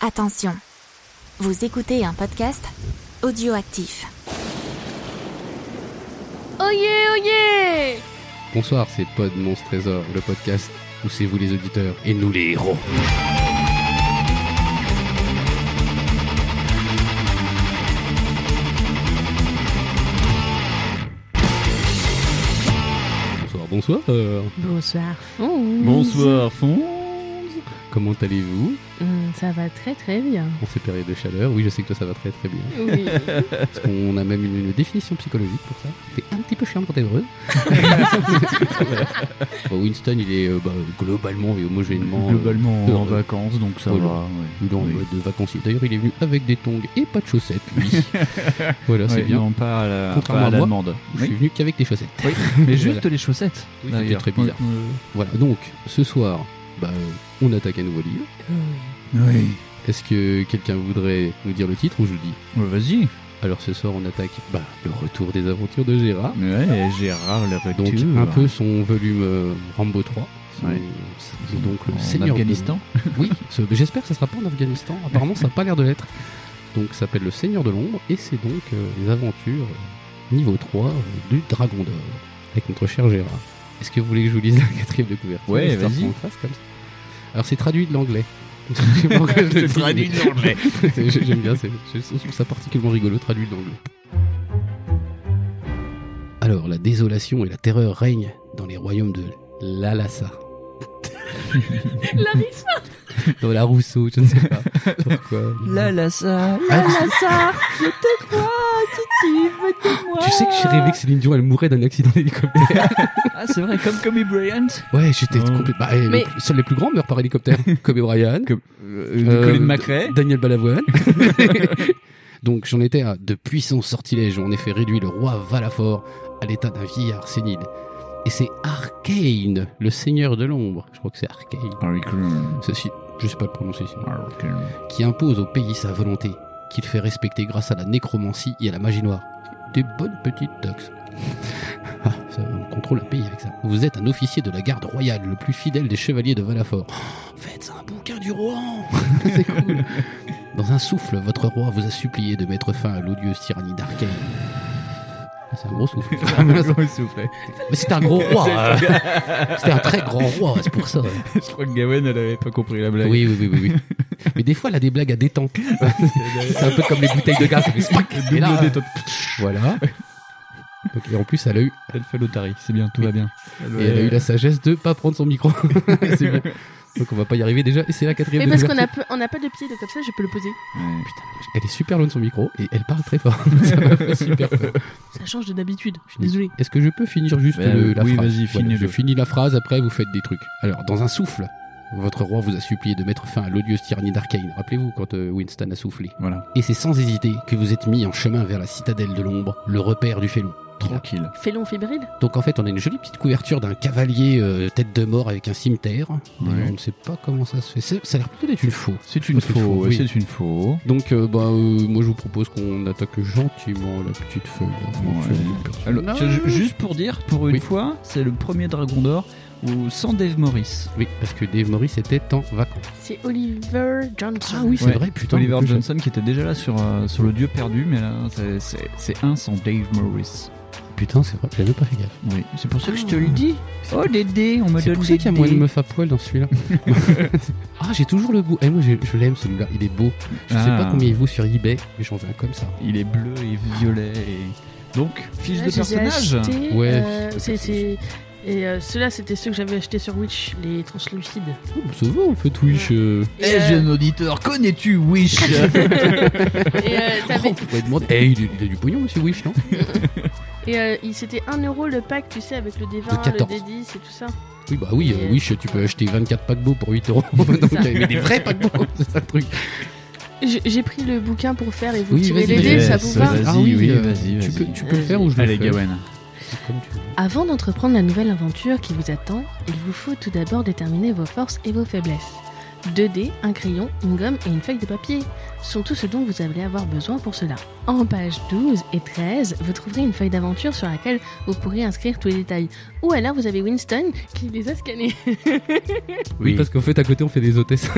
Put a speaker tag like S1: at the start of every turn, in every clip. S1: Attention, vous écoutez un podcast audioactif.
S2: Oyez, oyez
S3: Bonsoir, c'est Pod Monstre Trésor, le podcast où c'est vous les auditeurs et nous les héros. Bonsoir, bonsoir.
S4: Bonsoir
S5: Bonsoir Fonz
S3: Comment allez-vous
S4: Mm, ça va très très bien.
S3: En ces périodes de chaleur Oui, je sais que toi ça va très très bien.
S4: Oui.
S3: Parce qu'on a même une, une définition psychologique pour ça. T'es un petit peu chiant quand t'es heureuse. Voilà. Bon, Winston, il est euh, bah, globalement et homogènement. euh,
S5: Globalement en
S3: heureux.
S5: vacances, donc ça
S3: Oui,
S5: va. ouais.
S3: Il est en
S5: Oui.
S3: mode bah, de vacancier. D'ailleurs, il est venu avec des tongs et pas de chaussettes, lui. voilà, c'est
S5: Ouais,
S3: bien.
S5: Non, pas à la,
S3: Contrairement
S5: pas à
S3: à
S5: la
S3: moi.
S5: demande.
S3: Je suis venu qu'avec des chaussettes.
S5: Oui. Mais juste les chaussettes.
S3: Oui,
S5: d'ailleurs.
S3: c'était très bizarre. Voilà, donc, ce soir, bah, euh, on attaque un nouveau livre.
S5: Oui.
S3: Est-ce que quelqu'un voudrait nous dire le titre ou je le dis
S5: Ouais, Vas-y.
S3: Alors, ce soir, on attaque bah, le retour des aventures de Gérard.
S5: Ouais, Gérard la
S3: Donc,
S5: rupture.
S3: un peu son volume euh, Rambo 3. Son-
S5: Ouais.
S3: c'est Donc, le
S5: En
S3: seigneur de-
S5: Afghanistan.
S3: Oui, ce- j'espère que ça sera pas en Afghanistan. Apparemment, ça n'a pas l'air de l'être. Donc, ça s'appelle Le Seigneur de l'Ombre et c'est donc euh, les aventures euh, niveau 3 euh, du Dragon d'Or avec notre cher Gérard. Est-ce que vous voulez que je vous lise la quatrième de couverture
S5: Ouais,
S3: histoire
S5: vas-y.
S3: qu'on le fasse comme ça Alors, c'est traduit de l'anglais. Je sais pas pourquoi je le dis,
S5: traduit
S3: mais-
S5: de l'anglais.
S3: C'est- j'ai- J'aime bien, c'est- je trouve ça particulièrement rigolo traduit de l'anglais. Alors, la désolation et la terreur règnent dans les royaumes de l'Alassa. Dans la Rousseau, je ne sais pas pourquoi.
S5: Là, là, ça.
S4: Ah, ça Je te crois, Titi, venez-moi
S3: Tu sais que j'ai rêvé que Céline Dion elle mourait d'un accident d'hélicoptère.
S5: Ah, c'est vrai, comme Kobe Bryant.
S3: Ouais, j'étais
S5: Oh.
S3: complètement. Bah, eh,
S4: Mais-
S3: les- seuls les plus grands meurent par hélicoptère. Kobe Bryant, euh,
S5: Colin McRae.
S3: Daniel Balavoine. Donc j'en étais à de puissants sortilèges ont en effet réduit le roi Valafort à l'état d'un vieillard sénile. Et c'est Arcane, le seigneur de l'ombre. Je crois que c'est Arcane.
S5: Harry Crane.
S3: Ceci, je sais pas le prononcer. sinon.
S5: Harry Crane.
S3: qui impose au pays sa volonté, qu'il fait respecter grâce à la nécromancie et à la magie noire. Des bonnes petites taxes. Ah, ça, on contrôle un pays avec ça. Vous êtes un officier de la garde royale, le plus fidèle des chevaliers de Valafort. Oh, faites un bouquin du Rohan C'est cool Dans un souffle, votre roi vous a supplié de mettre fin à l'odieuse tyrannie d'Arcane. C'est un gros souffle.
S5: Il soufflait.
S3: Mais c'est un gros roi hein. C'était un très grand roi, c'est pour ça.
S5: Je crois que Gawen, elle avait pas compris la blague.
S3: Oui, oui, oui, oui, oui. Mais des fois, elle a des blagues à détente. C'est un peu comme les bouteilles de gaz. ça fait spac. Et
S5: Double
S3: là, euh,
S5: détente.
S3: voilà. Donc, et en plus, elle a eu,
S5: Elle fait l'otari, c'est bien, tout va bien.
S3: et elle a eu la sagesse de pas prendre son micro. C'est bon. Donc on va pas y arriver déjà. Et c'est la quatrième.
S4: Mais
S3: de
S4: parce qu'on
S3: couverture.
S4: a, peu- on a pas de pied, donc comme ça je peux le poser.
S5: Ouais.
S3: Elle est super loin de son micro et elle parle très fort. Ça m'a fait super peur.
S4: Ça change de d'habitude, je suis
S3: Oui.
S4: désolée.
S3: Est-ce que je peux finir juste
S5: Ben,
S3: le- la
S5: oui,
S3: phrase
S5: vas-y, finis-le.
S3: Je finis la phrase, après vous faites des trucs. Alors, dans un souffle, votre roi vous a supplié de mettre fin à l'odieuse tyrannie d'Arcane. Rappelez-vous quand euh, Winston a soufflé.
S5: Voilà,
S3: Et c'est sans hésiter que vous êtes mis en chemin vers la citadelle de l'ombre, le repère du félon.
S5: tranquille.
S4: Félon fébrile
S3: Donc en fait, on a une jolie petite couverture d'un cavalier euh, tête de mort avec un cimetière. D'ailleurs, On ne sait pas comment ça se fait. C'est- Ça a l'air plutôt d'être une faux.
S5: C'est une
S3: C'est une faux,
S5: faux, ouais,
S3: oui.
S5: c'est une faux.
S3: Donc euh, bah, euh, moi je vous propose qu'on attaque gentiment la petite feuille. hein.
S5: Alors,
S3: Non.
S5: tiens, ju- juste pour dire, pour une
S3: Oui.
S5: fois, c'est le premier Dragon d'Or où sans Dave Morris.
S3: Oui, parce que Dave Morris était en vacances.
S4: C'est Oliver Johnson.
S3: Ah oui, c'est
S5: Ouais.
S3: vrai, putain.
S5: Oliver
S3: en plus,
S5: Johnson qui était déjà là sur, euh, sur le Dieu perdu, mais là c'est- c'est c'est un sans Dave Morris.
S3: Putain, c'est vrai, j'avais pas fait gaffe.
S5: Oui, c'est pour ça que je te le dis. Oh les dés, on me
S3: Ah. C'est
S5: donne
S3: pour ça
S5: des
S3: qu'il y a moins de
S5: dés.
S3: meufs à poil dans celui-là. ah, j'ai toujours le bout. Eh, moi je, je l'aime celui-là, il est beau. Je sais
S5: Ah.
S3: pas combien il vaut sur eBay, mais j'en veux un comme ça.
S5: Il est bleu et violet et donc fiche
S4: Là,
S5: de
S4: Ah, je les ai
S5: personnage.
S4: achetés,
S3: Ouais,
S4: euh,
S3: c'est-
S4: c'est- c'est- Et euh, ceux-là, c'était ceux que j'avais achetés sur Witch, les translucides.
S3: Oh, bah, ça va, on fait Twitch. euh.
S4: Et, euh,
S5: Eh, auditeur, connais-tu Wish
S4: et, euh, t'avais-
S3: On pourrait demander. Eh, il, a- il a du pognon, monsieur Wish, non
S4: et, euh, il- c'était 1€ euro le pack, tu sais, avec le D20,
S3: De 14.
S4: le D10 et tout ça.
S3: Oui, bah oui, euh,
S4: Et-
S3: Wish, tu peux acheter 24 paquebots pour 8 euros. Donc,
S4: ça.
S3: mais des vrais paquebots, c'est ça le truc.
S4: J'ai j'ai pris le bouquin pour faire et vous
S3: Oui,
S4: tirez
S3: vas-y,
S4: les dés,
S3: vas-y.
S4: ça vous
S5: Yes,
S4: va
S5: vas-y.
S3: ah oui,
S5: oui,
S3: euh,
S5: vas-y,
S3: Tu
S5: vas-y.
S3: peux, tu peux le faire ou je le
S5: Allez
S3: fais
S5: Gawen.
S3: C'est comme tu veux.
S2: Avant d'entreprendre la nouvelle aventure qui vous attend, il vous faut tout d'abord déterminer vos forces et vos faiblesses.
S4: Deux dés, un crayon, une gomme et une feuille de papier sont tout ce dont vous allez avoir besoin pour cela. En pages 12 et 13, vous trouverez une feuille d'aventure sur laquelle vous pourrez inscrire tous les détails. Ou alors vous avez Winston qui les a scannés.
S3: Oui, parce qu'en fait, à côté, on fait des hôtesses.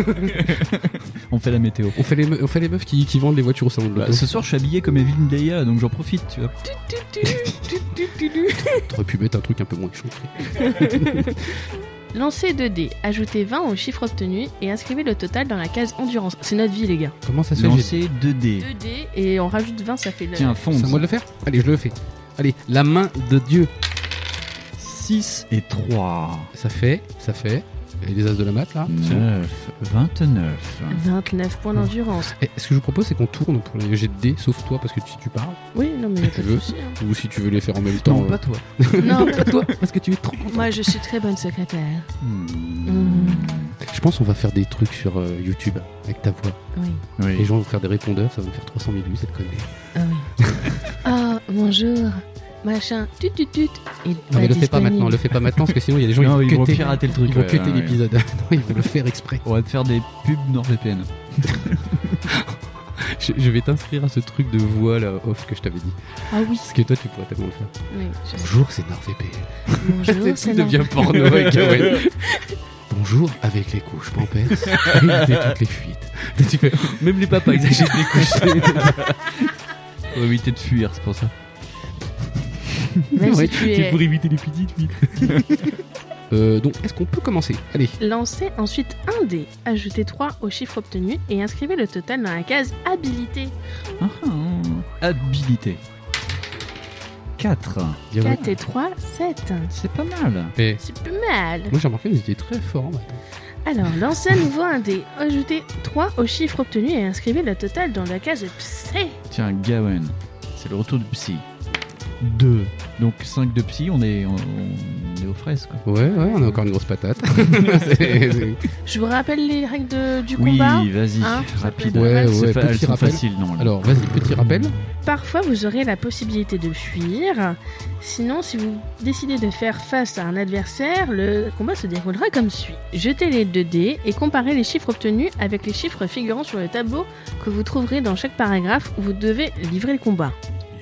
S5: On fait la météo.
S3: on, fait les me- on fait les meufs qui, qui vendent les voitures au salon de
S5: Bah,
S3: l'auto.
S5: ce soir, je suis habillé comme Evelyne Delia, donc j'en profite, tu vois.
S3: T'aurais pu mettre un truc un peu moins chaud.
S4: Lancez 2 dés, ajoutez 20 au chiffre obtenu et inscrivez le total dans la case endurance. C'est notre vie les gars.
S3: Comment ça se fait j'ai-
S5: Lancer 2 dés.
S4: 2 dés et on rajoute 20, ça fait le...
S5: Tiens, fonce.
S3: C'est à moi de le faire Allez, je le fais. Allez, la main de Dieu.
S5: 6 et 3.
S3: Ça fait, ça fait. Et les as de la mat, là
S5: 9, 29.
S4: 29 points d'endurance.
S3: Et ce que je vous propose, c'est qu'on tourne pour les jets de dés, sauf toi, parce que si tu parles,
S4: Oui, non mais y a pas
S3: Tu
S4: de
S3: veux
S4: souci, hein.
S3: ou si tu veux les faire en même temps. euh,
S5: toi.
S4: Non,
S3: pas toi, parce que tu es trop.
S4: moi je suis très bonne secrétaire.
S5: Hmm.
S3: Je pense qu'on va faire des trucs sur euh, YouTube avec ta voix.
S4: Oui.
S3: Les
S5: Oui.
S3: gens vont faire des répondeurs, ça va me faire 300 000 vues cette connerie.
S4: Ah oui. Ah, bonjour. Machin. Tut tut tut. Il
S3: Non, mais le fais
S4: fait
S3: pas maintenant, le fais pas maintenant, parce que sinon il y a des gens
S5: Non,
S3: qui
S5: ils
S3: vont
S5: vont
S3: cutter,
S5: pirater le truc.
S3: ils vont
S5: ouais,
S3: cutter
S5: ouais, ouais.
S3: l'épisode. non, ils vont le faire exprès.
S5: On va te faire des pubs NordVPN.
S3: Je, je vais t'inscrire à ce truc de voix là, off que je t'avais dit.
S4: Ah oui.
S3: Parce que toi, tu pourrais tellement le faire.
S4: Oui, je sais.
S3: Bonjour, c'est NordVP.
S4: Bonjour, c'est
S3: tout devient porno avec Gawain. Bonjour, avec les couches pampers, évitez toutes les fuites. Tu fais,
S5: Même les papas, ils achètent des couches. Pour éviter de fuir, c'est pour ça.
S4: Nor- Même
S3: Ouais,
S4: si tu es
S5: éviter les petites, oui.
S3: euh, donc, est-ce qu'on peut commencer Allez.
S4: Lancez ensuite un dé, ajoutez 3 au chiffre obtenu et inscrivez le total dans la case habilité.
S5: Ah, Habilité. 4.
S3: Gawain.
S4: 4 et 3, 7.
S5: C'est pas mal.
S3: Eh,
S4: C'est pas mal.
S3: Moi, j'ai remarqué que vous étiez très fort en maths.
S4: Alors, lancez à nouveau un dé, ajoutez 3 au chiffre obtenu et inscrivez le total dans la case psy.
S5: Tiens, Gawen, c'est le retour du psy. 2. Donc 5 de psy, on est, on, on est aux fraises, quoi.
S3: Ouais, ouais, on a encore une grosse patate. C'est- c'est-
S4: Je vous rappelle les règles de- du
S5: Oui,
S4: combat.
S5: vas-y,
S4: hein,
S5: rapide.
S4: ça peut
S3: être Ouais,
S5: C'est
S3: ouais,
S5: fa-
S3: petit
S5: elles sont
S3: rappel.
S5: faciles, normalement.
S3: Alors, vas-y, petit rappel.
S4: Parfois, vous aurez la possibilité de fuir. Sinon, si vous décidez de faire face à un adversaire, le combat se déroulera comme suit. Jetez les 2 dés et comparez les chiffres obtenus avec les chiffres figurant sur le tableau que vous trouverez dans chaque paragraphe où vous devez livrer le combat.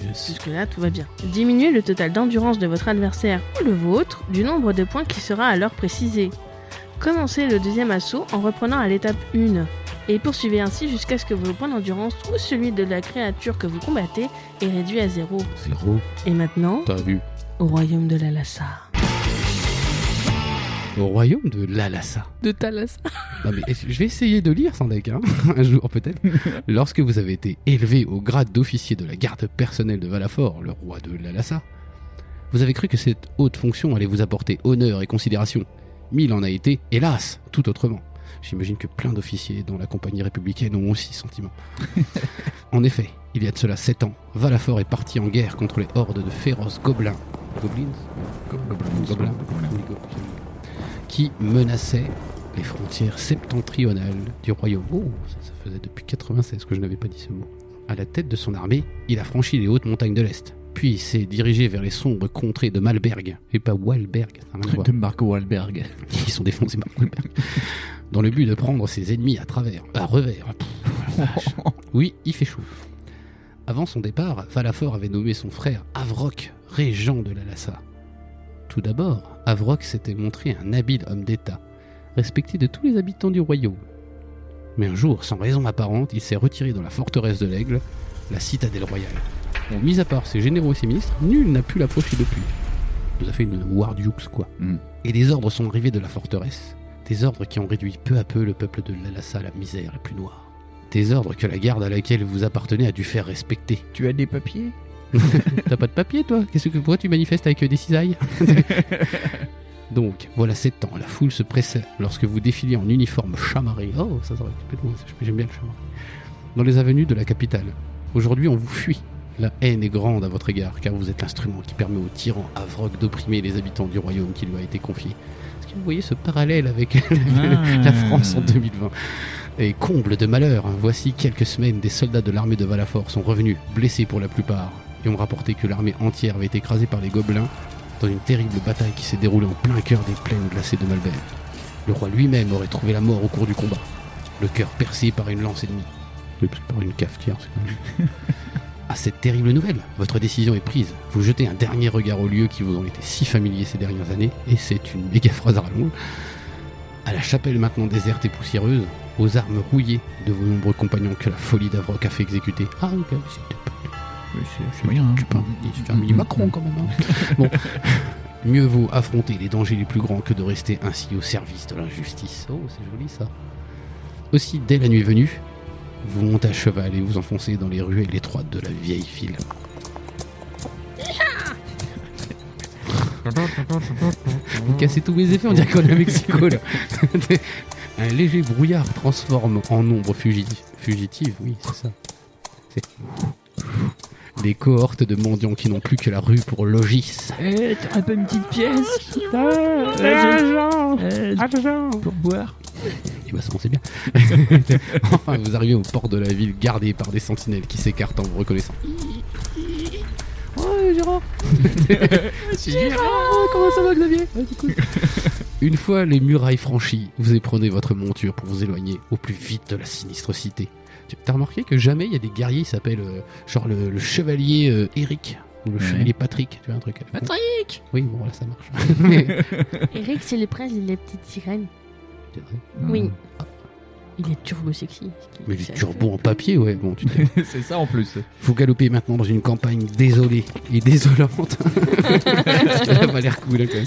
S5: Yes.
S4: Jusque-là, tout va bien. Diminuez le total d'endurance de votre adversaire ou le vôtre du nombre de points qui sera alors précisé. Commencez le deuxième assaut en reprenant à l'étape 1 et poursuivez ainsi jusqu'à ce que vos points d'endurance ou celui de la créature que vous combattez est réduit à zéro.
S3: Zéro,
S4: Et maintenant,
S3: t'as vu.
S4: au royaume de la Lhasa.
S3: Au royaume de l'Alassa.
S4: De Thalassa.
S3: Non, mais est-ce- je vais essayer de lire sans deck, hein, un jour peut-être. Lorsque vous avez été élevé au grade d'officier de la garde personnelle de Valafort, le roi de l'Alassa, vous avez cru que cette haute fonction allait vous apporter honneur et considération. Mais il en a été, hélas, tout autrement. J'imagine que plein d'officiers dans la compagnie républicaine ont aussi ce sentiment. en effet, il y a de cela sept ans, Valafort est parti en guerre contre les hordes de féroces gobelins. Goblins Gobelins qui menaçaient les frontières septentrionales du royaume. Oh, ça, ça faisait depuis 96 que je n'avais pas dit ce mot. À la tête de son armée, il a franchi les hautes montagnes de l'Est, puis il s'est dirigé vers les sombres contrées de Malberg, et pas Walberg, ça n'a rien à voir.
S5: De Marco Wahlberg.
S3: Ils sont défoncés par Walberg. Dans le but de prendre ses ennemis à travers, à revers. Pff, la vache. Oui, il fait chaud. Avant son départ, Valafort avait nommé son frère Avroc, régent de la Lhasa. Tout d'abord, Avroc s'était montré un habile homme d'État, respecté de tous les habitants du royaume. Mais un jour, sans raison apparente, il s'est retiré dans la forteresse de l'Aigle, la citadelle royale. Bon, mis à part ses généraux et ses ministres, nul n'a pu l'approcher depuis. Il nous a fait une War Dukes, quoi.
S5: Mm.
S3: Et des ordres sont arrivés de la forteresse. Des ordres qui ont réduit peu à peu le peuple de l'Alassa à la misère la plus noire. Des ordres que la garde à laquelle vous appartenez a dû faire respecter.
S5: Tu as des papiers
S3: T'as pas de papier, toi Qu'est-ce que pourquoi tu manifestes avec euh, des cisailles Donc, voilà 7 ans, la foule se pressait lorsque vous défiliez en uniforme chamarré. Oh, ça serait complètement. J'aime bien le chamarré. Dans les avenues de la capitale. Aujourd'hui, on vous fuit. La haine est grande à votre égard, car vous êtes l'instrument qui permet au tyran Avroc d'opprimer les habitants du royaume qui lui a été confié. Est-ce que vous voyez ce parallèle avec la France en 2020. Et comble de malheur, hein, voici quelques semaines, des soldats de l'armée de Valafort sont revenus, blessés pour la plupart, et ont rapporté que l'armée entière avait été écrasée par les gobelins dans une terrible bataille qui s'est déroulée en plein cœur des plaines glacées de Malberg. Le roi lui-même aurait trouvé la mort au cours du combat, le cœur percé par une lance ennemie. Oui, parce que Par une cafetière, c'est quand même- À cette terrible nouvelle, votre décision est prise. Vous jetez un dernier regard aux lieux qui vous ont été si familiers ces dernières années, et c'est une méga phrase à rallonge. À la chapelle maintenant déserte et poussiéreuse, aux armes rouillées de vos nombreux compagnons que la folie d'Avroc a fait exécuter. Ah, ok, c'était pas
S5: Oui, c'est- c'est moyen. hein.
S3: je sais pas, Mmh, il fait un mini Macron quand même. hein. Bon. Mieux vaut affronter les dangers les plus grands que de rester ainsi au service de l'injustice. Oh, c'est joli ça. Aussi, dès la nuit venue, vous montez à cheval et vous enfoncez dans les ruelles étroites de la vieille ville. Vous cassez tous mes effets, on dirait qu'on est à Mexico là. Un léger brouillard transforme en ombre fugitive. Fugitive, oui, c'est ça. C'est des cohortes de mendiants qui n'ont plus que la rue pour logis.
S5: Eh, t'aurais pas une petite pièce putain,
S4: Argent
S5: euh,
S4: Argent
S5: Pour boire
S3: Eh ben, ça on sait bien. enfin, vous arrivez au port de la ville gardé par des sentinelles qui s'écartent en vous reconnaissant. Oh, Gérard C'est
S4: Ah,
S3: Gérard Comment ça va, Xavier Ouais, c'est cool. Une fois les murailles franchies, vous éprenez votre monture pour vous éloigner au plus vite de la sinistre cité. Tu- T'as remarqué que jamais il y a des guerriers qui s'appellent euh, genre le, le chevalier euh, Eric ou le
S5: Ouais.
S3: chevalier Patrick, tu vois un truc
S4: Patrick
S3: Oui, bon, voilà, ça marche. Mais-
S4: Eric, c'est le prince de la petite sirène.
S3: C'est vrai.
S5: Hmm.
S4: Oui. Il est turbo sexy.
S3: Mais les turbos en papier, ouais, bon, tu t'es
S5: c'est ça en plus.
S3: Vous galopez maintenant dans une campagne désolée et désolante. Ce qui n'a pas l'air cool, hein, quand même.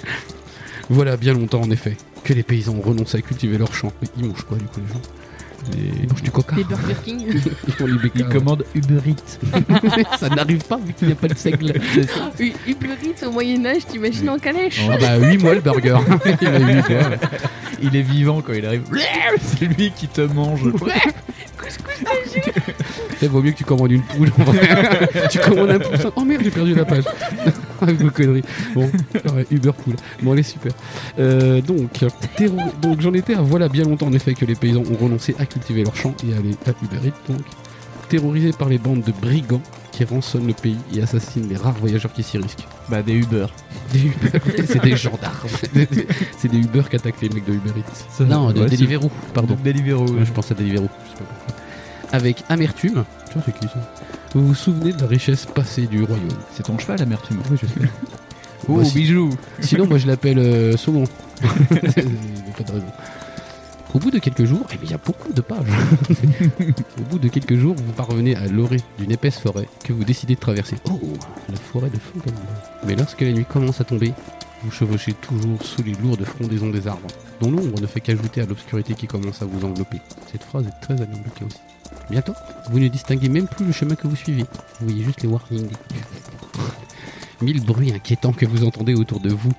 S3: Voilà bien longtemps, en effet, que les paysans ont renoncé à cultiver leurs champs. Mais ils mangent quoi, du coup, les gens Ils mangent du coca.
S4: Des Burger King.
S3: Ils font les bécas,
S5: Il commande Uber Eats.
S3: ouais. Ça n'arrive pas, vu qu'il n'y a pas de seigle.
S4: Oui, Hyplerite au Moyen-Âge, t'imagines en calèche
S3: Ah bah, 8 mois, le burger. Il a huit mois, ouais.
S5: Il est vivant quand il arrive. C'est lui qui te mange.
S3: Eh, vaut mieux que tu commandes une poule, en vrai. tu commandes un poussin. Oh merde, j'ai perdu la page. Avec vos conneries. Bon, ouais, Uber cool. Bon, allez, super. Euh, donc, terreau- donc j'en étais à voilà bien longtemps en effet que les paysans ont renoncé à cultiver leurs champs et à les à Uber Eats, donc. Terrorisés par les bandes de brigands qui rançonnent le pays et assassinent les rares voyageurs qui s'y risquent.
S5: Bah des Uber.
S3: Des Uber, c'est des gendarmes. C'est des- C'est des Uber qui attaquent les mecs de Uber Eats.
S5: Ça,
S3: non, de
S5: ouais, c'est-
S3: Deliveroo, pardon.
S5: Deliveroo.
S3: Ouais, je pense à Deliveroo. je sais pas pourquoi. Avec amertume. Tu vois, c'est qui, ça Vous vous souvenez de la richesse passée du royaume
S5: C'est ton cheval, amertume.
S3: Oui, je sais.
S5: Oh,
S3: Moi aussi.
S5: bijou.
S3: Sinon, moi, je l'appelle euh, saumon. Il n'y a pas de raison. Au bout de quelques jours, eh bien, il y a beaucoup de pages. Au bout de quelques jours, vous parvenez à l'orée d'une épaisse forêt que vous décidez de traverser. Oh, la forêt de Fontainebleau. Mais lorsque la nuit commence à tomber, vous chevauchez toujours sous les lourdes frondaisons des arbres, dont l'ombre ne fait qu'ajouter à l'obscurité qui commence à vous envelopper. Cette phrase est très alambiquée aussi. Bientôt, vous ne distinguez même plus le chemin que vous suivez. Vous voyez juste les warnings. Mille bruits inquiétants que vous entendez autour de vous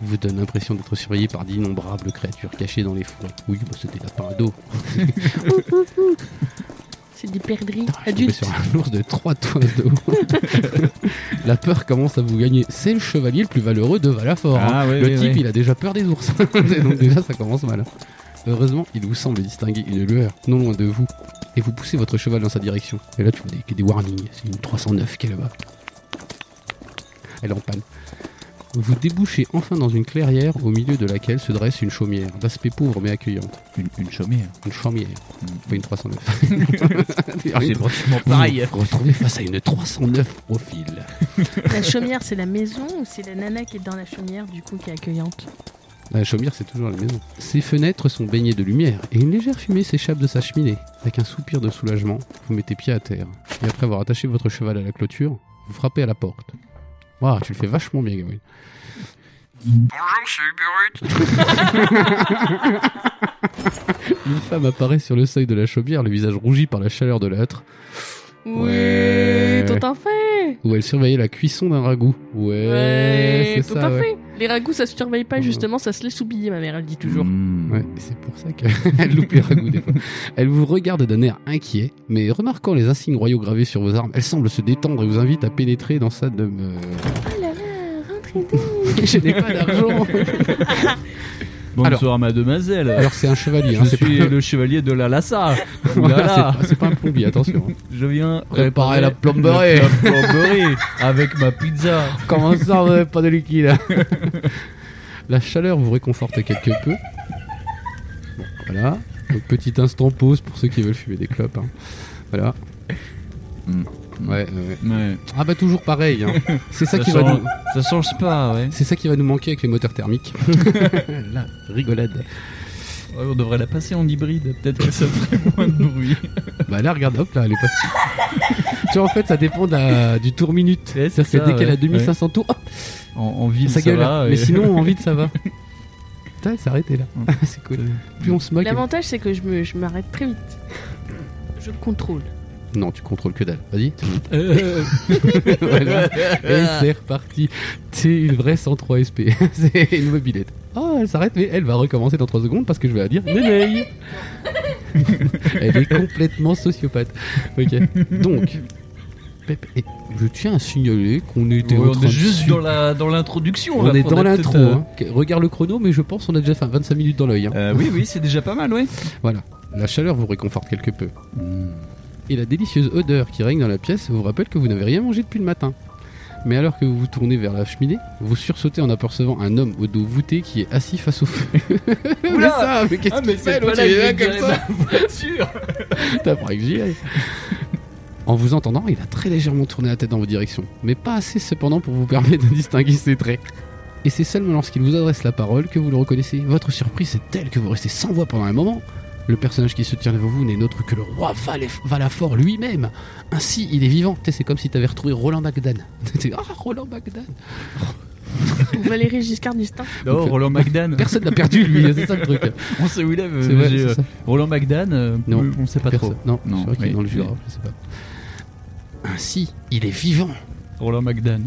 S3: vous donne l'impression d'être surveillé par d'innombrables créatures cachées dans les forêts. Oui, bah, c'était lapin à dos.
S4: C'est des perdrix
S3: Putain, Ah, je suis tombé
S4: adultes.
S3: sur un ours de 3 toises de haut. La peur commence à vous gagner. C'est le chevalier le plus valeureux de Valafort. hein.
S5: ouais,
S3: Le type, il a déjà peur des ours. Donc déjà, ça commence mal. Heureusement, il vous semble distinguer une lueur non loin de vous. Et vous poussez votre cheval dans sa direction. Et là, tu vois des, des warnings. C'est une 309 qui est là-bas. Elle est en panne. Vous débouchez enfin dans une clairière au milieu de laquelle se dresse une chaumière, d'aspect pauvre mais accueillante.
S5: Une, une chaumière.
S3: Une chaumière, pas une 309.
S5: Ah, pratiquement
S3: Vous vous Mmh. retrouvez face à une 309 profil.
S4: La chaumière, c'est la maison ou c'est la nana qui est dans la chaumière, du coup, qui est accueillante
S3: La Ah, chaumière, c'est toujours la maison. Ses fenêtres sont baignées de lumière et une légère fumée s'échappe de sa cheminée. Avec un soupir de soulagement, vous mettez pied à terre. Et après avoir attaché votre cheval à la clôture, vous frappez à la porte. Waouh, tu le fais vachement bien, Gabriel. Bonjour, c'est Une femme apparaît sur le seuil de la chaumière, le visage rougi par la chaleur de l'âtre, Ouais.
S4: Ouais, tout en fait
S3: où elle surveillait la cuisson d'un ragoût. Ouais,
S4: Ouais,
S3: c'est
S4: tout
S3: ça.
S4: en
S3: ouais.
S4: fait Les ragoûts, ça se surveille pas,
S3: Ouais. Mm.
S4: justement, ça se laisse oublier, ma mère, elle dit toujours.
S3: Ouais, et c'est pour ça qu'elle loupe les ragoûts des fois. Elle vous regarde d'un air inquiet, mais remarquant les insignes royaux gravés sur vos armes, elle semble se détendre et vous invite à pénétrer dans sa demeure.
S4: Oh là là, rentrez donc
S3: Je n'ai pas d'argent Alors-
S5: Bonsoir, mademoiselle.
S3: Alors c'est un chevalier,
S5: je
S3: hein, c'est
S5: suis
S3: pas...
S5: le chevalier de la Lassa.
S3: Voilà,
S5: Voilà.
S3: c'est pas- c'est pas un plombier, attention.
S5: Je viens
S3: Réparer la plomberie.
S5: plomberie. La plomberie avec ma pizza.
S3: Comment ça, vous n'avez pas de liquide La chaleur vous réconforte quelque peu. Voilà. Donc, petit instant pause pour ceux qui veulent fumer des clopes. hein. Voilà.
S5: Mm.
S3: Ouais, ouais, ouais.
S5: Ouais.
S3: Ah bah toujours pareil. hein. C'est ça,
S5: Ça
S3: qui va
S5: change.
S3: nous...
S5: Ça change pas, ouais.
S3: C'est ça qui va nous manquer avec les moteurs thermiques. La rigolade.
S5: Ouais, On devrait la passer en hybride, peut-être que ça ferait moins de bruit.
S3: Bah là, regarde, hop là, elle est passée. tu vois, en fait, ça dépend de la- du tour minute.
S5: Ouais, c'est
S3: C'est-à-dire que dès
S5: ça,
S3: qu'elle a
S5: ouais.
S3: 2500 tours, hop,
S5: En, en ville,
S3: ça
S5: ça, hein.
S3: gueule.
S5: va.
S3: Mais
S5: et-
S3: sinon, en vide, ça va. Putain, elle s'est arrêtée là. c'est cool. Plus on se moque.
S4: L'avantage, c'est que je me- je m'arrête très vite. Je le contrôle.
S3: Non, tu contrôles que dalle. Vas-y.
S5: Euh,
S3: Voilà. Et c'est reparti. C'est une vraie 103 SP. c'est une mobilette. Oh, elle s'arrête, mais elle va recommencer dans 3 secondes parce que je vais la dire Nénéi Elle est complètement sociopathe. Ok. Donc, Pep, et je tiens à signaler qu'on était en
S5: on
S3: train
S5: est
S3: de
S5: juste
S3: su-
S5: dans la dans l'introduction.
S3: On
S5: là,
S3: est
S5: faudrait
S3: dans l'intro.
S5: peut-être, euh,
S3: hein. Ok, Regarde le chrono, mais je pense qu'on a déjà fait 25 minutes dans l'œil. hein.
S5: euh, oui, oui, c'est déjà pas mal, ouais.
S3: Voilà. La chaleur vous réconforte quelque peu.
S5: Hmm.
S3: Et la délicieuse odeur qui règne dans la pièce vous rappelle que vous n'avez rien mangé depuis le matin. Mais alors que vous vous tournez vers la cheminée, vous sursautez en apercevant un homme au dos voûté qui est assis face au feu. mais ça, mais
S5: Ah,
S3: qu'est-ce qu'il fait l'autre Il est là comme ça
S5: sûr.
S3: Putain, faudrait que j'y aille. En vous entendant, il a très légèrement tourné la tête dans votre direction, mais pas assez cependant pour vous permettre de distinguer ses traits. Et c'est seulement lorsqu'il vous adresse la parole que vous le reconnaissez. Votre surprise est telle que vous restez sans voix pendant un moment. Le personnage qui se tient devant vous n'est autre que le roi Valef- Valafort lui-même. Ainsi, il est vivant. Tu sais, C'est comme si t'avais retrouvé Roland Bagdan. T'es, ah, Roland Bagdan
S4: Valérie Giscard d'Estaing.
S5: Non, Roland McDan.
S3: Personne l'a perdu, lui, c'est ça le truc.
S5: On sait où il est. mais
S3: C'est vrai,
S5: j'ai,
S3: c'est
S5: euh,
S3: ça.
S5: Roland McDan. euh,
S3: Non.
S5: euh, on sait pas
S3: Personne-
S5: trop.
S3: Non,
S5: Non,
S3: c'est vrai qu'il
S5: oui,
S3: est dans le
S5: oui.
S3: Jura, je sais pas. Ainsi, il est vivant.
S5: Roland McDan.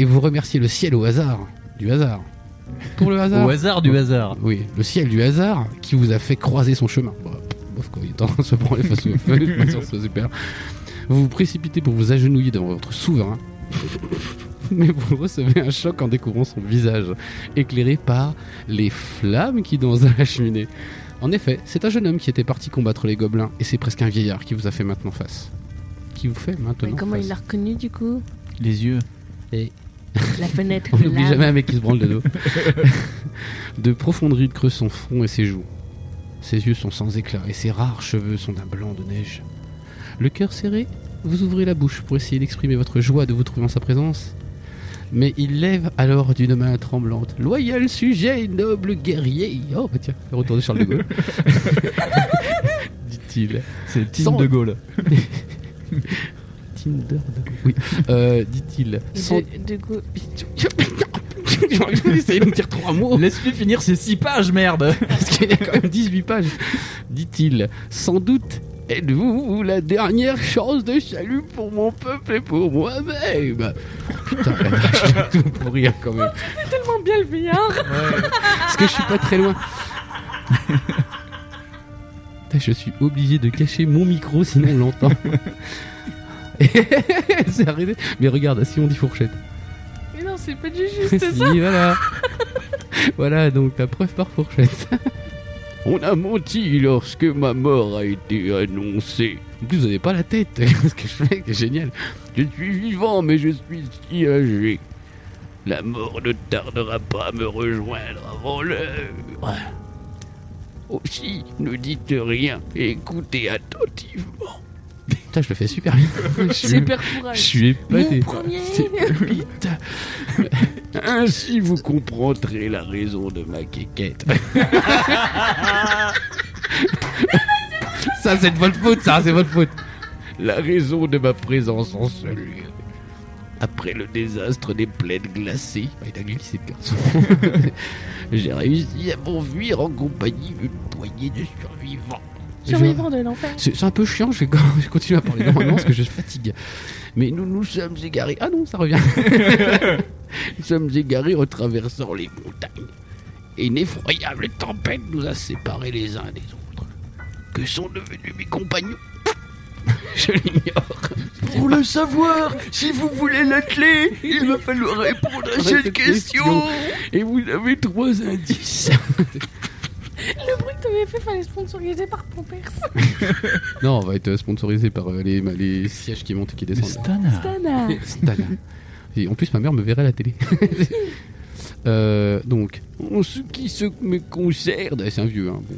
S3: et vous remerciez le ciel au hasard. Du hasard. Pour le hasard
S5: Au hasard du hasard.
S3: Oui, le ciel du hasard qui vous a fait croiser son chemin. Bah, pff, bof, quoi, il est en train de se branler face au feu, je m'assure que c'est super. Vous vous précipitez pour vous agenouiller devant votre souverain. Mais vous recevez un choc en découvrant son visage, éclairé par les flammes qui dansent à la cheminée. En effet, c'est un jeune homme qui était parti combattre les gobelins, et c'est presque un vieillard qui vous a fait maintenant face. Qui vous fait maintenant
S4: Mais comment
S3: face.
S4: il l'a reconnu du coup
S5: Les yeux.
S4: La fenêtre.
S3: On n'oublie
S4: là.
S3: jamais un mec qui se branle le dos. de profondes rides creusent son front et ses joues. Ses yeux sont sans éclat et ses rares cheveux sont d'un blanc de neige. Le cœur serré, vous ouvrez la bouche pour essayer d'exprimer votre joie de vous trouver en sa présence. Mais il lève alors d'une main tremblante Loyal sujet, noble guerrier Oh bah tiens, le retour de Charles de Gaulle. Dit-il.
S5: C'est Tim
S3: Sans-
S5: de Gaulle.
S3: Tinder de Gaulle. Oui. Euh, Dit-il. Sans-
S4: De, de go-
S3: J'aurais dû essayer de me dire trois mots.
S5: Laisse-lui finir ses 6 pages, merde.
S3: parce qu'il y a quand même 18 pages, dit-il. Sans doute êtes-vous la dernière chance de salut pour mon peuple et pour moi-même. Putain, la vache, j'ai tout pour rire quand même.
S4: Tellement bien le vieillard.
S3: Parce que je suis pas très loin. Putain, Je suis obligé de cacher mon micro, sinon on l'entend. C'est arrêté. Mais regarde, si on dit fourchette.
S4: Mais non, c'est pas du juste ça.
S3: Si, voilà. voilà donc la preuve par fourchette. On a menti lorsque ma mort a été annoncée. En plus, vous n'avez pas la tête, ce que je fais, c'est génial. Je suis vivant, mais je suis si âgé. La mort ne tardera pas à me rejoindre avant l'heure. Aussi, ne dites rien et écoutez attentivement. Putain, je le fais super bien. Je suis-
S4: Super courage.
S3: je suis épaté.
S4: Mon premier.
S3: C'est- Putain. Ainsi, vous comprendrez la raison de ma quéquette. ça, c'est de votre faute, ça, c'est votre faute. La raison de ma présence en ce lieu. Après le désastre des plaines glacées, Ah, il a glissé de garçon. J'ai réussi à m'enfuir en compagnie d'une poignée de survivants.
S4: Survivant de l'enfer.
S3: C'est c'est un peu chiant, je, vais- je continue à parler normalement parce que je fatigue. Mais nous nous sommes égarés. Ah non, ça revient. nous sommes égarés en traversant les montagnes. Et une effroyable tempête nous a séparés les uns des autres. Que sont devenus mes compagnons Je l'ignore.
S6: Pour le savoir, si vous voulez la clé, il va falloir répondre à
S3: Cette
S6: cette question.
S3: Et vous avez trois indices.
S4: Le bruit que t'avais fait fallait sponsoriser par Pompers.
S3: non, on va être sponsorisé par euh, les, les sièges qui montent et qui
S5: Mais
S3: descendent.
S5: Stana.
S4: Tana.
S3: Et en plus, ma mère me verrait à la télé. Euh, donc, en ce qui se me concerne, c'est un vieux, hein, bon.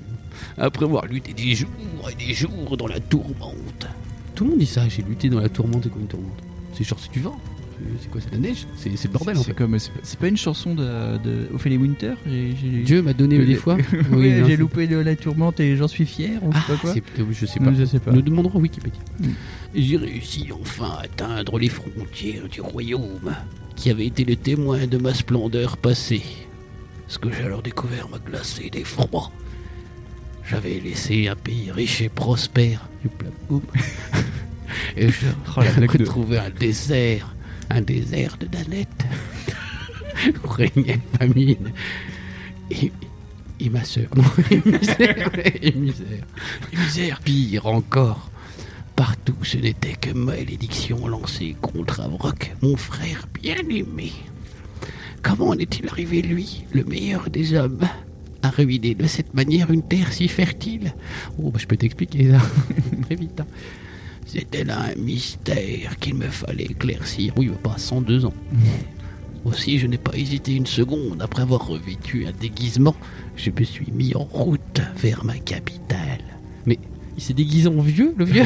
S3: après avoir lutté des jours et des jours dans la tourmente. Tout le monde dit ça, j'ai lutté dans la tourmente et comme une tourmente. C'est genre, c'est du vent. C'est- C'est quoi, c'est de la neige C'est c'est le bordel
S5: C'est-
S3: en
S5: C'est
S3: fait.
S5: comme, c'est pas- c'est pas une chanson de, de Ophélie Winter. J'ai- j'ai-
S3: Dieu m'a donné
S5: Oui,
S3: des
S5: mais-
S3: fois.
S5: Ouais,
S3: non,
S5: j'ai
S3: c'est-
S5: loupé le- la tourmente et j'en suis fier. Ou je
S3: Ah,
S5: sais pas quoi.
S3: c'est peut-être- je sais pas.
S5: Non, je sais pas.
S3: Nous demanderons à Wikipédia.
S5: Mm.
S3: J'ai réussi enfin à atteindre les frontières du royaume qui avait été le témoin de ma splendeur passée. Ce que j'ai alors découvert m'a glacé d'effroi. J'avais laissé un pays riche et prospère. Youpla, boum. et je
S5: Oh, la blague de-
S3: retrouvais un désert, un désert de Danette, où régnait la famine et, et ma sœur. Non, et misère, et misère. Et misère, pire encore. Partout, ce n'était que malédiction lancée contre Avroc, mon frère bien-aimé. Comment en est-il arrivé, lui, le meilleur des hommes, à ruiner de cette manière une terre si fertile Oh, bah, je peux t'expliquer ça très vite. hein. C'était là un mystère qu'il me fallait éclaircir. Oui, bah, pas 102 ans. Aussi, je n'ai pas hésité une seconde. Après avoir revêtu un déguisement, je me suis mis en route vers ma capitale. Mais il s'est déguisé en vieux, le vieux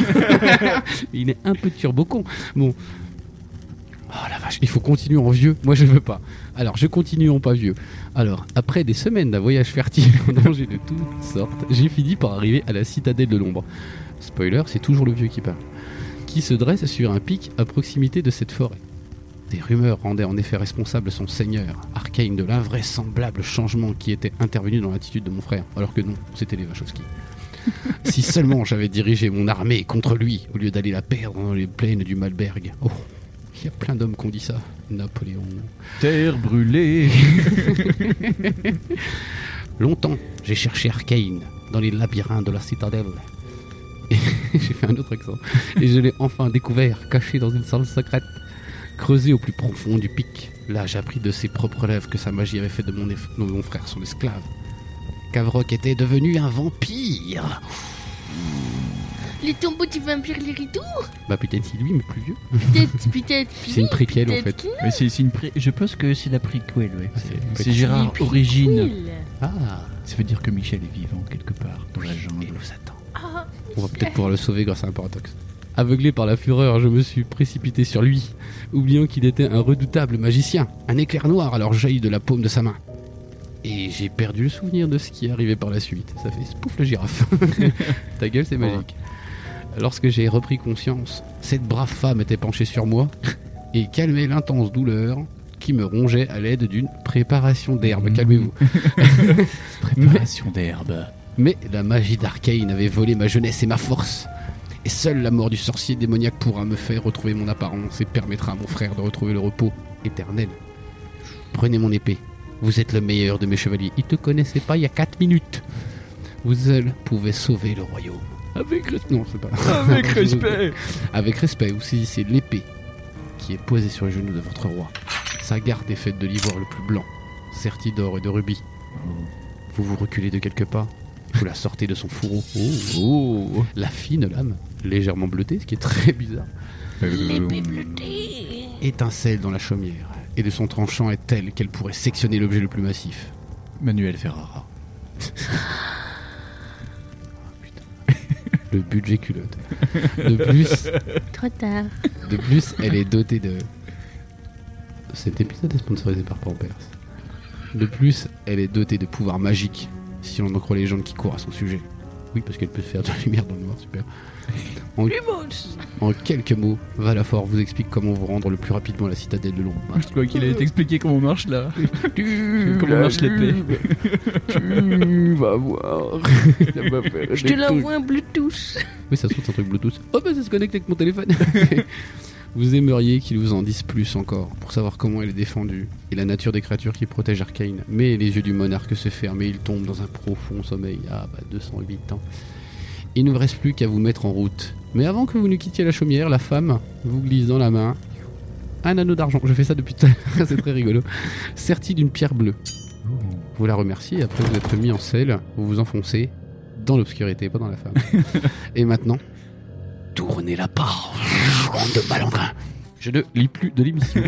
S3: Il est un peu turbocon. Bon. Oh la vache, il faut continuer en vieux. Moi, je veux pas. Alors, je continue en pas vieux. Alors, après des semaines d'un voyage fertile en danger de toutes sortes, j'ai fini par arriver à la citadelle de l'ombre. Spoiler, c'est toujours le vieux qui parle. Qui se dresse sur un pic à proximité de cette forêt. Des rumeurs rendaient en effet responsable son seigneur, Arcane, de l'invraisemblable changement qui était intervenu dans l'attitude de mon frère, alors que non, c'était les Wachowski. si seulement j'avais dirigé mon armée contre lui, au lieu d'aller la perdre dans les plaines du Malberg. Oh, il y a plein d'hommes qui ont dit ça. Napoléon.
S5: Terre brûlée.
S3: Longtemps, j'ai cherché Arcane dans les labyrinthes de la citadelle. Et j'ai fait un autre accent. Et je l'ai enfin découvert, caché dans une salle secrète, creusée au plus profond du pic. Là, j'ai appris de ses propres lèvres que sa magie avait fait de mon, eff- de mon frère son esclave. Cavroc était devenu un vampire.
S2: Les tombeaux du vampire les rideaux
S3: Bah peut-être c'est lui, mais plus vieux.
S2: Peut-être, peut-être.
S3: C'est une préquelle en
S2: peut-être
S3: fait.
S2: que-
S5: Mais c'est c'est une pré- Je pense que c'est la préquelle, ouais.
S3: Ah,
S5: C'est- C'est
S3: petit
S5: Gérard
S4: préquel.
S5: Origine.
S4: Il.
S3: Ah,
S5: Ça veut dire que Michel est vivant quelque part dans la
S3: il
S5: jungle.
S3: nous attend.
S2: Ah,
S3: On va peut-être pouvoir le sauver grâce à un paradoxe. Aveuglé par la fureur, je me suis précipité sur lui, oubliant qu'il était un redoutable magicien. Un éclair noir alors jaillit de la paume de sa main. Et j'ai perdu le souvenir de ce qui arrivait par la suite. Ça fait pouf la girafe. Ta gueule, c'est magique. Lorsque j'ai repris conscience, cette brave femme était penchée sur moi et calmait l'intense douleur qui me rongeait à l'aide d'une préparation d'herbe.
S5: Mhm.
S3: Calmez-vous.
S5: Préparation d'herbe.
S3: Mais la magie d'Arcane avait volé ma jeunesse et ma force. Et seule la mort du sorcier démoniaque pourra me faire retrouver mon apparence et permettra à mon frère de retrouver le repos éternel. Prenez mon épée. Vous êtes le meilleur de mes chevaliers. Ils te connaissaient pas il y a 4 minutes. Vous seul pouvez sauver le royaume. Avec respect. Non, c'est pas.
S6: Avec respect.
S3: Avec respect, vous saisissez l'épée qui est posée sur le genou de votre roi. Sa garde est faite de l'ivoire le plus blanc, sertie d'or et de rubis. Vous vous reculez de quelques pas. Vous la sortez de son fourreau.
S6: Oh,
S3: La fine lame, légèrement bleutée, ce qui est très bizarre, Euh, étincelle dans la chaumière. Et de son tranchant est telle qu'elle pourrait sectionner l'objet le plus massif.
S5: Manuel Ferrara.
S3: Le budget culotte. De plus,
S4: Trop tard.
S3: de plus elle est dotée de... Cet épisode est sponsorisé par Pampers. De plus, elle est dotée de pouvoirs magiques, si l'on en croit les gens qui courent à son sujet. Oui, parce qu'elle peut faire de la lumière dans le noir, super. En, en quelques mots, Valafort vous explique comment vous rendre le plus rapidement à la citadelle de l'ombre.
S5: Ah, Je crois
S3: Euh.
S5: qu'il allait t'expliquer comment on marche là.
S6: Comment
S5: Comment marche l'épée
S6: Tu vas voir. Ça va faire
S2: Je te
S6: des trucs.
S2: l'envoie un Bluetooth.
S3: Oui, ça se trouve, c'est un truc Bluetooth. Oh, bah, ça se connecte avec mon téléphone. vous aimeriez qu'ils vous en disent plus encore pour savoir comment elle est défendue et la nature des créatures qui protègent Arcane. Mais les yeux du monarque se ferment et il tombe dans un profond sommeil. Ah, bah, 208 ans. Il ne vous reste plus qu'à vous mettre en route. Mais avant que vous ne quittiez la chaumière, la femme vous glisse dans la main un anneau d'argent. Je fais ça depuis tout à l'heure, c'est très rigolo. Serti d'une pierre bleue. Vous la remerciez, après vous êtes mis en selle, vous vous enfoncez dans l'obscurité, pas dans la femme. Et maintenant, tournez la part, de malandrin. Je ne lis plus de l'émission.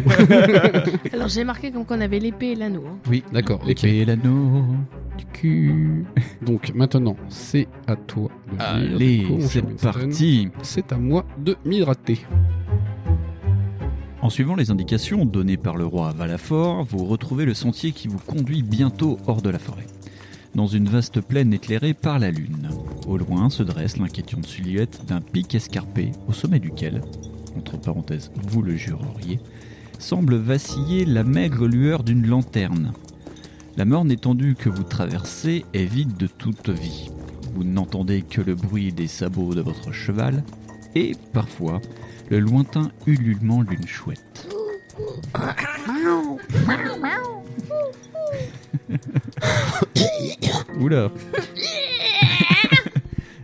S4: Alors j'ai marqué qu'on avait l'épée et l'anneau. hein.
S5: Oui,
S3: D'accord, ok.
S5: L'épée et l'anneau du cul.
S3: Donc maintenant, c'est à toi. de lire.
S5: Allez,
S3: Cours,
S5: c'est
S3: Winston.
S5: parti.
S3: C'est à moi de m'y rater.
S5: En suivant les indications données par le roi à Valafort, vous retrouvez le sentier qui vous conduit bientôt hors de la forêt, dans une vaste plaine éclairée par la lune. Au loin se dresse l'inquiétante silhouette d'un pic escarpé, au sommet duquel, entre parenthèses, vous le jureriez, semble vaciller la maigre lueur d'une lanterne. La morne étendue que vous traversez est vide de toute vie. Vous n'entendez que le bruit des sabots de votre cheval et, parfois, le lointain ululement d'une chouette. Oula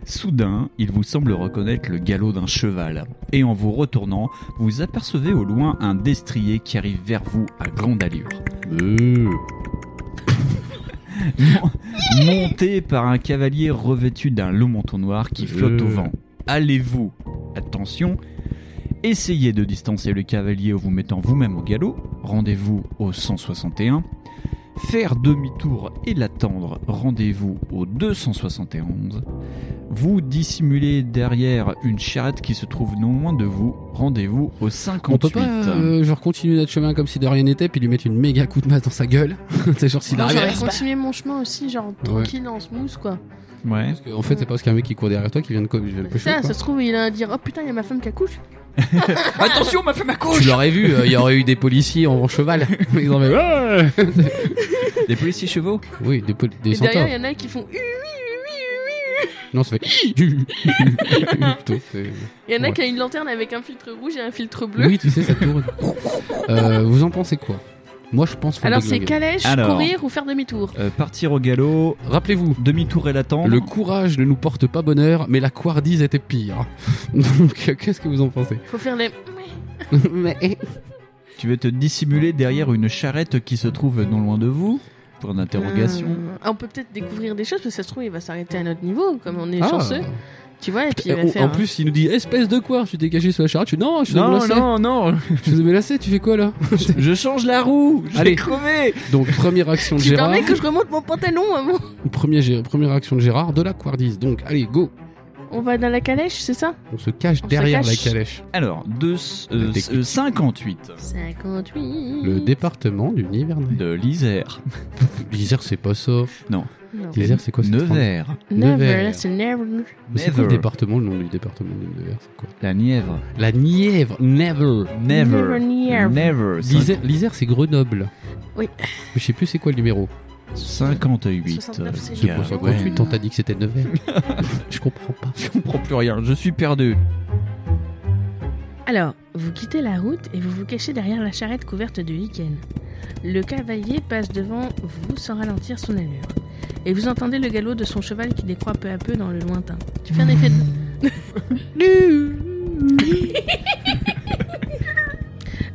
S5: Soudain, il vous semble reconnaître le galop d'un cheval, et en vous retournant, vous apercevez au loin un destrier qui arrive vers vous à grande allure. Euh. Mon- Monté par un cavalier revêtu d'un long manteau noir qui flotte au
S3: Euh.
S5: vent. Allez-vous, attention, Essayez de distancer le cavalier en vous mettant vous-même au galop. Rendez-vous au 161. Faire demi-tour et l'attendre. Rendez-vous au 271. Vous dissimuler derrière une charrette qui se trouve non loin de vous. Rendez-vous au 58.
S3: On peut pas, euh, genre, continuer notre chemin comme si de rien n'était, puis lui mettre une méga coup de masse dans sa gueule. c'est genre s'il
S4: Moi,
S3: arrive.
S4: J'aurais continué mon chemin aussi, genre tranquille en smooth quoi.
S5: Ouais.
S3: Parce que, en fait, c'est pas parce qu'un mec qui court derrière toi qui vient de co- vient de cocher.
S4: Ça,
S3: quoi.
S4: ça se trouve, il a à dire Oh putain, il y a ma femme qui accouche.
S6: Attention, ma femme
S3: Tu
S6: accouche
S3: l'aurais vu, euh, il y aurait eu des policiers en cheval. Ils auraient fait, Ouais
S5: Des policiers chevaux
S3: oui, des, pol- des
S4: Et derrière,
S3: centaures.
S4: il y en a qui font Hu, hu, hu, hu, hu.
S3: Non, ça fait. Plutôt, c'est-
S4: Il y en a
S3: Ouais.
S4: qui a une lanterne avec un filtre rouge et un filtre bleu.
S3: oui, tu sais, ça tourne. Euh, vous en pensez quoi Moi, je pense.
S4: Alors c'est
S3: Fandango.
S4: calèche,
S5: Alors.
S4: courir ou faire demi-tour.
S5: Euh, Partir au galop.
S3: Rappelez-vous,
S5: Demi-tour et l'attendre.
S3: Le courage ne nous porte pas bonheur, mais la couardise était pire. Donc, euh, qu'est-ce que vous en pensez
S4: Faut faire les. eh,
S5: Tu veux te dissimuler derrière une charrette qui se trouve non loin de vous Pour d'interrogation.
S4: Euh, ah, on peut peut-être découvrir des choses parce que ça se trouve il va s'arrêter à notre niveau comme on est
S3: Ah.
S4: chanceux. Tu vois et puis il
S3: Euh,
S4: va
S3: en-
S4: faire.
S3: en plus, il nous dit espèce de quoi Tu t'es caché sous la charrette Tu dis, non, je suis
S5: Non,
S3: menacé.
S5: non, non,
S3: Je suis menacé. Tu fais quoi là
S5: je change la roue, je
S3: Allez.
S5: vais crever.
S3: Donc première action de
S4: Tu
S3: Gérard.
S4: permets que je remonte mon pantalon maman.
S3: Premier gé- première action de Gérard de la couardise. Donc allez, go.
S4: On va dans la calèche c'est ça
S3: On se cache
S4: On se
S3: derrière
S4: cache.
S3: la calèche.
S5: Alors, deux, euh,
S3: La technique.
S5: euh, 58
S4: 58.
S3: Le département du Nivernais.
S5: de l'Isère.
S3: L'Isère, c'est pas ça.
S4: Non.
S3: L'Isère, c'est quoi cette
S5: Nevers.
S4: Never,
S3: Nevers.
S4: c'est never.
S3: phrase C'est quoi le département, le nom du département du Nevers c'est quoi
S5: La Nièvre.
S3: La Nièvre. Never.
S5: Never.
S4: Never, Nièvre.
S5: Never.
S3: L'Isère, l'Isère, c'est Grenoble.
S4: Oui.
S3: Mais je sais plus c'est quoi le numéro.
S5: 58.
S4: 69, c'est
S3: C'est
S4: Yeah.
S3: pour
S5: gars.
S3: ça
S4: Ouais.
S3: que t'as dit que c'était Nevers. je comprends pas.
S5: Je comprends plus rien, je suis perdu.
S4: Alors, vous quittez la route et vous vous cachez derrière la charrette couverte de lichen. Le cavalier passe devant vous sans ralentir son allure. Et vous entendez le galop de son cheval qui décroît peu à peu dans le lointain. Tu fais un effet de...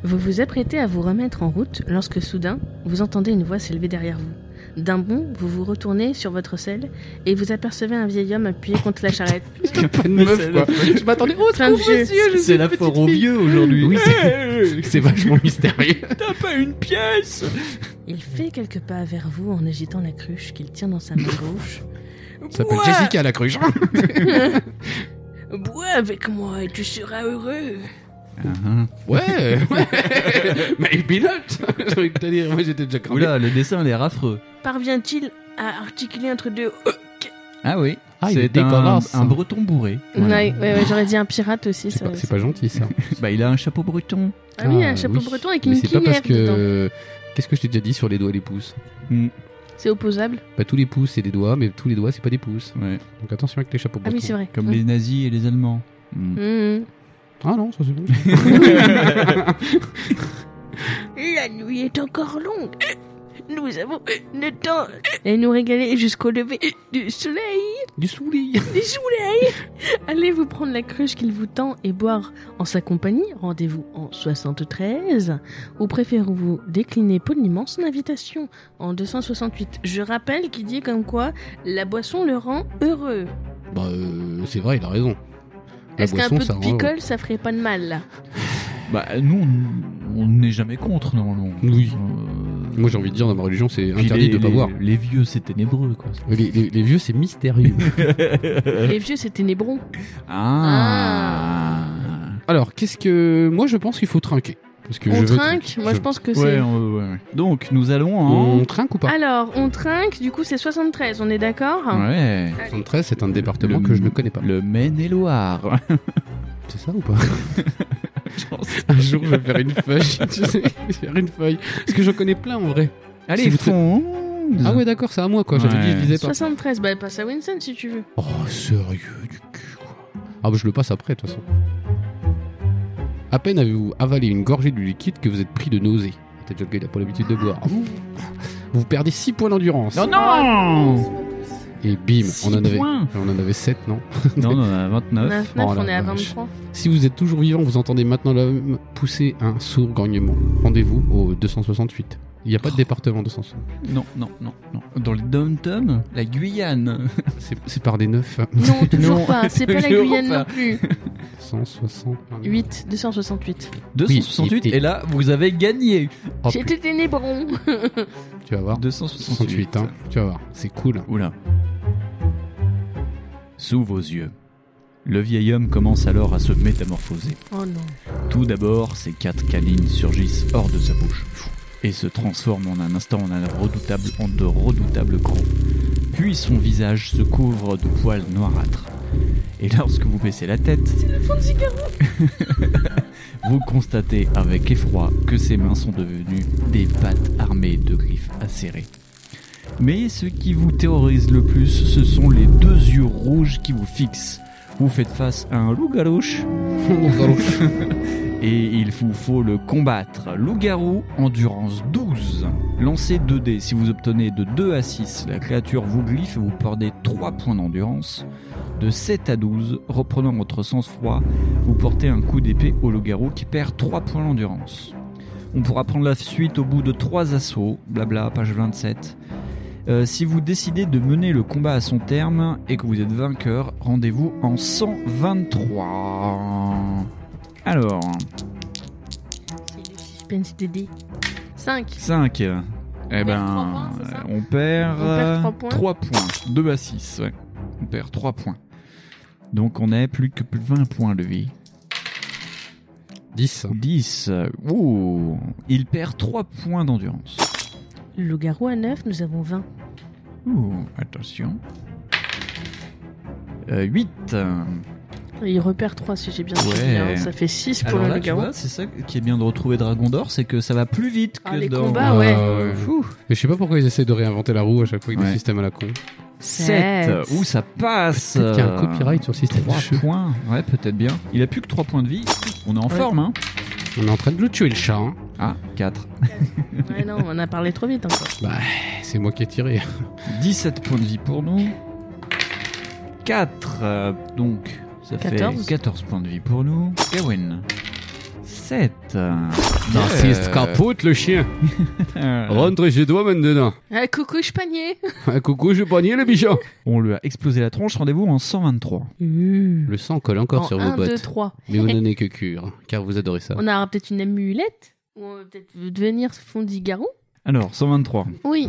S4: vous vous apprêtez à vous remettre en route lorsque soudain, vous entendez une voix s'élever derrière vous. D'un bond, vous vous retournez sur votre selle et vous apercevez un vieil homme appuyé contre la charrette.
S3: Une meuf, quoi. Je m'attendais. Oh,
S4: Train de vieux.
S5: C'est la foire aux vieux aujourd'hui.
S3: Oui, c'est vachement mystérieux.
S5: T'as pas une pièce
S4: Il fait quelques pas vers vous en agitant la cruche qu'il tient dans sa main gauche.
S3: Ça s'appelle Jessica la cruche.
S4: Bois avec moi et tu seras heureux.
S3: Ouais, ouais. Maybe not. J'ai envie de te dire, moi j'étais déjà cramé.
S5: Oula, le dessin a l'air affreux.
S4: Parvient-il à articuler entre deux Euh,
S5: Ah oui,
S3: Ah, il est
S5: c'est un,
S3: dégueulasse.
S5: un breton bourré. Voilà.
S4: ouais, ouais, ouais, j'aurais dit un pirate aussi.
S3: C'est
S4: Ça,
S3: pas, c'est pas gentil ça.
S5: Bah, il a un chapeau breton.
S4: Ah oui,
S3: Ah,
S4: un chapeau
S3: oui.
S4: breton avec
S3: Mais
S4: une
S3: c'est pas parce
S4: crinière dedans.
S3: que. Qu'est-ce que je t'ai déjà dit sur les doigts et les pouces
S4: C'est opposable.
S3: Pas tous les pouces c'est des doigts, mais tous les doigts c'est pas des pouces.
S5: Ouais.
S3: Donc attention avec les chapeaux.
S4: Ah oui,
S3: bretons.
S4: c'est vrai.
S5: Comme les nazis et les allemands.
S3: Hmm.
S5: Mm.
S4: Mmh.
S3: Ah non, ça c'est bon.
S4: hum. La nuit est encore longue. Euh, Nous avons le temps et nous régaler jusqu'au lever du soleil.
S3: du sourire.
S4: Du soleil Allez vous prendre la cruche qu'il vous tend et boire en sa compagnie, rendez-vous en 73, ou préférez-vous décliner poliment son invitation en 268 Je rappelle qu'il dit comme quoi la boisson le rend heureux.
S3: Bah, euh, c'est vrai, il a raison. La
S4: Est-ce qu'un
S3: boisson,
S4: peu
S3: ça
S4: de
S3: rend
S4: picole, ça ferait pas de mal là
S5: Bah, nous, on- on n'est jamais contre, normalement.
S3: Oui.
S5: Euh,
S3: Moi j'ai envie de dire dans ma religion c'est
S5: puis
S3: interdit
S5: les-
S3: de pas
S5: les-
S3: voir.
S5: Les vieux, c'est ténébreux, quoi.
S3: Mais Les, les- les vieux c'est mystérieux.
S4: Les vieux, c'est ténébreux.
S5: ah.
S3: Alors qu'est-ce que moi je pense qu'il faut trinquer parce que je
S4: On
S3: veux
S4: trinque Moi, je pense que
S5: Ouais,
S4: c'est.
S5: ouais, ouais, ouais. Donc, nous allons en.
S3: On trinque ou pas
S4: Alors, on trinque, du coup, c'est 73, on est d'accord
S5: Ouais.
S4: Ah.
S3: 73 c'est un département
S5: Le-
S3: que je ne connais pas.
S5: Le Maine-et-Loire.
S3: C'est ça ou pas Un jour je vais faire une feuille. tu sais, je vais faire une feuille. Parce que j'en connais plein en vrai.
S5: Allez,
S3: Si vous-
S5: fond.
S3: Ah ouais d'accord c'est à moi quoi. J'avais
S5: Ouais.
S3: dit je disais pas.
S4: 73, bah passe à Winston si tu veux.
S3: Oh, sérieux du cul, quoi. Ah, bah, je le passe après, de toute façon. À peine avez-vous avalé une gorgée du liquide que vous êtes pris de nausée. Peut-être que le gars, il a pas l'habitude de boire. Ouh. Vous perdez 6 points d'endurance.
S5: Non, non
S3: Et bim,
S5: Six
S3: on en avait.
S5: points.
S3: On en avait 7, non
S5: Non, non, on a 29.
S4: 9, 9
S3: Oh la
S4: on est à
S3: vache.
S4: 23.
S3: Si vous êtes toujours vivant, vous entendez maintenant l'homme pousser un sourd grognement. Rendez-vous au 268. Il n'y a pas de département 268.
S5: Non, non, non, non. Dans le Dom-Tom, la Guyane.
S3: C'est c'est par des hein. 9.
S4: Non, toujours
S5: Non,
S4: pas, c'est pas la
S5: toujours
S4: Guyane
S5: pas.
S4: non plus.
S3: 160.
S4: 8, 268.
S5: 268,
S3: Oui, et-
S5: et là, vous avez gagné.
S3: Oh,
S4: J'étais ténébreux.
S3: putain, tu vas voir.
S5: 268.
S3: 68, hein. Tu vas voir. C'est cool. hein.
S5: Oula. Sous vos yeux, le vieil homme commence alors à se métamorphoser.
S4: Oh non.
S5: Tout d'abord, ses quatre canines surgissent hors de sa bouche et se transforment en un instant en un redoutable en de redoutables crocs. Puis son visage se couvre de poils noirâtres. Et lorsque vous baissez la tête, vous constatez avec effroi que ses mains sont devenues des pattes armées de griffes acérées. Mais ce qui vous terrorise le plus, ce sont les deux yeux rouges qui vous fixent. Vous faites face à un loup-galouche et il vous faut le combattre. Loup-garou, endurance 12. Lancez 2 dés. Si vous obtenez de 2 à 6, la créature vous gliffe et vous perdez 3 points d'endurance. De 7 à 12, reprenant votre sang-froid, vous portez un coup d'épée au loup-garou qui perd 3 points d'endurance. On pourra prendre la suite au bout de 3 assauts. Blabla, page 27. Euh, si vous décidez de mener le combat à son terme et que vous êtes vainqueur, rendez-vous en 123. Alors,
S4: Suspense DD. 5.
S5: 5. Eh
S4: perd
S5: ben,
S4: trois points, c'est ça
S5: on
S4: On
S5: perd,
S4: perd trois points.
S5: 3 points. 2 à 6, ouais. On perd 3 points. Donc on est plus que plus de 20 points de vie.
S3: 10.
S5: 10. Ouh. Il perd 3 points d'endurance.
S4: Le loup-garou à 9, nous avons 20.
S5: Ouh, attention. Euh, 8.
S4: Il repère 3 si j'ai bien
S5: Ouais.
S4: suivi. hein. Ça fait 6 pour
S5: Alors
S4: le
S5: là, tu
S4: loup-garou.
S5: vois, c'est ça qui est bien de retrouver Dragon d'Or, c'est que ça va plus vite que
S4: Ah, les
S5: dans...
S4: combats, ouais.
S3: Euh, Mais je sais pas pourquoi ils essaient de réinventer la roue à chaque fois avec
S5: Ouais.
S3: des systèmes à la con.
S5: 7. Ouh, ça passe.
S3: Peut-être qu'il y a un copyright sur le système.
S5: 3
S3: Je-
S5: points, ouais, peut-être bien. Il a plus que 3 points de vie. On est
S4: Ouais.
S5: en forme, hein
S3: On est en train de le tuer le chat. hein.
S5: Ah, 4.
S3: Ah.
S4: Ouais, non, on a parlé trop vite encore.
S3: Bah, c'est moi qui ai tiré.
S5: 17 points de vie pour nous. 4, donc ça
S4: 14.
S5: fait 14 points de vie pour nous. Gawain. 7. Euh,
S3: Euh, le chien. euh. chez toi maintenant. Ah,
S4: Ah, coucou, je panier.
S3: coucou, je panier le bichon.
S5: On lui a explosé la tronche, rendez-vous en 123.
S3: Le sang colle encore
S4: Mmh. En
S3: sur
S4: 1,
S3: vos bottes.
S4: 2, 3.
S3: Mais vous n'en êtes que cure, car vous adorez ça.
S4: On aura peut-être une amulette Ou on va peut-être devenir Fondi-garou
S5: Alors, 123.
S4: Oui.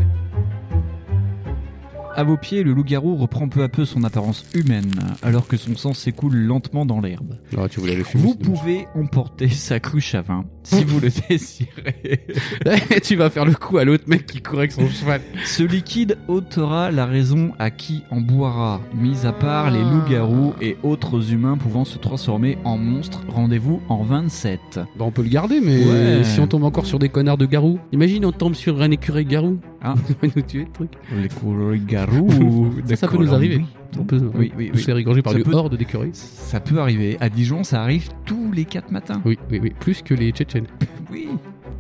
S5: À vos pieds, le loup-garou reprend peu à peu son apparence humaine, alors que son sang s'écoule lentement dans l'herbe.
S3: Ah, tu voulais le fumer.
S5: Vous
S3: c'est dommage.
S5: pouvez emporter sa cruche à vin, si vous le désirez.
S3: Eh, tu vas faire le coup à l'autre mec qui courait avec son cheval.
S5: Ce liquide ôtera la raison à qui en boira, mis à part les loups-garous et autres humains pouvant se transformer en monstres. Rendez-vous en 27.
S3: Bah, on peut le garder, mais
S5: Ouais.
S3: si on tombe encore sur des connards de garou. Imagine, on tombe sur un écureuil garou.
S5: Ah.
S3: Il va nous tuer le truc.
S5: Les loups-garous.
S3: Ça, ça peut nous arriver. On peut
S5: Oui, oui,
S3: on se
S5: oui.
S3: fait rigorger par
S5: Ça
S3: le
S5: peut-
S3: horde d'écureuils.
S5: Ça peut arriver. À Dijon, ça arrive tous les 4 matins.
S3: Oui, oui, oui. Plus que les Tchétchènes.
S5: Oui.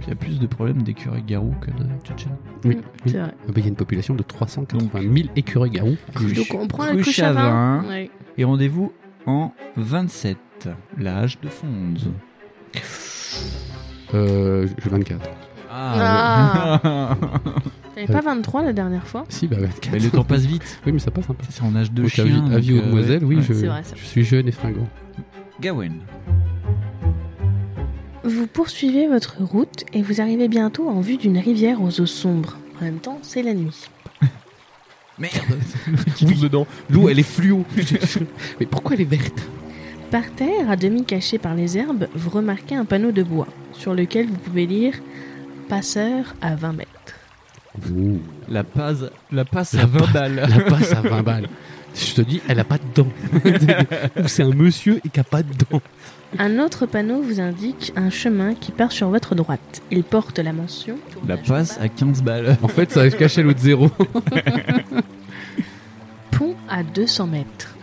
S5: Il y a plus de problèmes d'écureuils-garous que de tchétchènes.
S3: Oui.
S4: C'est vrai.
S3: Ah bah, Il y a une population de 380 000 écureuils garous.
S4: Donc on prend la
S5: Cruche
S4: couche
S5: à
S4: à vin.
S5: vin.
S4: Ouais.
S5: Et rendez-vous en 27. L'âge de Fonz.
S3: Euh, j'ai 24.
S4: Ah.
S5: ouais.
S4: T'avais pas 23 la dernière fois
S3: Si, bah 24.
S5: Mais le temps passe vite.
S3: Oui, mais ça passe un peu.
S5: C'est en âge de
S3: Donc,
S5: chien.
S3: avis,
S5: donc,
S3: avis
S5: euh,
S3: aux demoiselles, oui,
S5: ouais.
S3: je,
S4: C'est vrai, ça.
S3: je suis jeune et fringant.
S5: Gawain.
S4: Vous poursuivez votre route et vous arrivez bientôt en vue d'une rivière aux eaux sombres. En même temps, c'est la nuit.
S3: Merde Qui tombe dedans. L'eau, elle est fluo. Mais pourquoi elle est verte
S4: Par terre, à demi caché par les herbes, vous remarquez un panneau de bois sur lequel vous pouvez lire Passeur à 20 mètres.
S5: La passe, la passe
S3: La
S5: à 20
S3: pa-
S5: balles.
S3: La passe à 20 balles. Je te dis, elle a pas de dents. Ou c'est un monsieur et qui a pas de dents.
S4: Un autre panneau vous indique un chemin qui part sur votre droite. Il porte la mention
S5: La
S4: Tournage
S5: passe à 15 balles.
S3: En fait, ça va se cacher l'autre zéro.
S4: Pont à 200 mètres.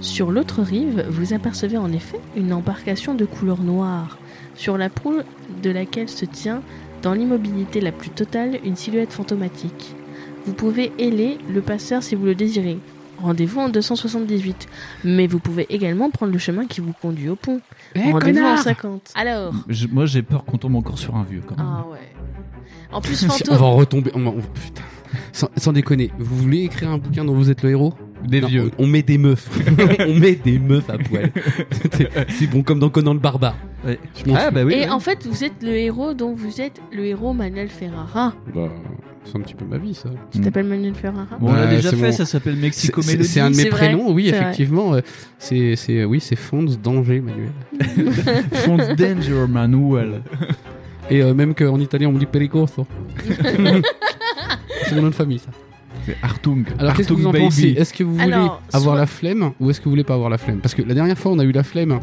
S4: Sur l'autre rive, vous apercevez en effet une embarcation de couleur noire, sur la proue de laquelle se tient, dans l'immobilité la plus totale, une silhouette fantomatique. Vous pouvez héler le passeur si vous le désirez. Rendez-vous en 278. Mais vous pouvez également prendre le chemin qui vous conduit au pont. Rendez-vous en 50. Alors
S5: Je- moi, j'ai peur qu'on tombe encore sur un vieux quand même.
S4: Ah ouais. En plus,
S3: On va
S4: fantôme.
S3: en retomber. on va- on- putain. Sans, sans déconner, vous voulez écrire un bouquin dont vous êtes le héros
S5: Des
S3: Non,
S5: vieux.
S3: On, on met des meufs. on met des meufs à poil. C'est- C'est bon comme dans Conan le barbare.
S5: Ouais.
S3: Je m'en
S5: Ah bah oui.
S4: Et en fait, vous êtes le héros dont vous êtes le héros Manuel Ferrara.
S3: Bah, c'est un petit peu ma vie ça.
S4: Tu t'appelles Manuel Ferrara
S5: Bon, on l'a
S3: Ouais,
S5: déjà
S3: c'est
S5: fait,
S3: bon.
S5: ça s'appelle
S3: C'est
S5: Mexico
S3: c'est-
S5: Melody.
S3: c'est un de mes
S4: C'est vrai,
S3: prénoms, oui,
S4: c'est vrai.
S3: effectivement. euh, C'est c'est- oui, c'est Fonds Danger, Manuel.
S5: Fonds Danger Manuel.
S3: Et euh, même qu'en italien, on me dit Pericorso. c'est mon nom de famille ça.
S5: C'est Artung.
S3: Alors qu'est-ce que
S5: Artung
S3: vous en
S5: Baby.
S3: pensez Est-ce que vous voulez
S4: Alors,
S3: avoir
S4: soit-
S3: la flemme ou est-ce que vous voulez pas avoir la flemme Parce que la dernière fois on a eu la flemme,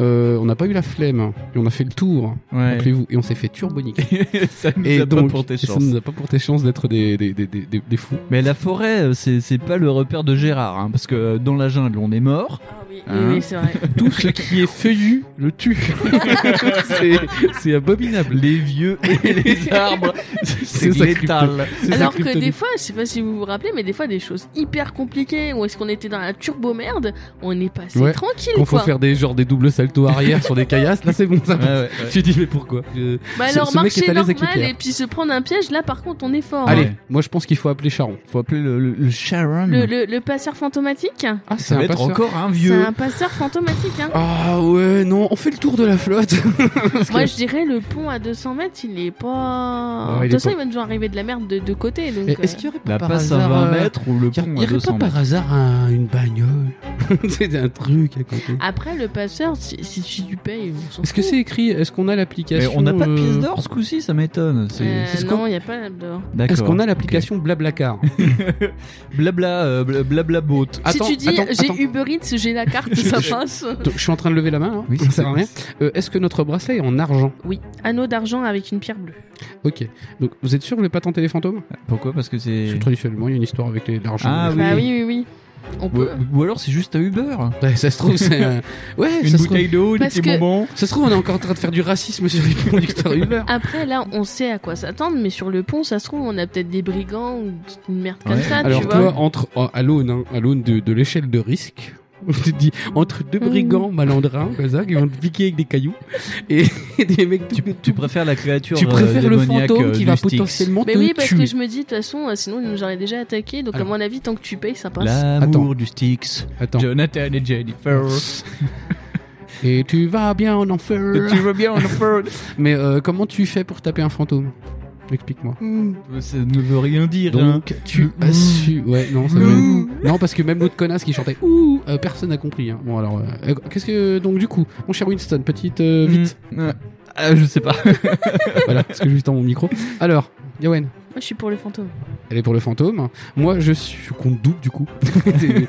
S3: Euh, on n'a pas eu la flemme et on a fait le tour,
S5: Ouais.
S3: rappelez-vous, et on s'est fait turboniquer.
S5: ça nous
S3: Et
S5: a
S3: donc,
S5: pas porté
S3: et ça
S5: chance.
S3: nous a pas porté chance d'être des, des, des, des, des- des fous.
S5: Mais la forêt, euh, c'est c'est pas le repère de Gérard, hein, parce que dans la jungle, on est mort.
S4: Ah oui,
S5: Hein
S4: oui, c'est vrai.
S3: Tout ce qui est feuillu le tue. c'est, c'est abominable.
S5: Les vieux et les arbres,
S3: C'est
S5: c'est
S3: sa
S5: létal.
S3: C'est sa
S4: Alors que des
S3: kryptonite.
S4: fois, je sais pas si vous vous rappelez, mais des fois des choses hyper compliquées où est-ce qu'on était dans la turbo merde, on est passé
S3: Ouais.
S4: tranquille
S3: Quand faut
S4: quoi.
S3: faire des genre des doubles saltos arrière sur des caillasses, là c'est bon ça.
S5: Ouais, ouais,
S3: passe.
S5: ouais.
S3: Tu dis mais pourquoi Je-
S4: Bah
S3: ce-
S4: alors
S3: ce mec est
S4: marcher
S3: à l'aise avec les
S4: normal
S3: pierres.
S4: et puis se prendre un piège, là par contre on est fort.
S3: Allez,
S4: hein.
S3: moi je pense qu'il faut appeler Charon.
S5: Faut appeler le, le- le Sharon.
S4: Le, le- le passeur fantomatique,
S3: Ah
S5: Ça va être encore un
S4: c'est
S5: vieux.
S4: un passeur fantomatique. Hein.
S3: Ah ouais non, on fait le tour de la flotte. Parce que-
S4: Moi je dirais le pont à 200 mètres, il est pas.
S3: Ouais, Oh, il est
S4: de toute façon,
S3: pas-
S4: il va nous arriver de la merde de, de côté. Donc,
S3: Et Est-ce
S4: euh,
S3: qu'il y aurait pas
S5: La
S3: par
S5: passe à
S3: hasard,
S5: 20
S3: euh,
S5: mètres ou le
S3: il y a-
S5: pont
S3: il y
S5: à
S3: aurait pas
S5: 200
S3: par
S5: mètres.
S3: hasard un- une bagnole C'est un truc à côté.
S4: Après le passeur, si, si tu payes, on s'en
S3: Est-ce que
S4: fout.
S3: c'est écrit Est-ce qu'on a
S5: Mais
S3: l'application
S5: on n'a pas de
S3: euh,
S5: pièce d'or ce coup-ci, ça m'étonne. C'est-
S4: Euh,
S5: c'est ce qu'on-
S4: non, il n'y a pas d'or.
S5: D'accord.
S3: Est-ce qu'on a l'application Blablacar
S5: Ok. Blabla, euh, bla- blabla boat.
S4: Si
S3: Attends,
S4: tu dis
S3: attends, attends.
S4: j'ai Uber Eats, j'ai la carte, ça passe.
S3: Donc, Je suis en train de lever la main. hein.
S5: Oui,
S3: ça sert
S5: c'est-
S3: à rien. Euh, Est-ce que notre bracelet est en argent
S4: Oui, anneau d'argent avec une pierre bleue.
S3: Ok. Donc vous êtes sûr que je vais pas tenter les fantômes
S5: Pourquoi Parce que
S3: Parce
S5: c'est.
S3: que Traditionnellement, il y a une histoire avec les- euh, l'argent.
S5: Ah
S3: Ouais.
S5: oui.
S4: Bah oui, oui, oui. On
S5: Ou,
S4: peut.
S5: ou alors c'est juste à Uber.
S3: Ouais, ça se trouve, c'est. euh, Ouais, ça se trouve-
S5: d'eau,
S4: Parce que-
S5: bonbons.
S3: Ça se trouve, on est encore en train de faire du racisme sur les conducteurs Uber.
S4: Après, là, on sait à quoi s'attendre, mais sur le pont, ça se trouve, on a peut-être des brigands ou une merde comme
S5: Ouais.
S4: ça,
S3: Alors
S4: Ah, tu
S3: toi,
S4: vois.
S3: entre oh, à l'aune, hein, à l'aune de, de l'échelle de risque, tu te dis entre deux
S4: Mhm.
S3: brigands malandrins comme ça qui vont te piquer avec des cailloux et des mecs tout-
S5: Tu, tu préfères la créature.
S3: tu préfères
S5: euh,
S3: le
S5: démoniaque,
S3: fantôme
S5: euh,
S3: qui
S5: du
S3: va
S5: Styx.
S3: potentiellement
S4: Mais
S3: te
S4: oui, parce
S3: tuer.
S4: que je me dis, de toute façon, euh, sinon, ils nous auraient déjà attaqué, donc
S3: Alors.
S4: à mon avis, tant que tu payes, ça passe.
S5: L'amour du Styx.
S3: Attends.
S5: Jonathan et Jennifer.
S3: Et tu vas bien en enfer.
S5: veux bien en faire
S3: Mais euh, comment tu fais pour taper un fantôme Explique-moi.
S5: Ça ne veut Mm. rien Mm. dire.
S3: Donc
S5: hein. Mmh.
S3: tu
S5: Ouh.
S3: as su. Ouais, non, c'est vrai.
S5: Ouh.
S3: Non, parce que même l'autre connasse qui chantait ouh, euh, personne n'a compris. hein. Bon alors, euh, euh, qu'est-ce que donc du coup, mon cher Winston, petite euh, vite.
S5: Mm. Euh, euh, je sais pas. Mm.
S3: voilà, parce que je suis dans mon micro. Alors, Yawen,
S4: Moi, je suis pour le fantôme.
S3: elle est pour le fantôme. Moi, je suis je compte double du coup. C'est-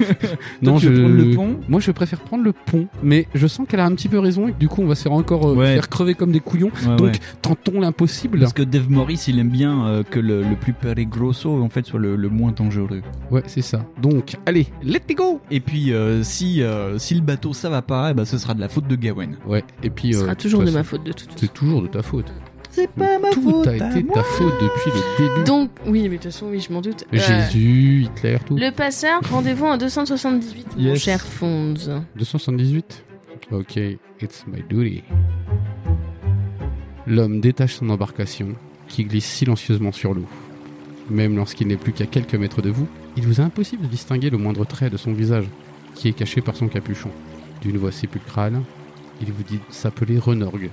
S5: Toi, tu veux prendre le pont
S3: Moi, je préfère prendre le pont, mais je sens qu'elle a un petit peu raison et que du coup, on va se faire encore euh,
S5: Ouais.
S3: faire crever comme des couillons.
S5: Ouais,
S3: Donc,
S5: ouais.
S3: tentons l'impossible.
S5: Parce que Dave Morris, il aime bien euh, que le, le plus grosso en fait soit le, le moins dangereux.
S3: Ouais, c'est ça. Donc, allez, let's go.
S5: Et puis euh, si euh, si le bateau ça va pas, eh ben, ce sera de la faute de Gawain.
S3: Ouais. Et puis,
S4: Ce
S3: euh,
S4: sera toujours
S3: toute
S4: de ma
S3: façon,
S4: faute, de toute façon.
S3: C'est toujours de ta faute.
S5: C'est pas ma
S3: Tout a été ta faute depuis le début.
S4: Donc, oui, mais de toute façon, oui, je m'en doute. Euh,
S3: Jésus, Hitler, tout.
S4: le passeur, rendez-vous en 278, mon
S5: Yes.
S4: cher Fonz.
S3: 278 Ok, it's my duty. L'homme détache son embarcation, qui glisse silencieusement sur l'eau. Même lorsqu'il n'est plus qu'à quelques mètres de vous, il vous est impossible de distinguer le moindre trait de son visage, qui est caché par son capuchon. D'une voix sépulcrale, il vous dit s'appeler Renorgue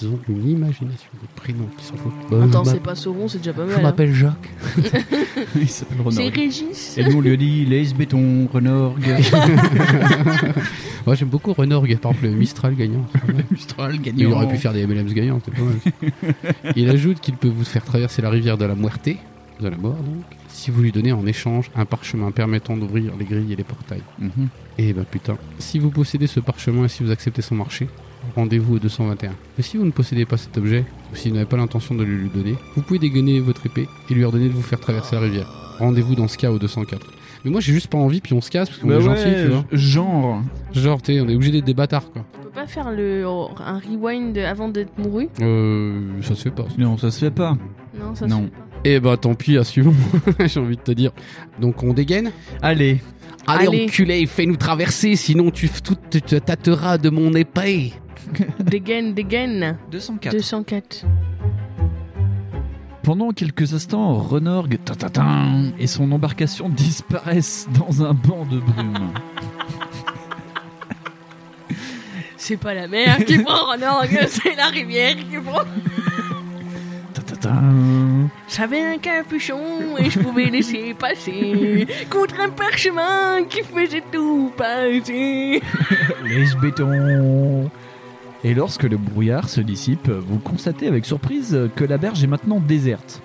S3: Ils ont une imagination de prénoms qui sont fous.
S2: Attends,
S3: je
S2: c'est
S3: m'app-
S2: pas Sauron, c'est déjà pas
S3: je
S2: mal. hein.
S3: m'appelle Jacques.
S5: Il s'appelle
S4: C'est
S5: Renorg.
S4: Régis.
S5: Et nous, on lui a dit laisse béton, Renorg.
S3: Moi j'aime beaucoup Renorg, par exemple le Mistral gagnant.
S5: Mistral
S3: Il aurait pu faire des MLMs gagnants, c'est pas mal. Il ajoute qu'il peut vous faire traverser la rivière de la Muerte, de la mort donc, si vous lui donnez en échange un parchemin permettant d'ouvrir les grilles et les portails.
S5: Mhm.
S3: Et ben putain, si vous possédez ce parchemin et si vous acceptez son marché, rendez-vous au 221. Mais si vous ne possédez pas cet objet, ou si vous n'avez pas l'intention de le lui donner, vous pouvez dégainer votre épée et lui ordonner de vous faire traverser la rivière. Rendez-vous dans ce cas au 204. Mais moi j'ai juste pas envie, puis on se casse parce qu'on
S5: Bah
S3: est
S5: ouais,
S3: gentil, tu vois.
S5: genre.
S3: Genre, t'es, on est obligé d'être des bâtards quoi.
S4: On peut pas faire le, un rewind avant d'être mouru
S3: Euh, ça se fait pas.
S5: Non, ça se fait pas.
S4: Non, ça
S5: Non.
S4: se fait pas.
S3: Eh bah tant pis, assume, j'ai envie de te dire. Donc on dégaine
S5: Allez,
S3: Allez,
S4: Allez.
S3: enculé, fais-nous traverser, sinon tu, f- tout- tu te tâteras de mon épée.
S4: Dégaine, dégaine.
S5: 204.
S4: 204.
S5: Pendant quelques instants, Renorg tatatin, et son embarcation disparaissent dans un banc de brume.
S4: C'est pas la mer qui prend Renorg, c'est la rivière qui prend.
S5: Tatatin.
S4: J'avais un capuchon et je pouvais laisser passer contre un parchemin qui faisait tout passer.
S5: Laisse béton. Et lorsque le brouillard se dissipe, vous constatez avec surprise que la berge est maintenant déserte.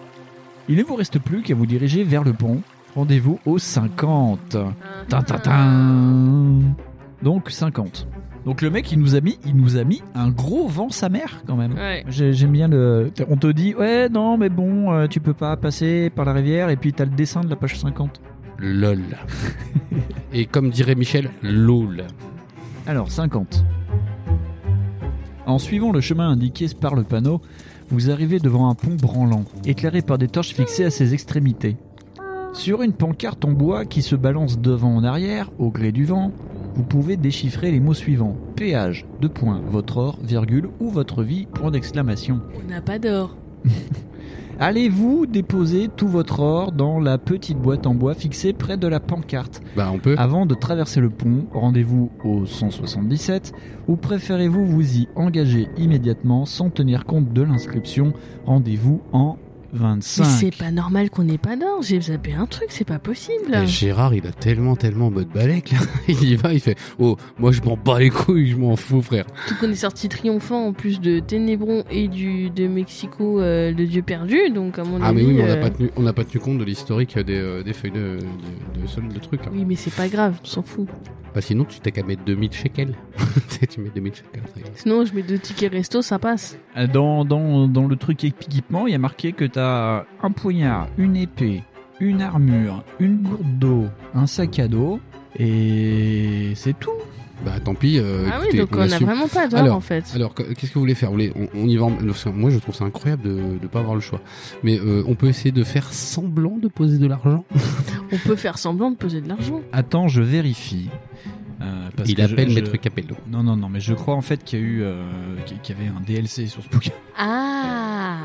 S5: Il ne vous reste plus qu'à vous diriger vers le pont. Rendez-vous au 50. Tintintin. Donc 50. Donc le mec, il nous a mis, il nous a mis un gros vent sa mère quand même.
S4: Ouais.
S5: J'ai- J'aime bien le. On te dit, ouais, non, mais bon, euh, tu peux pas passer par la rivière, et puis t'as le dessin de la page 50.
S3: LOL. Et comme dirait Michel, LOL.
S5: Alors, 50. En suivant le chemin indiqué par le panneau, vous arrivez devant un pont branlant, éclairé par des torches fixées à ses extrémités. Sur une pancarte en bois qui se balance devant en arrière, au gré du vent, vous pouvez déchiffrer les mots suivants péage, deux points, votre or, virgule, ou votre vie, point d'exclamation.
S4: On n'a pas d'or.
S5: Allez-vous déposer tout votre or dans la petite boîte en bois fixée près de la pancarte
S3: Bah on peut.
S4: Ah.
S5: Avant de traverser le pont, rendez-vous au 177 ou préférez-vous vous y engager immédiatement sans tenir compte de l'inscription Rendez-vous en
S4: Mais c'est
S5: 25.
S4: pas normal qu'on n'ait pas d'or. J'ai zappé un truc, c'est pas possible.
S3: Et Gérard, il a tellement, tellement mode balèque, là. Il y va, il fait Oh, moi je m'en bats les couilles, je m'en fous, frère.
S4: Tout qu'on est sorti triomphant en plus de Ténébron et du de Mexico, euh, le Dieu perdu. Donc à mon
S3: Ah,
S4: avis.
S3: mais oui, mais on n'a
S4: euh,
S3: pas, tenu- on n'a pas tenu compte de l'historique des, euh, des feuilles de, de, de solde, de trucs, là.
S4: Oui, mais c'est pas grave, on s'en fout.
S3: Bah sinon, tu t'as qu'à mettre 2000 shekels. Tu sais, tu mets 2000 shekels. ça y est.
S4: Sinon, je mets deux tickets resto, ça passe.
S5: Dans, dans, dans le truc équipement, il y a marqué que tu as un poignard, une épée, une armure, une gourde d'eau, un sac à dos et c'est tout.
S3: Bah tant pis. euh,
S4: ah oui,
S3: écoutez,
S4: donc on n'a
S3: assume.
S4: vraiment pas d'or
S3: Alors,
S4: en fait.
S3: Alors, que- qu'est-ce que vous voulez faire Vous voulez- on, on y va en- parce que Moi, je trouve ça incroyable de ne pas avoir le choix. Mais euh, on peut essayer de faire semblant de poser de l'argent.
S4: On peut faire semblant de poser de l'argent.
S5: Attends, je vérifie. Euh, parce
S3: Il
S5: que je-
S3: appelle
S5: je-
S3: Maître Capello.
S5: Non, non, non, mais je crois en fait qu'il y a eu euh, qu'il qu'il y avait un DLC sur ce bouquin.
S4: Ah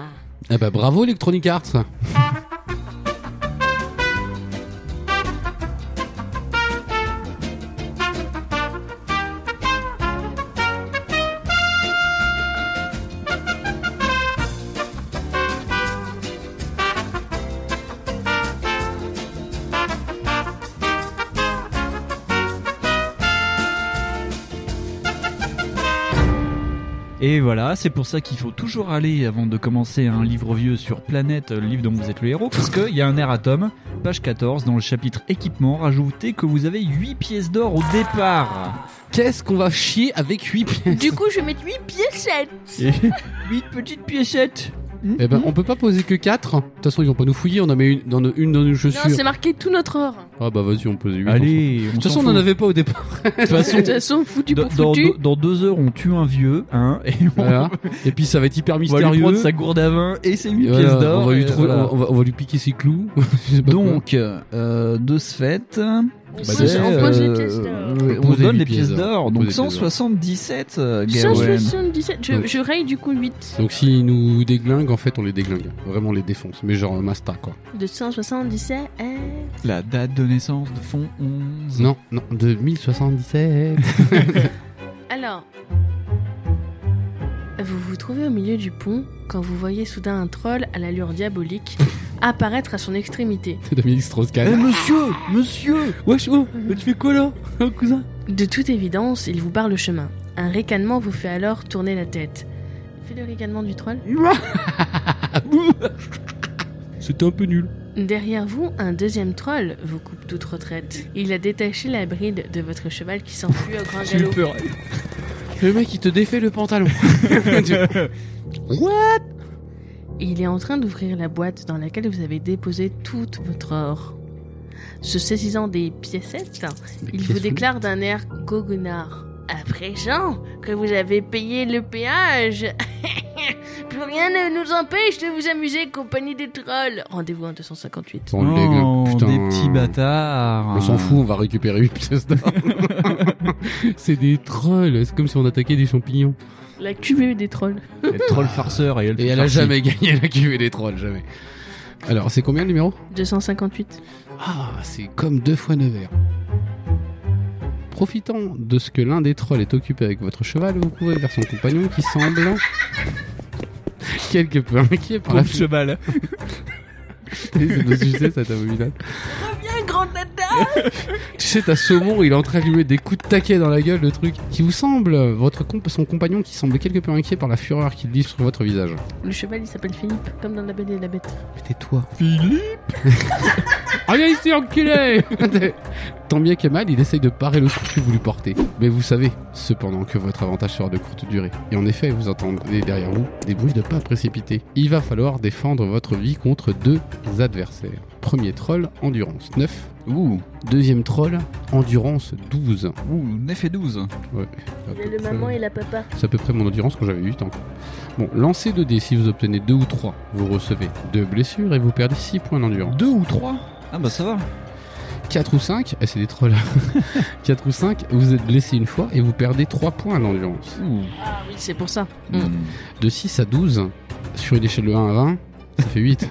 S3: Ah bah bravo Electronic Arts
S5: Et voilà, c'est pour ça qu'il faut toujours aller avant de commencer un livre vieux sur Planète, le livre dont vous êtes le héros, parce qu'il y a un erratum, page 14, dans le chapitre équipement, rajoutez que vous avez 8 pièces d'or au départ.
S3: Qu'est-ce qu'on va chier avec 8 pièces
S4: Du coup, je vais mettre 8 piécettes
S5: 8 petites piécettes
S3: Eh ben on peut pas poser que 4 De toute façon ils vont pas nous fouiller, on en met une dans nos, une dans nos
S4: Non, c'est
S3: chaussures.
S4: marqué tout notre or.
S3: Ah bah vas-y on pose 8.
S5: Allez,
S3: De toute façon on en avait pas au départ.
S5: De toute façon,
S4: De toute façon, foutu
S5: dans,
S4: pour foutu.
S5: dans- dans deux heures, on tue un vieux, hein, et on,
S3: Voilà. Et puis ça va être hyper
S5: on va lui
S3: mystérieux.
S5: prendre sa gourde à vin et ses 8
S3: Voilà,
S5: pièces d'or.
S3: on, va lui
S5: et
S3: trouver-
S5: voilà.
S3: on, va, on va lui piquer ses clous. Je sais pas quoi.
S5: Donc, euh, de ce fait,
S4: On
S3: Bah,
S4: pose-
S5: c'est,
S4: on pose les
S5: euh,
S4: pièces d'or.
S5: on
S3: Posez
S5: donne
S3: les
S5: les pièces
S3: pièces
S5: d'or. Donc
S3: Posez les pièces d'or.
S5: 177, euh, Gawain.
S4: 177. Je,
S3: Donc-
S4: je raye du coup 8.
S3: Donc s'ils nous déglinguent en fait on les déglingue. Vraiment on les défonce. Mais genre Masta quoi.
S4: De 177. euh,
S5: La date de naissance de fond 11.
S7: Mmh.
S3: Non, non, 2077.
S4: Alors. Vous vous trouvez au milieu du pont quand vous voyez soudain un troll à l'allure diabolique apparaître à son extrémité.
S3: Dominique Strauss-Kahn.
S5: Eh, monsieur
S7: Euh,
S5: Monsieur Wesh, oh Tu fais quoi là
S7: hein,
S5: cousin
S4: De toute évidence, il vous barre le chemin. Un ricanement vous fait alors tourner la tête. Fais le ricanement du troll.
S5: C'était un peu nul.
S4: Derrière vous, un deuxième troll vous coupe toute retraite. Il a détaché la bride de votre cheval qui s'enfuit au grand galop.
S7: Le mec, il te défait le pantalon.
S4: Il est en train d'ouvrir la boîte dans laquelle vous avez déposé tout votre or. Se saisissant des piécettes, il vous déclare d'un air goguenard. À présent que vous avez payé le péage, plus rien ne nous empêche de vous amuser compagnie des trolls. Rendez-vous en 258.
S3: On le dégueule. Putain.
S5: des petits bâtards.
S3: On s'en fout, on va récupérer 8 pièces d'or. c'est des trolls, c'est comme si on attaquait des champignons.
S4: La cuvée des trolls.
S5: Elle troll farceur et elle.
S3: Et elle a jamais gagné la cuvée des trolls, jamais. Alors, c'est combien le numéro
S4: 258.
S3: Ah, c'est comme deux fois 9 heures. Profitant de ce que l'un des trolls est occupé avec votre cheval, vous courez vers son compagnon qui semble quelque peu inquiet par la
S5: Pauvre cheval.
S3: fluidité de nos succès, cet abominable. Tu sais, t'as Saumon, il est en train de lui mettre des coups de taquet dans la gueule, le truc. Qui vous semble, votre comp son compagnon qui semble quelque peu inquiet par la fureur qu'il livre sur votre visage.
S4: Le cheval il s'appelle Philippe, comme dans la Belle et la Bête.
S3: Mais tais-toi. Reviens ici, enculé Tant bien que mal, il essaye de parer le coup que vous lui portez. Mais vous savez, cependant, que votre avantage sera de courte durée. Et en effet, vous entendez derrière vous des bruits de pas précipités. Il va falloir défendre votre vie contre deux adversaires. Premier troll, endurance 9.
S5: Ouh,
S3: Deuxième troll, endurance 12.
S5: ouh, 9 et 12.
S3: Ouais, à peu près-
S4: la papa.
S3: c'est à peu près mon endurance quand j'avais 8 ans. Bon, lancez 2 dés. Si vous obtenez 2 ou 3, vous recevez 2 blessures et vous perdez 6 points d'endurance.
S5: 2 ou 3 Ah bah ça va.
S3: 4 ou 5, eh, c'est des trolls. 4 ou 5, vous êtes blessé une fois et vous perdez 3 points d'endurance.
S4: Ah oui, c'est pour ça.
S3: Mm.
S5: Mm.
S3: De 6 à 12, sur une échelle de 1 à 20, ça fait 8.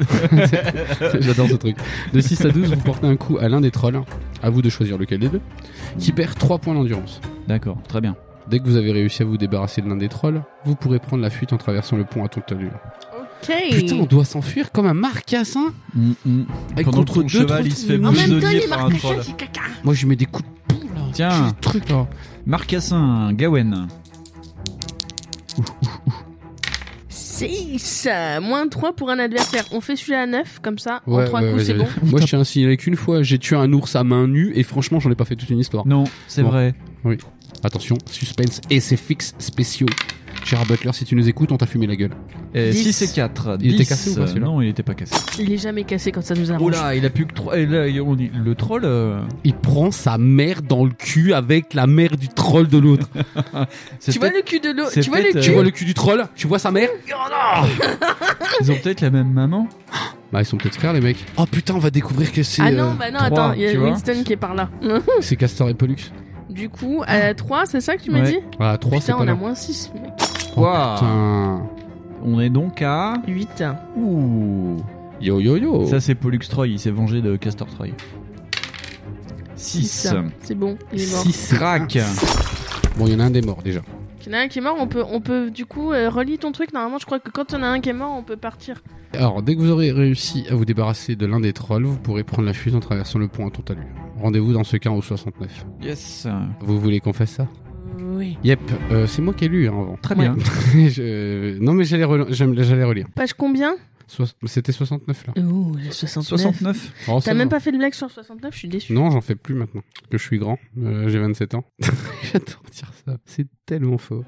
S3: J'adore ce truc. De 6 à 12, vous portez un coup à l'un des trolls, à vous de choisir lequel des deux, qui perd 3 points d'endurance.
S5: D'accord, très bien.
S3: Dès que vous avez réussi à vous débarrasser de l'un des trolls, vous pourrez prendre la fuite en traversant le pont à toute allure.
S4: Ok.
S3: Putain, on doit s'enfuir comme un hein. marcassin Avec
S5: Mm, Pendant
S3: contre
S5: que ton
S3: deux,
S5: cheval
S3: trois
S5: il se fait
S3: trous.
S2: En même temps,
S5: besogner
S2: les
S5: par un
S2: marcassins,
S5: troll.
S2: c'est caca.
S3: Moi, je mets des coups de poule, là.
S5: Tiens.
S3: J'ai le truc, là.
S5: Marcassin, Gawen.
S4: 6 Moins 3 pour un adversaire. On fait celui à 9, comme ça, en 3 coups,
S3: bah vas-y,
S4: c'est
S3: vas-y.
S4: bon.
S3: Moi, je tiens à signaler qu'une fois, j'ai tué un ours à main nue, et franchement, j'en ai pas fait toute une histoire.
S5: Non, c'est
S3: Bon.
S5: vrai.
S3: Attention, suspense, et c'est fixe, spéciaux. Gérard Butler, si tu nous écoutes, on t'a fumé la gueule.
S5: Eh,
S4: Dix.
S5: 6 et 4.
S3: Il était cassé ou pas, celui-là
S5: Non, il était pas cassé.
S4: Il est jamais cassé quand ça nous
S5: Oh
S4: arrange.
S5: là, il a plus que 3. Et là, on dit, le troll. euh,
S3: Il prend sa mère dans le cul avec la mère du troll de l'autre.
S5: c'est
S4: tu vois
S5: peut-être-
S4: le cul de l'eau
S5: c'est
S4: Tu vois le
S5: peut-être,
S4: cul
S3: tu vois le cul du troll Tu vois sa mère
S5: Ils ont peut-être la même maman.
S3: Bah, ils sont peut-être frères, les mecs. Oh putain, on va découvrir que c'est
S4: Ah
S3: euh,
S4: non, bah non,
S5: trois,
S4: attends, il y
S5: tu
S4: a
S5: vois.
S4: Winston qui est par là.
S3: c'est Castor et Pollux.
S4: du coup, à 3, c'est ça que tu m'as
S5: Ouais.
S4: dit
S3: Ah, 3, c'est
S4: Putain,
S3: pas
S4: on a
S3: là. Oh,
S4: moins 6, mec.
S5: Waouh.
S3: Putain.
S5: On est donc à.
S4: 8.
S5: Ouh.
S3: Yo, yo,
S4: Oh.
S3: yo.
S5: Ça, c'est Pollux Troy, il s'est vengé de Castor Troy. 6.
S4: Six. C'est bon, il est mort.
S5: 6 crack.
S3: Bon, il y en a un des morts, déjà.
S4: Il y en a un qui est mort, on peut, on peut du coup, euh, relis ton truc. Normalement, je crois que quand on a un qui est mort, on peut partir.
S3: Alors, dès que vous aurez réussi à vous débarrasser de l'un des trolls, vous pourrez prendre la fuite en traversant le pont à toute allure. Rendez-vous dans ce cas au 69.
S5: Yes.
S3: Vous voulez qu'on fasse ça
S4: Oui.
S3: Yep, euh, c'est moi qui ai lu hein, avant.
S5: Très
S4: Ouais.
S5: bien.
S3: Je- euh, Non mais j'allais rel- j'aime- j'allais relire.
S4: Page combien
S3: Sois- C'était 69 là.
S4: Ouh, le 69.
S5: 69.
S3: Oh,
S4: T'as
S3: ça
S4: même
S3: va.
S4: pas fait de blague sur 69, je suis déçu.
S3: Non, j'en fais plus maintenant. Que je suis grand, Euh, j'ai 27 ans. J'adore dire ça. C'est tellement faux.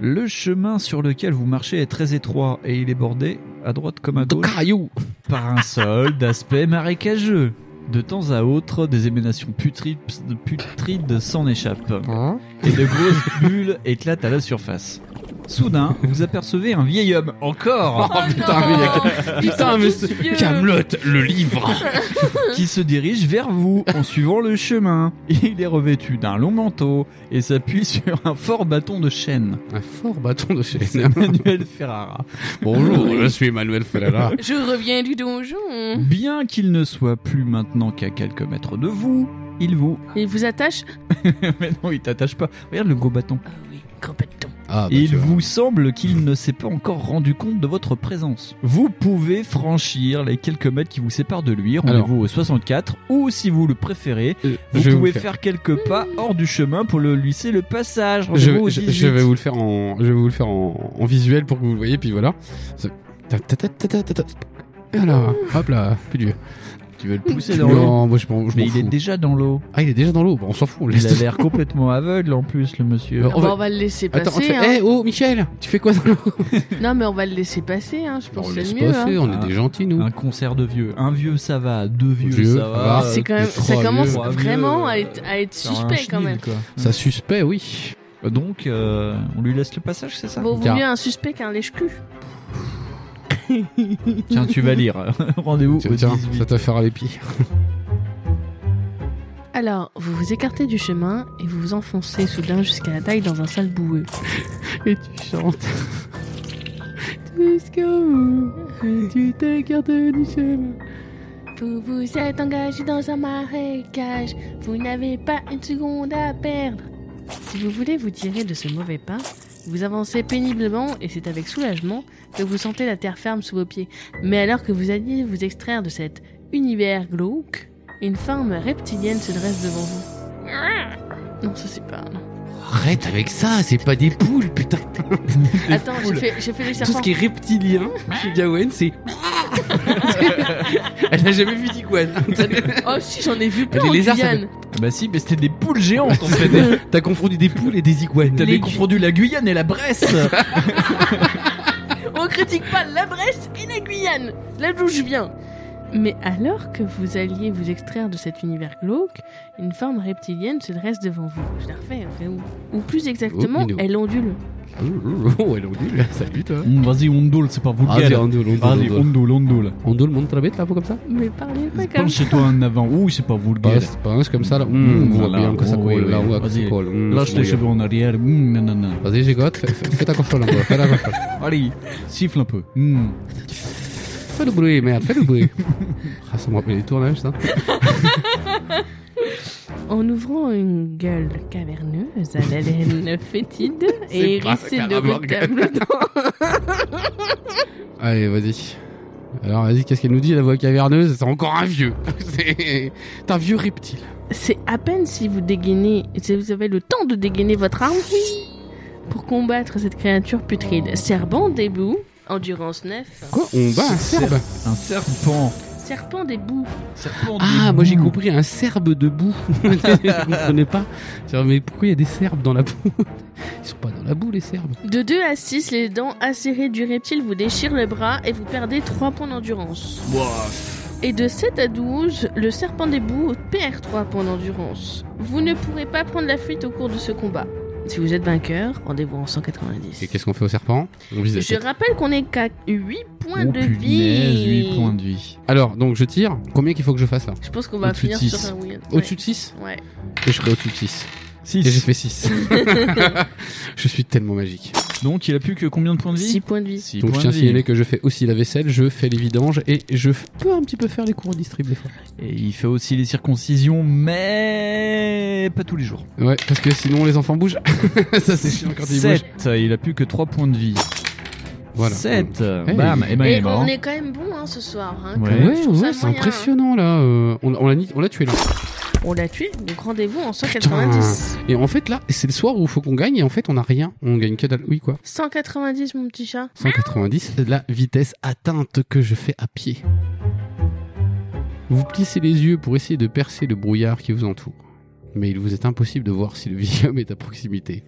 S5: Le chemin sur lequel vous marchez est très étroit et il est bordé, à droite comme à gauche,
S3: Caillou
S5: par un sol d'aspect marécageux. De temps à autre, des éménations putrides, putrides s'en échappent
S3: Hein?
S5: et de grosses bulles éclatent à la surface. Soudain, vous apercevez un vieil homme, encore,
S3: Oh putain, mais il y a- putain, mais
S4: tous
S3: c'est-
S4: Ah, vieux.
S3: Kaamelott, le livre
S5: qui se dirige vers vous en suivant le chemin. Il est revêtu d'un long manteau et s'appuie sur un fort bâton de chêne.
S3: Un fort bâton de chez
S5: C'est Manuel Ferrara.
S3: Bonjour, je suis Emmanuel Ferrara.
S4: Je reviens du donjon.
S5: Bien qu'il ne soit plus maintenant qu'à quelques mètres de vous, il vous.
S4: Il vous attache
S5: Mais non, il t'attache pas. Regarde le gros bâton.
S4: Ah oui, complètement.
S8: Ah, bah,
S5: Et il
S8: tu vois.
S5: vous semble qu'il ne s'est pas encore rendu compte de votre présence. Vous pouvez franchir les quelques mètres qui vous séparent de lui, rendez-vous au 64, ou si vous le préférez,
S3: Euh,
S5: vous
S3: je vais vous
S5: pouvez
S3: le faire.
S5: faire quelques pas hors du chemin pour le laisser le passage.
S3: Je,
S5: Rendez-vous au
S3: je-
S5: 18.
S3: je vais vous le faire en, je vais vous le faire en, en visuel pour que vous le voyez, puis voilà. C'est- ta- ta- ta- ta- ta- ta- ta- Et voilà, hop là, plus dur.
S5: Tu veux le pousser dans l'eau
S3: Non, moi je m'en je
S5: Mais
S3: m'en
S5: il est
S3: fous.
S5: déjà dans l'eau.
S3: Ah, il est déjà dans l'eau, Oh. Bon, on s'en fout, on le
S5: Il a
S3: laisse.
S5: l'air complètement aveugle en plus, le monsieur.
S3: Non.
S9: Ah
S3: on
S9: bah,
S3: va-
S9: on va le laisser
S3: Attends, on te
S9: passer.
S3: fait-
S9: hein.
S3: Eh, oh, Michel, tu fais quoi dans l'eau
S9: Non, mais on va le laisser passer, hein. je pense
S8: On
S9: que
S8: laisse
S9: c'est le mieux.
S8: passer,
S9: hein.
S8: on
S5: Ah.
S8: est des gentils, nous.
S5: Un concert de vieux. Un vieux, ça va. Deux vieux,
S3: Vieux,
S5: ça
S3: ça
S5: va.
S3: va.
S9: hein. C'est quand même,
S3: euh, Trois
S9: ça
S3: vieux,
S9: commence
S5: trois vieux,
S9: vraiment
S5: euh,
S9: à être, à être
S5: Faire un
S9: suspect quand
S5: chenil,
S9: même.
S5: quoi.
S8: Ça suspect, oui.
S5: Donc, euh, on lui laisse le passage, c'est ça
S9: Bon, vaut
S3: Car-
S9: mieux un suspect qu'un lèche-cul.
S5: Tiens, tu vas lire. Rendez-vous au
S3: Tiens,
S5: 18.
S3: ça te fera les pieds.
S4: Alors, vous vous écartez du chemin et vous vous enfoncez soudain jusqu'à la taille dans un sale boueux.
S3: Et tu chantes. Jusqu'au bout, tu t'écartes du chemin.
S4: Vous vous êtes engagé dans un marécage, vous n'avez pas une seconde à perdre. Si vous voulez vous tirer de ce mauvais pas, vous avancez péniblement et c'est avec soulagement que vous sentez la terre ferme sous vos pieds. Mais alors que vous alliez vous extraire de cet univers glauque, une forme reptilienne se dresse devant vous. Non, ça c'est pas. non.
S8: Arrête avec ça, c'est pas des poules, putain.
S9: Attends, j'ai fait, j'ai fait les
S3: Tout
S9: serpents.
S3: ce qui est reptilien chez Gawain, c'est. Elle n'a jamais vu d'iguane.
S9: Oh si, j'en ai vu plein
S3: Les
S9: en
S3: lézards, ça
S9: Guyane.
S5: Bah si, mais c'était des poules géantes en fait.
S3: T'as confondu des poules et des iguanes.
S5: T'avais confondu la Guyane et la Bresse.
S9: On critique pas la Bresse et la Guyane, là d'où je viens.
S4: Mais alors que vous alliez vous extraire de cet univers glauque, une forme reptilienne se dresse devant vous. Je la refais, enfin, ou, ou plus exactement,
S3: Oh, il est où
S4: elle ondule.
S3: Oh, elle est nulle, salut toi.
S5: Mm, Vas-y, on doule, c'est pas
S3: Vas-y,
S5: vulgaire.
S3: on doule, on
S5: Vas-y, on
S3: doule.
S5: doule, on doule.
S3: On doule, monte la bête là, faut comme ça
S4: Mais parlez pas comme ça.
S5: Penche-toi en avant. Ouh, c'est pas vulgaire.
S3: Passe, passe comme ça là.
S5: Mmh,
S3: Mmh, on voit
S5: voilà.
S3: bien que ça
S5: Oh, oui,
S3: colle là,
S5: oui.
S3: on voit que ça
S5: Vas-y.
S3: colle. Mmh,
S5: Lâche
S3: c'est
S5: les
S3: bon,
S5: cheveux en arrière. Mmh, nanana.
S3: gars. Vas-y, gigote, fais, fais- fais ta contrôle encore, fais la contrôle.
S5: Allez, siffle un peu. Mmh.
S3: Fais le bruit, merde, fais le bruit. Ah, ça me rappelle les tournages ça.
S4: En ouvrant une gueule caverneuse à la laine fétide
S3: C'est
S4: et
S3: pas
S4: hérissée de
S3: carrément
S4: retables
S3: Allez, vas-y. Alors, vas-y, qu'est-ce qu'elle nous dit, la voix caverneuse C'est encore un vieux. C'est c'est un vieux reptile.
S4: C'est à peine si vous dégainez, si vous avez le temps de dégainer votre arme pour combattre cette créature putride. Serpent des bouts, endurance 9.
S3: Quoi On bat un serbe
S5: Un serpent.
S4: Serpent des bouts.
S5: Serpent
S3: Ah,
S5: des
S3: moi j'ai
S5: boues.
S3: compris, un serbe debout. Je comprenais pas. Je disais, Mais pourquoi il y a des serbes dans la boue Ils sont pas dans la boue, les serbes.
S4: De 2 à 6, les dents acérées du reptile vous déchirent le bras et vous perdez 3 points d'endurance. Et de 7 à 12, le serpent des bouts perd 3 points d'endurance. Vous ne pourrez pas prendre la fuite au cours de ce combat. Si vous êtes vainqueur, rendez-vous en
S3: Et
S4: 190.
S3: qu'est-ce qu'on fait au serpent On vise la
S4: Je
S3: tête.
S4: rappelle qu'on est qu'à 8 points
S5: Oh,
S4: de
S5: punaise,
S4: vie.
S5: huit points de vie.
S3: Alors, donc je tire. Combien qu'il faut que je fasse là
S4: Je pense qu'on va
S5: Au-dessus de
S4: finir
S5: six.
S4: sur un win.
S3: Au-dessus de 6
S4: Ouais.
S3: Et je ferai au-dessus de 6. Et j'ai
S5: Six.
S3: fait 6. je suis tellement magique.
S5: Donc il a plus que combien de points de vie
S4: 6 points de vie.
S5: Six
S3: Donc je
S5: points
S3: tiens à
S5: de vie.
S3: signaler que je fais aussi la vaisselle, je fais les vidanges et je f- peux un petit peu faire les cours de distrib des fois.
S5: Et il fait aussi les circoncisions, mais pas tous les jours.
S3: Ouais, parce que sinon les enfants bougent. ça c'est chiant quand ils bougent.
S5: 7, il a plus que 3 points de vie.
S3: Voilà.
S5: 7,
S3: Hey.
S5: bam, et ben il
S4: Et
S5: est mort.
S4: on est quand même bon hein, ce soir. hein,
S5: Ouais.
S4: quand même.
S3: Ouais,
S4: Je trouve ça
S3: ouais, c'est
S4: moyen, hein.
S3: impressionnant là. euh, on on l'a ni- on l'a tué là.
S4: On l'a tué, donc rendez-vous en
S3: Putain.
S4: 190.
S3: Et en fait là, c'est le soir où il faut qu'on gagne et en fait on a rien. On gagne que dalle. Oui quoi.
S4: 190 mon petit chat.
S3: 190, la vitesse atteinte que je fais à pied. Vous plissez les yeux pour essayer de percer le brouillard qui vous entoure, mais il vous est impossible de voir si le vieil homme est à proximité.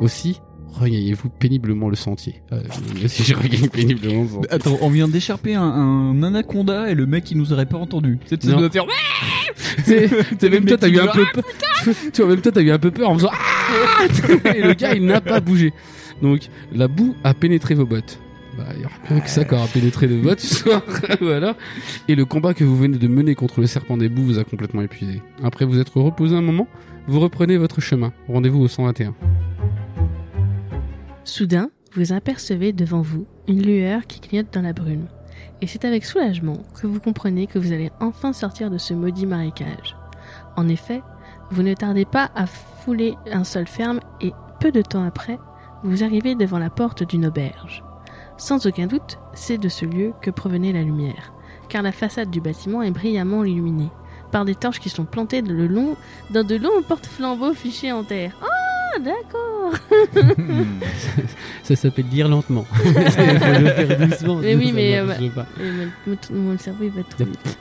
S3: Aussi, regagnez-vous péniblement le sentier. Euh, moi aussi, je regagne péniblement le sentier.
S5: Attends, on vient d'écharper un, un anaconda et le mec il nous aurait pas entendu. C'est ça
S3: Non.
S5: doit faire.
S3: C'est- c'est même toi,
S5: Le mec
S3: t'as
S5: qui
S3: eu un
S5: doit-
S3: peu peur. tu vois, même toi, t'as eu un peu peur en faisant Ah Et le gars, il n'a pas bougé. Donc, la boue a pénétré vos bottes. Bah, il y aura plus que ça qui aura pénétré vos bottes ce soir. voilà. Et le combat que vous venez de mener contre le serpent des boues vous a complètement épuisé. Après vous être reposé un moment, vous reprenez votre chemin. Rendez-vous au 121.
S4: Soudain, vous apercevez devant vous une lueur qui clignote dans la brume. Et c'est avec soulagement que vous comprenez que vous allez enfin sortir de ce maudit marécage. En effet, vous ne tardez pas à fouler un sol ferme et peu de temps après, vous arrivez devant la porte d'une auberge. Sans aucun doute, c'est de ce lieu que provenait la lumière, car la façade du bâtiment est brillamment illuminée par des torches qui sont plantées le long dans de longs porte-flambeaux fichés en terre. Ah, d'accord.
S5: Hmm.
S3: Ça s'appelle lire lentement. Faut le faire doucement.
S4: Mais oui,
S3: Ça
S4: mais, euh,
S3: marche pas.
S4: Et mon, mon- mon cerveau il va trop vite.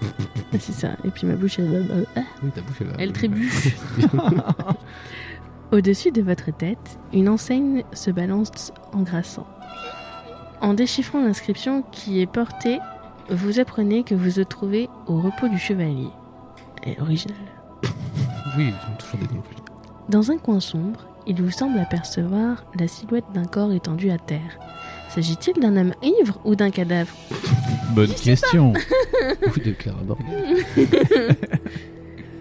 S4: Ah, c'est ça. Et puis ma bouche elle, Ah,
S3: Oui, ta bouche, elle va-
S4: elle trébuche. Au-dessus de votre tête, une enseigne se balance en grassant. En déchiffrant l'inscription qui est portée, vous apprenez que vous vous trouvez au repos du chevalier. Et original.
S3: Oui, ils ont toujours des noms.
S4: Dans un coin sombre, il vous semble apercevoir la silhouette d'un corps étendu à terre. S'agit-il d'un homme ivre ou d'un cadavre
S5: Bonne question.
S3: Ou de Clara Morgan.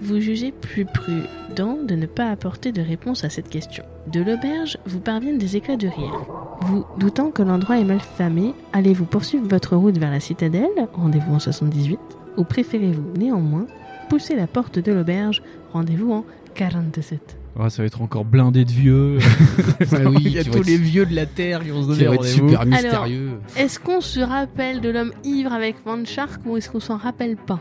S4: Vous jugez plus prudent de ne pas apporter de réponse à cette question. De l'auberge, vous parviennent des éclats de rire. Vous, doutant que l'endroit est mal famé, allez-vous poursuivre votre route vers la citadelle, rendez-vous en 78, ou préférez-vous néanmoins pousser la porte de l'auberge, rendez-vous en 47
S10: Ah, ça va être encore blindé de vieux.
S3: Ouais, Bah Ah oui,
S10: Il y a
S3: qui
S10: tous
S3: va être-
S10: les vieux de la Terre qui vont se
S3: Qui
S10: donner
S3: va être
S10: rendez-vous.
S3: super mystérieux.
S4: Est-ce qu'on se rappelle de l'homme ivre avec Van Shark ou est-ce qu'on s'en rappelle pas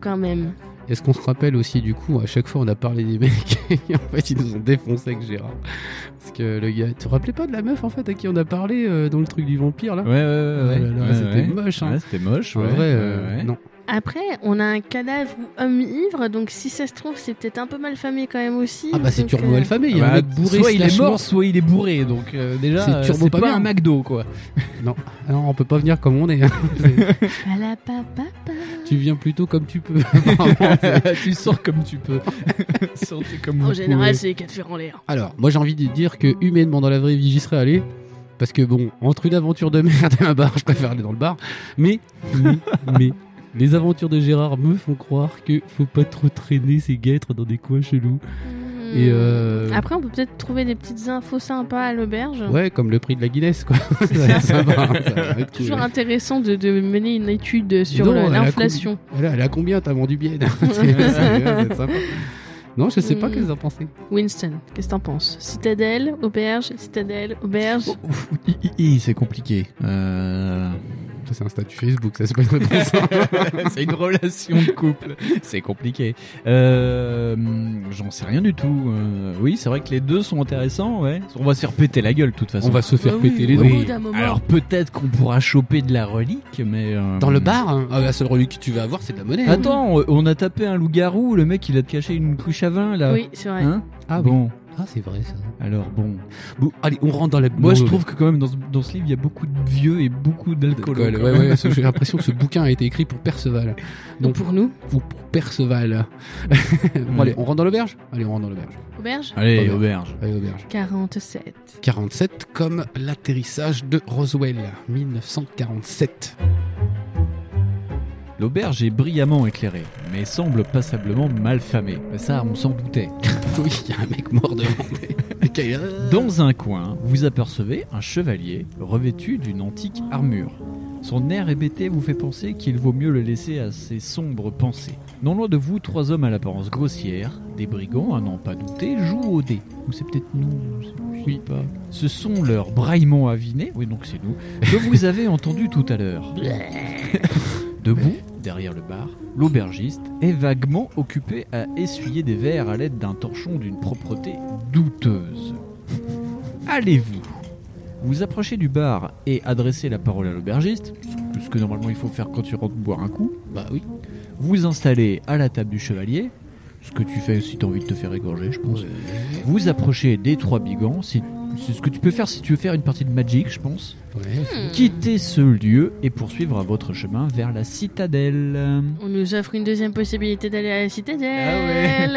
S4: Quand même.
S3: Est-ce qu'on se rappelle aussi du coup, à chaque fois on a parlé des mecs et en fait ils nous ont défoncé avec Gérard. Parce que le gars, tu te rappelais pas de la meuf en fait à qui on a parlé euh, dans le truc du vampire là
S5: Ouais, ouais, Ah, ouais.
S3: Oh là là,
S5: ouais,
S3: c'était
S5: ouais.
S3: moche, hein.
S5: Ouais, c'était moche,
S3: En
S5: ouais.
S3: vrai, euh,
S5: ouais, ouais.
S3: non.
S4: Après, on a un cadavre ou homme ivre, donc si ça se trouve, c'est peut-être un peu mal famé quand même aussi.
S3: Ah bah c'est
S4: donc,
S3: Turbo
S4: euh,
S3: Alpha, mais il y a un
S10: Bah,
S3: mec bourré.
S10: soit il est
S3: slash
S10: mort, soit il est bourré. Donc euh, déjà,
S3: C'est
S10: euh,
S3: turbo
S10: c'est
S3: pas
S10: pas,
S3: bien.
S10: un McDo quoi.
S3: Ah non, on peut pas venir comme on est. hein.
S4: à la papapa.
S3: tu viens plutôt comme tu peux.
S10: tu sors comme tu peux. Sortez comme vous
S4: En général,
S10: pouvez.
S4: c'est les quatre fers en l'air.
S3: Alors, moi j'ai envie de dire que humainement dans la vraie vie j'y serais allé. Parce que bon, entre une aventure de merde et un bar, je préfère aller dans le bar. Mais, mais, mais, les aventures de Gérard me font croire que faut pas trop traîner ses guêtres dans des coins chelous.
S4: Hmm.
S3: Et, euh,
S4: Après, on peut peut-être trouver des petites infos sympas à l'auberge.
S3: Ouais, comme le prix de la Guinness, quoi. ça, va, hein, ça va être cool.
S4: Toujours intéressant de, de mener une étude sur
S3: Dis donc,
S4: le-
S3: elle a
S4: l'inflation.
S3: Elle a, elle a combien t'as vendu bien C'est- c'est sympa. Non, je sais pas
S4: Mm.
S3: que vous en pensez.
S4: Winston, qu'est-ce que t'en penses Citadelle, auberge, citadelle, auberge.
S5: Ouf, hi, hi, hi, c'est compliqué. Euh,
S3: Ça, C'est un statut Facebook, ça c'est pas une réponse.
S5: c'est une relation de couple. C'est compliqué. Euh, J'en sais rien du tout. Euh, oui, c'est vrai que les deux sont intéressants, ouais. On va se faire péter la gueule, de toute façon.
S3: On va se faire
S4: Bah oui,
S3: péter les
S4: au
S3: dents.
S4: bout d'un moment.
S5: Alors peut-être qu'on pourra choper de la relique, mais... euh, hmm.
S3: Dans le bar, hein, ah, la seule relique que tu vas avoir, c'est de la monnaie. hein.
S5: Attends, on a tapé un loup-garou, le mec il a caché une cruche à vin
S3: euh,
S5: là.
S4: Oui, c'est vrai.
S5: Hein
S3: Ah bon.
S5: bon,
S3: Ah, c'est vrai ça.
S5: alors bon.
S3: Bon, allez, on rentre dans la.
S5: Moi je
S3: Bon,
S5: trouve que quand même dans ce, dans ce livre il y a beaucoup de vieux et beaucoup d'alcool. euh,
S3: d'alcool.
S5: quand
S3: Ouais,
S5: même.
S3: ouais, parce que j'ai l'impression que ce bouquin a été écrit pour Perceval.
S4: Donc pour nous,
S3: Ou pour Perceval. bon, allez, on rentre dans l'auberge Allez, on rentre dans l'auberge.
S4: auberge
S5: Allez,
S3: Auberge.
S5: auberge.
S3: Allez, l'auberge.
S4: 47.
S3: 47 comme l'atterrissage de Roswell, 1947.
S5: L'auberge est brillamment éclairée, mais semble passablement mal famée. Mais ça, on s'en doutait.
S3: Oui, il y a un mec mort devant.
S5: Dans un coin, vous apercevez un chevalier revêtu d'une antique armure. Son air hébété vous fait penser qu'il vaut mieux le laisser à ses sombres pensées. Non loin de vous, trois hommes à l'apparence grossière, des brigands à n'en pas douter, jouent au dé. Ou c'est peut-être nous, je sais pas. Ce sont leurs braillements avinés, oui donc c'est nous, que vous avez entendu tout à l'heure. Debout, derrière le bar, l'aubergiste est vaguement occupé à essuyer des verres à l'aide d'un torchon d'une propreté douteuse. Allez-vous Vous approchez du bar et adressez la parole à l'aubergiste, ce que normalement il faut faire quand tu rentres boire un coup.
S3: Bah oui,
S5: Vous installez à la table du chevalier, ce que tu fais si tu as envie de te faire égorger, je pense. Vous approchez des trois brigands, si- c'est ce que tu peux faire si tu veux faire une partie de Magic, je pense.
S3: ouais,
S5: Quittez ce lieu et poursuivre à votre chemin vers la citadelle.
S4: On nous offre une deuxième possibilité d'aller à la
S3: Ah
S4: citadelle.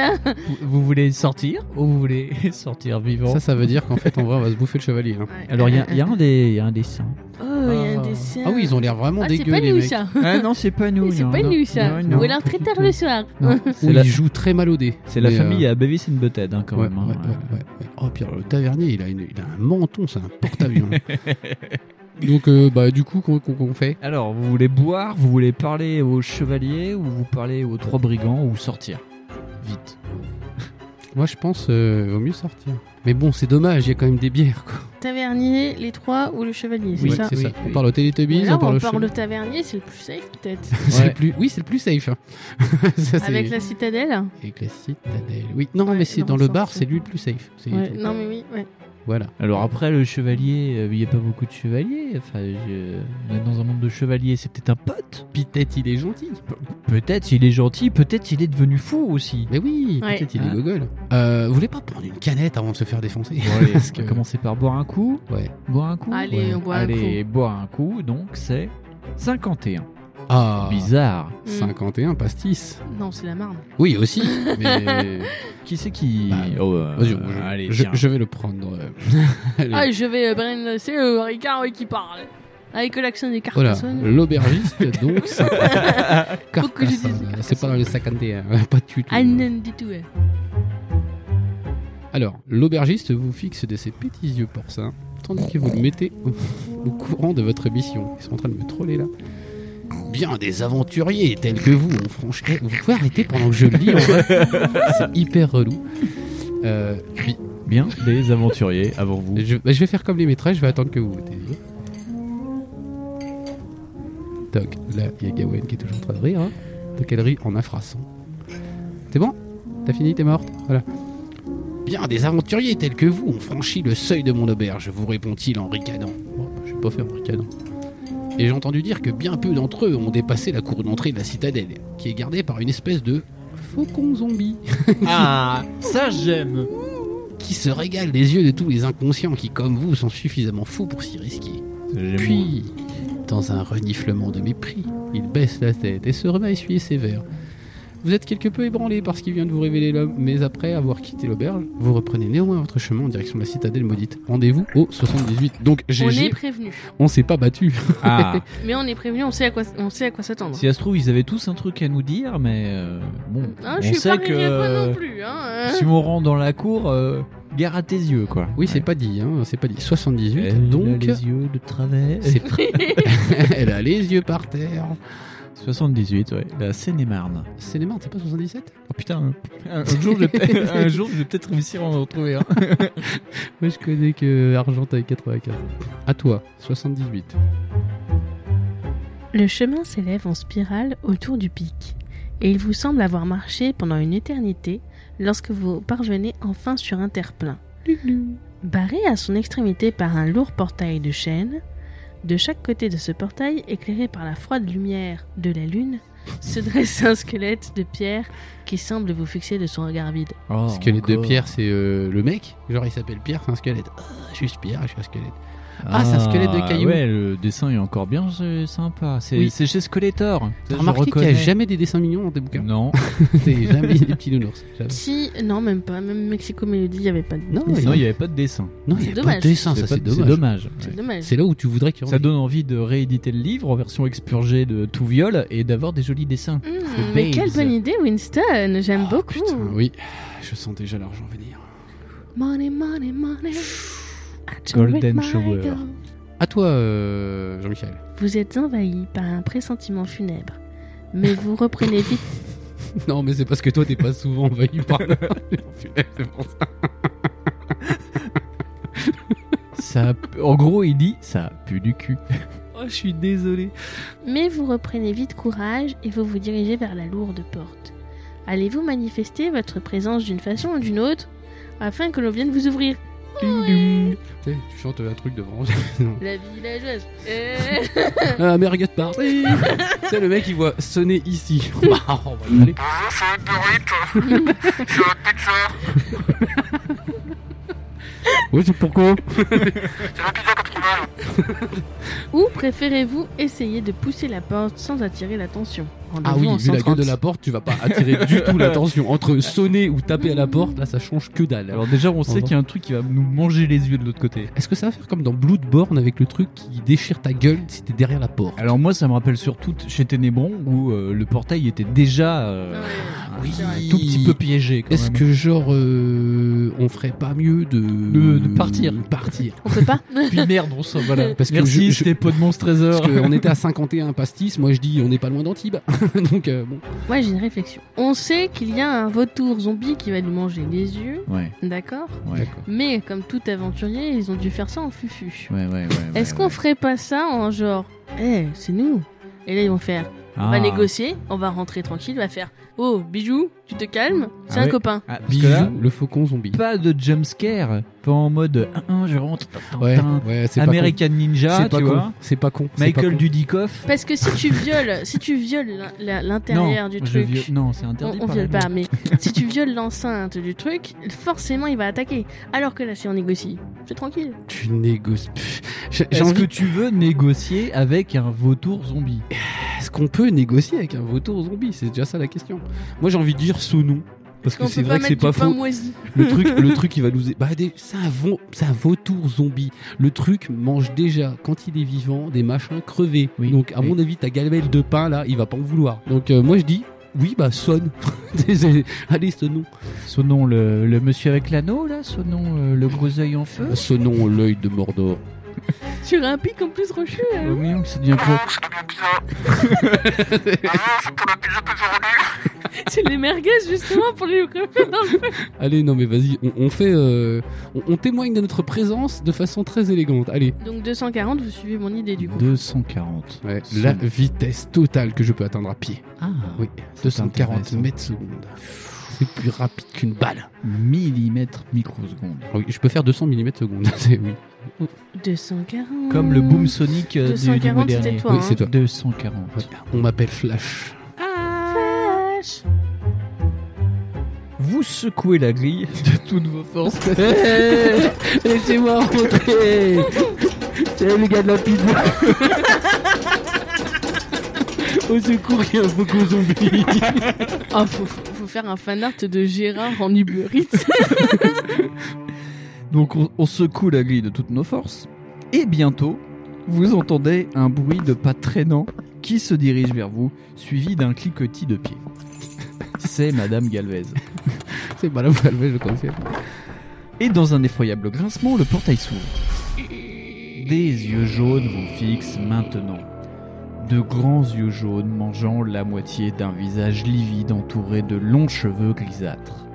S5: Vous- Vous voulez sortir ou vous voulez sortir vivant
S3: Ça, ça veut dire qu'en fait, en vrai, on va se bouffer le chevalier. hein.
S4: Ouais.
S5: Alors il y, a- il y a un des, il y a un des saints.
S4: Oh, il y a un dessin.
S3: Ah oui, ils ont l'air vraiment
S4: Ah, c'est
S3: dégueux,
S4: pas
S3: les
S4: nous
S3: mecs.
S4: ça.
S5: Ah non, c'est pas nous.
S4: C'est pas nous ça. Ou alors très tard le soir.
S3: Ou
S5: C'est la-
S3: ils jouent très mal au dé.
S5: C'est la
S3: Mais,
S5: famille
S3: euh,
S5: à Beavis and Butthead hein, quand
S3: ouais,
S5: même. hein.
S3: ouais, ouais, ouais. Oh, puis alors, le tavernier, il a, une- il a un menton, c'est un porte-avions. Donc, euh, bah, du coup, qu'on qu'on- qu'on fait
S5: Alors, vous voulez boire, vous voulez parler aux chevaliers ou vous parlez aux trois brigands ou sortir Vite.
S3: Moi, je pense, euh, vaut mieux sortir. Mais bon, c'est dommage, il y a quand même des bières, quoi.
S4: tavernier, les trois ou le chevalier, c'est
S3: Oui,
S4: ça
S3: c'est ça.
S11: Oui,
S3: On
S11: oui.
S3: parle au Teletubbies,
S4: Là,
S3: on parle au
S4: parle
S3: cheval.
S4: au tavernier, c'est le plus safe peut-être.
S3: C'est
S11: Ouais.
S3: le plus... Oui, c'est le plus safe. hein. ça, c'est-
S4: Avec la citadelle
S3: Avec la citadelle. Oui, non,
S4: Ouais,
S3: mais c'est
S4: dans
S3: dans
S4: le
S3: le
S4: sens,
S3: bar,
S4: c'est-
S3: c'est lui le plus safe. C'est
S4: Ouais,
S3: tout.
S4: Non mais oui, ouais.
S3: Voilà.
S5: Alors après, le chevalier, euh, il n'y a pas beaucoup de chevaliers. Enfin, je- on est dans un monde de chevaliers, c'est peut-être un pote.
S3: Peut-être il est gentil.
S5: Peut-être il est gentil, peut-être il est devenu fou aussi.
S3: Mais oui,
S4: Ouais.
S3: peut-être il est
S5: Ah.
S3: gogol. Euh, vous voulez pas prendre une canette avant de se faire défoncer
S5: Bon, allez,
S3: Parce
S5: on
S3: que-
S5: va commencer par boire un coup.
S3: Ouais.
S5: Boire un coup.
S4: Allez, on boit un
S5: Allez, boire un coup, donc c'est 51.
S3: Ah,
S5: Bizarre.
S4: Mm.
S3: 51 pastis.
S4: Non, c'est la marne.
S3: Oui, aussi. Mais...
S5: Qui c'est qui
S3: Bah,
S5: Oh, euh,
S3: Vas-y, je,
S5: allez,
S3: je-
S5: tiens.
S3: je vais le prendre. Allez.
S4: Ah, je vais euh, Bren, c'est euh, Ricard oui, qui parle. Avec l'accent des
S3: Voilà,
S4: Carcassonne.
S3: l'aubergiste, donc, c'est
S4: que je dise
S3: Carcassonne. C'est pas dans les 51, pas du tout.
S4: Ah, non, du tout, ouais.
S3: Alors, l'aubergiste vous fixe de ses petits yeux porcins, tandis que vous le mettez au, au courant de votre mission. Ils sont en train de me troller là. Bien des aventuriers tels que vous, ont franchi. Eh, Vous pouvez arrêter pendant que je le lis, en vrai. C'est hyper relou. Euh, puis,
S5: Bien, des aventuriers avant vous.
S3: je, bah, je vais faire comme les maîtresses, je vais attendre que vous votez. Toc, là, il y a Gawain qui est toujours en train de rire. hein. Toc, elle rit en affrassant. C'est bon T'as fini, t'es morte Voilà. Bien des aventuriers tels que vous ont franchi le seuil de mon auberge, vous répond-il en ricanant. Bon, bah, je vais pas faire en ricanant. Et j'ai entendu dire que bien peu d'entre eux ont dépassé la cour d'entrée de la citadelle, qui est gardée par une espèce de faucon zombie
S5: Ah, ça j'aime.
S3: qui se régale des yeux de tous les inconscients qui, comme vous, sont suffisamment fous pour s'y risquer. Puis, dans un reniflement de mépris, il baisse la tête et se remet à essuyer ses verres. Vous êtes quelque peu ébranlé par ce qui vient de vous révéler l'homme, mais après avoir quitté l'auberge, vous reprenez néanmoins votre chemin en direction de la citadelle maudite. Rendez-vous au 78. Donc,
S4: On est
S3: GG,
S4: prévenu.
S3: on s'est pas battu.
S5: Ah,
S4: Mais on est prévenu, on sait à quoi, on sait à quoi s'attendre.
S5: si ça se trouve, ils avaient tous un truc à nous dire, mais euh, bon,
S4: Hein,
S5: on
S4: je suis
S5: sait
S4: pas
S5: que
S4: ricanot non plus, hein.
S5: euh,
S4: euh.
S5: si on rentre dans la cour, euh, gare à tes yeux, quoi.
S3: Oui, c'est
S5: Ouais.
S3: pas dit, hein, c'est pas dit. 78,
S5: Elle a
S3: donc.
S5: les yeux de travers.
S3: c'est- Elle a les yeux par terre.
S5: 78, ouais. La Seine-et-Marne.
S3: C'est les mains, c'est pas 77
S5: Oh putain, un, un jour, je vais peut- un jour, je vais peut-être réussir à en retrouver
S4: hein.
S5: un.
S3: Moi, je connais que Argent avec 95. À toi, 78.
S4: Le chemin s'élève en spirale autour du pic, et il vous semble avoir marché pendant une éternité lorsque vous parvenez enfin sur un terre-plein. Barré à son extrémité par un lourd portail de chêne, de chaque côté de ce portail, éclairé par la froide lumière de la lune, se dresse un squelette de pierre qui semble vous fixer de son regard vide.
S5: Oh,
S3: Parce que les deux Pierre, c'est euh, le mec. Genre, il s'appelle Pierre, c'est un squelette. Ah, je suis Pierre, je suis un squelette. Ah, c'est un squelette de caillou.
S5: Ouais, le dessin est encore bien euh, sympa. C'est
S3: Oui.
S5: c'est chez Skeletor.
S3: T'as
S5: Ça, je
S3: remarqué qu'il n'y a
S5: reconnais.
S3: jamais des dessins mignons dans tes bouquins
S5: Non,
S3: C'est jamais des petits nounours. Jamais.
S4: Si, non, même pas, même Mexico Melody, il n'y avait pas de.
S3: Non,
S5: non, il n'y avait pas de dessin.
S3: Non, il
S4: C'est
S3: n'y a pas
S4: dommage.
S3: de dessin, ça
S5: pas-
S3: c'est dommage.
S5: ouais.
S4: C'est dommage.
S3: C'est là où tu voudrais qu'il y en
S5: Ça
S3: ait.
S5: donne envie de rééditer le livre en version expurgée de tout viol et d'avoir des jolis dessins.
S4: Hmm,
S5: C'est
S4: mais quelle
S5: Babes.
S4: bonne idée, Winston! J'aime
S3: Oh,
S4: beaucoup!
S3: putain, oui. Je sens déjà l'argent venir.
S4: Money, money, money. I just
S5: Golden
S4: make my
S5: shower.
S4: go.
S3: À toi, euh, Jean-Michel.
S4: Vous êtes envahi par un pressentiment funèbre, mais vous reprenez vite.
S3: Non, mais c'est parce que toi, t'es pas souvent envahi par là.
S5: Ça, a pu- en gros, il dit ça pue du cul. oh, je suis désolé.
S4: Mais vous reprenez vite courage et vous vous dirigez vers la lourde porte. Allez-vous manifester votre présence d'une façon ou d'une autre afin que l'on vienne vous ouvrir
S3: Tu sais, tu chantes un truc devant.
S4: La villageoise. Euh.
S3: ah, mais regarde par. Tu sais, le mec, il voit sonner ici. Bah, on va y aller.
S12: Ah, c'est Dorite C'est la pizza
S3: Oui, c'est pourquoi
S12: C'est la pizza 80
S4: Ou préférez-vous essayer de pousser la porte sans attirer l'attention
S3: Ah oui,
S4: Rendez-vous en
S3: vu la gueule
S4: 130.
S3: de la porte, tu vas pas attirer du tout l'attention. Entre sonner ou taper à la porte, là, ça change que dalle. Alors,
S5: Alors déjà, on sait
S3: revoir.
S5: qu'il y a un truc qui va nous manger les yeux de l'autre côté.
S3: est-ce que ça va faire comme dans Bloodborne avec le truc qui déchire ta gueule si t'es derrière la porte
S5: Alors moi, ça me rappelle surtout t- chez Ténébron où euh, le portail était déjà
S4: Ouais,
S5: euh,
S4: oui, c'est vrai.
S5: un tout petit peu piégé. Quand
S3: Est-ce
S5: même.
S3: que genre euh, on ferait pas mieux de
S5: De- de partir.
S3: partir
S4: On peut pas
S5: Puis merde, on s'en voilà.
S3: Parce que
S5: Merci,
S3: je- je-
S5: c'était pot de monstre
S3: Parce
S5: trésor.
S3: qu'on était à 51 pastis, moi je dis on n'est pas loin d'Antibes. Donc, euh, bon.
S4: Moi, j'ai une réflexion. On sait qu'il y a un vautour zombie qui va lui manger les yeux,
S5: Ouais,
S4: d'accord
S5: ouais,
S4: Mais comme tout aventurier, ils ont dû faire ça en fufu.
S5: ouais, ouais. ouais,
S4: Est-ce qu'on ferait pas ça en genre, eh, c'est nous Et là, ils vont faire, on
S13: Ah.
S5: Ah.
S4: va négocier, on va rentrer tranquille, on va faire, oh, bijou, tu te calmes, c'est
S5: Ah
S4: un
S5: ouais.
S4: copain.
S3: Bijou, le faucon zombie.
S13: Pas de jumpscare, pas en mode un, je rentre,
S3: Ouais,
S13: tin,
S3: ouais, c'est pas con.
S13: American Ninja,
S3: C'est pas
S13: tu
S3: con.
S13: vois.
S3: C'est pas con. c'est pas
S13: Michael
S3: con.
S13: Dudikoff.
S4: Parce que si tu violes, si tu violes la- la- l'intérieur
S13: Non,
S4: du
S13: je
S4: truc,
S13: viole- non, c'est
S4: on,
S13: interdit.
S4: on
S13: par
S4: viole
S13: la
S4: pas, mais si tu violes l'enceinte du truc, forcément, il va attaquer. Alors que là, si on négocie, c'est tranquille.
S3: Tu négocies. Pff, J'ai j'ai
S13: Est-ce
S3: envie.
S13: que tu veux négocier avec un vautour zombie
S3: Est-ce qu'on peut négocier avec un vautour zombie C'est déjà ça la question. Moi, j'ai envie de dire sous nous. Parce que
S4: On
S3: c'est
S4: peut
S3: vrai que
S4: mettre
S3: c'est
S4: du
S3: pas
S4: pain
S3: faux.
S4: moisi.
S3: Le truc, le truc, il va nous. Bah, des... c'est un, vau- c'est un vautour zombie. Le truc mange déjà, quand il est vivant, des machins crevés.
S13: Oui.
S3: Donc, à
S13: Oui.
S3: mon avis, ta galvelle de pain, là, il va pas en vouloir. Donc, euh, moi, je dis, oui, bah, sonne. Désolé. Allez, sonnons.
S13: Sonnons le, le monsieur avec l'anneau, là Sonnons euh, le gros œil en feu
S3: Bah, Sonnons l'œil de Mordor.
S4: Sur un pic en plus rocheux. hein.
S13: Au milieu, ça devient quoi
S4: C'est les merguez justement pour lui refaire dans le
S3: Allez, non, mais vas-y, on, on fait. euh, on, on témoigne de notre présence de façon très élégante. Allez.
S4: Donc 240, vous suivez mon idée du coup.
S5: 240.
S3: Ouais, la vitesse totale que je peux atteindre à pied.
S13: Ah,
S3: Oui, 240
S13: intéressant.
S3: mètres seconde. C'est plus rapide qu'une balle.
S5: Millimètres microsecondes.
S3: Oui, je peux faire 200 mm seconde. C'est oui.
S4: 240.
S13: Comme le boom sonic euh, du- du, mois
S4: 240,
S13: dernier.
S4: c'était toi.
S3: Oui,
S4: hein.
S3: c'est toi.
S13: 240.
S3: Ouais, On m'appelle Flash.
S4: Ah. Flash.
S13: Vous secouez la grille de toutes vos forces.
S3: Laissez-moi rentrer. C'est le gars de la pizza. Au secours, il y a un faucon zombie.
S4: Ah, faut, faut faire un fanart de Gérard en Uber Eats.
S5: Donc on, on secoue la grille de toutes nos forces, et bientôt, vous entendez un bruit de pas traînant qui se dirige vers vous, suivi d'un cliquetis de pieds. C'est Madame Galvez.
S3: C'est pas là où elle je le conseille.
S5: Et dans un effroyable grincement, le portail s'ouvre. Des yeux jaunes vous fixent maintenant. De grands yeux jaunes mangeant la moitié d'un visage livide entouré de longs cheveux grisâtres.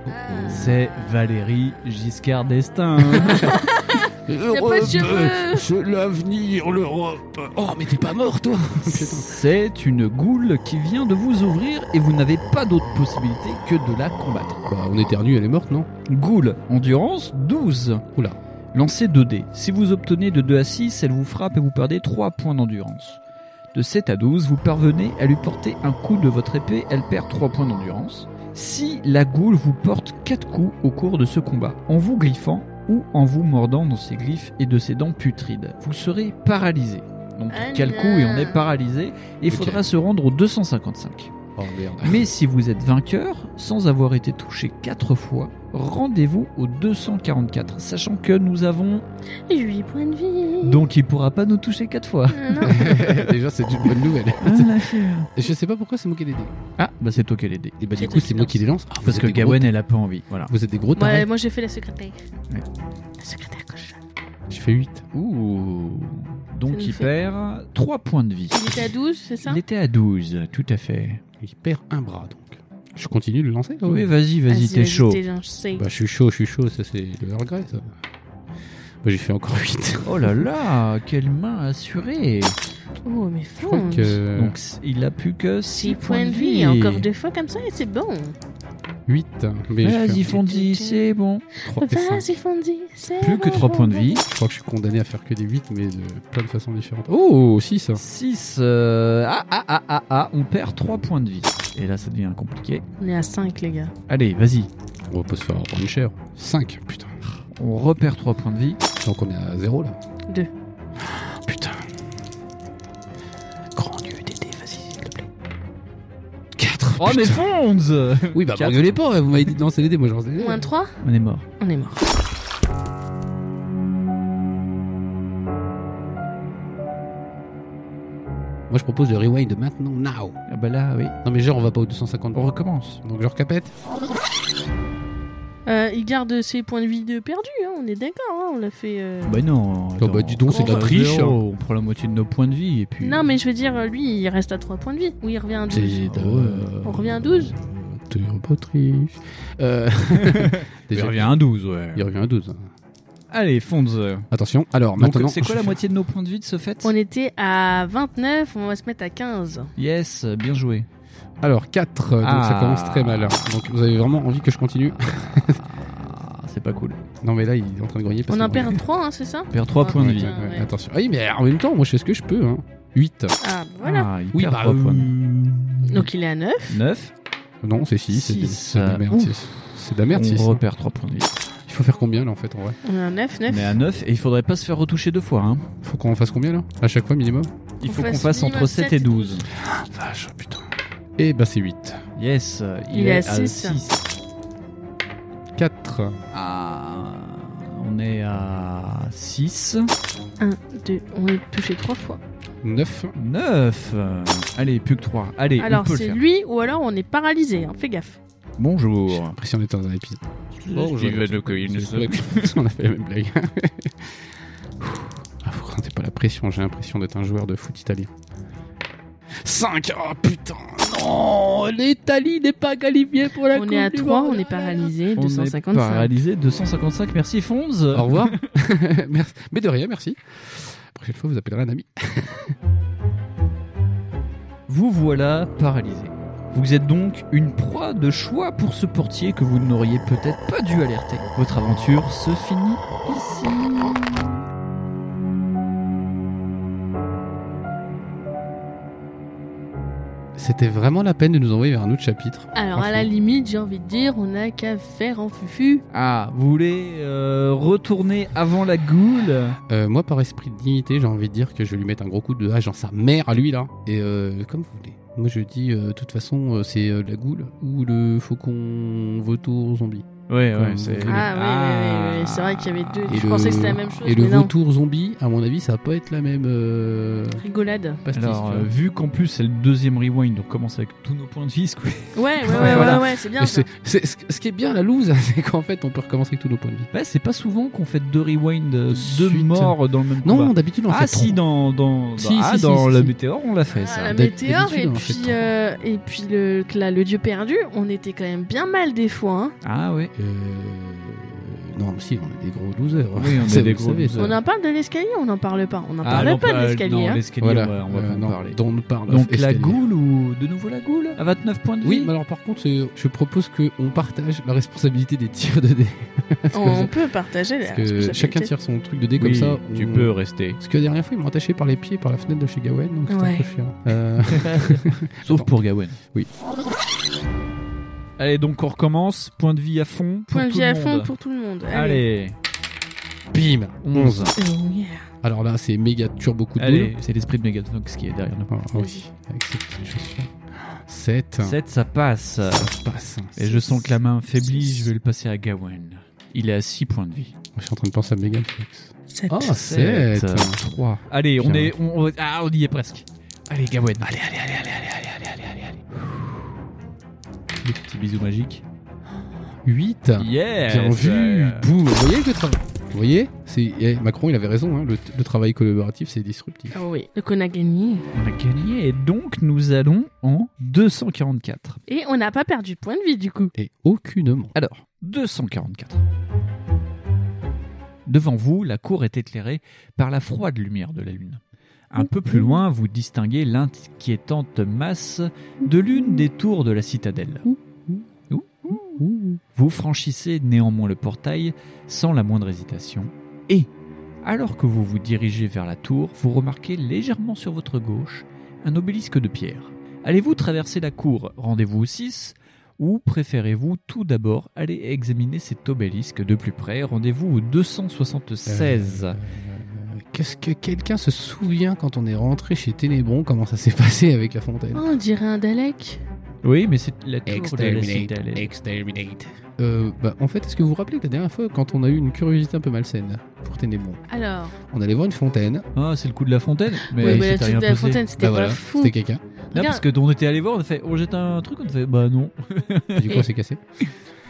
S13: C'est Valérie Giscard d'Estaing.
S4: a pas de cheveux.
S3: C'est l'avenir, l'Europe. Oh, mais t'es pas mort, toi.
S5: C'est une goule qui vient de vous ouvrir et vous n'avez pas d'autre possibilité que de la combattre.
S3: Bah, on éternue, elle est morte, non
S5: Goule, endurance 12.
S3: Oula.
S5: Lancez 2D. Si vous obtenez de 2 à 6, elle vous frappe et vous perdez 3 points d'endurance. De 7 à 12, vous parvenez à lui porter un coup de votre épée, elle perd 3 points d'endurance. Si la goule vous porte 4 coups au cours de ce combat, en vous griffant ou en vous mordant dans ses griffes et de ses dents putrides, vous serez paralysé. Donc
S4: Ah
S5: quel
S4: là.
S5: coup et on est paralysé et il
S3: Ok.
S5: faudra se rendre au 255.
S3: Oh merde.
S5: Mais si vous êtes vainqueur, sans avoir été touché 4 fois, rendez-vous au 244, sachant que nous avons...
S4: 8 points de vie.
S5: Donc il pourra pas nous toucher 4 fois.
S4: Ah, non.
S3: Déjà, c'est une bonne nouvelle.
S4: Ah,
S3: Je sais pas pourquoi c'est moi qui l'ai dit.
S5: Ah, bah c'est toi qui l'ai dit.
S3: Et bah, du
S4: C'est
S3: coup, c'est moi qui les lance. Ah, vous
S5: Parce
S3: êtes
S5: que
S3: des gros
S5: Gawen, elle a pas envie. Voilà.
S3: tarés. Vous êtes des gros tarés.
S4: Ouais, moi j'ai fait la secrétaire.
S5: Ouais.
S4: La secrétaire cochonne.
S3: J'ai fait 8.
S5: Ouh.
S4: Ça
S5: Donc
S4: nous
S5: il
S4: fait-
S5: perd 3 points de vie.
S4: Il était à 12, c'est ça
S5: Il était à 12, tout à fait. Mmh.
S3: Il perd un bras, donc. Je continue de le lancer là,
S5: Ah Oui,
S3: ou-
S5: vas-y, vas-y, t'es chaud.
S4: t'es lancé.
S3: Bah, je suis chaud, je suis chaud, ça c'est le regret, ça. Bah, j'ai fait encore 8.
S5: Oh là là, quelle main assurée.
S4: Oh, mais
S3: Je crois
S4: fonce.
S3: que.
S5: Donc il a plus que
S4: 6
S5: 6
S4: points de vie, encore deux fois comme ça et c'est bon.
S3: 8. Mais je, fais
S5: Vas-y, Fondy, c'est bon.
S3: 3 et 5.
S4: Vas-y, Fondi, c'est
S5: Plus que 3 points de vie.
S3: Je crois que je suis condamné à faire que des 8, mais de plein de façons différentes. Oh, 6.
S5: 6. Ah, ah, ah, ah, ah, on perd 3 points de vie. Et là, ça devient compliqué.
S4: On est à 5, les gars.
S5: Allez, vas-y.
S3: On va pas se faire prendre cher. 5, putain.
S5: On repère 3 points de vie.
S3: Donc on est à 0 là.
S4: Deux.
S3: Ah, putain. Grand Dieu, Dédé, vas-y, s'il te plaît. 4.
S5: Oh, mais Fonds
S3: Oui, bah,
S5: Quatre.
S3: gueulez pas, vous m'avez dit de lancer les dés, moi j'en sais.
S4: Moins 3,
S5: On est mort.
S4: on est mort.
S3: Moi je propose le rewind maintenant, now.
S5: Ah, bah là, oui.
S3: Non, mais genre, on va pas au 250.
S5: On recommence.
S3: Donc je recapète.
S4: Euh, il garde ses points de vie de perdus, hein, on est d'accord, hein, on l'a fait. euh,
S5: Bah non.
S3: Oh, bah, dis donc, c'est de la
S5: on
S3: triche,
S5: zéro,
S3: hein.
S5: On prend la moitié de nos points de vie et puis.
S4: Non, mais je veux dire, lui, il reste à 3 points de vie. Oui, il revient à 12.
S3: C'est-
S5: Ah
S3: euh,
S5: ouais.
S4: On revient à 12
S3: T'es un peu triste. Euh,
S5: Il
S3: déjà,
S5: revient à un 12, ouais.
S3: il revient à 12.
S14: Allez, Fonz.
S3: Attention, alors
S14: Donc,
S3: Ah, maintenant.
S14: c'est quoi
S3: je
S14: la
S3: fais-
S14: moitié de nos points de vie de ce fait
S4: On était à 29, on va se mettre à 15.
S14: Yes, bien joué.
S3: Alors 4, donc ça
S14: Ah.
S3: commence très mal. hein. Donc vous avez vraiment envie que je continue
S5: Ah, c'est pas cool.
S3: Non mais là il est en train de grogner. parce
S4: On en
S3: que-
S4: perd 3, c'est ça
S14: Perd 3
S4: Ah,
S14: points de
S3: Ouais,
S14: vie.
S3: ouais, ouais,
S4: Ouais.
S3: Attention. Ah oui mais en même temps moi je fais ce que je peux. Hein. 8.
S4: Ah, voilà.
S14: Ah, il
S3: Oui,
S14: perd
S3: bah, euh,
S14: trois points.
S3: Ah.
S4: Donc il est à 9.
S14: 9.
S3: Non c'est 6. C'est de-
S5: Six.
S3: c'est
S5: euh,
S3: de la merde.
S5: Ouf.
S3: six. C'est de la merde. six.
S5: On repère 3 points de vie.
S3: Il faut faire combien là en fait en vrai
S4: On est à 9, 9.
S14: On est à 9 et il faudrait pas se faire retoucher deux fois. hein.
S3: Faut qu'on fasse combien là À chaque fois minimum
S14: Il
S4: Qu'on
S14: faut qu'on
S4: fasse
S14: fasse entre
S4: minimum
S14: 7
S4: sept
S14: et
S4: et
S14: 12.
S3: Vache putain. Et bah c'est 8.
S5: Yes, il,
S4: Il est
S5: est,
S4: à
S5: à
S4: six.
S5: 6.
S3: 4.
S5: Ah, on est à 6.
S4: 1, 2, on est touché 3 fois.
S3: 9.
S5: 9. Allez, plus que 3. Allez, on
S4: alors
S5: peut le
S4: c'est
S5: faire.
S4: lui ou alors on est paralysé, hein, fais gaffe.
S3: J'ai
S14: Bonjour.
S3: l'impression d'être dans un épisode.
S14: Bonjour.
S3: On a fait la même blague. ah, vous ressentez pas la pression, j'ai l'impression d'être un joueur de foot italien. 5 Oh putain Non
S5: Oh,
S3: L'Italie n'est pas qualifiée pour la
S4: On
S3: Coupe
S4: est à
S3: du
S4: 3,
S3: Monde.
S4: on est paralysé,
S5: On est
S4: 255.
S5: Paralysé 255. Merci Fonz.
S3: Au revoir Merci. Mais de rien, merci. La prochaine fois, vous appellerez un ami.
S5: Vous voilà paralysé. Vous êtes donc une proie de choix pour ce portier que vous n'auriez peut-être pas dû alerter. Votre aventure se finit ici.
S3: C'était vraiment la peine de nous envoyer vers un autre chapitre.
S4: Alors à la
S3: Franchement.
S4: limite, j'ai envie de dire, on n'a qu'à faire en fufu.
S5: Ah, vous voulez euh, retourner avant la goule
S3: Euh, moi, par esprit de dignité, j'ai envie de dire que je vais lui mettre un gros coup de hache dans sa mère à lui, là. Et euh, comme vous voulez. Moi, je dis, euh, de toute façon, euh, c'est euh, la goule ou le faucon vautour zombie.
S5: Ouais,
S3: ouais, c'est-
S4: Ah, oui, oui, oui, oui,
S5: Ah.
S4: c'est vrai qu'il y avait deux.
S3: Ah. Et
S4: je
S3: le-
S4: pensais que c'était la même chose,
S3: Et le
S4: mais non.
S3: vautour zombie, à mon avis, ça va pas être la même euh,
S4: Rigolade.
S3: pastis.
S5: Alors,
S4: hein.
S3: tu
S5: euh,
S3: vois.
S5: vu qu'en plus c'est le deuxième rewind, on commence avec tous nos points de vie. quoi.
S4: Ouais, ouais, ouais, ouais,
S5: Voilà.
S4: ouais, ouais, c'est bien
S3: Et
S4: ça.
S3: c'est- c'est- ce ce qui est bien la loose, c'est qu'en fait, on peut recommencer avec tous nos points de vie.
S5: Ouais, Bah, c'est pas souvent qu'on fait deux rewinds, euh, deux
S3: Suite.
S5: morts dans le même
S3: Non,
S5: combat.
S3: d'habitude, on en
S5: ah
S3: fait
S5: si,
S3: trois.
S5: dans, dans,
S3: Si,
S5: ah,
S3: si, si,
S5: dans
S3: si,
S5: la
S3: si.
S5: météore, on l'a fait
S4: Ah,
S5: ça.
S4: la
S3: D'hab-
S4: météore et
S3: d'habitude, on en fait hein.
S4: puis, euh, et puis le, la- le dieu perdu, on était quand même bien mal des fois. hein.
S5: Ah ouais.
S3: Euh, Non, mais si, on est des gros losers.
S5: Oui, on est
S3: Ça,
S5: des
S3: vous
S5: gros
S3: savez,
S5: losers.
S3: ça.
S4: On en parle de l'escalier, on n'en parle pas. On n'en
S5: Ah,
S4: parle
S5: non,
S4: pas de
S5: euh,
S4: l'escalier.
S5: Non,
S4: hein.
S5: l'escalier,
S3: Voilà,
S5: ouais, on va
S3: euh,
S5: pas en
S3: non,
S5: parler.
S3: dont on nous parle.
S5: Donc la
S3: escalier.
S5: goule ou de nouveau la goule À 29 points de vie
S3: Oui, mais alors par contre, c'est- je propose qu'on partage la responsabilité des tirs de dés.
S4: On peut partager. la
S3: Parce que
S4: responsabilité.
S3: chacun tire son truc de dés
S5: Oui,
S3: comme ça.
S5: Tu
S3: on-
S5: peux rester.
S3: Parce que la dernière fois, ils m'ont attaché par les pieds par la fenêtre de chez Gawain, donc c'était un
S4: Ouais.
S3: peu chiant. Euh,
S5: Sauf pour Gawen.
S3: Oui.
S5: Allez, donc on recommence. Point de vie à fond. pour
S4: Point de
S5: tout
S4: vie
S5: le
S4: à fond
S5: monde.
S4: pour tout le monde. Allez.
S5: Allez,
S3: bim
S5: 11.
S4: Oh, yeah.
S3: Alors là, c'est méga turbo coup de boule.
S5: Allez, c'est l'esprit de Megatonox qui est derrière nous.
S3: Ah, ah oui, avec ses petites chaussures. 7.
S5: 7, ça passe.
S3: Ça passe.
S5: Et je sens que la main faiblit, je vais le passer à Gawen. Il est à 6 points de vie.
S3: Je suis en train de penser à Megan Fox.
S4: Sept.
S3: Ah, 7
S5: Sept.
S3: 3.
S5: Allez, on
S3: Bien.
S5: est. On, on- ah, on y est presque. Allez, Gawen. Allez, allez, allez, allez, allez, allez, allez, allez, allez. Petit bisou magique.
S3: 8.
S5: Yeah
S3: Bien vu. Boum. Vous voyez que le travail. Vous voyez c'est... eh, Macron, il avait raison. hein, Le, le travail collaboratif, c'est disruptif.
S4: Ah oui, donc on a gagné.
S5: On a gagné et donc nous allons en 244.
S4: Et on n'a pas perdu de point de vie du coup.
S3: Et aucunement.
S5: Alors, 244. Devant vous, la cour est éclairée par la froide lumière de la lune. Un peu plus loin, vous distinguez l'inquiétante masse de l'une des tours de la citadelle. Ouh. Vous franchissez néanmoins le portail sans la moindre hésitation et, alors que vous vous dirigez vers la tour, vous remarquez légèrement sur votre gauche un obélisque de pierre. Allez-vous traverser la cour, rendez-vous au 6, ou préférez-vous tout d'abord aller examiner cet obélisque de plus près, rendez-vous au 276
S3: Euh, Qu'est-ce que quelqu'un se souvient quand on est rentré chez Télébron Comment ça s'est passé avec la fontaine
S4: Oh, on dirait un Dalek.
S5: Oui, mais c'est la tour de la citadelle.
S3: Exterminate. Euh, bah, en fait, est-ce que vous vous rappelez que la dernière fois, quand on a eu une curiosité un peu malsaine pour Télébron,
S4: Alors,
S3: on allait voir une fontaine.
S5: Ah, c'est le coup de la fontaine Mais
S4: oui,
S5: il
S4: mais la
S5: s'était rien
S4: truc de la
S5: passé.
S4: fontaine, c'était
S3: Bah
S4: pas
S3: voilà,
S4: fou.
S3: c'était quelqu'un.
S5: Non, parce que on était allé voir, on a fait, on jette un truc, on a fait, bah non.
S3: Et Du coup,
S4: Et-
S3: c'est cassé.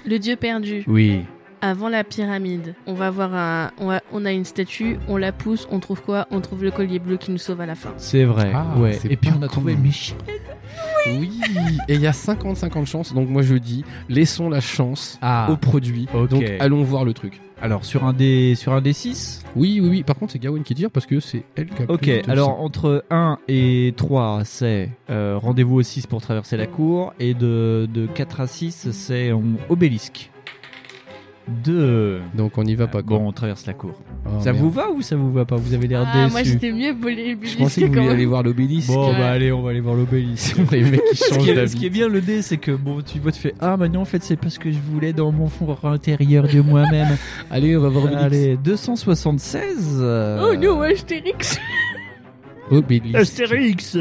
S4: Le dieu perdu.
S5: Oui.
S4: Avant la pyramide, on va voir un, on a, on a une statue, on la pousse, on trouve quoi On trouve le collier bleu qui nous sauve à la fin.
S5: C'est vrai.
S7: Ah,
S5: ouais.
S7: c'est
S5: Et puis
S7: pas
S5: on a
S7: con.
S5: trouvé Michel.
S7: Oui, et il y a 50-50 chances, donc moi je dis, laissons la chance
S5: Ah.
S7: au produit.
S5: Ok.
S7: Donc allons voir le truc.
S5: Alors sur un des sur un des 6
S7: Oui, oui, oui. Par contre, c'est Gawain qui tire parce que c'est elle qui a
S5: Ok,
S7: pris tout
S5: alors entre 1 et 3, c'est euh, rendez-vous au 6 pour traverser la cour. Et de, de 4 à 6, c'est on- obélisque. 2.
S7: ça. Donc on n'y
S3: Ah,
S7: va pas. quoi.
S5: Bon, on traverse la cour.
S7: Oh,
S5: ça
S7: merde.
S5: vous va ou ça vous va pas Vous avez l'air
S4: Ah,
S5: déçu.
S4: moi j'étais mieux bolé
S7: Je pensais que vous vouliez aller voir l'obélisque.
S5: Bon,
S4: Ouais.
S5: bah allez, on va aller voir l'obélisque.
S7: Les mecs qui
S5: Ce
S7: changent
S5: qui, est, ce
S7: d'avis.
S5: qui est bien le dé, c'est que bon, tu vois, tu fais Ah, maintenant en fait, c'est parce que je voulais dans mon fond intérieur de moi-même.
S7: Allez, on va voir l'obélisque.
S5: Allez, 276. euh,
S4: Oh non, Astérix
S7: Obélisque.
S5: Astérix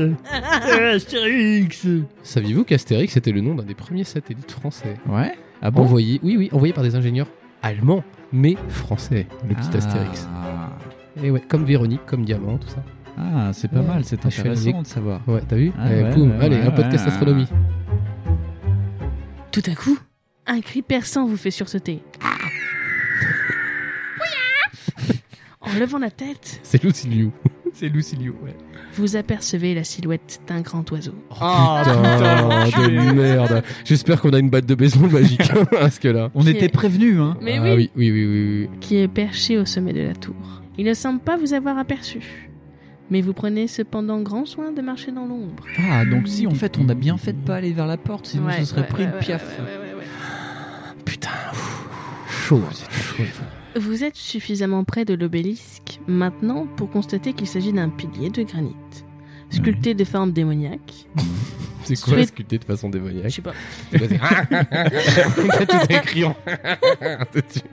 S5: Astérix
S7: Saviez-vous qu'Astérix était le nom d'un des premiers satellites français
S5: Ouais Ah bon
S7: Envoyé, oui, oui, envoyé par des ingénieurs allemands, mais français, le petit
S5: Ah.
S7: Astérix. Et ouais, comme Véronique, comme Diamant, tout ça.
S5: Ah, c'est pas
S7: Ouais.
S5: mal, c'est
S7: Ah, je suis
S5: intéressant
S7: allé-
S5: de savoir.
S7: Ouais, t'as vu
S5: Ah
S7: Eh,
S5: ouais,
S7: boum,
S5: ouais,
S7: Allez, un
S5: ouais,
S7: podcast
S5: ouais.
S7: astronomie.
S4: Tout à coup, un cri perçant vous fait sursauter. En levant la tête,
S7: C'est Luciliou.
S5: C'est Lucilio, ouais.
S4: vous apercevez la silhouette d'un grand oiseau.
S5: Ah,
S7: Putain,
S5: putain,
S7: de merde. J'espère qu'on a une batte de baseball magique à ce que là.
S5: On était prévenus, hein
S4: Mais
S7: ah,
S4: oui.
S7: oui, oui, oui, oui, oui.
S4: qui est perché au sommet de la tour. Il ne semble pas vous avoir aperçu, mais vous prenez cependant grand soin de marcher dans l'ombre.
S5: Ah, donc si, en fait, on a bien fait de pas aller vers la porte, sinon
S4: Ouais,
S5: ce serait
S4: ouais,
S5: pris
S4: ouais,
S5: une
S4: ouais,
S5: piaffe.
S4: ouais, ouais, ouais, ouais.
S7: Putain, pff, chaud. hein. c'est chaud.
S4: Vous êtes suffisamment près de l'obélisque maintenant pour constater qu'il s'agit d'un pilier de granit, sculpté de forme démoniaque.
S7: C'est quoi
S4: Suite.
S7: sculpté de façon
S4: Je
S7: démoniaque
S4: sais pas.
S7: C'est quoi, c'est- T'as ah. tout écrit en- dessus.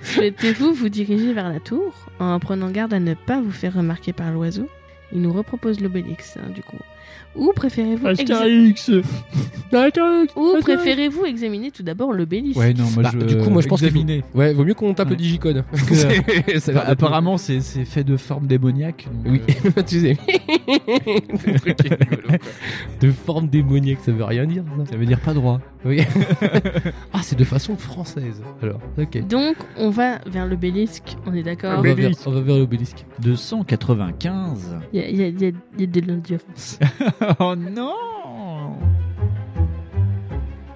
S4: Souhaitez-vous vous diriger vers la tour en prenant garde à ne pas vous faire remarquer par l'oiseau Il nous repropose l'obélix, hein, du coup. Ou préférez-vous
S5: Ah,
S4: exa- ou préférez-vous examiner tout d'abord l'obélisque
S5: Ouais, non, moi
S7: Bah,
S5: je.
S7: du coup, moi, je pense qu'il faut-
S5: examiner.
S7: Ouais, vaut mieux qu'on tape
S5: Ouais.
S7: le digicode. Ça a l'air
S5: Enfin, apparemment, c'est c'est fait de forme démoniaque. donc,
S7: Oui,
S5: euh,
S7: tu sais. Le truc est rigolo, quoi. de forme démoniaque, ça veut rien dire. Ça.
S5: ça veut dire pas droit.
S7: Oui. ah, c'est de façon française. Alors, ok.
S4: Donc, on va vers l'obélisque, on est
S7: On
S4: d'accord
S7: va, vers, on va vers l'obélisque.
S5: 295.
S4: Il y a, il y a- il y a- il y a de l'endurance.
S5: Oh non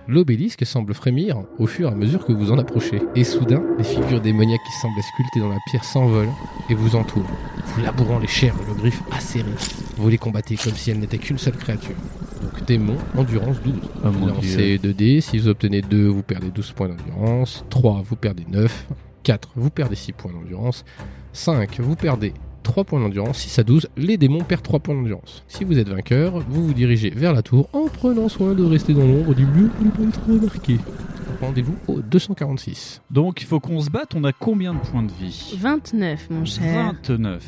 S7: L'obélisque semble frémir au fur et à mesure que vous en approchez. Et soudain, les figures démoniaques qui semblaient sculptées dans la pierre s'envolent et vous entourent, vous labourant les chairs de leurs griffes acérées. Vous les combattez comme si elles n'étaient qu'une seule créature. Donc démon, endurance 12.
S5: Oh mon
S7: Lancez 2D, si vous obtenez 2, vous perdez 12 points d'endurance, 3, vous perdez 9, 4, vous perdez 6 points d'endurance, 5, vous perdez 3 points d'endurance, 6 à 12, les démons perdent 3 points d'endurance. Si vous êtes vainqueur, vous vous dirigez vers la tour en prenant soin de rester dans l'ombre du mieux pour ne pas être remarqué. Rendez-vous au 246.
S15: Donc il faut qu'on se batte, on a combien de points de vie
S4: 29, mon cher.
S15: 29.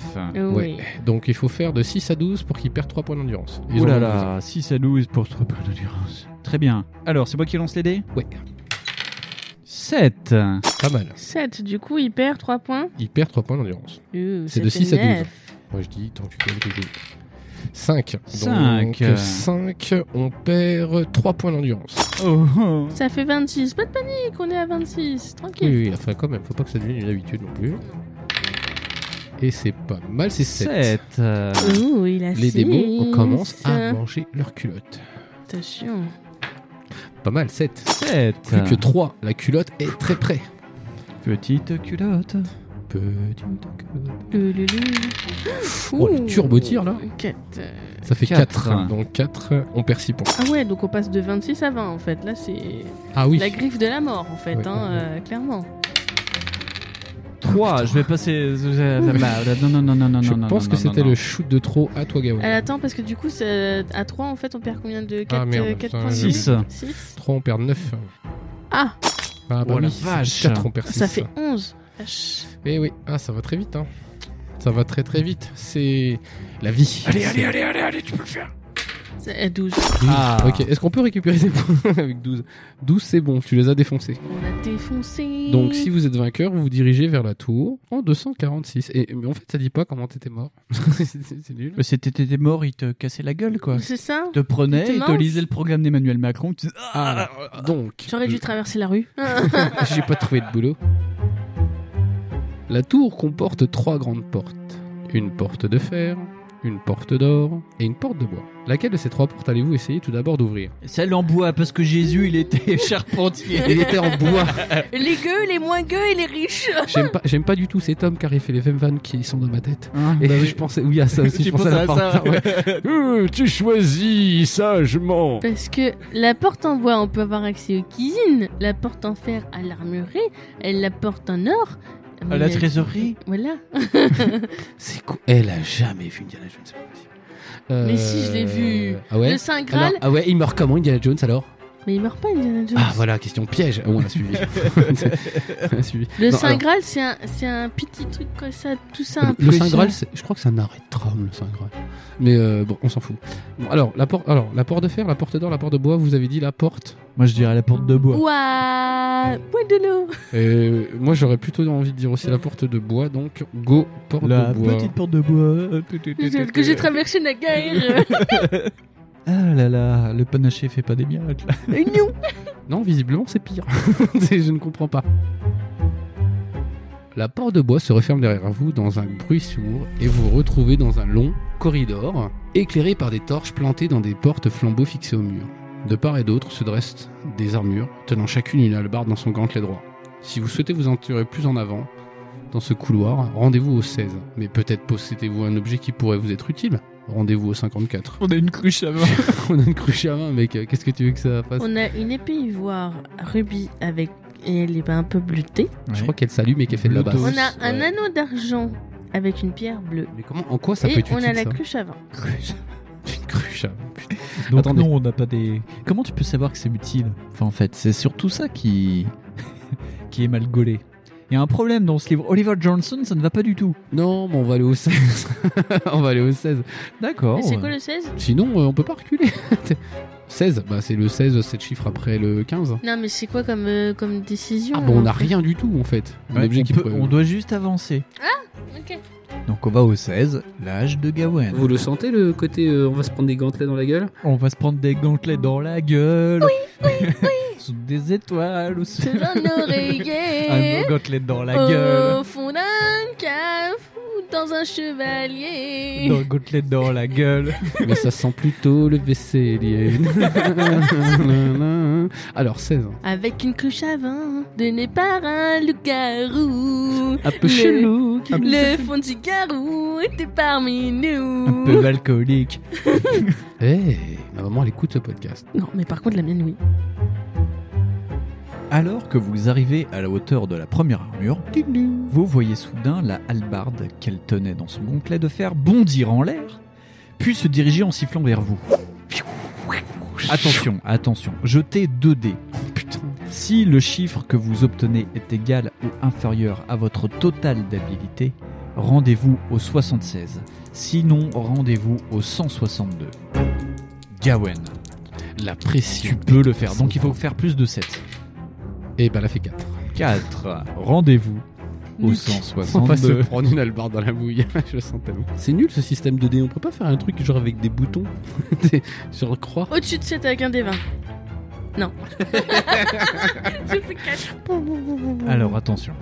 S4: Oui.
S7: Donc il faut faire de 6 à 12 pour qu'ils perdent 3 points d'endurance. Ils
S15: Oh
S7: ont
S15: là
S7: douze.
S15: là, 6 à 12 pour 3 points d'endurance. Très bien. Alors, c'est moi qui lance les dés
S7: Ouais,
S15: 7.
S7: pas mal.
S4: 7, du coup, il perd 3 points.
S7: Ils perdent 3 points d'endurance.
S4: Euh,
S7: C'est de
S4: c'était
S7: 6 à 12.
S4: neuf.
S7: Moi je dis, tant que tu gagnes, tu 5.
S15: Cinq.
S7: Donc 5, on perd 3 points d'endurance.
S15: Oh, oh.
S4: Ça fait 26. Pas de panique, on est à 26.
S7: Oui,
S4: Tranquille.
S7: oui, enfin quand même, faut pas que ça devienne une habitude non plus. Et c'est pas mal, c'est 7.
S5: 7. euh,
S4: Ouh, il a
S7: Les
S4: six.
S7: démons commencent à manger leurs culottes.
S4: Attention.
S7: Pas mal, 7.
S5: 7.
S7: Plus que 3, la culotte est très près.
S5: Petite culotte.
S7: Petite culotte.
S4: Le, le, le.
S7: Oh, le
S4: Ouh.
S7: turbo-tir, là.
S4: Quatre.
S7: Ça fait
S5: Quatre.
S7: 4. Donc 4, on perd 6 points.
S4: Ah ouais, donc on passe de 26 à 20 en fait. Là, c'est
S7: Ah oui.
S4: la griffe de la mort en fait,
S7: Ouais,
S4: hein,
S7: ouais,
S4: euh, clairement.
S15: 3, je vais passer. Non, non, non, non, non,
S7: Je
S15: non,
S7: pense
S15: non,
S7: que
S15: non,
S7: c'était
S15: non.
S7: le shoot de trop à toi, Gawain.
S4: Elle attend parce que du coup, ça- à 3 en fait, on perd combien de 4,
S7: Ah, merde, putain,
S4: points de
S7: j'ai-
S4: vie Six.
S7: 3, on perd 9.
S4: Ah,
S7: Ah bah
S15: Oh la
S7: oui,
S15: vache.
S7: 4, on perd 6.
S4: ça fait 11. Vache.
S7: Eh oui, ah, ça va très vite, hein. Ça va très très vite. C'est la vie.
S15: Allez, allez, allez, allez, allez, tu peux le faire.
S4: C'est à 12.
S7: 12.
S5: Ah.
S7: Ok, est-ce qu'on peut récupérer des points avec 12 12, c'est bon, tu les as défoncés.
S4: On a défoncé.
S7: Donc, si vous êtes vainqueur, vous vous dirigez vers la tour en 246. Et mais en fait, ça dit pas comment t'étais mort. C'est- c'est c'est nul.
S5: Mais C'était t'étais mort, il te cassait la gueule, quoi.
S4: C'est ça
S5: Il te prenait,
S4: Il te
S5: il te
S4: mange.
S5: lisait le programme d'Emmanuel Macron. Tu... disais,
S7: Ah, donc.
S4: J'aurais dû traverser la rue.
S5: Ah.
S7: J'ai pas trouvé de boulot. La tour comporte trois grandes portes. Une porte de fer, une porte d'or et une porte de bois. Laquelle de ces trois portes allez-vous essayer tout d'abord d'ouvrir
S5: Celle en bois, parce que Jésus, il était charpentier.
S7: Il était en bois.
S16: Les gueux, les moins gueux et les riches.
S7: J'aime pas, j'aime pas du tout cet homme car il fait les mêmes vannes qui sont dans ma tête.
S5: Hein,
S7: Et
S5: bah oui.
S7: je pensais, oui, à ça aussi, je
S5: Tu
S7: pensais à la
S5: pensais à
S7: porte. tu choisis sagement.
S4: Parce que la porte en bois, on peut avoir accès aux cuisines. La porte en fer à l'armurerie. Et la porte en or.
S5: À la trésorerie.
S4: Voilà.
S7: C'est quoi Elle a jamais vu Indiana Jones, c'est pas possible. Euh,
S4: Mais si, je l'ai vu.
S7: Ah ouais
S4: Le Saint Graal.
S7: alors, Ah ouais, il meurt comment Indiana Jones alors
S4: Mais il meurt pas, Indiana Jones.
S7: Ah voilà, question piège. Ah, on a suivi. on a suivi.
S4: Le
S7: Non,
S4: Saint
S7: alors,
S4: Graal, c'est un, c'est un petit truc comme ça, tout simple.
S7: le Saint Graal, c'est- je crois que c'est un arrêt de tram, le Saint Graal. Mais euh, bon, on s'en fout. Bon, alors, la porte, alors, la porte de fer, la porte d'or, la porte de bois, vous avez dit la porte.
S5: Moi, je dirais la porte de bois.
S4: Ouah Bois de l'eau
S7: Et moi, j'aurais plutôt envie de dire aussi la porte de bois, donc go, porte
S5: La
S7: de bois.
S5: petite porte de bois. Tout, tout, tout, tout,
S4: Que j'ai
S5: tout.
S4: traversé la guerre
S5: Ah là là, le panaché fait pas des miracles.
S4: Non
S7: Non, visiblement, c'est pire. C'est- je ne comprends pas. La porte de bois se referme derrière vous dans un bruit sourd et vous vous retrouvez dans un long corridor éclairé par des torches plantées dans des portes flambeaux fixées au mur. De part et d'autre se dressent des armures tenant chacune une hallebarde dans son gantelet droit. Si vous souhaitez vous entourer plus en avant dans ce couloir, rendez-vous au 16. Mais peut-être possédez-vous un objet qui pourrait vous être utile Rendez-vous au 54.
S5: On a une cruche à main.
S7: On a une cruche à main, mec. Qu'est-ce que tu veux que ça fasse
S4: On a une épée ivoire rubis avec. Et elle est pas un peu bleutée.
S7: Je crois qu'elle s'allume et qu'elle fait de la basse.
S5: Bluetooth.
S4: On a un
S7: Ouais.
S4: anneau d'argent avec une pierre bleue.
S7: Mais comment, en quoi ça peut
S4: et
S7: être
S4: on
S7: utile
S4: a la
S7: ça
S4: cruche à vin.
S7: Une cruche. hein, putain.
S5: Donc
S7: Attendez.
S5: non, on n'a pas des. Comment tu peux savoir que c'est utile Enfin, en fait, c'est surtout ça qui qui est mal gaulé. Il y a un problème dans ce livre. Oliver Johnson, ça ne va pas du tout.
S7: Non, mais on va aller au 16. on va aller au 16.
S5: D'accord.
S7: Oh,
S4: Et c'est quoi le 16
S7: Sinon, euh, on peut pas reculer. 16, bah c'est le 16, 7 chiffres après le 15.
S4: Non, mais c'est quoi comme, euh, comme décision
S7: Ah bon, on
S4: en
S7: n'a
S4: fait
S7: rien du tout en fait. Un objet
S5: on,
S7: qui
S5: peut-
S7: pourrait-
S5: on doit juste avancer.
S4: Ah, Ok.
S5: Donc on va au 16, l'âge de Gawain.
S17: Vous le sentez le côté euh, on va se prendre des gantelets dans la gueule
S5: On va se prendre des gantelets dans la gueule. Oui, oui, oui. sous des étoiles ou sous
S4: Sous un
S5: un
S4: oreiller
S5: gantelet dans la
S4: oh
S5: gueule.
S4: Au fond d'un cave ou dans un chevalier
S5: Dans le gantelet dans la gueule.
S7: Mais ça sent plutôt le vaisselier. Alors 16.
S4: Avec une cruche à vin donnée par un loup-garou.
S7: Un peu
S4: Le-
S7: chelou.
S4: Le fond du garou était parmi
S5: Un
S4: nous.
S5: peu alcoolique.
S7: Eh, ma maman elle écoute ce podcast.
S4: Non, mais par contre, la mienne, oui.
S5: Alors que vous arrivez à la hauteur de la première armure, vous voyez soudain la hallebarde qu'elle tenait dans son gantelet de fer bondir en l'air, puis se diriger en sifflant vers vous. Attention, attention, jetez 2 dés.
S7: Putain.
S5: Si le chiffre que vous obtenez est égal ou inférieur à votre total d'habilité, rendez-vous au 76. Sinon, rendez-vous au 162. Gawen,
S7: La pression.
S5: tu peux le faire, donc il faut faire plus de 7.
S7: Et bah elle a fait 4.
S5: 4. Rendez-vous au
S4: Nuque.
S7: On va se
S5: 162.
S7: prendre une albarde dans la bouille, je le sens tellement. C'est nul ce système de dés, on peut pas faire un truc genre avec des boutons C'est- Genre croire.
S4: Au-dessus de 7 avec un des 20. Non. J'ai fait 4.
S5: Alors attention.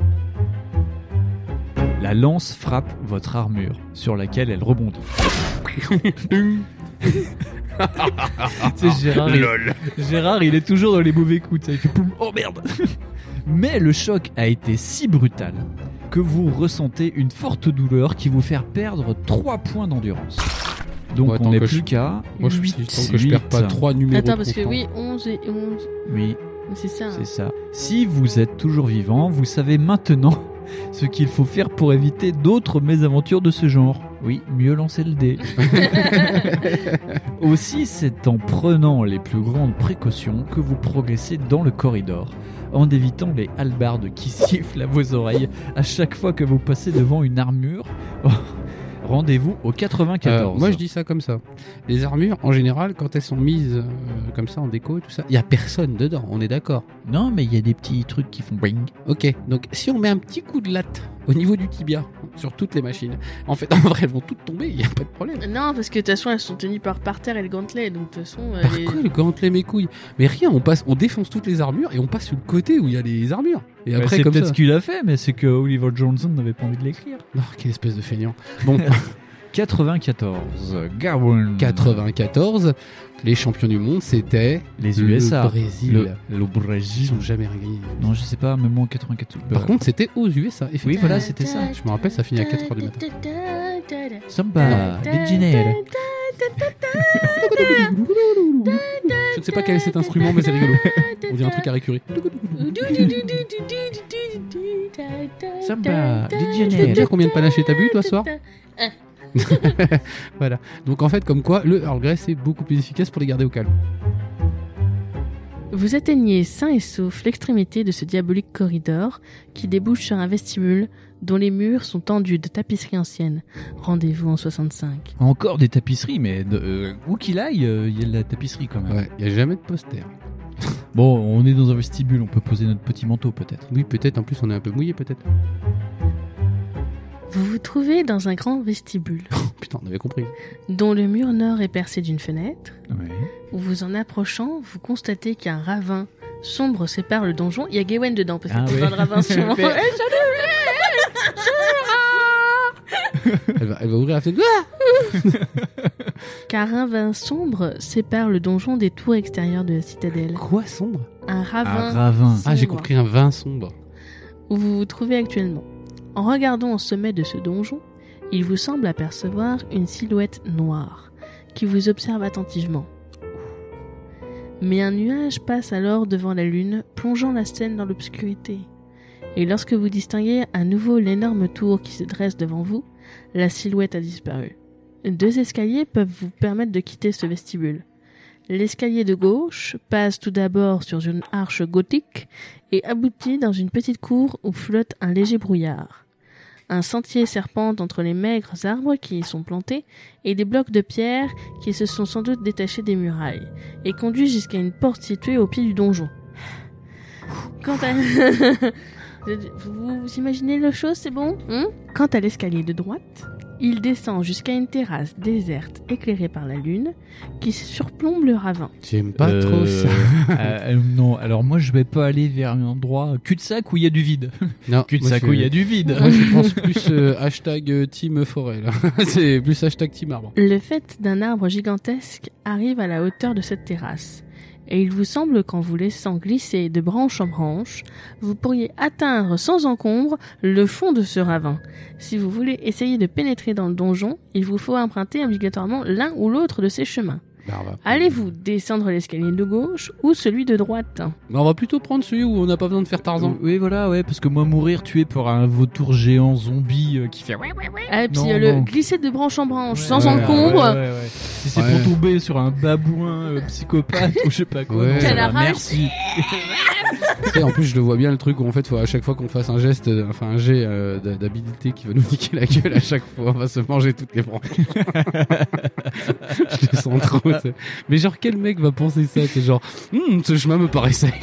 S5: La lance frappe votre armure, sur laquelle elle rebondit. C'est Gérard. il- Gérard, il est toujours dans les mauvais coups. tu sais, il fait poum, oh merde Mais le choc a été si brutal que vous ressentez une forte douleur qui vous fait perdre 3 points d'endurance. Donc
S7: Ouais, tant
S5: on n'est
S7: que
S5: plus
S7: je-
S5: qu'à.
S7: Moi je
S5: huit.
S7: suis tant que je perds pas
S5: Huit.
S7: 3 numéros.
S4: Attends, parce que
S7: constants.
S4: oui, 11 et 11.
S5: Oui,
S4: C'est ça.
S5: c'est ça. Si vous êtes toujours vivant, vous savez maintenant ce qu'il faut faire pour éviter d'autres mésaventures de ce genre. Oui, mieux lancer le dé. Aussi, c'est en prenant les plus grandes précautions que vous progressez dans le corridor, en évitant les halbardes qui sifflent à vos oreilles à chaque fois que vous passez devant une armure
S18: Rendez-vous au
S7: Euh,
S18: 94.
S7: moi, je dis ça comme ça. Les armures, en général, quand elles sont mises euh, comme ça en déco et tout ça, il y a personne dedans, on est d'accord.
S5: Non, mais il y a des petits trucs qui font bing.
S7: Ok, donc si on met un petit coup de latte au niveau du tibia sur toutes les machines, en fait, en vrai, elles vont toutes tomber, il n'y a pas de problème.
S4: hein. Non, parce que de toute façon, elles sont tenues par terre et le gantelet. Donc, de toute façon,
S7: Par
S4: elle est-
S7: quoi le gantelet mes couilles Mais rien, on passe, on défonce toutes les armures et on passe sur le côté où il y a les armures. Et
S5: Bah,
S7: après
S5: c'est
S7: comme
S5: peut-être ce
S7: ça.
S5: qu'il a fait, mais c'est que Oliver Johnson n'avait pas envie de l'écrire.
S7: Non, Oh, quelle espèce de feignant. Bon,
S18: 94. Garoun.
S7: 94, les champions du monde, c'était
S5: Les
S7: le
S5: USA.
S7: Brésil.
S5: Le, le Brésil.
S7: Ils n'ont jamais rien gagné.
S5: Non, je sais pas, mais moi en 94.
S7: Par contre, c'était aux USA.
S5: Oui,
S7: effectivement.
S5: voilà, c'était ça.
S7: Je me rappelle, ça finit à 4 heures du matin.
S4: Ah,
S5: Samba, l'ingénieur.
S7: Je ne sais pas quel est cet instrument, mais c'est rigolo. On dirait un truc à récurer.
S5: Samba,
S7: Tu peux me
S5: l'ingénieur.
S7: dire combien de panaches t'as bu, toi, ce soir Voilà. Donc, en fait, comme quoi, le Earl Grey, c'est beaucoup plus efficace pour les garder au calme.
S4: Vous atteignez sain et sauf l'extrémité de ce diabolique corridor qui débouche sur un vestibule dont les murs sont tendus de tapisseries anciennes. Rendez-vous en 65.
S5: Encore des tapisseries, mais de- euh, où qu'il aille, euh, il y a de la tapisserie quand même.
S7: Ouais, il n'y a jamais de poster.
S5: Bon, on est dans un vestibule, on peut poser notre petit manteau peut-être.
S7: Oui, peut-être. En plus, on est un peu mouillé, peut-être. Oh,
S4: Vous vous trouvez dans un grand vestibule
S7: Putain, on avait compris.
S4: dont le mur nord est percé d'une fenêtre où vous en approchant, vous constatez qu'un ravin sombre sépare le donjon. Il y a Gawain dedans parce que
S5: Ah
S4: t'es
S5: oui.
S4: dans le ravin souvent.
S7: Elle va, elle va ouvrir la fenêtre.
S4: Car un ravin sombre sépare le donjon des tours extérieures de la citadelle.
S7: Ah, Quoi, sombre
S4: Un ravin.
S5: Un ravin.
S7: Ah, j'ai
S4: sombre.
S7: compris un vin sombre.
S4: où vous vous trouvez actuellement. En regardant au sommet de ce donjon, il vous semble apercevoir une silhouette noire qui vous observe attentivement. Mais un nuage passe alors devant la lune, plongeant la scène dans l'obscurité. Et lorsque vous distinguez à nouveau l'énorme tour qui se dresse devant vous, la silhouette a disparu. Deux escaliers peuvent vous permettre de quitter ce vestibule. L'escalier de gauche passe tout d'abord sur une arche gothique et aboutit dans une petite cour où flotte un léger brouillard. Un sentier serpente entre les maigres arbres qui y sont plantés et des blocs de pierre qui se sont sans doute détachés des murailles et conduit jusqu'à une porte située au pied du donjon. Quant à... vous, vous imaginez le chose, c'est bon hein Quant à l'escalier de droite, il descend jusqu'à une terrasse déserte éclairée par la lune qui surplombe le ravin.
S7: J'aime pas
S5: Euh,
S7: trop ça.
S5: euh, euh, non, alors moi je vais pas aller vers un endroit cul-de-sac où il y a du vide.
S7: Non,
S5: Cul-de-sac
S7: moi,
S5: où
S7: je-
S5: il y a du vide.
S7: Moi, je pense plus euh, hashtag euh, team forêt, là. c'est plus hashtag team arbre.
S4: Le fait d'un arbre gigantesque arrive à la hauteur de cette terrasse, et il vous semble qu'en vous laissant glisser de branche en branche, vous pourriez atteindre sans encombre le fond de ce ravin. Si vous voulez essayer de pénétrer dans le donjon, il vous faut emprunter obligatoirement l'un ou l'autre de ces chemins.
S7: Bah, on va-
S4: Allez-vous descendre l'escalier de gauche ou celui de droite
S7: Bah, on va plutôt prendre celui où on n'a pas besoin de faire Tarzan.
S5: Oui, voilà, ouais, parce que moi mourir tué par un vautour géant zombie euh, qui fait. Ouais, ouais, ouais.
S4: Ah, et puis
S5: Non,
S4: euh, le
S5: non.
S4: glisser de branche en branche sans
S5: Ouais,
S4: encombre
S5: ouais, ouais, ouais. Si c'est
S7: Ouais.
S5: pour tomber sur un babouin euh, psychopathe ou je sais pas quoi.
S7: Ouais.
S5: non, ça
S4: Quelle
S5: va,
S4: arrache.
S5: merci.
S7: Et en plus, je le vois bien le truc où en fait, faut à chaque fois qu'on fasse un geste, euh, enfin un jet euh, d- d'habilité qui va nous niquer la gueule à chaque fois. On va se manger toutes les branches. je le sens trop. tu sais. Mais genre, quel mec va penser ça C'est genre, Hum, ce chemin me paraît safe.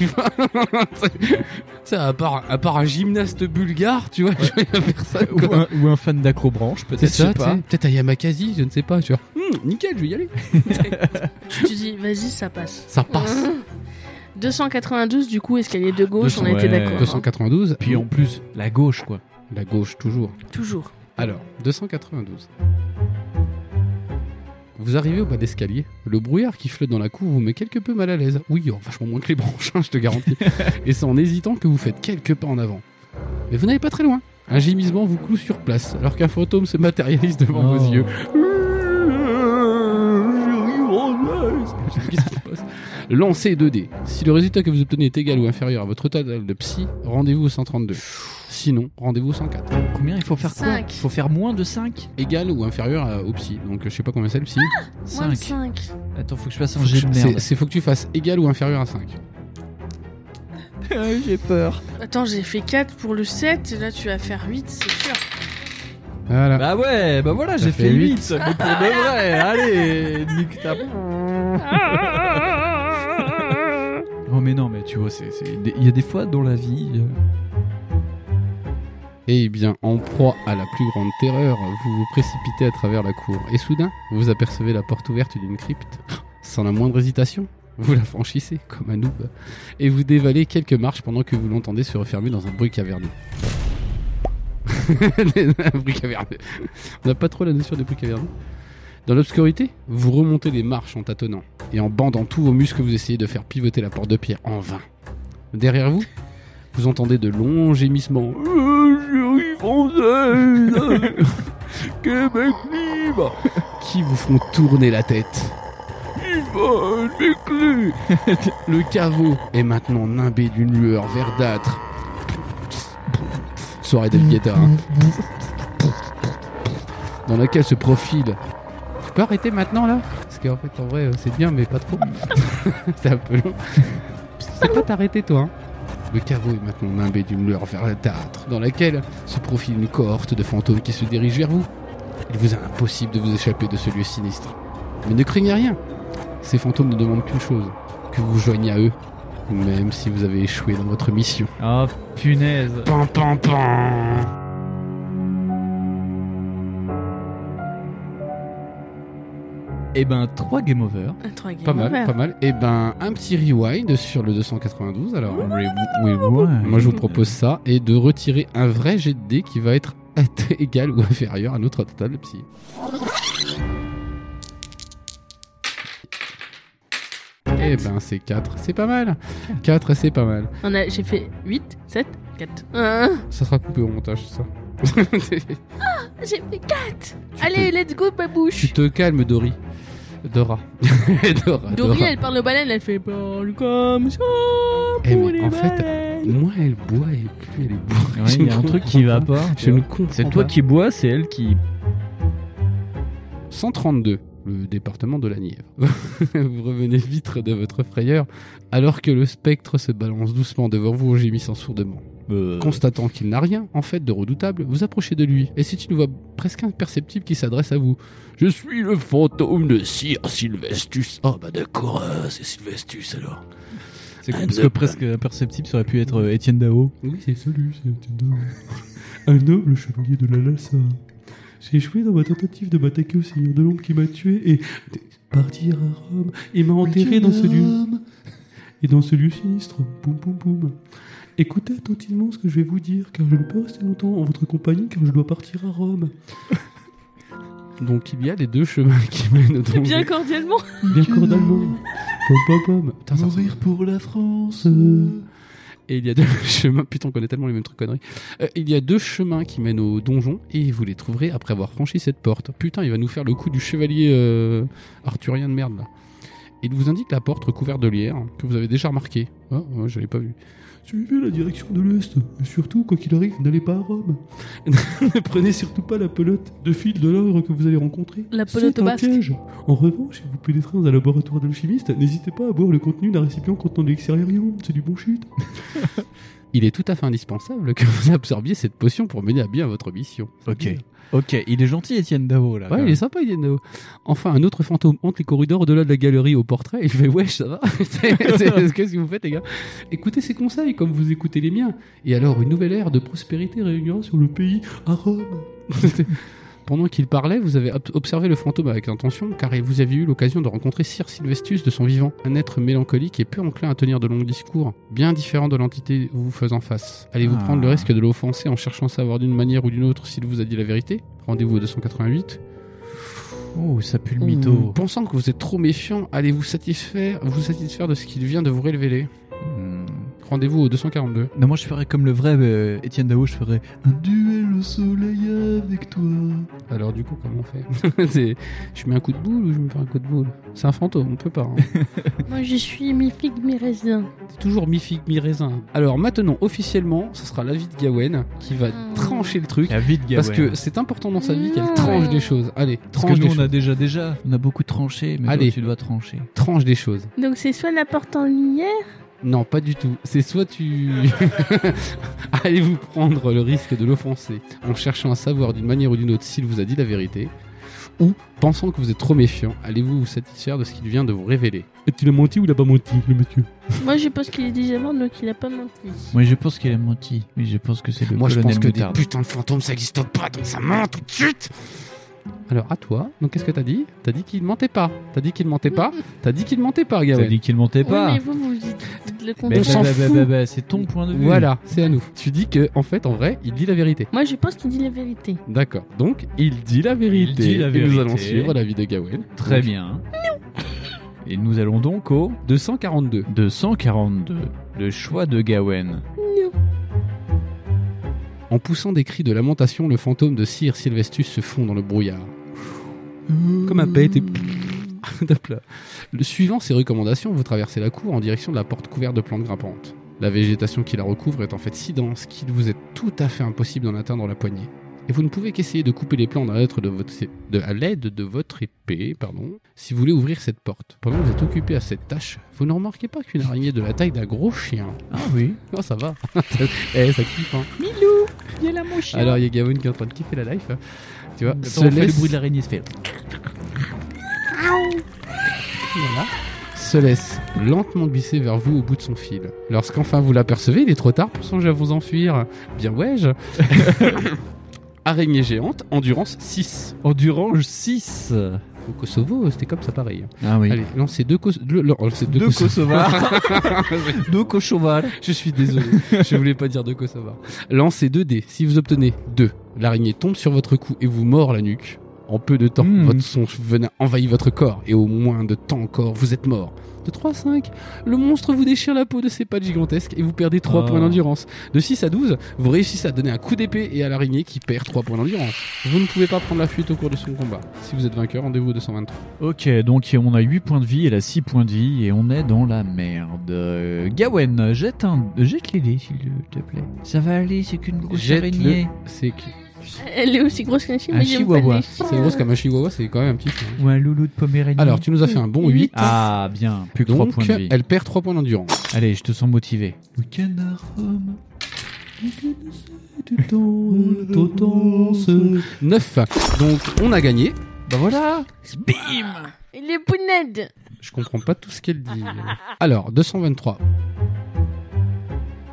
S7: Tu sais, à part, à part un gymnaste bulgare, tu vois, je vois personne. quoi.
S5: Ou un, ou un fan d'acrobranche, peut-être.
S7: C'est
S5: je sais
S7: ça, tu
S5: pas.
S7: sais. Peut-être à Yamakasi, je ne sais pas. Tu vois, Hum, nickel, je vais y aller.
S4: Tu te dis, vas-y, ça passe.
S7: Ça passe.
S4: 292 du coup, escalier de gauche, on a été
S5: Ouais.
S4: d'accord. hein.
S7: 292.
S5: Puis en plus, la gauche, quoi.
S7: La gauche, toujours.
S4: Toujours.
S7: Alors, 292. Vous arrivez au bas d'escalier. Le brouillard qui flotte dans la cour vous met quelque peu mal à l'aise. Oui, oh, vachement moins que les branches, hein, je te garantis. Et c'est en hésitant que vous faites quelques pas en avant. Mais vous n'allez pas très loin. Un gémissement vous cloue sur place, alors qu'un fantôme se matérialise devant
S5: Oh.
S7: vos yeux. J'arrive en place. Je dis, Qu'est-ce qui se passe Lancez 2 dés. Si le résultat que vous obtenez est égal ou inférieur à votre total de psy, rendez-vous au 132. Sinon, rendez-vous au 104
S5: Combien il faut faire quoi
S3: Cinq.
S5: Il faut faire moins de 5
S7: égal ou inférieur à- au psy. Donc je sais pas combien c'est le psy.
S3: Moins de 5.
S5: Attends, faut que je fasse un jet de
S7: C'est
S5: merde.
S7: c'est faut que tu fasses égal ou inférieur à 5.
S5: J'ai peur.
S4: Attends, j'ai fait 4 pour le 7, et là tu vas faire 8, c'est sûr.
S3: Voilà.
S5: Bah ouais, bah voilà,
S3: Ça
S5: j'ai
S3: fait
S5: fait
S3: huit.
S5: 8, mais pour de vrai, allez, nique ta... Oh mais non, mais tu vois, c'est- c'est- il y a des fois dans la vie... euh,
S3: Eh bien, en proie à la plus grande terreur, vous vous précipitez à travers la cour. Et soudain, vous apercevez la porte ouverte d'une crypte. Sans la moindre hésitation, vous la franchissez comme un noob. Et vous dévalez quelques marches pendant que vous l'entendez se refermer dans un bruit caverneux. un bruit caverneux. On n'a pas trop la notion des bruits caverneux. Dans l'obscurité, vous remontez les marches en tâtonnant. Et en bandant tous vos muscles, vous essayez de faire pivoter la porte de pierre en vain. Derrière vous, vous entendez de longs gémissements.
S19: Jury française Québec libre
S3: qui vous font tourner la tête.
S19: Yvonne Béclu
S3: Le caveau est maintenant nimbé d'une lueur verdâtre. Soirée d'alligator. hein. Dans laquelle se profile. Tu peux arrêter maintenant là Parce qu'en fait, en vrai, euh, c'est bien, mais pas trop. c'est un peu long. C'est pas t'arrêter toi. hein. Le caveau est maintenant nimbé d'une lueur verdâtre, dans laquelle se profile une cohorte de fantômes qui se dirigent vers vous. Il vous est impossible de vous échapper de ce lieu sinistre. Mais ne craignez rien. Ces fantômes ne demandent qu'une chose, que vous vous joigniez à eux, même si vous avez échoué dans votre mission.
S5: Oh punaise
S3: Pam pam pam
S5: Eh ben, 3 game over.
S4: Un trois
S3: Pas
S4: games
S3: mal,
S4: over.
S3: pas mal. Et ben, un petit rewind sur le 292 alors. Moi
S5: Moi
S3: je vous propose ça et de retirer un vrai jet de dés qui va être égal ou inférieur à notre total de psy. Eh ben c'est 4, c'est pas mal. 4 c'est pas mal.
S4: On a, j'ai fait 8, 7, 4. Hein
S3: Ça sera coupé au montage ça.
S4: j'ai fait 4 Allez, let's go, babouche
S3: tu te calmes Dory. Dora. Dora.
S4: Dory,
S3: Dora.
S4: elle parle aux baleines, elle fait bah, parle comme ça
S3: Eh,
S4: pour
S3: mais
S4: les
S3: en fait,
S4: baleines.
S3: Moi, elle boit et plus elle est bourrée. Je
S5: il y
S3: ne
S5: a un truc
S3: comprends
S5: qui va
S3: pas.
S5: pas.
S3: Je ne comprends
S5: C'est toi
S3: pas.
S5: qui bois, c'est elle qui...
S3: 132, le département de la Nièvre. vous revenez vite de votre frayeur, alors que le spectre se balance doucement devant vous en gémissant sourdement.
S19: Euh.
S3: Constatant qu'il n'a rien, en fait, de redoutable, vous approchez de lui, et c'est une voix presque imperceptible qui s'adresse à vous.
S19: Je suis le fantôme de Sir Sylvestus. Ah bah d'accord, euh, c'est Sylvestus alors.
S5: C'est con, parce que presque imperceptible, ça aurait pu être euh, Étienne Dao.
S3: Oui, c'est
S7: Salut, c'est Nintendo. Un noble chevalier de la Lassa.
S20: euh,
S7: J'ai échoué dans ma tentative de m'attaquer au Seigneur de l'Ombre qui m'a tué et de partir à Rome et m'a enterré dans ce lieu. Et dans ce lieu sinistre. Boum boum boum. Écoutez attentivement ce que je vais vous dire car je ne peux rester longtemps en votre compagnie car je dois partir à Rome.
S3: Donc il y a les deux chemins qui mènent au danger.
S4: Bien cordialement
S7: Bien cordialement. Pom pom pom.
S3: Putain, ça ressemble.
S7: Mourir pour la France.
S3: Et il y a deux chemins. Putain, on connaît tellement les mêmes trucs conneries. Euh, il y a deux chemins qui mènent au donjon et vous les trouverez après avoir franchi cette porte. Putain, il va nous faire le coup du chevalier euh, arthurien de merde là. Il vous indique la porte recouverte de lierre hein, que vous avez déjà remarqué. Oh, oh, je l'avais pas vu.
S7: Suivez la direction de l'Est. Et surtout, quoi qu'il arrive, n'allez pas à Rome. ne prenez surtout pas la pelote de fil de l'ogre que vous allez rencontrer.
S4: La pelote
S7: C'est un
S4: basque.
S7: piège. En revanche, si vous pénétrez dans un laboratoire d'alchimiste, n'hésitez pas à boire le contenu d'un récipient contenant de l'excellarium. C'est du bon shit.
S3: Il est tout à fait indispensable que vous absorbiez cette potion pour mener à bien votre mission.
S21: Ok.
S5: Ok, il est gentil, Étienne Dao,
S7: Ah,
S5: là. quand
S3: Ouais, il
S5: même.
S3: est sympa, il est no. euh, Enfin, un autre fantôme hante les corridors au-delà de la galerie au portrait. Et je fais, wesh, ça va C'est- c'est- Qu'est-ce que vous faites, les gars
S7: Écoutez ces conseils comme vous écoutez les miens. Et alors, une nouvelle ère de prospérité réunira sur le pays à Rome.
S3: Pendant qu'il parlait, vous avez ob- observé le fantôme avec attention, car il vous aviez eu l'occasion de rencontrer Sir Sylvestus de son vivant, un être mélancolique et peu enclin à tenir de longs discours, bien différent de l'entité vous faisant face. Allez-vous
S5: Ah.
S3: prendre le risque de l'offenser en cherchant à savoir d'une manière ou d'une autre s'il vous a dit la vérité Rendez-vous au 288.
S5: Oh, ça pue le mytho.
S3: Pensant que vous êtes trop méfiant, allez-vous satisfaire, vous satisfaire de ce qu'il vient de vous révéler
S5: Hmm.
S3: Rendez-vous au 242.
S5: Non, moi, je ferais comme le vrai euh, Étienne Dao, je ferais un duel au soleil avec toi.
S3: Alors du coup, comment on fait C'est- Je mets un coup de boule ou je me fais un coup de boule C'est un fantôme, on peut pas. hein.
S4: Moi, je suis mi figue, mi raisin.
S3: C'est toujours mi-figue, mi-raisin. Alors maintenant, officiellement, ce sera l'avis de Gawen qui va
S4: Mmh.
S3: trancher le truc.
S5: La vie de
S3: Parce
S5: Gawain.
S3: que c'est important dans sa vie qu'elle
S4: Non.
S3: tranche des choses. Allez,
S5: Parce que
S3: tranche des
S5: nous, on
S3: choses.
S5: a déjà, déjà, on a beaucoup tranché, mais toi,
S3: Allez.
S5: tu dois trancher.
S3: Tranche des choses.
S4: Donc, c'est soit la porte en lumière,
S3: Non, pas du tout. C'est soit tu. Allez-vous prendre le risque de l'offenser en cherchant à savoir d'une manière ou d'une autre s'il vous a dit la vérité ou, pensant que vous êtes trop méfiant, allez-vous vous satisfaire de ce qu'il vient de vous révéler
S20: Il a menti ou il a pas menti, le monsieur
S4: Moi, je pense qu'il est déjà mort, donc il a pas menti.
S5: Moi, je pense qu'il a menti. Oui, je pense que c'est le
S7: Moi, je
S5: colonel
S7: pense que des
S5: Moutarde.
S7: putains de fantômes, ça n'existe pas, donc ça ment tout de suite
S3: Alors, à toi, donc qu'est-ce que t'as dit T'as dit qu'il mentait pas. T'as dit qu'il mentait pas. T'as dit qu'il mentait pas,
S5: T'as
S3: Gawain.
S5: dit qu'il mentait
S4: Oui,
S5: pas.
S4: mais vous, vous dites dites le
S5: Bah,
S4: contraire.
S3: On s'en
S5: bah, bah,
S3: fout.
S5: bah, bah, c'est ton point de vue.
S3: Voilà, c'est à nous. Tu dis que, en fait, en vrai, il dit la vérité.
S4: Moi, je pense qu'il dit la vérité.
S3: D'accord. Donc, il dit la vérité.
S5: dit la
S3: Et nous
S5: vérité.
S3: allons suivre la vie de Gawain.
S5: Très
S3: Donc,
S5: bien. Et nous allons donc au
S3: 242.
S5: 242. Le choix de Gawain.
S3: En poussant des cris de lamentation, le fantôme de Sir Sylvestus se fond dans le brouillard. Comme un bête et... Hop là. Le suivant ses recommandations, vous traversez la cour en direction de la porte couverte de plantes grimpantes. La végétation qui la recouvre est en fait si dense qu'il vous est tout à fait impossible d'en atteindre la poignée. Et vous ne pouvez qu'essayer de couper les plantes à l'aide de votre, de- à l'aide de votre épée, pardon, si vous voulez ouvrir cette porte. Pendant que vous êtes occupé à cette tâche, vous ne remarquez pas qu'une araignée de la taille d'un gros chien.
S5: Ah oui.
S3: Oh, ça va. eh, ça kiffe, hein.
S4: Il est là, mon chien.
S3: Alors il y a Gawain qui est en train de kiffer la life. hein. Tu vois, se
S5: on fait le
S3: laisse,
S5: bruit de l'araignée se fait.
S3: voilà, se laisse lentement glisser vers vous au bout de son fil. Lorsqu'enfin vous l'apercevez, il est trop tard pour songer à vous enfuir. Bien ouais-je Araignée géante, endurance 6.
S5: Endurange 6.
S3: Au Kosovo, c'était comme ça pareil.
S5: Ah oui.
S3: Allez, lancez deux, Kos- le- le- lancez deux
S5: Deux
S3: Kosovo.
S5: Kosovars. Deux Kosovars.
S3: Je suis désolé, je voulais pas dire de Kosovo. Lancez 2 dés. Si vous obtenez 2, l'araignée tombe sur votre cou et vous mord la nuque. En peu de temps,
S5: Mhm.
S3: votre son venin envahit votre corps et au moins de temps encore, vous êtes mort. De 3 à 5, le monstre vous déchire la peau de ses pattes gigantesques et vous perdez 3
S5: Oh.
S3: points d'endurance. De 6 à 12, vous réussissez à donner un coup d'épée et à l'araignée qui perd 3 points d'endurance. Vous ne pouvez pas prendre la fuite au cours de son combat. Si vous êtes vainqueur, rendez-vous au 223.
S5: Ok, donc on a 8 points de vie, elle a 6 points de vie et on est dans la merde. Euh, Gawen, jette, un... jette les dés s'il te plaît. Ça va aller, c'est qu'une grosse
S3: Jette-le.
S5: araignée.
S3: C'est que-
S4: Elle est aussi grosse qu'un chien,
S5: Un
S4: mais j'aime pas
S5: chihuahua.
S4: les
S3: c'est grosse comme un chihuahua, c'est quand même un petit chien.
S5: Ou un loulou de Poméranie.
S3: Alors, tu nous as fait un bon 8.
S5: Ah, bien, plus que 3
S3: Donc,
S5: points de vie.
S3: elle perd 3 points d'endurance.
S5: Allez, je te sens motivé.
S22: Le canard homme.
S20: Tendance.
S3: 9. Donc on a gagné.
S5: Bah voilà
S4: Il est pounette.
S3: Je comprends pas tout ce qu'elle dit. Alors, 223.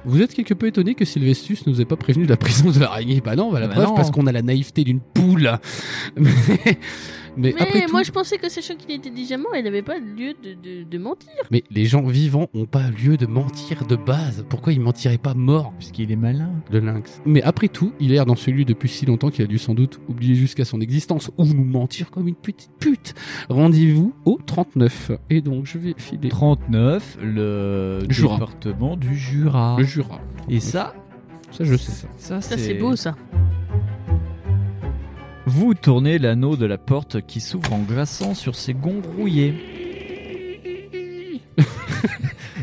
S3: Vous êtes quelque peu étonné que Sylvestus ne nous ait pas prévenu de la présence de l'araignée. Bah non, bah la
S5: Bah
S3: preuve,
S5: non.
S3: parce qu'on a la naïveté d'une poule. Mais, mais
S4: Mais
S3: après tout,
S4: moi, je pensais que sachant qu'il était déjà mort, il n'avait pas lieu de, de, de mentir.
S3: mais les gens vivants ont pas lieu de mentir de base. Pourquoi ils mentiraient pas morts
S5: Parce qu'il est malin.
S3: le lynx. Mais après tout, il erre dans ce lieu depuis si longtemps qu'il a dû sans doute oublier jusqu'à son existence ou nous mentir comme une petite pute. Rendez-vous au 39. Et donc, je vais filer
S5: 39, le
S3: Jura.
S5: département du Jura.
S3: le Jura.
S5: Et ça,
S3: Ça, je sais ça.
S5: ça,
S4: Ça, c'est beau, ça.
S5: Vous tournez l'anneau de la porte qui s'ouvre en glaçant sur ses gonds rouillés.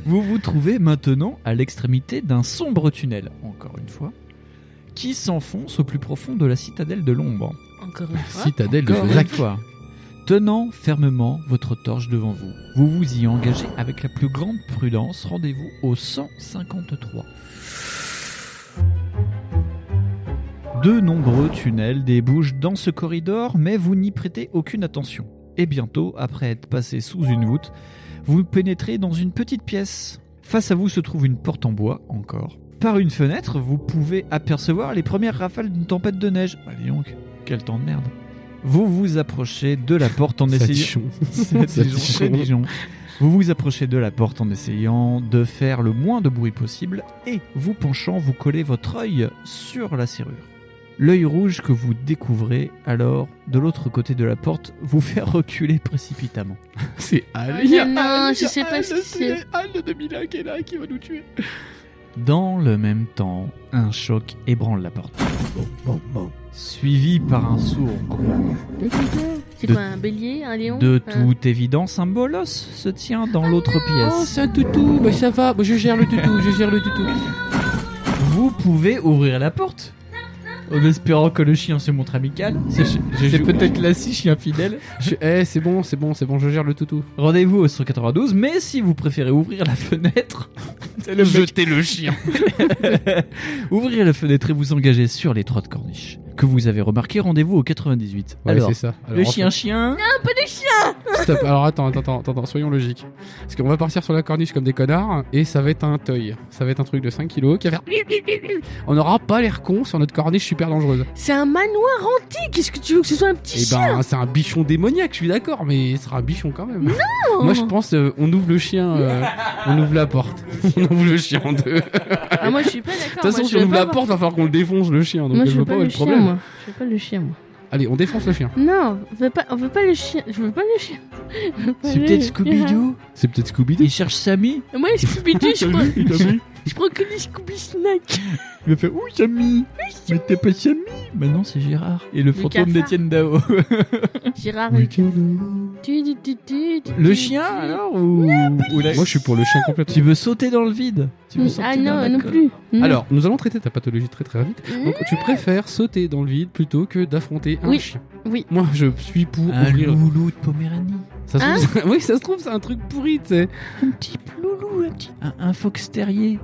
S5: vous vous trouvez maintenant à l'extrémité d'un sombre tunnel, encore une fois, qui s'enfonce au plus profond de la citadelle de l'ombre.
S4: Encore une fois.
S3: Citadelle
S5: Encore
S3: de
S5: une
S3: Lac.
S5: fois. Tenant fermement votre torche devant vous, vous vous y engagez avec la plus grande prudence. Rendez-vous au 153. De nombreux tunnels débouchent dans ce corridor, mais vous n'y prêtez aucune attention. Et bientôt, après être passé sous une voûte, vous pénétrez dans une petite pièce. Face à vous se trouve une porte en bois, encore. Par une fenêtre, vous pouvez apercevoir les premières rafales d'une tempête de neige. Bah, dis donc, quel temps de merde. Vous vous approchez de la porte en
S3: Ça,
S5: essayant.
S3: Dijon.
S5: C'est
S3: Ça,
S5: Dijon, c'est
S3: Dijon.
S5: Dijon. Vous vous approchez de la porte en essayant de faire le moins de bruit possible et, vous penchant, vous collez votre œil sur la serrure. L'œil rouge que vous découvrez alors de l'autre côté de la porte vous fait reculer précipitamment.
S3: C'est
S4: Ah,
S3: Al.
S4: mais non, je sais pas ce que c'est.
S3: Al de 2001 qui est là, qui va nous tuer.
S5: Dans le même temps, un choc ébranle la porte, suivi par un sourd gronde.
S4: C'est
S5: De-
S4: quoi, un bélier, un lion euh,
S5: De
S4: un-
S5: toute évidence, un bolos se tient dans l'autre
S3: Oh,
S5: pièce.
S3: c'est un toutou. Bah, ça va. Bah, je gère le toutou. Je gère le toutou.
S5: Vous pouvez ouvrir la porte en espérant que le chien se montre amical. C'est c'est peut-être la scie infidèle.
S7: Je suis- Eh, c'est bon, c'est bon, c'est bon, je gère le toutou.
S5: Rendez-vous au 192, mais si vous préférez ouvrir la fenêtre,
S3: Jetez le chien.
S5: ouvrir la fenêtre et vous engager sur les trois de corniche. Que vous avez remarqué, rendez-vous au 98.
S7: Ouais,
S5: Alors,
S7: c'est ça. Alors,
S5: le
S7: enfin,
S5: chien-chien,
S7: Stop. Alors attends, attends, attends, attends, soyons logiques. Parce qu'on va partir sur la corniche comme des connards et ça va être un teuil. Ça va être un truc de 5 kilos qui va faire. On n'aura pas l'air con sur notre corniche super dangereuse.
S4: C'est un manoir antique. Qu'est-ce que tu veux que ce soit un petit
S7: Et
S3: Eh
S4: chien
S7: ben, c'est un bichon démoniaque, je suis d'accord, mais il sera un bichon quand même. Moi,
S4: hein
S7: je pense, euh, on ouvre le chien, euh, on ouvre la porte. on ouvre le chien en deux. De toute
S4: Ah, Moi, je suis pas d'accord.
S7: façon,
S4: moi,
S7: si
S4: je
S7: on
S4: veux
S7: ouvre
S4: pas
S7: la
S4: voir-
S7: porte, il va falloir qu'on le défonce le chien. Donc,
S4: Moi,
S7: je
S4: je
S7: vois
S4: veux
S7: pas
S4: pas
S7: où est
S4: le
S7: le
S4: chien,
S7: problème.
S4: moi. Je veux pas le chien, moi.
S7: Allez, on défonce le chien.
S4: Non, on veut pas, on veut pas le chien. Je veux pas le chien. Je veux pas
S5: c'est
S4: le
S5: peut-être
S4: chien.
S5: Scooby-Doo.
S7: C'est peut-être Scooby-Doo.
S5: Il cherche Samy.
S4: Moi, les Scooby-Doo, je prends,
S20: Il t'a vu
S4: je prends que les Scooby-Snack.
S5: Il va faire Ouh, Samy Mais t'es pas Samy Bah non, c'est Gérard. Et le fantôme
S4: cafard.
S5: d'Étienne Dao.
S4: Gérard,
S20: Mais
S4: le
S20: tiens, non.
S4: tu, tu, tu, tu, tu,
S5: le
S4: tu,
S5: chien,
S4: tu.
S5: alors ou... ou la-
S7: Moi, je suis pour le chien complètement.
S5: Tu veux sauter dans le vide Tu veux
S4: Ah
S5: sauter dans
S4: non,
S5: la
S4: non
S5: colle.
S4: plus. Non.
S7: Alors, nous allons traiter ta pathologie très très vite.
S5: Mmh.
S7: Donc, tu préfères sauter dans le vide plutôt que d'affronter un
S4: Oui.
S7: chien.
S4: Oui.
S7: Moi, je suis pour
S5: Un
S7: ouvrir.
S5: loulou de Poméranie.
S7: Ça se trouve, oui, ça se trouve, c'est un truc pourri, tu sais.
S5: Un petit loulou, un petit. Un, un fox terrier.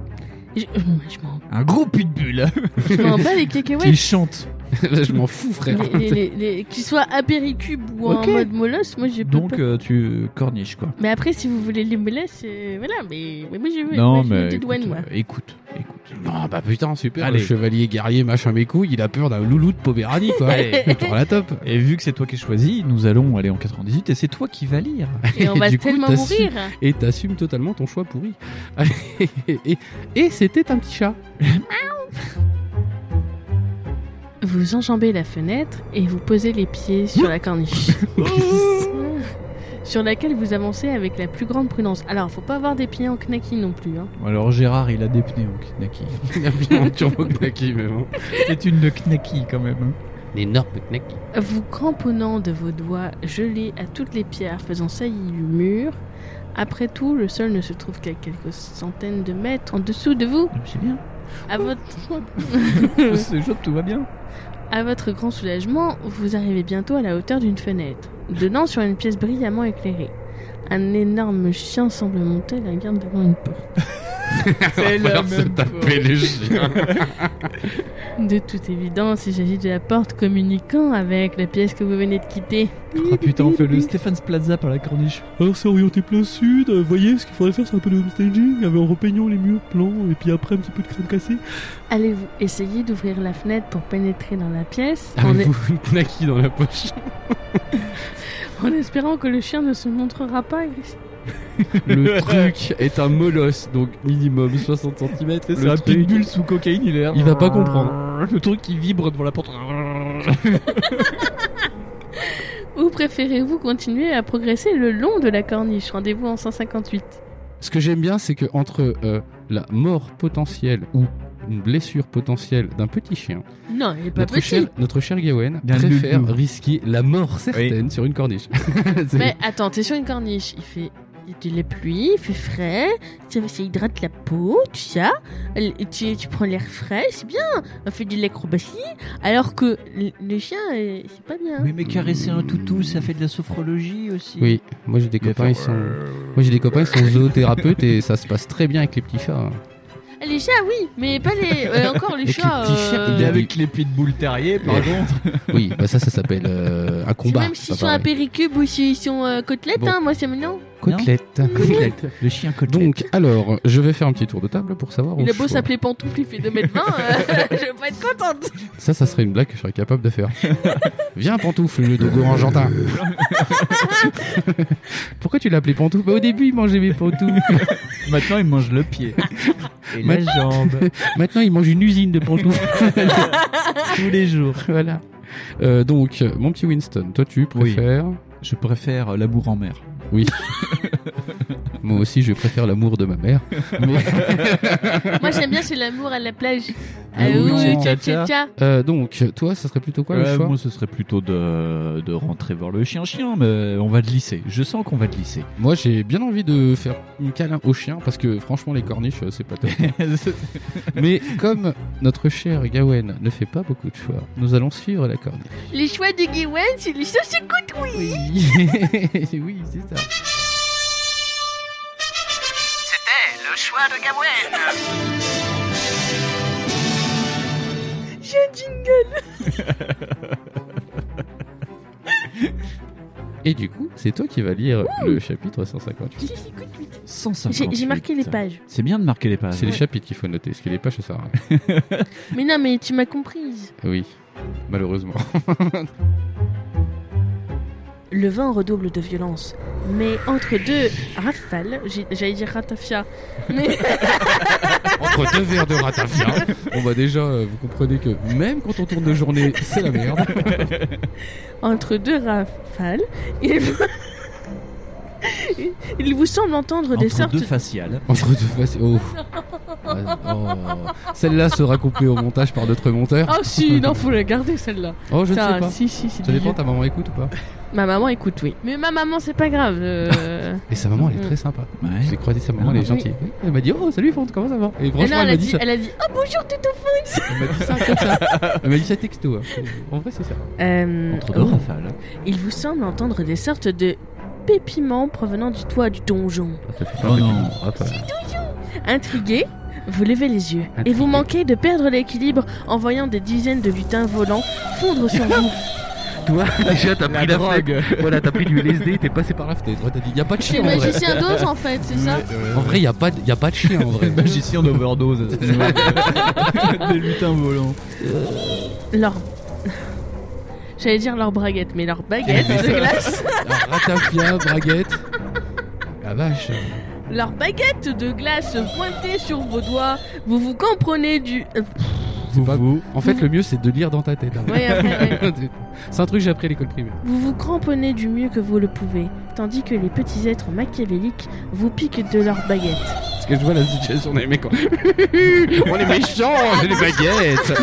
S4: Je, moi, je m'en-
S5: Un gros pitbull.
S4: je m'en bats les cacahuètes.
S5: Il chante.
S7: Là, je m'en fous, frère.
S4: Les, les, les, les- Qu'ils soient apéricubes ou
S7: Ok.
S4: en
S7: euh,
S4: mode molosse, moi, j'ai pas
S5: Donc
S4: peur.
S5: euh, tu corniches quoi.
S4: Mais après, si vous voulez les molosses, euh, voilà, mais, mais moi, je veux.
S5: non
S4: moi, je veux
S5: mais
S4: des
S5: écoute,
S4: douanes, moi.
S5: euh, écoute, écoute.
S7: Non, bah putain, super.
S5: Allez.
S7: Le chevalier guerrier, machin, mes couilles, il a peur d'un loulou de Poméranie, quoi.
S5: Allez.
S7: Genre la top.
S5: Et vu que c'est toi qui choisis, nous allons aller en 98 et c'est toi qui vas lire.
S4: Et on va
S7: du coup,
S4: tellement
S7: t'as su-
S4: mourir.
S7: Et t'assumes totalement ton choix pourri. Allez, et et- et c'était un petit chat.
S4: Vous enjambez la fenêtre et vous posez les pieds sur la corniche.
S7: Oh.
S4: sur laquelle vous avancez avec la plus grande prudence. Alors, faut pas avoir des pieds en knacky non plus. Hein.
S5: Alors Gérard, il a des pneus en knacky.
S7: Il a bien un turbo knacky, même. hein.
S5: C'est une de knacky quand même. hein.
S3: L'énorme knack.
S4: Vous cramponnant de vos doigts gelés à toutes les pierres faisant saillie du mur. Après tout, le sol ne se trouve qu'à quelques centaines de mètres en dessous de vous.
S5: Ah, C'est bien.
S4: À votre,
S5: Ce jour tout va bien.
S4: à votre grand soulagement, vous arrivez bientôt à la hauteur d'une fenêtre, donnant sur une pièce brillamment éclairée. Un énorme chien semble monter la garde devant une porte.
S5: C'est la même
S4: De toute évidence, il s'agit de la porte communiquant avec la pièce que vous venez de quitter.
S5: Oh putain, on fait le Stéphane Plaza par la corniche.
S20: Alors c'est orienté plein sud, euh, voyez ce qu'il faudrait faire c'est un peu de homestaging, avec- en repeignant les murs blancs et puis après un petit peu de crâne cassé.
S4: Allez-vous essayer d'ouvrir la fenêtre pour pénétrer dans la pièce
S3: Ah,
S4: en,
S7: Avez-vous une knacky dans la poche
S4: en espérant que le chien ne se montrera pas agressif
S7: Le truc est un molosse, donc minimum 60 cm.
S5: C'est un pitbull sous cocaïne, il est là.
S7: Il va pas comprendre.
S5: Le truc qui vibre devant la porte.
S4: Ou préférez-vous continuer à progresser le long de la corniche Rendez-vous en 158.
S7: Ce que j'aime bien, c'est que entre euh, la mort potentielle ou une blessure potentielle d'un petit chien,
S4: Non, il est pas
S7: notre
S4: petit.
S7: cher, notre cher Gawain
S5: D'un
S7: préfère
S5: loulou.
S7: risquer la mort certaine sur une corniche. C'est-
S4: Mais attends, t'es sur une corniche, il fait... Il y a de la pluie, il fait frais, ça, ça hydrate la peau, tout ça. Elle- Tu, tu prends l'air frais, c'est bien. On fait de l'acrobatie. Alors que le, le chien, euh, c'est pas bien.
S5: Oui, mais caresser un toutou, ça fait de la sophrologie aussi.
S7: Oui, moi j'ai des
S5: Il va
S7: copains, ils
S5: faire- euh,
S7: sont. Moi j'ai des copains, ils sont zoothérapeutes et ça se passe très bien avec les petits chats. hein.
S4: Ah, Les chats, oui, mais pas les. euh, encore les
S7: Avec
S4: chats.
S7: les petits chiens,
S4: euh,
S7: il
S5: Et
S7: y a
S5: avec les pitbulls terriers, par
S7: Ouais.
S5: contre.
S7: Oui, bah ça, ça s'appelle euh, un
S4: c'est
S7: combat.
S4: même s'ils
S7: c'est
S4: sont
S7: pas
S4: à
S7: pareil.
S4: péricube ou s'ils sont euh, côtelettes,
S7: Bon.
S4: hein, moi c'est maintenant.
S7: Côtelette.
S5: Côtelette. Le chien côtelette.
S7: Donc, alors, je vais faire un petit tour de table pour savoir.
S4: Il
S7: au
S4: a beau
S7: choix.
S4: s'appeler Pantoufle, il fait 2m20, euh, je vais pas être contente.
S7: Ça, ça serait une blague que je serais capable de faire. Viens, pantoufle, le
S5: Euh,
S7: dogo argentin. Pourquoi tu l'as appelé pantoufle Bah, Au début, il mangeait mes pantoufles.
S5: Maintenant, il mange le pied. Et la
S7: Maintenant-
S5: jambe.
S7: Maintenant, il mange une usine de pantoufles.
S5: Tous les jours.
S7: voilà. Euh, donc, euh, mon petit Winston, toi, tu préfères
S5: Je préfère l'amour en mer.
S7: Oui.
S3: Moi aussi, je préfère l'amour de ma mère. Mais-
S4: Moi, j'aime bien, c'est l'amour à la plage.
S3: Ah
S4: Ah
S3: oui,
S4: oui, tcha,
S10: tcha.
S4: tcha, tcha.
S3: Euh, donc, toi, ça serait plutôt quoi
S7: Euh,
S5: Ouais,
S3: le choix
S5: Euh, moi, ce serait plutôt de, de rentrer voir le chien-chien, mais on va glisser. Je sens qu'on va glisser.
S3: Moi, j'ai bien envie de faire un câlin au chien parce que franchement, les corniches, euh, c'est pas top. Mais comme notre cher Gawen ne fait pas beaucoup de choix, nous allons suivre la corniche.
S2: Les choix de Gwen, c'est les choses écoute oui.
S3: Oui, oui, c'est ça.
S23: le choix de Gabriel.
S3: Et du coup, c'est toi qui vas lire le chapitre 158.
S5: 158.
S4: J'ai j'ai marqué les pages.
S5: C'est bien de marquer les
S7: Ah
S5: pages.
S3: C'est les chapitres qu'il faut noter, parce que les pages, ça sert à rien.
S4: Mais non, mais tu m'as comprise.
S3: Oui, malheureusement.
S4: Le vent redouble de violence. Mais entre deux rafales, j'ai- j'allais dire ratafia. Mais
S3: Entre deux verres de ratafia.
S7: Bon bah déjà, euh, vous comprenez que même quand on tourne de journée, c'est la merde.
S4: entre deux rafales, il vous, il vous semble entendre des
S5: hein. Entre
S4: sortes.
S5: deux faciales.
S7: Entre deux faces. Oh. Ah, oh. Celle-là sera coupée au montage par notre monteur.
S4: Oh si, non, faut la garder celle-là.
S7: Oh, je ne
S4: Putain,
S7: sais pas.
S4: si, si, c'est
S7: Ça dépend,
S4: dégueu.
S7: ta maman écoute ou pas
S4: Ma maman écoute, oui. Mais ma maman, c'est pas grave. euh.
S7: Et sa maman, elle est
S4: Mm.
S7: très sympa.
S5: Ouais.
S7: J'ai croisé sa maman, elle est gentille. Elle m'a dit Oh, salut Fonte, comment ça va Et
S4: Et
S7: franchement,
S4: non, elle,
S7: elle
S4: a
S7: m'a dit
S4: dit,
S7: ça.
S4: elle a dit oh bonjour Toto.
S7: Elle m'a dit ça comme ça. Elle m'a dit ça texto. hein. En vrai, c'est ça.
S4: Euh,
S5: Entre deux
S4: oh.
S5: rafales.
S4: Il vous semble entendre des sortes de pépiments provenant du toit du donjon.
S5: Oh non.
S4: Intrigué, vous levez les yeux et vous manquez de perdre l'équilibre en voyant des dizaines de lutins volants fondre sur vous.
S7: Toi, déjà, t'as pris la drogue. Voilà, t'as pris du LSD, t'es passé par la fenêtre. T'as dit Y'a pas de
S2: C'est
S7: chien en vrai.
S2: magicien d'ose en fait, c'est ça
S7: En vrai, y'a pas, de- y a pas de chien en vrai.
S5: Magicien d'overdose. Des lutins volants.
S4: Leur... J'allais dire leur braguette, mais leur baguette de glace.
S7: Alors, Ratafia, braguette. La vache.
S4: Leur baguette de glace pointée sur vos doigts. Vous vous comprenez du... euh,
S7: C'est pas- En fait, le mieux, c'est de lire dans ta tête. hein.
S4: ouais, après, ouais.
S7: C'est un truc que j'ai appris à l'école primaire.
S4: Vous vous cramponnez du mieux que vous le pouvez, tandis que les petits êtres machiavéliques vous piquent de leurs baguettes.
S7: Parce que je vois la situation des mecs. quoi. On est méchants, j'ai les baguettes.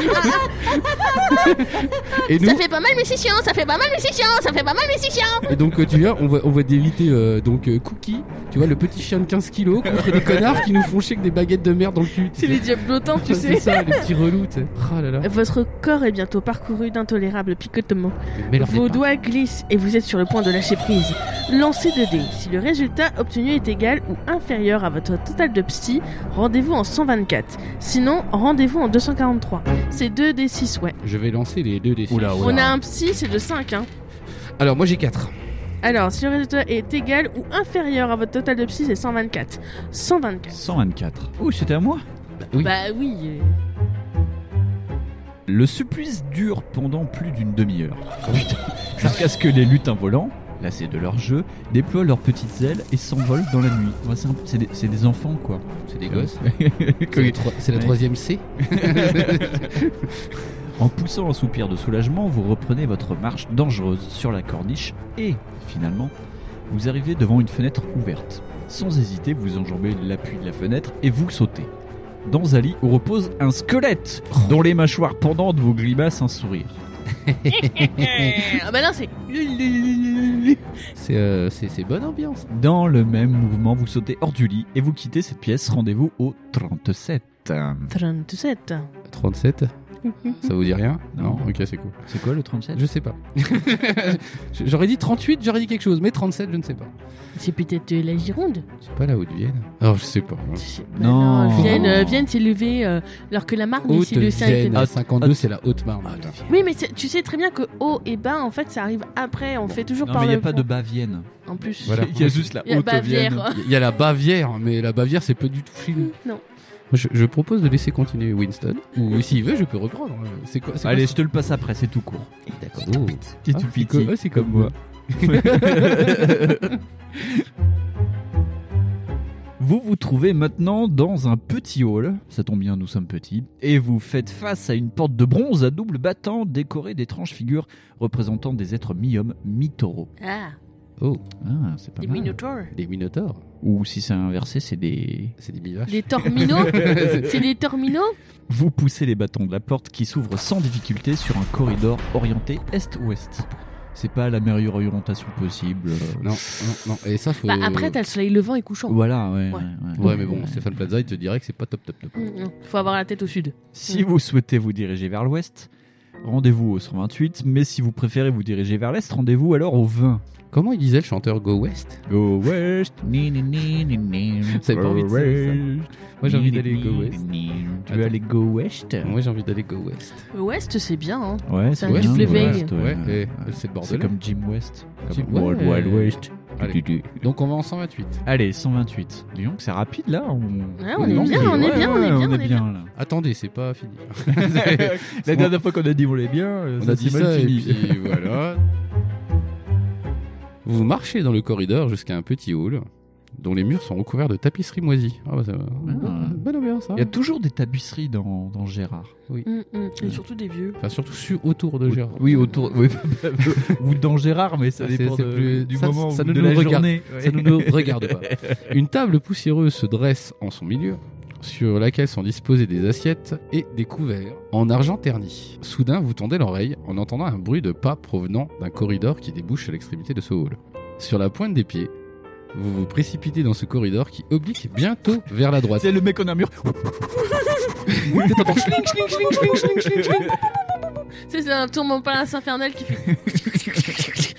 S7: Et nous,
S2: Ça fait pas mal mais c'est chiant, ça fait pas mal mais c'est chiant, ça fait pas mal mais c'est chiant.
S7: et donc euh, tu vois, on va, on va déliter euh, donc euh, Cookie, tu vois, le petit chien de 15 kilos contre des connards qui nous font chier que des baguettes de merde dans le cul.
S4: C'est les diables d'autant, tu
S7: C'est
S4: sais.
S7: ça, les petits relous, tu sais. Oh là là.
S4: Votre corps est bientôt parcouru d'intolérables picotements.
S7: Mais leur
S4: Euh, Vos
S7: départ.
S4: doigts glissent et vous êtes sur le point de lâcher prise. Lancez 2 dés. Si le résultat obtenu est égal ou inférieur à votre total de psy, rendez-vous en 124. Sinon, rendez-vous en 243. C'est 2 dés 6, ouais.
S7: Je vais lancer les deux dés.
S3: Oh
S5: Oula,
S4: On a
S5: oula.
S4: un psy, c'est de 5, hein.
S7: Alors moi j'ai 4.
S4: Alors, si le résultat est égal ou inférieur à votre total de psy, c'est 124. 124.
S5: 124. Oh, c'était à moi
S7: Oui.
S4: Bah oui. euh.
S5: Le supplice dure pendant plus d'une demi-heure. Putain. Jusqu'à ce que les lutins volants, lassés de leur jeu, déploient leurs petites ailes et s'envolent dans la nuit. Ouais, c'est un- c'est des, c'est des enfants, quoi.
S7: C'est des gosses. C'est
S5: Comme-
S7: la troi- C'est la
S5: Ouais.
S7: troisième C.
S5: en poussant un soupir de soulagement, vous reprenez votre marche dangereuse sur la corniche et, finalement, vous arrivez devant une fenêtre ouverte. Sans hésiter, vous enjambez l'appui de la fenêtre et vous sautez. Dans un lit où repose un squelette dont les mâchoires pendantes vous glibacent un sourire.
S4: ah bah non, c'est.
S7: C'est euh, c'est- c'est bonne ambiance.
S5: Dans le même mouvement, vous sautez hors du lit et vous quittez cette pièce. Rendez-vous au 37.
S4: 37.
S7: 37, ça vous dit rien
S5: Non.
S7: ok c'est cool.
S5: C'est quoi le 37
S7: Je sais pas. j'aurais dit 38, j'aurais dit quelque chose, mais 37 je ne sais pas.
S4: C'est peut-être euh, la Gironde.
S7: C'est pas la Haute-Vienne. Alors je sais pas.
S4: C'est- bah
S5: Non.
S4: Vienne, euh, Vienne s'est levée euh, alors que la Marne, ici, le sein était.
S7: Haute-Vienne, à 52
S5: Haute-
S7: Ah, c'est la
S3: Bah,
S7: Haute-Marne.
S4: Oui, mais c'est- tu sais très bien que haut et bas, en fait, ça arrive après. On fait toujours
S5: Non,
S4: par
S5: mais il n'y a
S4: le
S5: pas
S4: pont.
S5: de Bavienne.
S4: En plus,
S7: Voilà.
S5: Il y a juste la
S4: il y a
S5: haute Vienne.
S4: Bavière.
S7: Il y a la Bavière, mais la Bavière c'est pas du tout filou.
S4: non.
S7: Je, je propose de laisser continuer Winston, ou s'il veut je peux reprendre. C'est quoi c'est quoi
S5: Allez,
S7: ce-
S5: je te le passe après, c'est tout court.
S7: d'accord. Oh.
S5: Petit
S7: Ah,
S5: tout
S7: c'est
S5: petit.
S7: co- ouais, c'est comme moi.
S5: Vous vous trouvez maintenant dans un petit hall, ça tombe bien, nous sommes petits, et vous faites face à une porte de bronze à double battant décorée d'étranges figures représentant des êtres mi-hommes, mi-taureaux.
S4: Ah.
S7: Oh,
S5: Ah, c'est pas
S4: Des
S5: mal.
S4: minotaures.
S7: des minotaures.
S5: Ou si c'est inversé, c'est des.
S7: C'est des bivaches.
S4: Des torminos C'est des torminos
S5: Vous poussez les bâtons de la porte qui s'ouvre sans difficulté sur un corridor orienté est-ouest. C'est pas la meilleure orientation possible. euh,
S7: Non, non, non. Et ça, faut.
S4: Bah, Après, t'as le soleil levant et couchant.
S5: Voilà, ouais.
S4: Ouais.
S5: ouais, ouais.
S7: Ouais, mais bon, Stéphane Plaza, il te dirait que c'est pas top, top, top.
S4: Mm, mm. Faut avoir la tête au sud.
S5: Si vous souhaitez vous diriger vers l'ouest, rendez-vous au 128, mais si vous préférez vous diriger vers l'est, rendez-vous alors au 20.
S7: Comment il disait le chanteur Go West
S5: Go west, ni ni ni ni ni.
S7: Ça fait pas envie de ça, ça. Moi, j'ai envie d'aller go west.
S5: Tu
S7: Attends.
S5: veux aller go west
S7: Moi, j'ai envie d'aller Go West.
S4: Ouest, c'est bien, hein.
S5: Ouais,
S4: C'est un
S5: bien,
S4: double
S5: le
S4: veille.
S5: West, ouais,
S7: Ouais,
S5: ouais.
S7: et c'est le
S5: C'est
S7: bordel.
S5: comme Jim West.
S7: Jim-
S5: Comme Wild
S7: ouais.
S5: Wild West.
S7: Allez.
S5: Du, du, du.
S7: Donc, on va en 128.
S5: Allez, 128. Dis donc, c'est rapide là on...
S4: Ouais, on est bien, on est bien, on est bien, on est bien.
S5: là.
S7: Attendez, c'est pas fini.
S5: La dernière fois qu'on a dit on est bien,
S7: On a dit ça, et puis voilà. Vous marchez dans le corridor jusqu'à un petit hall dont les murs sont recouverts de tapisseries moisies. Ah bah ça va.
S5: Ah.
S7: Bonne ambiance, hein. ça.
S5: Il y a toujours des tapisseries dans, dans Gérard.
S4: Mm, mm. Et surtout des vieux.
S7: Enfin, surtout sur- autour de Gérard.
S5: Oui, autour. oui, ou dans Gérard, mais ça
S7: Ah, c'est-
S5: dépend
S7: c'est
S5: de-
S7: plus-
S5: du
S7: ça-
S5: moment
S7: ça
S5: ou
S7: ne
S5: de
S7: nous
S5: la
S7: regarde-
S5: journée.
S7: Ça ne nous regarde pas. Une table poussiéreuse se dresse en son milieu, sur laquelle sont disposées des assiettes et des couverts en argent terni. Soudain, vous tendez l'oreille en entendant un bruit de pas provenant d'un corridor qui débouche à l'extrémité de ce hall. Sur la pointe des pieds, vous vous précipitez dans ce corridor qui oblique bientôt vers la droite.
S5: C'est le mec en un mur.
S4: Tu sais, C'est un tour mon palace infernal qui fait.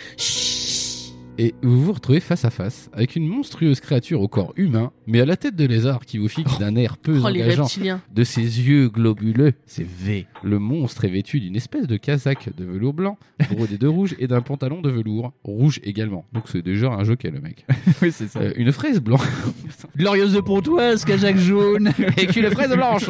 S7: Et vous vous retrouvez face à face avec une monstrueuse créature au corps humain, mais à la tête de lézard qui vous fixe d'un air peu
S4: Oh, les
S7: engageant.
S4: reptiliens.
S7: De ses yeux globuleux,
S5: C'est V.
S7: Le monstre est vêtu d'une espèce de casaque de velours blanc, brodé de rouge, et d'un pantalon de velours rouge également. Donc c'est déjà un jockey, le mec.
S5: oui, c'est ça.
S7: Euh, une fraise blanche.
S5: Glorieuse de Pontoise, Cajac jaune.
S7: Et une fraise blanche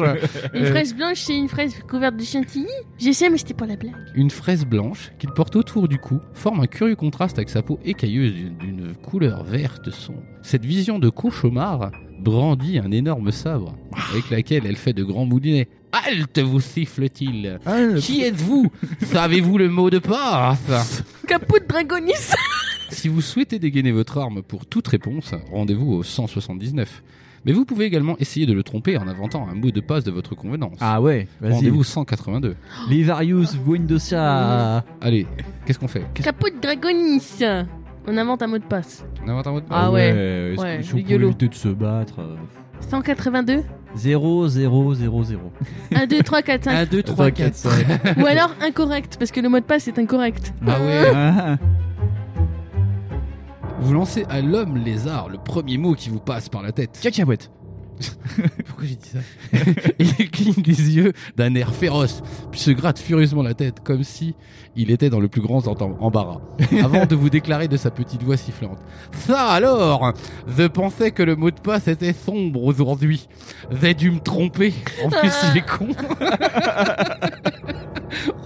S4: Une fraise blanche, c'est une fraise couverte de chantilly Je sais, mais c'était pas la blague.
S7: Une fraise blanche, qu'il porte autour du cou, forme un curieux contraste avec sa peau écailleuse d'une- d'une couleur verte sombre. Cette vision de cauchemar brandit un énorme sabre, avec laquelle elle fait de grands moulinets. Halte, vous siffle-t-il
S5: Ah,
S7: Qui êtes-vous Savez-vous le mot de passe
S4: Caput Dragonis
S7: Si vous souhaitez dégainer votre arme pour toute réponse, rendez-vous au 179. Mais vous pouvez également essayer de le tromper en inventant un mot de passe de votre convenance.
S5: Ah ouais, vas-y.
S7: rendez-vous 182.
S5: Les Varius, Windosa.
S7: Allez, qu'est-ce qu'on fait
S4: Caput Dragonis On invente un mot de passe.
S7: On invente un mot de passe
S4: Ah ouais.
S5: Euh, est-ce
S4: ouais,
S5: que si on
S4: le
S5: peut
S4: gueulot.
S5: éviter de se battre. euh,
S4: 182
S5: 0, 0, 0, 0.
S4: 1, 2, 3, 4, 5.
S7: 2,
S5: 3, 4, 5.
S4: Ou alors incorrect, parce que le mot de passe est incorrect.
S7: Ah ouais Vous lancez à l'homme lézard le premier mot qui vous passe par la tête.
S5: Cacahuète.
S7: Pourquoi j'ai dit ça Il cligne des yeux d'un air féroce, puis se gratte furieusement la tête comme si il était dans le plus grand enten- embarras, avant de vous déclarer de sa petite voix sifflante. Ça alors Je pensais que le mot de passe était sombre aujourd'hui. J'ai dû me tromper. En plus, il est con.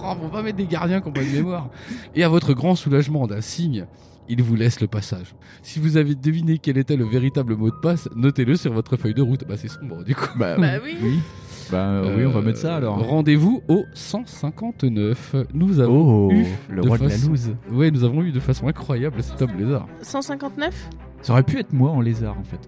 S7: oh, faut pas mettre des gardiens qui ont pas de mémoire. Et à votre grand soulagement d'un signe, il vous laisse le passage. Si vous avez deviné quel était le véritable mot de passe, notez-le sur votre feuille de route. Bah, c'est sombre, du coup.
S4: Bah oui.
S5: Oui. Bah euh, oui, on va
S7: Euh,
S5: mettre ça alors.
S7: Rendez-vous au 159. Nous avons,
S5: Oh,
S7: eu
S5: le
S7: de
S5: roi de la
S7: façon-
S5: loose.
S7: ouais, nous avons eu de façon incroyable cet homme lézard.
S4: 159
S5: Ça aurait pu être moi en lézard en fait.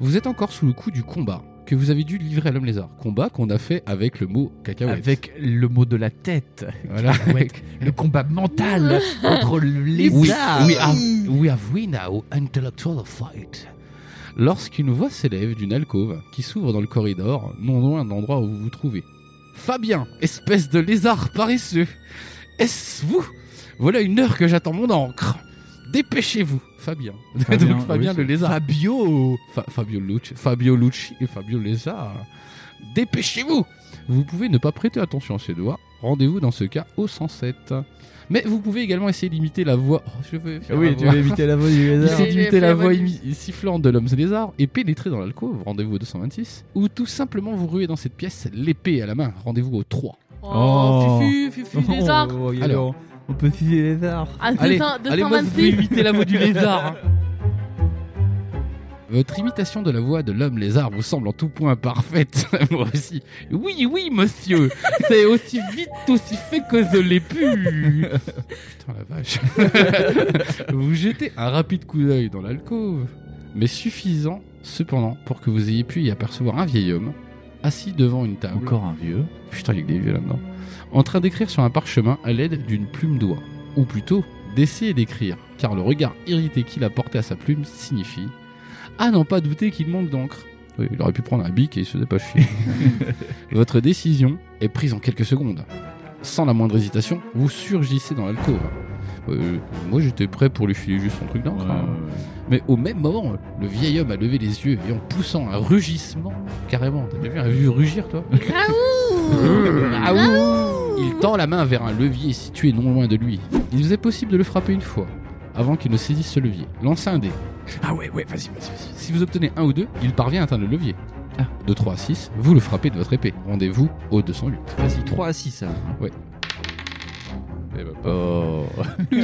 S7: Vous êtes encore sous le coup du combat que vous avez dû livrer à l'homme lézard. Combat qu'on a fait avec le mot
S5: Ah
S7: cacahuète.
S5: Avec le mot de la tête.
S7: voilà.
S5: Cacahuète. le combat mental contre le
S7: We,
S5: lézard.
S7: we have, we have win our intellectual fight. Lorsqu'une voix s'élève d'une alcôve qui s'ouvre dans le corridor, non loin de l'endroit où vous vous trouvez. Fabien, espèce de lézard paresseux, est-ce vous Voilà une heure que j'attends mon encre. Dépêchez-vous, Fabien.
S5: Fabien,
S7: Donc Fabien
S5: oui,
S7: le
S5: c'est-
S7: lézard.
S5: Fabio.
S7: Fa- Fabio Lucci, Fabio Lucci et Fabio Lézard. Dépêchez-vous Vous pouvez ne pas prêter attention à ses doigts. Rendez-vous dans ce cas au 107. Mais vous pouvez également essayer d'imiter la voix. Oh, je veux faire la
S5: Oui, tu
S7: voix.
S5: veux éviter la voix du Ah, lézard.
S7: Essayez
S4: J'ai
S7: d'imiter
S4: fait
S7: la
S4: la
S7: voix
S4: voix du-
S7: imi- sifflante de l'homme lézard et pénétrer dans l'alcôve. Rendez-vous au 226. Ou tout simplement vous ruez dans cette pièce, l'épée à la main. Rendez-vous au 3.
S5: Oh.
S4: Fufu, Fufu, lézard
S5: Oh, oui,
S7: Alors.
S5: alors, on peut filer lézard.
S4: Ah,
S7: Allez,
S4: 200,
S7: allez, moi, vous
S4: 226
S7: pouvez imiter la voix du lézard. hein. Votre imitation de la voix de l'homme lézard vous semble en tout point parfaite, moi aussi. Oui, oui, monsieur, c'est aussi vite, aussi fait que je l'ai pu. Putain, la vache. vous jetez un rapide coup d'œil dans l'alcôve, mais suffisant, cependant, pour que vous ayez pu y apercevoir un vieil homme, assis devant une table.
S5: Encore un vieux.
S7: Putain, il y a que des vieux là-dedans. En train d'écrire sur un parchemin à l'aide d'une plume d'oie. Ou plutôt, d'essayer d'écrire, car le regard irrité qu'il a porté à sa plume signifie Ah non, pas douter qu'il manque d'encre. Oui, il aurait pu prendre un bic et il se faisait pas chier. Votre décision est prise en quelques secondes. Sans la moindre hésitation, vous surgissez dans l'alcôve. Euh, moi j'étais prêt pour lui filer juste son truc d'encre. hein. Mais au même moment, le vieil homme a levé les yeux et en poussant un rugissement, carrément, t'as déjà vu un vieux rugir toi Ah ouh Il tend la main vers un levier situé non loin de lui. Il vous est possible de le frapper une fois, avant qu'il ne saisisse ce levier. Lancez un dé. Ah ouais, ouais, vas-y, vas-y, vas-y. Si vous obtenez un ou deux, il parvient à atteindre le levier.
S4: Ah.
S7: De 3 à 6, vous le frappez de votre épée. Rendez-vous au 208.
S5: Vas-y, 3 à 6. ça.
S7: Oh.
S4: Oh.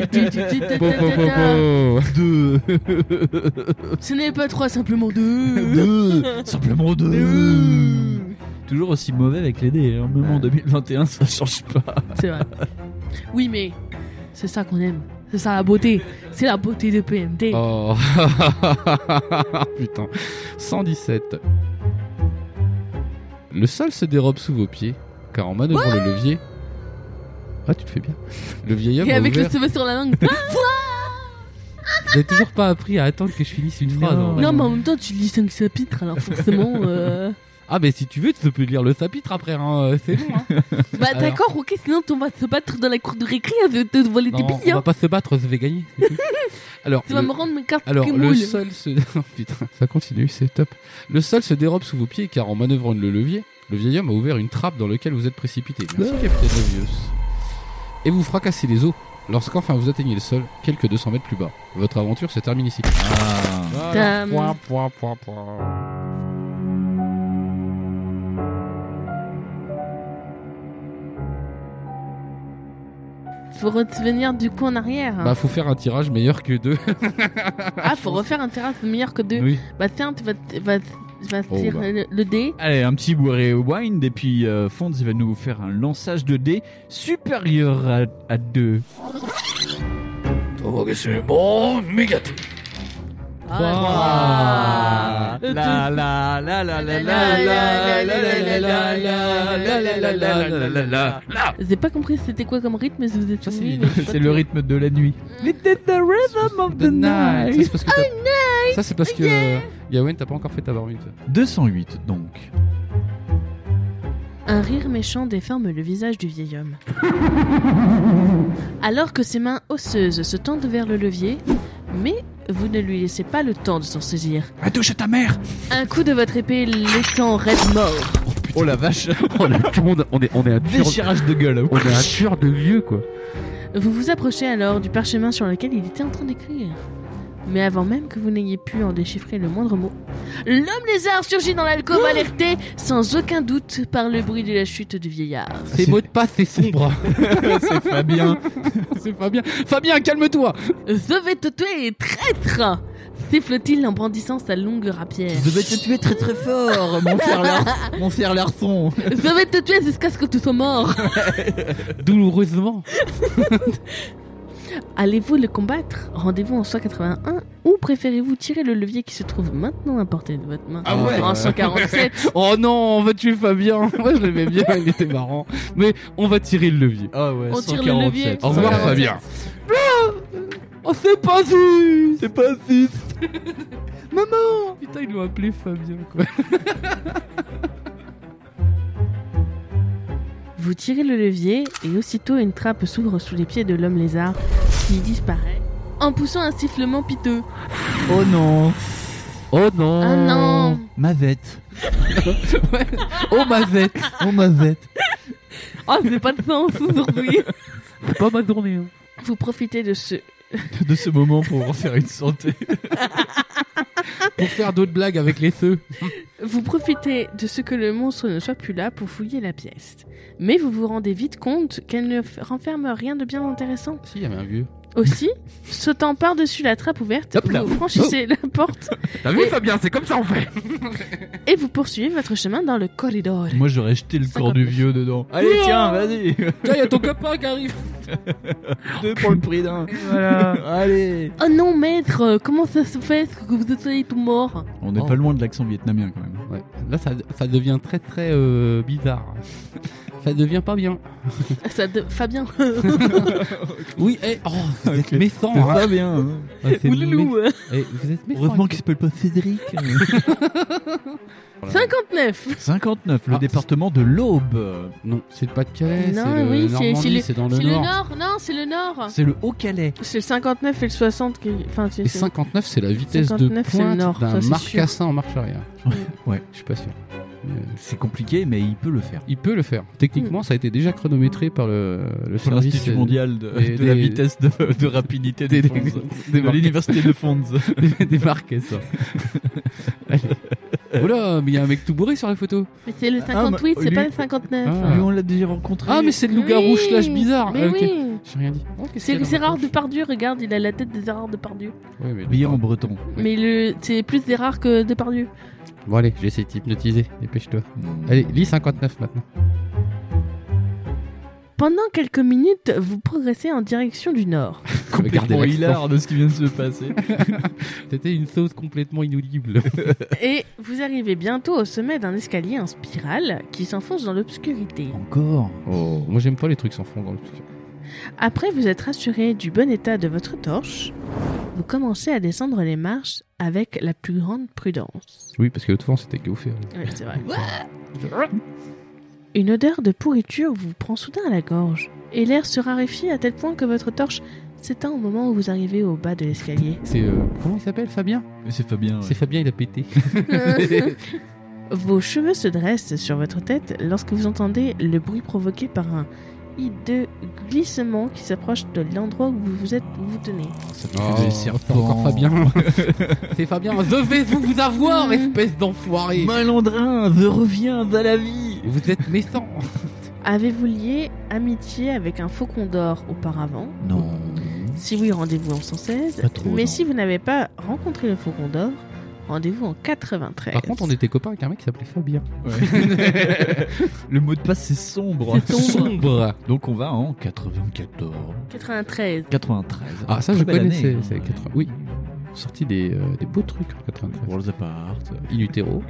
S4: Ce n'est pas trois, simplement deux.
S5: Deux Simplement deux Toujours aussi mauvais avec les dés. hein. Même en 2021, ça change pas.
S4: C'est vrai. Oui, mais c'est ça qu'on aime. C'est ça la beauté. C'est la beauté de PMT.
S7: Oh. Putain. 117. Le sol se dérobe sous vos pieds, car en manœuvrant le levier. Ah, tu le fais bien. Le vieil homme
S4: Et
S7: a
S4: avec le
S7: ouvert-
S4: cheveu sur la langue.
S24: Vous n'avez toujours pas appris à attendre que je finisse une phrase. en vrai.
S4: non, mais en même temps, tu lis 5 chapitres, alors forcément. euh,
S7: Ah, mais si tu veux, tu peux lire le chapitre après, hein, c'est bon. Hein.
S4: Bah
S7: Alors.
S4: d'accord, ok, sinon on va se battre dans la cour de récré avec te voler tes
S7: Non,
S4: billes.
S7: on va
S4: Hein.
S7: pas se battre, je vais gagner. c'est tout. Alors,
S4: Tu vas
S7: le-
S4: me rendre mes cartes
S7: Alors,
S4: qui
S7: le
S4: mouillent.
S7: sol se. Oh, putain, ça continue, c'est top. Le sol se dérobe sous vos pieds car en manœuvrant le levier, le vieil homme a ouvert une trappe dans laquelle vous êtes précipité. Merci, capitaine Obvious. Et vous fracassez les eaux lorsqu'enfin vous atteignez le sol, quelques 200 mètres plus bas. Votre aventure se termine ici.
S4: Voilà. Tam. Point,
S7: point, point, point.
S4: Faut revenir du coup en arrière. hein.
S7: Bah, faut faire un tirage meilleur que deux.
S4: ah, faut refaire un terrain meilleur que deux.
S7: Oui.
S4: Bah tiens, tu vas, tu vas, tu vas
S7: Oh,
S4: tirer
S7: bah.
S4: euh, le, le dé.
S5: Allez, un petit rewind et puis euh, Fonz il va nous faire un lançage de dés supérieur à, à 2.
S25: Oh, que c'est bon, méga
S4: Ah, trois.
S5: La la la la la la la la la la la la la la la la la.
S4: J'ai pas compris c'était quoi comme rythme, mais vous êtes
S5: Ça,
S4: oui,
S5: c'est-
S4: mais je sais pas
S5: C'est le
S4: tout.
S5: rythme de la nuit.
S7: Ça, c'est parce que. t'as- Ça, c'est parce que. euh, Yawen, t'as pas encore fait ta barmite.
S5: 208 donc.
S4: Un rire méchant déforme le visage du vieil homme. Alors que ses mains osseuses se tendent vers le levier, mais vous ne lui laissez pas le temps de s'en saisir.
S5: Ah, touche à ta mère
S4: Un coup de votre épée l'étend raide mort.
S5: Oh Oh la vache
S7: on est, on est un
S5: Déchirage de gueule
S7: est un tueur de vieux, quoi.
S4: Vous vous approchez alors du parchemin sur lequel il était en train d'écrire. Mais avant même que vous n'ayez pu en déchiffrer le moindre mot, l'homme lézard surgit dans l'alcôve alerté, sans aucun doute, par le bruit de la chute du
S3: Ah,
S4: vieillard.
S7: Ces mots de passe, c'est sombre.
S5: C'est Fabien
S7: c'est Fabien. Fabien, calme-toi.
S4: Je vais te tuer, traître siffle-t-il en brandissant sa longue rapière.
S5: Je vais te tuer très très fort Mon fer lar- mon fer larçon
S4: Je vais te tuer jusqu'à ce que tu sois mort.
S7: Douloureusement.
S4: Allez-vous le combattre Rendez-vous en 181 ou préférez-vous tirer le levier qui se trouve maintenant à portée de votre main
S7: Ah ouais.
S4: En 147
S7: Oh non, on va tuer Fabien. Moi, je l'aimais bien, il était marrant. Mais on va tirer le levier.
S5: Ah ouais,
S4: On tire le levier.
S5: 147.
S7: Au revoir,
S4: Voilà.
S7: Fabien. Oh, c'est pas juste.
S5: C'est pas six
S7: Maman. Putain, ils l'ont appelé Fabien, quoi.
S4: Vous tirez le levier et aussitôt une trappe s'ouvre sous les pieds de l'homme lézard qui disparaît en poussant un sifflement piteux.
S5: Oh non
S7: Oh non.
S4: Ah non
S5: Mavette
S7: Oh, ma veste.
S5: Oh Mavette
S4: Oh, c'est pas de sens aujourd'hui
S7: Pas ma journée. hein.
S4: Vous profitez de ce...
S5: De ce moment pour en faire une santé
S7: Pour faire d'autres blagues avec les feux.
S4: Vous profitez de ce que le monstre ne soit plus là pour fouiller la pièce. Mais vous vous rendez vite compte qu'elle ne f- renferme rien de bien intéressant.
S7: Si, il y avait un vieux.
S4: Aussi, sautant par-dessus la trappe ouverte,
S7: Hop là. Oh.
S4: vous franchissez la porte
S7: T'as vu Fabien, c'est comme ça on fait
S4: et vous poursuivez votre chemin dans le corridor.
S10: Moi, j'aurais jeté le corps du vieux dedans. Allez, tiens, vas-y.
S7: Tiens, y a ton copain qui arrive
S10: Deux pour le prix d'un. Voilà. Allez.
S4: Oh non, maître, euh, comment ça se fait que vous êtes tout mort
S5: On n'est
S3: Oh.
S5: pas loin de l'accent vietnamien quand même.
S3: Ouais. Là, ça, ça devient très très euh, bizarre. ça devient pas bien.
S4: Ça de... Fabien.
S3: Oui, eh, oh, vous êtes
S5: le-
S3: méchant.
S5: C'est
S3: hein.
S5: pas bien. hein.
S3: Ah, c'est mé-
S4: Ouloulou.
S3: eh, vous êtes méchant.
S5: Heureusement
S3: avec-
S5: qu'il s'appelle pas Cédric.
S4: 59
S5: 59, le
S3: Ah.
S5: département de l'Aube.
S3: Non, c'est le Pas-de-Calais.
S4: Non,
S3: c'est le
S4: oui, c'est- c'est
S3: Normandie,
S4: le-
S3: c'est dans le
S4: C'est le
S3: nord.
S4: nord, non, c'est le
S7: Ah.
S4: nord
S5: C'est le Haut-Calais.
S4: C'est le 59 et le 60 qui... Enfin, c'est...
S3: Et 59, c'est la vitesse
S4: 59,
S3: de
S4: c'est le
S3: pointe
S4: nord, ça,
S3: d'un
S4: c'est
S3: marcassin en marche arrière.
S5: Ouais.
S3: Je suis pas sûr. Mais, euh,
S5: C'est compliqué, mais il peut le faire.
S3: il peut le faire.
S4: Hmm.
S3: Techniquement, ça a été déjà chronométré par le, le
S5: Sur
S3: service
S5: l'Institut
S3: euh,
S5: mondial de,
S3: des-
S5: de la
S3: des-
S5: vitesse de, de rapidité
S3: des,
S5: des
S3: des,
S5: Fonds.
S3: des
S5: De
S3: marques-
S5: l'université de Fonds.
S3: des- des marques, ça. Allez. oh là, mais il y a un mec tout bourré sur la photo.
S4: Mais c'est le
S5: Ah,
S4: 58,
S5: mais-
S4: c'est pas
S5: lui-
S4: le 59.
S3: Ah.
S5: Lui, on l'a déjà rencontré.
S3: Ah, mais c'est le
S4: Oui,
S3: loup-garou slash bizarre.
S4: Mais
S3: Ah, ok.
S4: oui
S3: J'ai rien dit.
S4: C'est c'est rare de Pardieu, regarde, il a la tête des erreurs de Pardieu.
S3: Ouais, mais
S5: Bien en breton.
S4: Mais le c'est plus des rares que de Pardieu.
S3: Bon, allez, j'ai essayé de t'hypnotiser. Dépêche-toi.
S5: Hmm.
S3: Allez, lis 59 maintenant.
S4: Pendant quelques minutes, vous progressez en direction du nord.
S3: Regardez
S5: Complètement
S3: l'accent.
S5: hilar de ce qui vient de se passer.
S3: C'était une sauce complètement inaudible.
S4: Et vous arrivez bientôt au sommet d'un escalier en spirale qui s'enfonce dans l'obscurité.
S5: Encore.
S3: Oh, moi j'aime pas les trucs sans fond dans le truc.
S4: Après vous être assuré du bon état de votre torche, vous commencez à descendre les marches avec la plus grande prudence.
S3: Oui, parce que l'autre fois on s'était gaufé.
S4: Ouais, c'est vrai. Une odeur de pourriture vous prend soudain à la gorge, et l'air se raréfie à tel point que votre torche s'éteint au moment où vous arrivez au bas de l'escalier.
S3: C'est. euh, comment il s'appelle Fabien
S5: Mais c'est Fabien.
S3: C'est
S5: Ouais.
S3: Fabien, il a pété.
S4: Vos cheveux se dressent sur votre tête lorsque vous entendez le bruit provoqué par un hideux glissement qui s'approche de l'endroit où vous vous êtes où vous tenez.
S5: Ça fait
S3: Oh,
S5: des
S3: c'est
S5: serpents.
S3: encore Fabien. c'est Fabien. Je vais vous, vous avoir, espèce d'enfoiré.
S5: Malandrin, je reviens à la vie.
S3: Vous êtes méchant.
S4: Avez-vous lié amitié avec un faucon d'or auparavant
S5: Non.
S4: Si oui, rendez-vous en 116.
S5: Pas trop,
S4: mais
S5: non.
S4: si vous n'avez pas rencontré le faucon d'or, rendez-vous en 93.
S3: Par contre, on était copains avec un mec qui s'appelait Fabien.
S5: Le mot de passe c'est sombre.
S3: Sombre.
S5: Donc on va en 94.
S4: 93.
S5: 93.
S3: Ah, ça
S5: Très
S3: je
S5: belle
S3: connaissais.
S5: année. hein.
S3: C'est 80. Oui. Sorti des, euh, des beaux trucs en 93.
S5: Worlds Apart.
S3: In utero.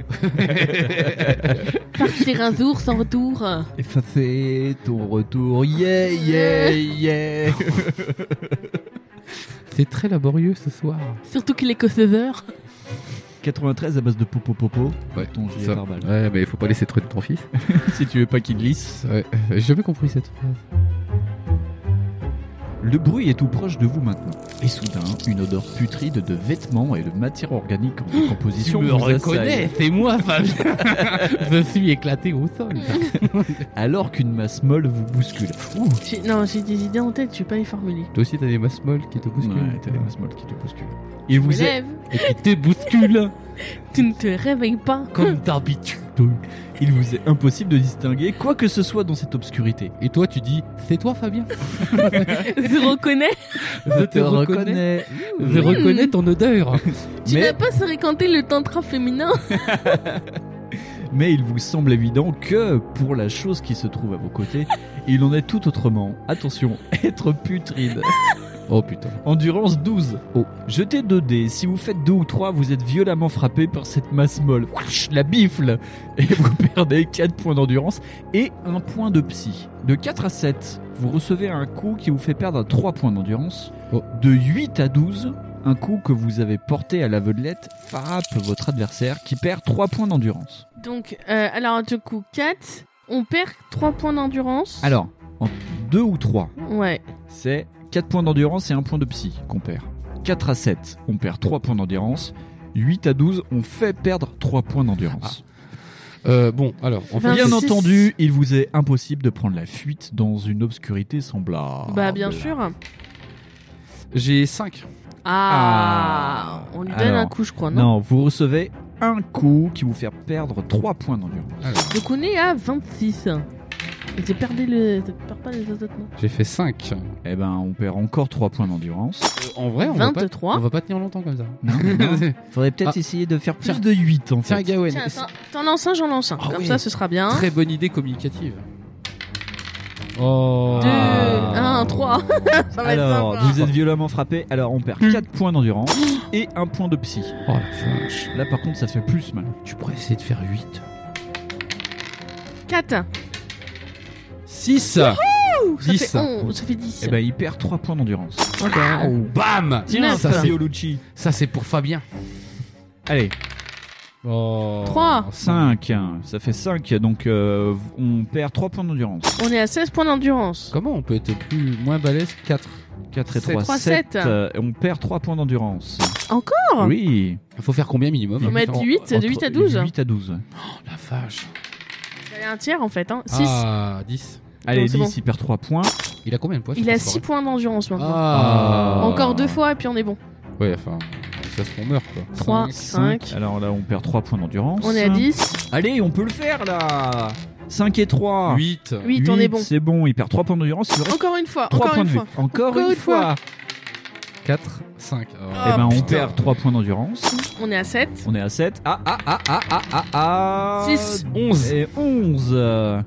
S4: Partir un jour sans retour. euh,
S5: Effacé, ton retour. Yeah, yeah, yeah.
S3: C'est très laborieux ce soir.
S4: Surtout qu'il est que 16 heures.
S5: 93 à base de popo popo.
S3: Ouais,
S5: Ton gilet
S3: ça.
S5: pare-balles.
S3: Ouais, mais faut pas laisser trop de ton fils.
S5: si tu veux pas qu'il glisse.
S3: Ouais, J'ai jamais compris cette phrase.
S5: Le bruit est tout proche de vous maintenant. Et soudain, une odeur putride de vêtements et de matière organique en décomposition vous assaille.
S3: c'est moi Fabien. je suis éclaté au sol.
S5: Alors qu'une masse molle vous bouscule. Ouh.
S4: J'ai- Non, j'ai des idées en tête, je vais pas les formuler.
S3: Toi aussi t'as des masses molles qui te bousculent.
S5: Ouais, t'as des masses molles qui te bousculent. Il vous est,
S4: Lève,
S3: Et qui te bousculent
S4: tu ne te réveilles pas.
S3: comme d'habitude.
S5: il vous est impossible de distinguer quoi que ce soit dans cette obscurité.
S3: Et toi tu dis, c'est toi Fabien
S4: Je reconnais.
S3: Je te reconnais. Je reconnais ton odeur.
S4: Tu
S5: Mais-
S4: n'as pas fréquenté le tantra féminin.
S5: Mais il vous semble évident que, pour la chose qui se trouve à vos côtés, il en est tout autrement. Attention, être putride.
S3: Oh putain.
S5: Endurance 12.
S3: Oh.
S5: Jetez 2 dés. Si vous faites 2 ou 3, vous êtes violemment frappé par cette masse molle. Ouache, la bifle Et vous perdez 4 points d'endurance et 1 point de psy. De 4 à 7, vous recevez un coup qui vous fait perdre 3 points d'endurance.
S3: Oh.
S5: De 8 à 12, un coup que vous avez porté à l'aveuglette frappe votre adversaire qui perd 3 points d'endurance.
S4: Donc, euh, alors du coup, 4, on perd 3 points d'endurance.
S5: Alors, en 2 ou 3,
S4: Ouais.
S5: c'est 4 points d'endurance et 1 point de psy qu'on perd. 4 à 7, on perd 3 points d'endurance. 8 à 12, on fait perdre 3 points d'endurance.
S4: Ah.
S3: Euh, bon, alors, en fait,
S4: Vingt-
S5: Bien
S4: 26.
S5: entendu, il vous est impossible de prendre la fuite dans une obscurité semblable.
S4: bah, bien sûr.
S3: j'ai 5.
S4: Ah, On lui donne
S5: Alors,
S4: un coup, je crois, non,
S5: Non, vous recevez un coup qui vous fait perdre 3 points d'endurance.
S4: Donc, on est à 26. Et tu perds le... tu perds pas les autres noms.
S7: J'ai fait 5.
S5: Eh ben, on perd encore 3 points d'endurance.
S7: en vrai, on va pas,
S4: 23.
S7: on va pas tenir longtemps comme ça.
S5: Non, Faudrait peut-être
S7: Ah.
S5: essayer de faire plus
S7: Tiens.
S5: de 8 en
S7: Tiens,
S5: fait.
S7: Gawen,
S4: Tiens, attends, t'en lances un, j'en lance un.
S7: Ah
S4: Comme
S7: oui.
S4: ça, ce sera bien.
S7: très bonne idée communicative. Oh.
S4: Deux, un, trois. Ça va
S5: Alors,
S4: être sympa.
S5: vous êtes violemment frappé, alors on perd 4 points d'endurance et 1 point de psy.
S7: Hmm. Oh la vache.
S5: Là par contre, ça fait plus mal.
S3: Tu pourrais essayer de faire 8.
S4: 4.
S7: 6.
S4: Ça
S7: 10.
S4: fait 11, ça fait hein. 10.
S5: Eh ben, il perd 3 points d'endurance.
S3: Oh,
S7: Bam
S5: Tiens,
S4: Neuf.
S5: ça c'est Yolucci.
S7: ah, Ça c'est pour Fabien.
S5: Allez,
S7: Oh.
S4: Trois.
S5: 5, ça fait 5, donc euh, on perd 3 points d'endurance.
S4: On est à 16 points d'endurance.
S7: Comment on peut être plus moins balèze 4
S5: 4 et
S7: C'est
S5: 3,
S4: trois,
S5: 7.
S4: sept.
S5: on perd 3 points d'endurance.
S4: Encore
S5: Oui.
S7: Faut faire combien minimum
S5: Oh
S4: Faut mettre
S7: Attends,
S4: 8, de
S7: entre-
S4: 8 à 12.
S5: 8 à 12.
S7: Oh, la vache.
S4: Il a un tiers en fait. Hein. 6.
S7: Ah, 10.
S5: Allez,
S4: Non, c'est
S5: 10,
S4: bon.
S5: il perd 3 points.
S7: Il a combien de points
S4: il a 6 points d'endurance maintenant.
S7: Ah.
S4: Encore deux fois et puis on est bon.
S7: Ouais, enfin, ça se qu'on meurt quoi.
S4: 3, 5.
S5: Alors là, on perd 3 points d'endurance.
S4: On est à 10.
S5: Allez, on peut le faire là 5 et
S3: Ah.
S5: 3.
S7: 8.
S4: 8, on est bon.
S5: C'est bon, il perd 3 points d'endurance, il reste
S4: Encore une fois,
S5: 3
S4: encore
S5: points
S4: une
S5: de
S4: fois.
S5: vie. Encore,
S4: Encore
S5: une
S4: une
S5: fois.
S4: fois.
S7: 4, 5. Oh.
S5: Eh ben, on
S4: putain.
S5: perd 3 points d'endurance.
S4: On est à 7.
S5: On est à 7. Ah, ah, ah, ah, ah, ah, ah.
S4: Six.
S5: 11. Et 11.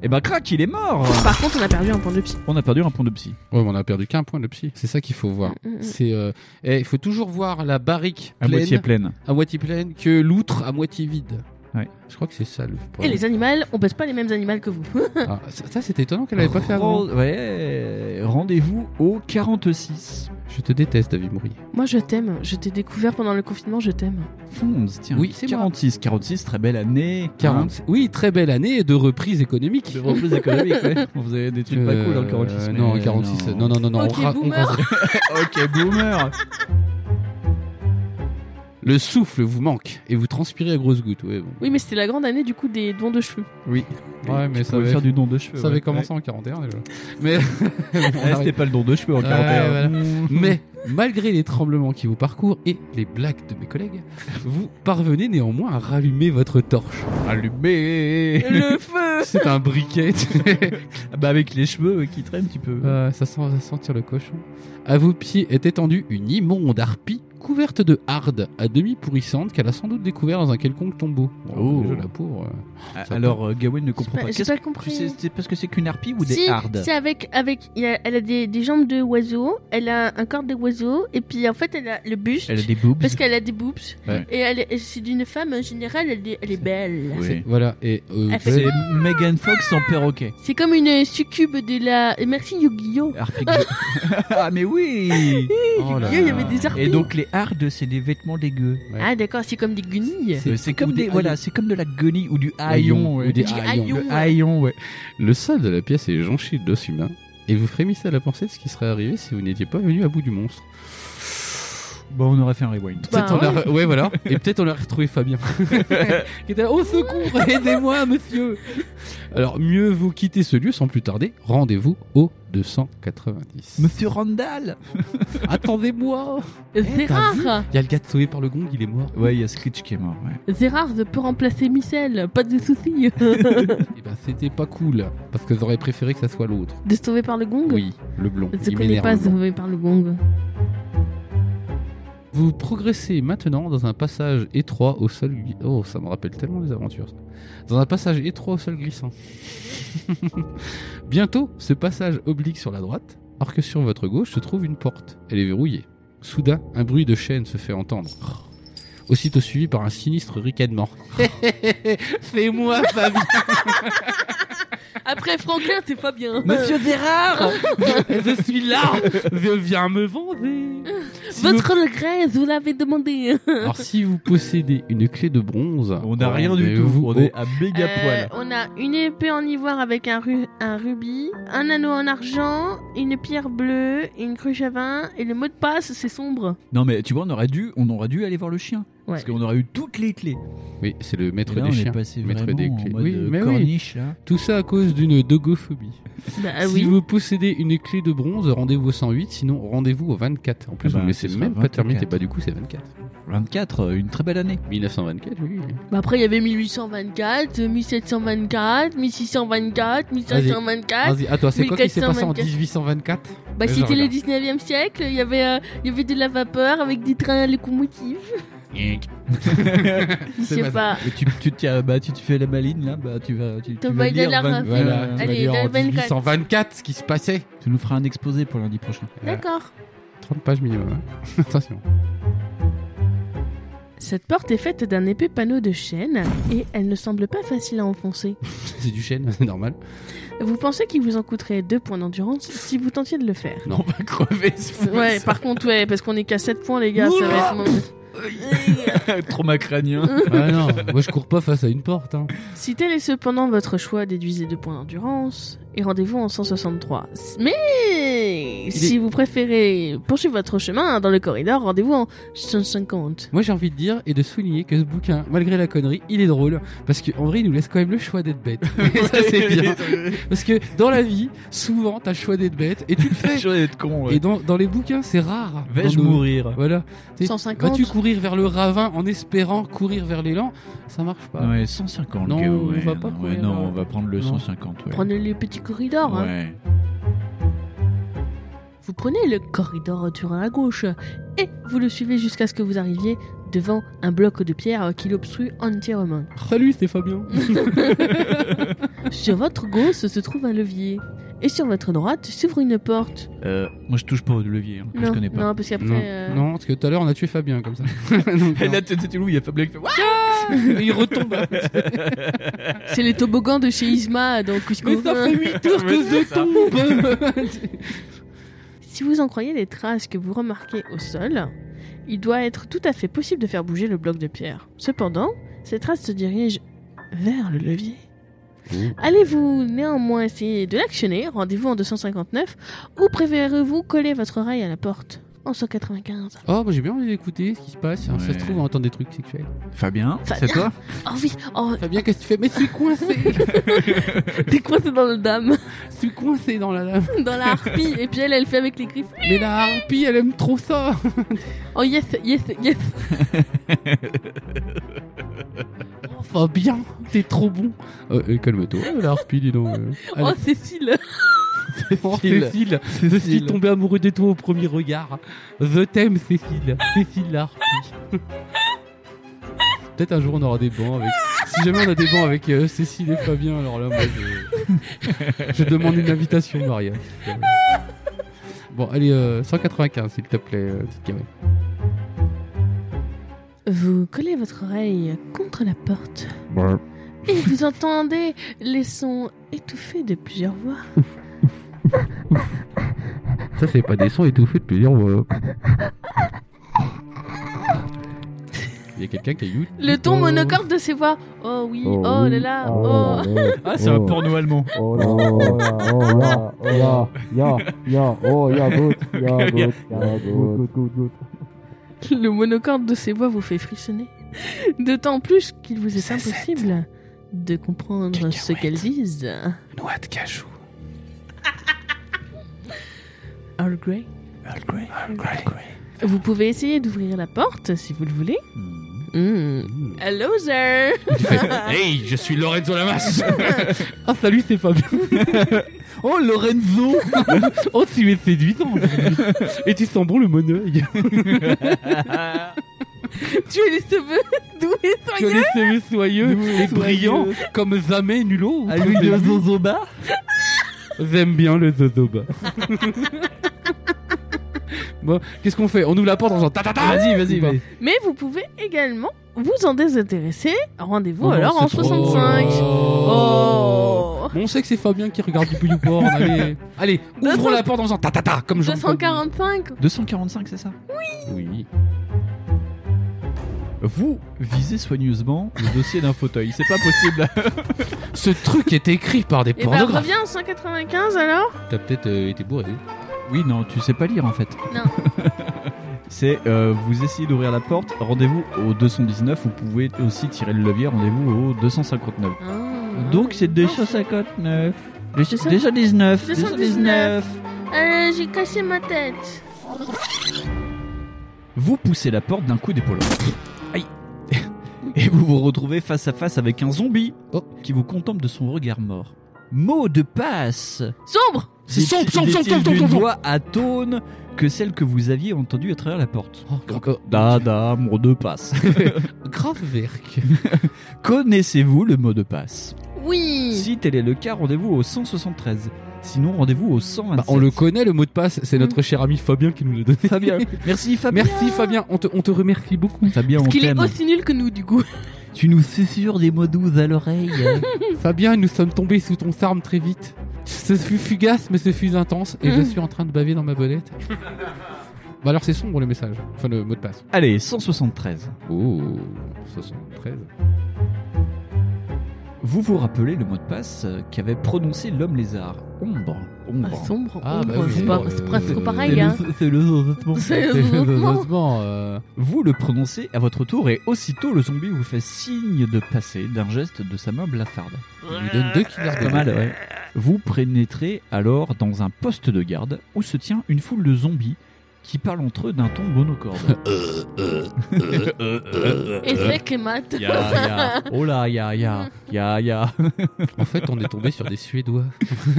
S5: Et ben, crac, il est mort.
S4: Par contre, on a perdu un point de psy.
S5: On a perdu un point de psy.
S7: Ouais, mais on a perdu qu'un point de psy. C'est ça qu'il faut voir.
S4: Mm, mm, mm.
S7: C'est, euh, eh, il faut toujours voir la barrique
S5: À
S7: pleine,
S5: moitié pleine.
S7: à moitié pleine, que l'outre à moitié vide.
S5: Ouais.
S7: Je crois que c'est ça le
S4: Et
S7: problème.
S4: les animaux, on pèse pas les mêmes animaux que vous.
S7: Ah, ça, ça, c'était étonnant qu'elle avait pas fait avant.
S5: Ren- Ouais, rendez-vous au 46.
S7: Je te déteste, David Mourier.
S4: Moi, je t'aime. Je t'ai découvert pendant le confinement, je t'aime.
S5: 11, tiens.
S7: Oui, c'est moi.
S5: 46. 46, très belle année. Hein.
S7: 40. Oui, très belle année et de reprise économique.
S5: Ah. De reprise économique, ouais. On faisait des trucs pas cool dans le
S7: Euh,
S5: 46. mais euh,
S7: non, 46. Non, non, non, non.
S4: Ok,
S7: on ra- on
S4: boomer.
S7: ra-
S5: ok, boomer.
S7: le souffle vous manque et vous transpirez à grosses gouttes. Ouais, bon.
S4: Oui, mais c'était la grande année du coup des dons de cheveux.
S7: Ouais, mais
S5: Tu
S7: ça
S5: pouvais
S7: avait,
S5: faire du don de cheveux.
S7: ça avait
S5: ouais.
S7: commencé en 41 déjà. Mais,
S5: Ouais, c'était pas le don de cheveux en
S7: Ouais,
S5: 41.
S7: voilà. mais malgré les tremblements qui vous parcourent et les blagues de mes collègues, vous parvenez néanmoins à rallumer votre torche.
S5: Allumé
S4: Le feu
S7: C'est un briquet.
S5: Ah Bah avec les cheveux qui traînent, tu peux.
S7: Euh, ça sent ça sent tire le cochon. À vos pieds est étendue une immonde harpie couverte de hardes à demi pourrissante qu'elle a sans doute découvert dans un quelconque tombeau.
S5: Oh.
S7: Bon, déjà, la pauvre. euh,
S5: Ah,
S7: ça
S5: Alors euh, Gawain ne comprend
S4: J'ai
S5: pas.
S4: pas, j'ai
S5: Qu'est-ce
S4: pas
S5: que tu
S4: compris.
S5: sais, c'est parce que c'est qu'une harpie ou des
S4: Si,
S5: hardes
S4: C'est avec, avec, il y a- elle a des, des jambes de oiseau, elle a un corps de oiseau, et puis en fait elle a le buste
S5: Elle a des boobs.
S4: parce qu'elle a des boobs.
S5: Ouais.
S4: Et elle, est- et c'est d'une femme en général, elle est, elle est belle.
S5: Oui.
S7: Voilà. Et euh,
S4: Elle fait-
S5: C'est Megan Fox en perroquet.
S4: C'est comme une succube de la. et Merci Yu-Gi-Oh.
S5: Harpie que- ah mais oui
S7: oh là
S4: Yu-Gi-Oh, il y
S7: là.
S4: avait des harpies.
S5: Et donc les hardes c'est des vêtements dégueux.
S4: Ah d'accord, c'est comme des guenilles.
S7: C'est-
S5: Euh, C'est comme
S7: ou des
S5: des voilà,
S7: haillons.
S5: c'est comme de la guenille ou du haillon
S7: Haillons,
S5: ouais.
S7: ou des
S4: Du
S7: haillons.
S4: haillon.
S5: Le haillon ouais.
S7: Le sol de la pièce est jonché d'os humains, et vous frémissez à la pensée de ce qui serait arrivé si vous n'étiez pas venu à bout du monstre.
S5: Bon, on aurait fait un rewind.
S4: Bah,
S7: Peut-être on a... ouais, voilà. Et peut-être on a retrouvé Fabien. qui était là, au secours, aidez-moi, monsieur. Alors, mieux vaut quitter ce lieu sans plus tarder. Rendez-vous au 290.
S5: Monsieur Randall
S7: Attendez-moi.
S5: Eh,
S4: C'est
S7: t'as vu
S4: rare.
S7: Il y a le gars de sauvé par le gong, il est mort.
S5: Ouais, il y a Screech qui est mort, ouais.
S4: C'est rare de peut remplacer Michel, pas de soucis.
S7: Et ben, c'était pas cool. Parce que j'aurais préféré que ça soit l'autre.
S4: de sauver par le gong.
S7: Oui, le blond.
S4: Je
S7: il
S4: connais
S7: m'énerve,
S4: pas
S7: le blond.
S4: sauvé par le gong.
S7: Vous progressez maintenant dans un passage étroit au sol. gli- Oh, ça me rappelle tellement les aventures. ça. Dans un passage étroit au sol glissant. Bientôt, ce passage oblique sur la droite, alors que sur votre gauche se trouve une porte. Elle est verrouillée. Soudain, un bruit de chaîne se fait entendre. Aussitôt suivi par un sinistre ricanement. Fais-moi, Fabien
S4: Après Franklin, c'est pas bien.
S5: Zérard
S7: Je suis là Je viens me vendre Si vous-
S4: Votre regret, vous l'avez demandé.
S7: Alors, si vous possédez une clé de bronze...
S5: On n'a rien du tout, Oh.
S7: rendez-vous
S5: on
S7: au-
S5: est à méga
S4: Euh,
S5: poil.
S4: on a une épée en ivoire avec un, ru- un rubis, un anneau en argent, une pierre bleue, une cruche à vin, et le mot de passe, c'est sombre.
S5: Non mais tu vois, on aurait dû, on aurait dû aller voir le chien.
S4: Ouais.
S5: Parce qu'on aurait eu toutes les clés.
S7: Oui, c'est le maître
S5: Et là,
S7: des
S5: Eh on est
S7: chiens.
S5: passé
S7: maître
S5: vraiment
S7: des
S5: en
S7: clés.
S5: mode
S7: Oui,
S5: euh,
S7: mais oui.
S5: corniche, là.
S7: Tout ça à cause d'une dogophobie.
S4: Bah
S7: si
S4: oui.
S7: vous possédez une clé de bronze, rendez-vous au 108, sinon rendez-vous au 24. En plus,
S5: Ah bah,
S7: vous ne laissez
S5: ce sera
S7: même pas terminer.
S5: 24.
S7: Bah, du coup, c'est 24.
S5: 24, euh, une très belle année.
S7: 1924, oui. oui.
S3: Bah après, il y avait 1824, 1724, 1624, 1524.
S7: Vas-y, à toi, c'est quoi qui s'est passé en
S3: 1424.
S7: 1824
S3: Bah,
S7: Vas-y,
S3: c'était le
S7: regarde.
S3: 19e siècle, il y avait, euh, il y avait de la vapeur avec des trains à locomotive. Je
S7: C'est
S3: sais
S7: pas ça.
S3: pas.
S5: Mais tu, tu, te tiens- bah, tu te fais la maline là, bah, tu vas, tu, tu
S3: T'as
S5: vas
S3: pas
S5: le
S3: idée de
S5: dire,
S3: la
S5: vingt-
S3: ref.
S5: voilà.
S7: Voilà,
S3: Allez,
S7: on va dire
S3: dans
S7: en
S3: le 24.
S7: 1824 ce qui se passait.
S5: Tu nous feras un exposé pour lundi prochain.
S3: D'accord.
S7: 30 pages minimum. hein. Attention.
S4: Cette porte est faite d'un épais panneau de chêne et elle ne semble pas facile à enfoncer.
S7: C'est du chêne, c'est normal.
S4: Vous pensez qu'il vous en coûterait deux points d'endurance si vous tentiez de le faire
S7: Non, on va crever.
S4: Ouais, par contre, ouais, parce qu'on est qu'à 7 points, les gars, ça va être mon-
S5: Trauma crânien.
S7: Ah non, moi je cours pas face à une porte. Hein.
S4: Si tel est cependant votre choix, déduisez deux points d'endurance et rendez-vous en 163. Mais si vous préférez poursuivre votre chemin dans le corridor, rendez-vous en 150.
S7: Moi j'ai envie de dire et de souligner que ce bouquin, malgré la connerie, il est drôle. Parce qu'en vrai, il nous laisse quand même le choix d'être bête. Et ça c'est bien. Parce que dans la vie, souvent t'as le choix d'être bête et tu le fais.
S5: J'aurais être con. ouais.
S7: Et dans, dans les bouquins, c'est rare.
S5: Vais-je
S7: Dans nos-
S5: mourir
S7: Voilà. T'es-
S4: 150.
S7: Vas-tu courir vers le ravin en espérant courir vers l'élan Ça marche pas.
S5: Ouais, 150.
S7: Non,
S5: le gars,
S7: on
S5: ouais,
S7: va pas
S5: non,
S7: courir,
S5: ouais, non,
S7: hein.
S5: on va prendre le
S7: Non.
S5: 150. Ouais.
S4: Prenez le petit corridor. hein.
S5: Ouais.
S4: Vous prenez le corridor du Rhin à gauche et vous le suivez jusqu'à ce que vous arriviez devant un bloc de pierre qui l'obstrue entièrement.
S7: Salut, c'est Fabien.
S4: Sur votre gauche se trouve un levier et sur votre droite s'ouvre une porte.
S5: Euh, moi, je touche pas au levier. hein, que
S4: non,
S5: je connais pas.
S4: non, parce qu'après.
S7: Non,
S4: euh,
S7: non, parce que tout à l'heure on a tué Fabien comme ça. Donc,
S5: Et
S7: non.
S5: là, t'étais où Il y a Fabien qui fait. What
S7: il retombe.
S3: C'est les toboggans de chez Isma dans Cusco.
S7: Mais ça fait 8 heures que je tombe.
S4: Si vous en croyez les traces que vous remarquez au sol, il doit être tout à fait possible de faire bouger le bloc de pierre. Cependant, ces traces se dirigent vers le levier.
S7: Mmh.
S4: Allez-vous néanmoins essayer de l'actionner, rendez-vous en 259, ou préférez-vous coller votre oreille à la porte en 195
S7: oh, moi j'ai bien envie d'écouter ce qui se passe. hein. Ça
S5: Ouais.
S7: se trouve on entend des trucs sexuels.
S5: Fabien,
S3: Fabien.
S5: c'est toi
S3: Oh oui, oh,
S7: Fabien, qu'est-ce que tu fais Mais je suis coincé.
S3: t'es coincé dans le dame,
S7: je suis coincé dans la lame.
S3: dans la harpie, et puis elle, elle fait avec les griffes.
S7: Mais la harpie, elle aime trop ça.
S3: Oh yes, yes, yes.
S7: Oh, Fabien, t'es trop bon. Euh, euh, Calme-toi, la harpie, dis donc. euh. Allez.
S3: Oh Cécile.
S7: Oh, Cécile, je suis tombé amoureux de toi au premier regard. The t'aime, Cécile. Cécile Larpi. Peut-être un jour on aura des bancs avec. Si jamais on a des bancs avec euh, Cécile et Fabien, alors là, moi je. je demande une invitation au mariage. Bon, allez, euh, 195 s'il te plaît, euh, petite Camille.
S4: Vous collez votre oreille contre la porte et vous entendez les sons étouffés de plusieurs voix.
S7: Ça, c'est pas des sons étouffés de plusieurs voix. Il y a quelqu'un qui a eu.
S4: Le ton monocorde de ces voix. Oh oui, oh, là là, oh.
S5: Ah, c'est un porno allemand.
S26: Oh là, oh là, oh là, oh là, ya, ya, oh ya, good, ya, good, ya, good, good, good.
S4: Le monocorde de ces voix vous fait frissonner. D'autant plus qu'il vous est impossible de comprendre ce qu'elles disent.
S7: Noix de cajou.
S4: Earl Grey. Vous pouvez essayer d'ouvrir la porte si vous le voulez.
S7: Hmm.
S4: Mm. Hello there. Ah.
S7: hey, je suis Lorenzo Lamas. Ah, salut, c'est Fabien.
S5: Oh, Lorenzo
S7: Oh, tu es séduisant aujourd'hui. Et tu sens bon le monoeil.
S3: Tu as les cheveux doux et
S7: Eh. Tu as
S3: soyeux.
S7: les cheveux soyeux et brillants
S5: euh,
S7: comme jamais nul autre.
S3: Ah,
S5: Allume de Zozoba
S7: J'aime bien le zozoba. bon, qu'est-ce qu'on fait On ouvre la porte en faisant ta ta ta
S5: Vas-y, vas-y, vas-y.
S4: Mais vous pouvez également vous en désintéresser. Rendez-vous
S7: Oh non,
S4: alors en
S7: c'est trop-
S4: 65.
S7: Oh.
S4: Oh.
S7: Bon, on sait que c'est Fabien qui regarde du Puyu Porn. Allez, allez ouvrons
S4: 200
S7: la porte en faisant ta ta ta comme Jean
S4: 245.
S5: 245, c'est ça
S7: Oui.
S5: Vous visez soigneusement le dossier d'un fauteuil. C'est pas possible.
S7: Ce truc est écrit par des
S4: Et ben
S7: pornographes.
S4: reviens en 195 alors.
S7: T'as peut-être été bourré.
S5: oui, non, tu sais pas lire en fait.
S4: Non.
S5: C'est euh, vous essayez d'ouvrir la porte, rendez-vous au 219, vous pouvez aussi tirer le levier, rendez-vous au 259.
S4: Ah.
S5: Donc c'est 259. 219.
S4: 219. Euh, j'ai cassé ma tête.
S5: Vous poussez la porte d'un coup d'épaule. Aïe. Et vous vous retrouvez face à face avec un zombie qui vous contemple de son regard mort. Mot de passe
S4: Sombre
S3: C'est
S5: Dit-
S3: sombre, sombre, sombre,
S5: dit-il
S3: sombre,
S5: d'une
S3: sombre, sombre.
S5: voix atone que celle que vous aviez entendue à travers la porte.
S7: Oh,
S3: Donc,
S5: Dada, mot de passe.
S3: Grave verk.
S5: Connaissez-vous le mot de passe
S4: Oui.
S5: Si tel est le cas, rendez-vous au 173. Sinon, rendez-vous au 127.
S3: Bah, on le connaît le mot de passe, c'est notre cher ami Fabien qui nous l'a donné.
S5: Fabien. Merci Fabien.
S3: Merci Fabien, on te, on te remercie beaucoup.
S5: Fabien, on
S4: Qu'il est
S5: t'aime.
S4: aussi nul que nous, du coup.
S5: Tu nous susurres des mots doux à l'oreille.
S3: Fabien, nous sommes tombés sous ton charme très vite. Ce fut fugace, mais ce fut intense, et je suis en train de baver dans ma bolette. Bah alors c'est sombre le message, enfin le mot de passe.
S5: Allez, 173.
S3: Oh, 73.
S5: Vous vous rappelez le mot de passe euh, qu'avait prononcé l'homme lézard Ombre. Ombre.
S4: Ah, sombre.
S3: Ah,
S4: ombre,
S3: bah oui,
S4: c'est pas-
S3: euh,
S4: c'est presque
S3: euh,
S4: pareil, hein.
S5: C'est le zozotement.
S4: C'est heureusement.
S3: Heureusement, euh,
S5: Vous le prononcez à votre tour et aussitôt le zombie vous fait signe de passer d'un geste de sa main blafarde.
S3: il lui donne deux killers
S5: Pas mal, ouais. Vous pénétrez alors dans un poste de garde où se tient une foule de zombies qui parlent entre eux d'un ton monocorde.
S4: Et c'est les maths.
S5: Ya, ya. Oh là, ya, ya, ya, ya.
S3: En fait, on est tombé sur des Suédois.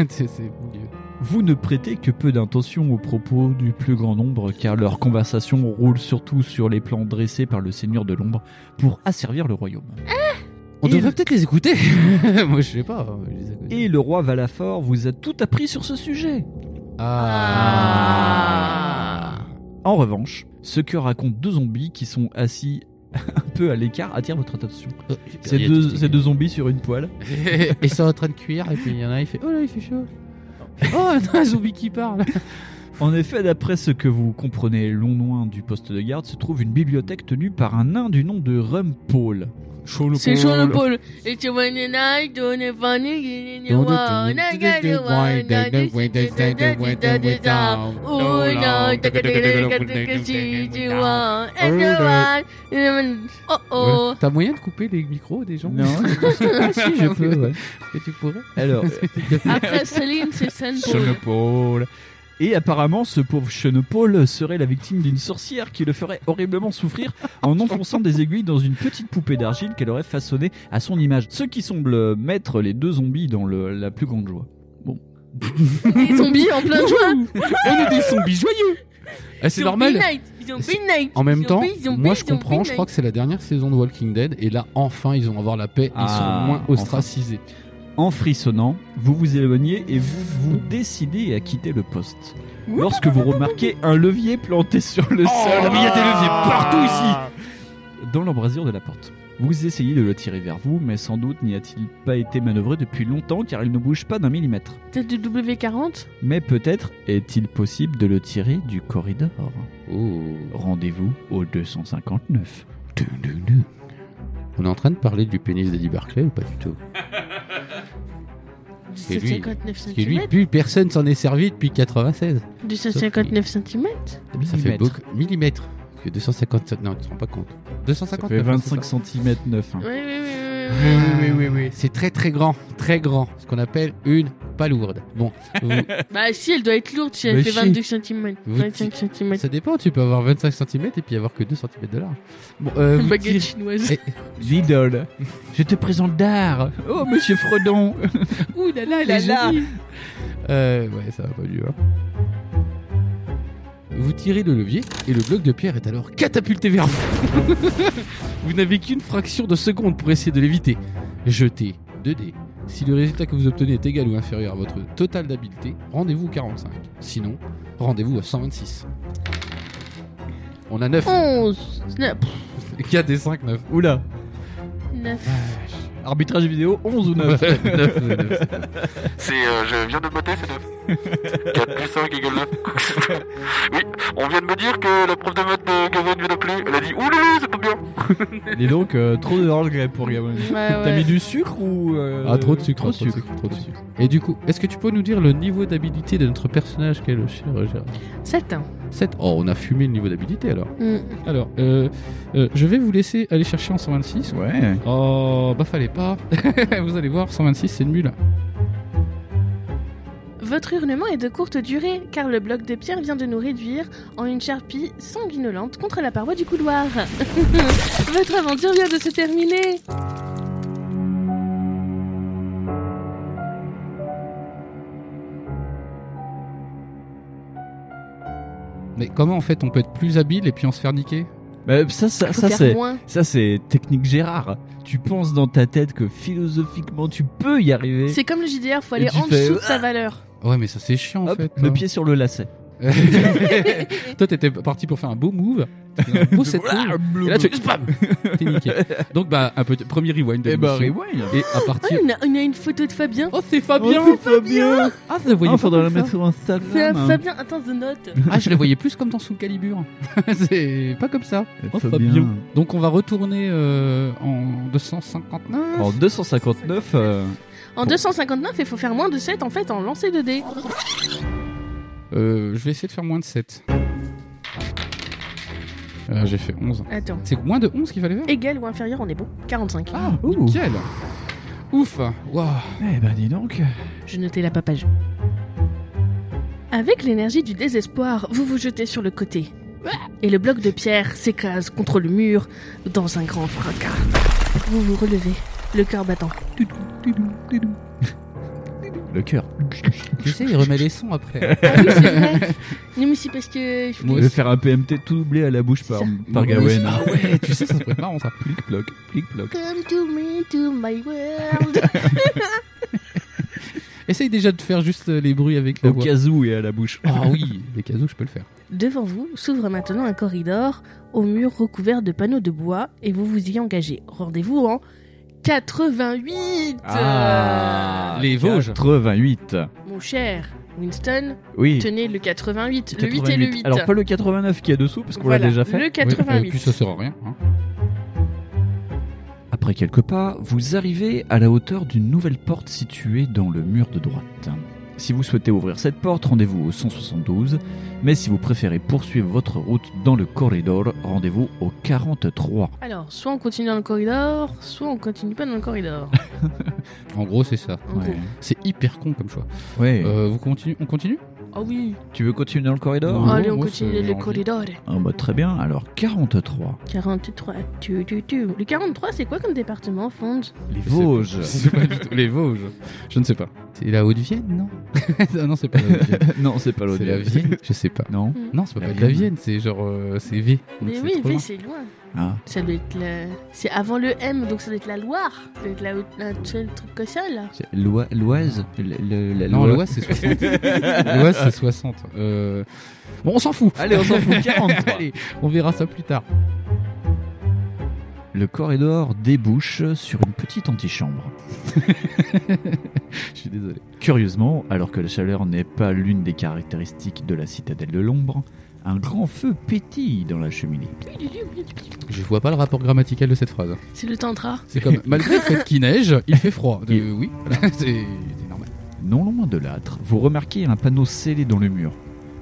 S3: c'est c'est mon dieu.
S5: Vous ne prêtez que peu d'intention aux propos du plus grand nombre, car leur conversation roule surtout sur les plans dressés par le Seigneur de l'Ombre pour asservir le royaume.
S3: On
S5: Et
S3: devrait
S5: le-
S3: peut-être les écouter. Moi, je sais pas. je les écoute.
S5: Et le roi Valafort vous a tout appris sur ce sujet.
S4: Ah.
S5: En revanche, ce que racontent deux zombies qui sont assis un peu à l'écart attire votre attention.
S3: Oh, j'ai
S5: Ces
S3: perdu
S5: deux,
S3: la
S5: ces deux zombies sur une poêle.
S3: tête. Ils sont en train de cuire, et puis il y en a, il fait Oh là, il fait chaud. Oh, attends, un zombie qui parle.
S5: En effet, d'après ce que vous comprenez long loin du poste de garde, se trouve une bibliothèque tenue par un nain du nom de Rumpole.
S4: C'est chaud le pôle. Et tu vois, les nights, on est vanille, il y a des wa- on a gagné, wa- on a des- des- des- des- des- des- des- des- Oh là, tac, tac, tac, tac, tac, tac, tac, si tu vois, et tu vois, et- Oh oh.
S3: Ouais. T'as moyen de couper les micros des gens
S5: ah, si, je peux, ouais.
S3: Et tu pourrais
S5: Alors,
S4: Après Céline, c'est Sainte Paul.
S5: Chenepole. Et apparemment, ce pauvre Chenepole serait la victime d'une sorcière qui le ferait horriblement souffrir en enfonçant des aiguilles dans une petite poupée d'argile qu'elle aurait façonnée à son image. Ce qui semble mettre les deux zombies dans le- la plus grande joie.
S4: Les zombies en plein joie.
S3: On est des zombies joyeux Ah, C'est
S4: Zombie
S3: normal
S4: night, zombie night,
S3: En même
S4: zombie,
S3: temps,
S4: zombie,
S3: moi je
S4: zombie
S3: comprends, je
S4: night.
S3: crois que c'est la dernière saison de Walking Dead et là enfin ils vont avoir la paix, ils
S5: Ah,
S3: sont moins
S5: enfin.
S3: ostracisés.
S5: En frissonnant, vous vous éloignez et vous vous décidez à quitter le poste. Lorsque vous remarquez un levier planté sur le sol, Ah, il y a des leviers partout ici Dans l'embrasure de la porte. Vous essayez de le tirer vers vous, mais sans doute n'y a-t-il pas été manœuvré depuis longtemps car il ne bouge pas d'un millimètre.
S4: Peut-être du W40
S5: Mais peut-être est-il possible de le tirer du corridor. Rendez-vous au 259.
S3: On est en train de parler du pénis d'Eddie Barclay ou pas du tout C'est lui.
S4: 259
S3: Parce que lui,
S4: cm
S3: plus personne s'en est servi depuis 96.
S5: Ah,
S4: 259 cm
S3: Ça fait beaucoup. Millimètres. Parce que 250, non, tu te rends pas compte. 250
S5: Ça Euh, fait 25 cm 9.
S4: Oui, oui, oui,
S3: Oui,
S4: oui, oui.
S3: oui, oui, oui, oui. C'est très très grand, très grand. Ce qu'on appelle une palourde. Bon, vous-
S4: Bah si, elle doit être lourde si elle
S3: Mais
S4: fait
S3: si.
S4: 22 cm.
S3: Vous
S4: 25 cm.
S3: ça dépend, tu peux avoir 25 cm et puis avoir que 2 cm de large. Bon, euh,
S5: Bah,
S3: vous
S4: Baguette
S3: tirez-
S4: chinoise.
S3: Eh,
S5: L'idole. Je te présente Dard. Oh, monsieur Fredon.
S3: Ouh là là,
S5: elle est jolie.
S3: Euh, ouais, ça va pas du hein. Vous tirez le levier et le bloc de pierre est alors catapulté vers vous. vous n'avez qu'une fraction de seconde pour essayer de l'éviter. Jetez 2 dés. Si le résultat que vous obtenez est égal ou inférieur à votre total d'habileté, rendez-vous au 45. Sinon, rendez-vous à 126. On a 9.
S4: 11, 9,
S3: 4 et 5, 9.
S5: Oula.
S4: 9.
S5: Arbitrage vidéo 11 ou Euh, 9
S26: C'est, euh, je viens de me botter, c'est neuf. 4 plus 1 égale 9. oui, on vient de me dire que la prof de maths de Gavin ne l'a plus. Elle a dit Ouloulou, c'est pas bien.
S5: Dis donc, euh, trop de Earl Grey pour Gabon. T'as
S7: ouais.
S5: mis du sucre ou. euh,
S7: Ah, trop de sucre,
S5: Trop de
S7: trop de
S5: sucre.
S7: sucre, trop de sucre. Et du coup, est-ce que tu peux nous dire le niveau d'habilité de notre personnage qu'est le cher Gérard
S4: 7 ans.
S7: 7. Oh, on a fumé le niveau d'habilité alors.
S4: hein. Mm.
S7: Alors, euh, euh, je vais vous laisser aller chercher en 126.
S5: Ouais.
S7: Oh, bah fallait pas. vous allez voir, 126, c'est nul.
S4: Votre hurlement est de courte durée, car le bloc de pierre vient de nous réduire en une charpie sanguinolente contre la paroi du couloir. Votre aventure vient de se terminer.
S5: Ah,
S7: Mais comment en fait on peut être plus habile et puis on se faire niquer
S5: Bah, ça, ça,
S7: Faut
S5: ça
S7: faire
S5: c'est
S7: moins.
S5: ça c'est technique Gérard. Tu penses dans ta tête que philosophiquement tu peux y arriver.
S4: C'est comme le JDR, faut
S5: Et
S4: aller
S5: tu
S4: en
S5: fais,
S4: dessous de
S5: ah.
S4: sa valeur.
S7: Ouais, mais ça c'est chiant en fait. hein.
S5: le pied sur le lacet.
S7: Toi, t'étais parti pour faire un beau move. Un beau set move, Et là, tu fais spam T'es niqué. Donc, bah, un peu premier rewind. de
S5: Eh bah,
S7: l'émission.
S5: rewind.
S7: Et
S4: Ah,
S7: à partir.
S4: on, a, on a une photo de Fabien.
S7: Oh, c'est Fabien
S4: C'est Fabien
S7: Ah, ça voyait
S5: Ah,
S7: pas
S5: faudra la
S7: comme ça.
S5: mettre sur un
S4: C'est un
S5: Instagram. hein.
S4: Fabien, attends, je note.
S7: Ah, je la voyais plus comme dans Soul Calibur. c'est pas comme ça.
S5: Eh,
S7: Oh,
S5: Fabien.
S7: Donc, on va retourner euh, en 259.
S5: En 259. euh,
S4: En 259, il faut faire moins de 7 en fait en lancer de dés.
S7: Euh, je vais essayer de faire moins de 7. Euh, J'ai fait 11.
S4: Attends.
S7: C'est moins de 11 qu'il fallait faire
S4: Égal ou inférieur, on est bon. 45.
S7: Ah,
S5: ouh.
S7: Nickel Ouf Waouh
S5: Eh ben dis donc.
S4: Je notais la papage. Avec l'énergie du désespoir, vous vous jetez sur le côté. Et le bloc de pierre s'écrase contre le mur dans un grand fracas. Vous vous relevez, le cœur battant.
S5: Le cœur.
S7: Tu sais, il remet les sons après.
S4: Ah oui, c'est vrai. Non, mais c'est parce que je
S5: Je
S4: voulais-
S5: vais faire un PMT tout doublé à la bouche par, par Gawain.
S7: Ah ouais, tu sais, ça serait marrant ça.
S5: Plic ploc, plic ploc.
S4: Come to me, to my world.
S7: Essaye déjà de faire juste les bruits avec la
S5: Au
S7: voix.
S5: casou et à la bouche.
S7: Ah oui, les casous, je peux le faire.
S4: Devant vous s'ouvre maintenant un corridor au mur recouvert de panneaux de bois et vous vous y engagez. Rendez-vous en 88
S5: Ah,
S7: Les Vosges.
S5: 88.
S4: Mon cher Winston,
S5: Oui.
S4: tenez le 88, le 8 et le 8.
S5: Alors pas le 89 qui est dessous parce qu'on l'a
S4: Voilà,
S5: déjà fait.
S4: Le 88.
S7: Et euh, puis ça sert à rien. hein.
S5: Après quelques pas, vous arrivez à la hauteur d'une nouvelle porte située dans le mur de droite. Si vous souhaitez ouvrir cette porte, rendez-vous au 172, mais si vous préférez poursuivre votre route dans le corridor, rendez-vous au 43.
S4: Alors, soit on continue dans le corridor, soit on continue pas dans le corridor.
S7: En gros, c'est ça.
S4: En gros.
S7: C'est hyper con comme choix.
S5: Ouais.
S7: Euh, vous continue, on continue
S4: Ah oui.
S5: Tu veux continuer dans le corridor
S7: Non.
S4: Allez, on
S7: moi,
S4: continue
S7: c'est- j'ai
S4: le
S7: envie.
S4: corridor.
S5: Ah bah, Très bien, alors 43.
S4: 43. Tu, tu, tu. Le 43, c'est quoi comme département, Fond
S5: Les
S7: Je sais pas.
S5: Vosges.
S7: Je sais pas du tout. Les Vosges. Je ne sais pas. C'est la Haute-Vienne, non Ah Non, c'est pas la Haute-Vienne.
S5: non, Euh, c'est pas l'autre.
S7: C'est la Vienne Je sais pas.
S4: Hmm.
S5: Non.
S7: Non, c'est pas,
S5: La
S7: de la
S5: Vienne.
S7: Vienne, c'est genre. euh, c'est V. Donc
S4: Mais
S7: c'est
S4: oui,
S7: trop
S4: mais
S7: loin.
S4: c'est loin.
S5: Ah.
S4: Ça doit être la... C'est avant le M, donc ça doit être la Loire. Ça doit être la... haute- la- c'est le truc comme ça, là.
S5: C'est l'Oi- L'Oise Le- le- la
S7: Non,
S5: Loi-
S7: l'Ouest, c'est 60. L'Ouest, c'est 60. Euh, Bon, on s'en fout.
S5: Allez, on s'en fout, 43.
S7: Allez, on verra ça plus tard.
S5: Le corridor débouche sur une petite antichambre.
S7: Je suis désolé.
S5: Curieusement, alors que la chaleur n'est pas l'une des caractéristiques de la citadelle de l'ombre, un grand feu pétille dans la cheminée.
S7: Je vois pas le rapport grammatical de cette phrase.
S4: C'est le Tantra.
S7: C'est comme, malgré le fait qu'il neige, il fait froid. Euh, oui, c'est c'est normal.
S5: Non loin de l'âtre, vous remarquez un panneau scellé dans le mur.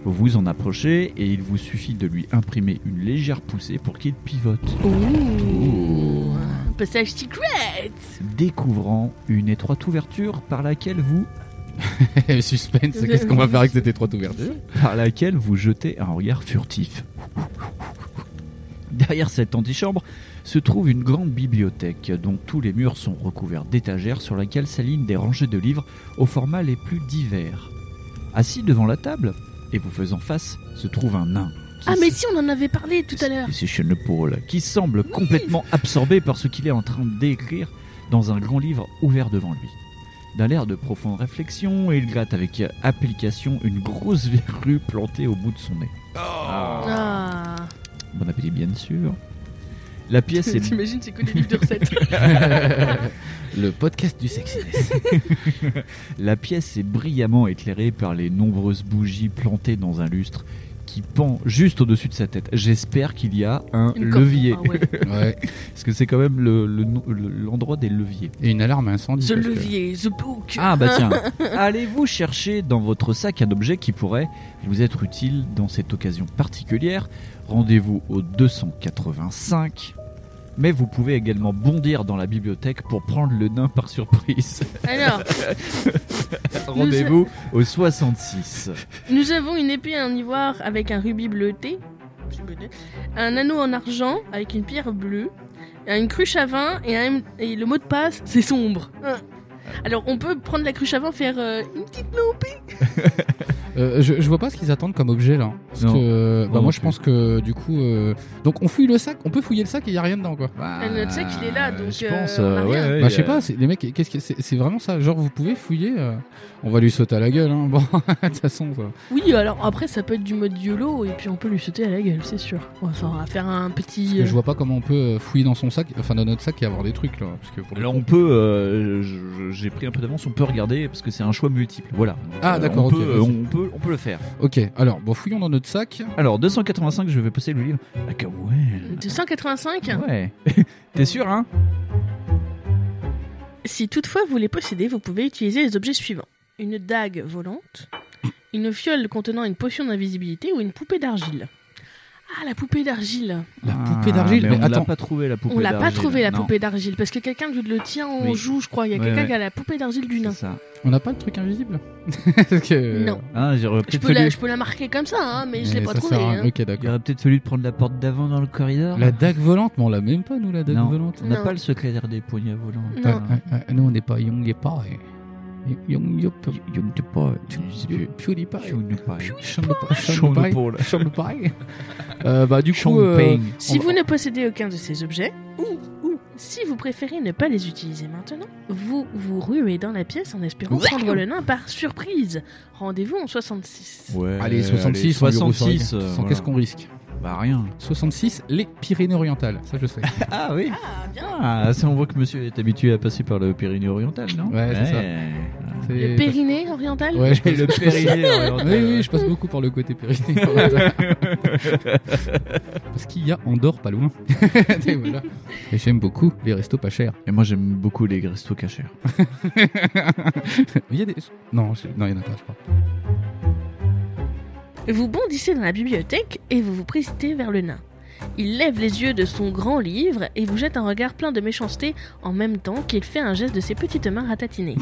S5: Vous vous en approchez et il vous suffit de lui imprimer une légère poussée pour qu'il pivote,
S4: Ouh. Passage secret.
S5: découvrant une étroite ouverture par laquelle vous,
S7: Le Suspense, qu'est-ce qu'on va faire avec cette étroite ouverture
S5: par laquelle vous jetez un regard furtif. Derrière cette antichambre se trouve une grande bibliothèque dont tous les murs sont recouverts d'étagères sur lesquelles s'alignent des rangées de livres aux formats les plus divers. Assis devant la table et vous faisant face se trouve un nain. qui
S4: Ah, mais
S5: se-
S4: si, on en avait parlé tout à l'heure.
S5: C'est Chennepaul, qui semble complètement absorbé par ce qu'il est en train d'écrire dans un grand livre ouvert devant lui. D'un air de profonde réflexion, il gratte avec application une grosse verrue
S4: Oh.
S5: plantée au bout de son nez.
S4: Ah.
S5: Bon appétit, bien sûr. La pièce est.
S4: T'imagines, c'est que des livres de recettes.
S3: Le podcast du sexiness.
S5: La pièce est brillamment éclairée par les nombreuses bougies plantées dans un lustre qui pend juste au-dessus de sa tête. J'espère qu'il y a un
S4: Une corde.
S5: levier.
S4: Ah ouais.
S3: Ouais.
S5: Parce que c'est quand même le- le no- le- l'endroit des leviers.
S3: Et une alarme à incendie.
S4: The
S3: parce que-
S4: levier, the book.
S5: Ah bah tiens, allez-vous chercher dans votre sac un objet qui pourrait vous être utile dans cette occasion particulière Rendez-vous au 285. Mais vous pouvez également bondir dans la bibliothèque pour prendre le nain par surprise.
S4: Alors,
S5: Rendez-vous au 66.
S4: nous avons une épée en ivoire avec un rubis bleuté, un anneau en argent avec une pierre bleue, une cruche à vin et, un- et le mot de passe, c'est sombre. Hein. Alors, on peut prendre la cruche à vin, faire euh, une petite loupe.
S3: Euh, je, je vois pas ce qu'ils attendent comme objet là. Parce
S5: Non.
S3: que, euh, bah,
S5: Non, non
S3: moi je
S5: plus.
S3: pense que du coup. euh, Donc on fouille le sac, on peut fouiller le sac et il a rien dedans quoi.
S4: Ah, notre sac, il est là, donc.
S5: je
S4: euh,
S5: pense,
S4: on a
S5: euh, ouais,
S4: rien.
S5: ouais,
S3: Bah, je sais
S5: euh,
S3: pas, c'est- les mecs, qu'est-ce que c'est c'est vraiment ça Genre, vous pouvez fouiller euh, On va lui sauter à la gueule, hein. Bon, de toute façon, ça.
S4: Oui, alors après, ça peut être du mode YOLO et puis on peut lui sauter à la gueule, c'est sûr. Enfin, on va faire un
S3: Parce
S4: petit.
S3: que je vois pas comment on peut euh, fouiller dans son sac, enfin dans notre sac et avoir des trucs là. Parce que pour le
S5: Alors
S3: coup-
S5: on peut, euh, je- je- j'ai pris un peu d'avance, on peut regarder parce que c'est un choix multiple. Voilà. Donc,
S3: Ah,
S5: euh,
S3: d'accord,
S5: On,
S3: ok,
S5: peut, euh,
S3: vas-y.
S5: on peut, on peut le faire.
S3: Ok, alors, bon, fouillons dans notre sac.
S5: Alors 285, je vais passer le livre. Ah que ouais.
S4: euh, 285
S5: Ouais. T'es sûr hein
S4: Si toutefois vous les possédez, vous pouvez utiliser les objets suivants. Une dague volante, une fiole contenant une potion d'invisibilité ou une poupée d'argile. Ah, la poupée d'argile
S3: La poupée d'argile, mais,
S5: Ah, on l'a
S3: attends.
S5: pas trouvé la poupée
S4: On l'a pas
S5: d'argile.
S4: trouvée, la
S5: Non,
S4: poupée d'argile, parce que quelqu'un le tient en
S5: Oui.
S4: joue, je crois. Il y a
S5: Ouais,
S4: quelqu'un
S5: ouais.
S4: qui a la poupée d'argile du nain.
S5: c'est ça.
S3: On n'a pas le truc invisible Parce que-
S4: Non.
S5: Ah, j'aurais
S4: Je
S5: peut-être
S4: peux,
S5: fallu.
S4: la, je peux la marquer comme ça, hein, mais je l'ai
S3: Mais
S4: pas
S3: ça
S4: trouvée.
S3: sert à-
S4: hein.
S3: Ok,
S5: Il
S3: d'accord.
S5: aurait peut-être fallu prendre la porte d'avant dans le corridor.
S3: La dague volante, mais on l'a même pas, nous, la dague
S5: Non.
S3: volante.
S5: On n'a
S4: Non.
S5: pas le secrétaire des poignets volants.
S4: Non.
S3: Ah, ah, ah, nous, on n'est pas Young et pas. Young Yop.
S5: Young de pas.
S3: PewDiePie.
S5: Young de pas.
S3: Sean le Pie. Ah, Sean
S5: Sean
S3: le Pie.
S5: Paul.
S3: Sean le Pie. Euh, Bah, du
S5: Sean
S3: coup. euh,
S5: Payne.
S4: Si
S3: on
S4: vous
S3: va-
S4: ne possédez aucun de ces objets, ou, ou si vous préférez ne pas les utiliser maintenant, vous vous ruez dans la pièce en espérant prendre le nain par surprise. Rendez-vous en 66.
S5: Ouais.
S3: Allez, 66, on lui roule sur les-
S5: 66. euh,
S3: sans-
S5: voilà.
S3: Qu'est-ce qu'on risque
S5: Bah rien.
S3: 66, les Pyrénées-Orientales, ça je sais.
S5: Ah oui.
S4: Ah, bien
S5: Ah, ça on voit que monsieur est habitué à passer par le Pyrénées oriental, non
S3: Ouais, c'est ça.
S4: Le Périnée oriental
S3: Ouais, je passe-
S5: Le Pyrénées oriental.
S3: Oui, oui, je passe beaucoup par le côté Pyrénées-Orientales. Parce qu'il y a Andorre pas loin. Et voilà. Et j'aime beaucoup les restos pas chers.
S5: Et moi j'aime beaucoup les restos cachers.
S3: Il y a des. Non, je- non, il y en a pas, je crois.
S4: Vous bondissez dans la bibliothèque et vous vous précipitez vers le nain. Il lève les yeux de son grand livre et vous jette un regard plein de méchanceté en même temps qu'il fait un geste de ses petites mains ratatinées.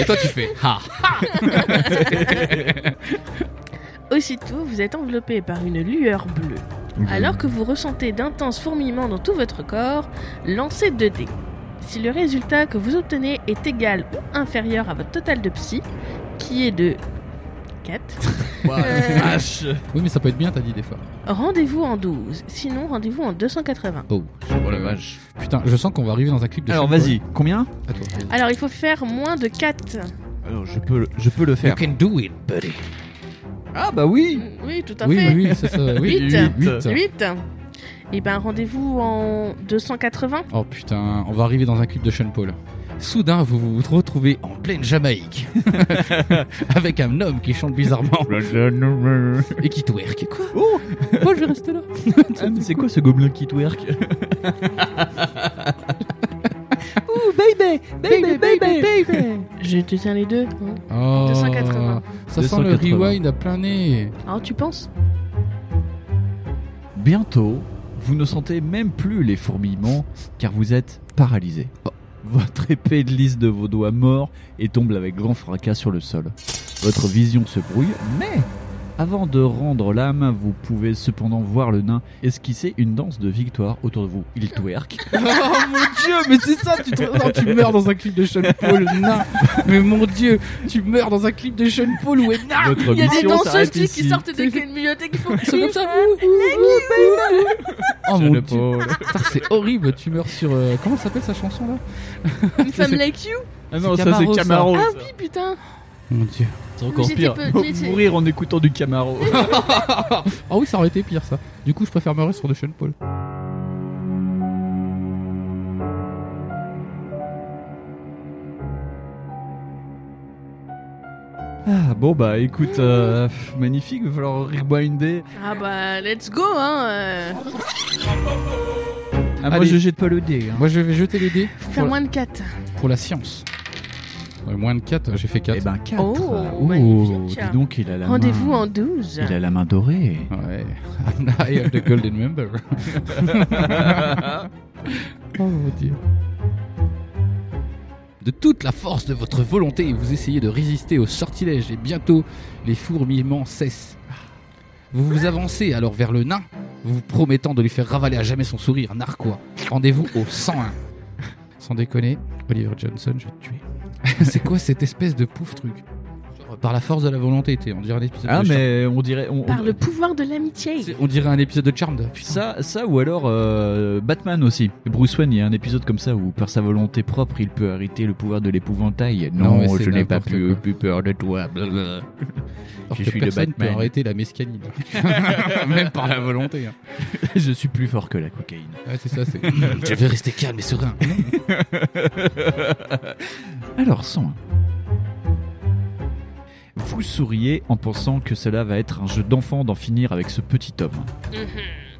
S3: Et toi tu fais. Ah Ha
S4: Aussitôt, vous êtes enveloppé par une lueur bleue. Alors que vous ressentez d'intenses fourmillements dans tout votre corps, lancez 2 dés. Si le résultat que vous obtenez est égal ou inférieur à votre total de psy, qui est de 4, Euh.
S3: Oui, mais ça peut être bien, t'as dit des fois.
S4: rendez-vous en 12, sinon rendez-vous en 280.
S3: Oh,
S5: Oh la vache.
S3: Putain, je sens qu'on va arriver dans un clip de.
S5: Alors
S3: Sean
S5: vas-y, combien
S3: Paul. À toi, vas-y.
S4: Alors il faut faire moins de 4.
S5: Alors je peux, le- je peux le faire.
S3: can do it, buddy.
S5: Ah bah oui.
S4: Oui, tout à
S3: Oui,
S4: fait.
S3: oui, oui, c'est ça. Oui,
S4: Huit.
S3: huit.
S4: 8. Et ben rendez-vous en 280.
S3: Oh putain, on va arriver dans un clip de Sean Paul. Soudain, vous vous vous retrouvez en pleine Jamaïque avec un homme qui chante bizarrement et qui twerk. Quoi
S5: Oh,
S3: Moi, je reste là.
S5: Ah, mais c'est quoi ce gobelin qui twerk
S4: Ouh, baby, baby, baby, baby. Je te tiens les deux. hein.
S3: Oh,
S4: 280.
S3: Ça sent le
S5: 280.
S3: rewind à plein nez.
S4: Alors Ah, tu penses
S5: Bientôt, vous ne sentez même plus les fourmillements car vous êtes paralysé. Oh, Votre épée glisse de vos doigts morts et tombe avec grand fracas sur le sol. Votre vision se brouille, mais avant de rendre l'âme, vous pouvez cependant voir le nain esquisser une danse de victoire autour de vous. Il twerk.
S3: oh mon dieu, mais c'est ça, tu, te- non, tu meurs dans un clip de Sean Paul. Non, mais mon dieu, tu meurs dans un clip de Sean Paul où est non,
S5: Votre
S4: Il y a des
S5: mission
S4: danseuses
S5: s'arrête
S4: qui, qui
S5: ici.
S4: sortent de la bibliothèque, il faut que
S3: ils sont comme ça. ouh, ouh, ouh, ouh. Oh mon
S5: Jeune
S3: dieu,
S5: Paul.
S3: Putain, c'est horrible. Tu meurs sur euh, comment s'appelle sa chanson là
S4: Une femme like you
S5: Ah non,
S3: C'est
S5: ça c'est
S3: Camaro, ça.
S5: Camaro.
S4: Ah
S5: ça.
S4: oui, putain
S3: Mon dieu.
S5: C'est encore
S4: Mais j'étais
S5: pire.
S4: peu- mais c'est-
S5: Mourir en écoutant du Camaro.
S3: Ah oui, ça aurait été pire ça. Du coup, je préfère meurer sur de Sean Paul.
S5: Ah, bon, bah écoute, euh, pff, magnifique, il va falloir rewinder.
S4: Ah bah, let's go, hein euh.
S5: Ah, moi
S3: Allez.
S5: je jette pas le dé. hein.
S3: Moi, je vais jeter les dés
S4: Faut
S3: pour,
S4: faire moins de 4.
S3: pour la science. Ouais, moins de 4, j'ai fait 4.
S5: Eh ben 4.
S4: Oh,
S5: oh,
S4: magnifique.
S5: dis donc, il a la
S4: Rendez-vous
S5: main.
S4: en 12.
S5: Il a la main dorée.
S3: Ouais. I have the golden member. oh mon dieu. De toute la force de votre volonté, vous essayez de résister au sortilège et bientôt les fourmillements cessent. Vous vous avancez alors vers le nain, vous promettant de lui faire ravaler à jamais son sourire narquois. Rendez-vous au 101. Sans déconner, Oliver Johnson, je vais te tuer. C'est quoi cette espèce de pouf truc Genre, Par la force de la volonté, t'es- on dirait un épisode
S5: Ah,
S3: de Charmed.
S5: mais on dirait. on-
S4: Par
S5: on-
S4: le pouvoir de l'amitié.
S3: On dirait un épisode de Charmed.
S5: Ça, ça ou alors euh, Batman aussi. Bruce Wayne, il y a un épisode comme ça où par sa volonté propre, il peut arrêter le pouvoir de l'épouvantail.
S3: Non,
S5: Non,
S3: mais c'est
S5: je n'ai pas
S3: n'importe
S5: pu,
S3: quoi.
S5: plus peur de toi. blablabla.
S3: Alors
S5: Je
S3: que
S5: suis le
S3: personne peut
S5: Batman.
S3: arrêter la mescaline. Même par la volonté. hein.
S5: je suis plus fort que la cocaïne.
S3: Ouais, c'est ça, c'est. Je vais rester calme et serein.
S5: Alors, 101. Vous souriez en pensant que cela va être un jeu d'enfant d'en finir avec ce petit homme.
S3: Mm-hmm.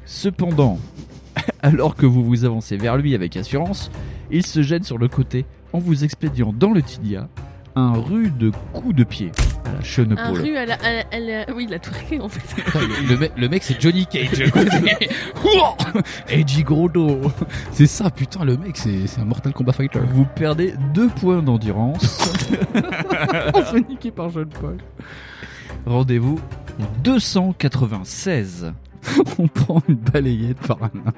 S5: Cependant, alors que vous vous avancez vers lui avec assurance, il se gêne sur le côté en vous expédiant dans le tibia un rude coup de pied à la
S4: Un
S5: chenepaule.
S4: rue à la, à la- à la- Oui, la tourée, en fait.
S3: Putain, le, le mec- le mec, c'est Johnny Cage. quoi. C'est- Eiji Grodo. C'est ça, putain, le mec, c'est c'est un Mortal Kombat Fighter.
S5: Vous perdez deux points d'endurance.
S3: On se fait niquer par John Paul.
S5: Rendez-vous 296.
S3: On prend une balayette par un nain.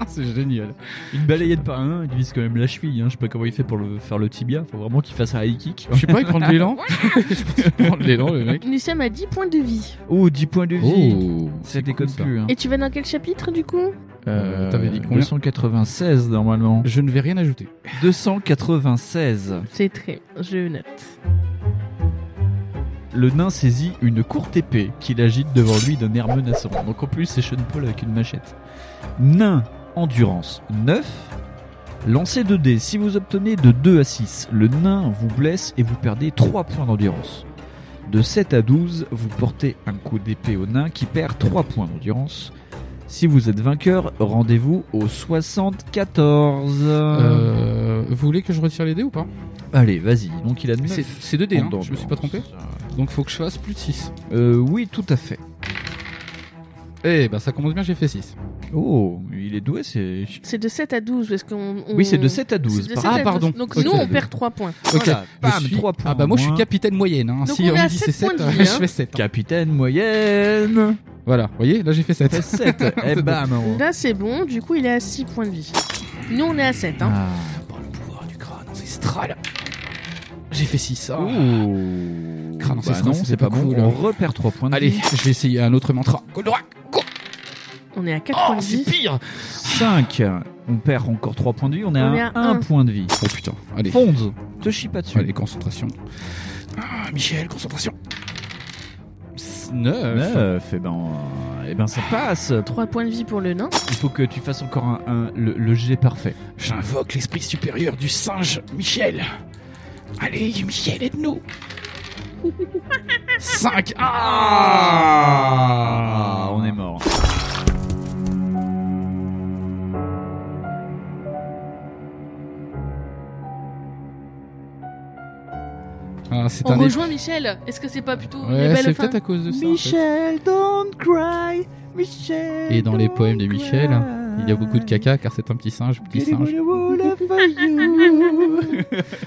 S3: Ah, c'est génial.
S5: Une balayette par un, il vise quand même la cheville. hein. Je sais pas comment il fait pour le, faire le tibia. Faut vraiment qu'il fasse un high kick.
S3: Je sais pas, il prend de l'élan. Je pense qu'il prend de l'élan, le mec.
S4: Nous sommes à 10 points de vie.
S5: Oh, 10 points de vie. ça
S3: c'est
S5: déconne
S3: cool, ça.
S5: plus. Hein.
S4: Et tu vas dans quel chapitre, du coup
S3: Euh, t'avais dit combien
S5: 296 normalement.
S3: Je ne vais rien ajouter.
S5: 296.
S4: C'est très... Je note.
S5: Le nain saisit une courte épée qu'il agite devant lui d'un air menaçant. Donc en plus, c'est Sean Paul avec une machette. Nain, endurance 9. Lancez 2 dés. Si vous obtenez de 2 à 6, le nain vous blesse et vous perdez 3 points d'endurance. De 7 à 12, vous portez un coup d'épée au nain qui perd 3 points d'endurance. Si vous êtes vainqueur, rendez-vous au 74.
S3: Euh, vous voulez que je retire les dés ou pas
S5: Allez, vas-y. Donc il a 9.
S3: C'est c'est 2 dés, hein, je me suis pas trompé. Donc faut que je fasse plus de 6.
S5: Euh, oui, tout à fait.
S3: Eh ben ça commence bien, j'ai fait 6.
S5: Oh, il est doué, c'est.
S4: C'est de 7 à 12, parce qu'on... on-
S5: Oui, c'est de 7 à
S4: Mmh. c'est
S5: 12.
S4: de
S5: par-
S4: 7 à
S3: Ah, pardon.
S4: 12. Donc
S3: Ok.
S4: nous, on perd 3 points.
S5: Voilà,
S3: Je
S5: bam,
S3: suis-
S5: trois points
S3: Ah bah moi je suis
S5: moins.
S3: capitaine moyenne. Hein.
S4: Donc
S3: si
S4: on
S3: on
S4: est à
S3: me dit c'est
S4: sept points
S3: 7,
S4: de vie,
S3: je
S4: hein.
S3: fais 7.
S5: Capitaine moyenne Eh
S3: Voilà, vous voyez, là j'ai fait 7.
S5: 7 Et bam on-
S4: Là, c'est bon. Du coup, il est à 6 points de vie. Nous, on est à 7. Hein.
S5: Ah.
S3: Par le pouvoir du crâne ancestral. J'ai fait 6. ah.
S5: Ouh.
S3: Crâne
S5: Bah
S3: ancestral,
S5: non,
S3: c'était
S5: c'est pas
S3: pas
S5: bon.
S3: cool.
S5: On repère 3 points de
S3: Allez,
S5: vie.
S3: je vais essayer un autre mantra. Goldorak, go
S4: On est à 4
S3: Oh,
S4: points de
S3: c'est
S4: vie.
S3: pire
S5: 5. On perd encore 3 points de vie. On est
S4: On est
S5: à
S4: à
S5: 1
S4: un.
S5: point de vie.
S3: Oh putain, allez.
S5: Fonde, te chie pas dessus.
S3: Allez, concentration. Ah, Michel, concentration. 9.
S5: 9. Et ben, euh, eh ben ça passe.
S4: 3 points de vie pour le nain.
S5: Il faut que tu fasses encore un, un- le, le jet parfait.
S3: J'invoque l'esprit supérieur du singe, Michel. Allez, Michel, aide-nous. 5. Ah
S5: Ah, on est mort.
S3: Ah, c'est
S4: On
S3: un
S4: rejoint Michel. Est-ce que c'est pas plutôt une
S3: Ouais,
S4: belle
S3: c'est
S4: fin
S3: peut-être à cause de ça. en fait.
S5: Michel, don't cry. Michel.
S3: Et dans les
S5: don't
S3: poèmes de Michel, hein,
S5: cry.
S3: Il y a
S4: euh,
S3: beaucoup de caca car c'est un petit singe, petit
S5: Get it
S3: singe.
S5: on the wall of you.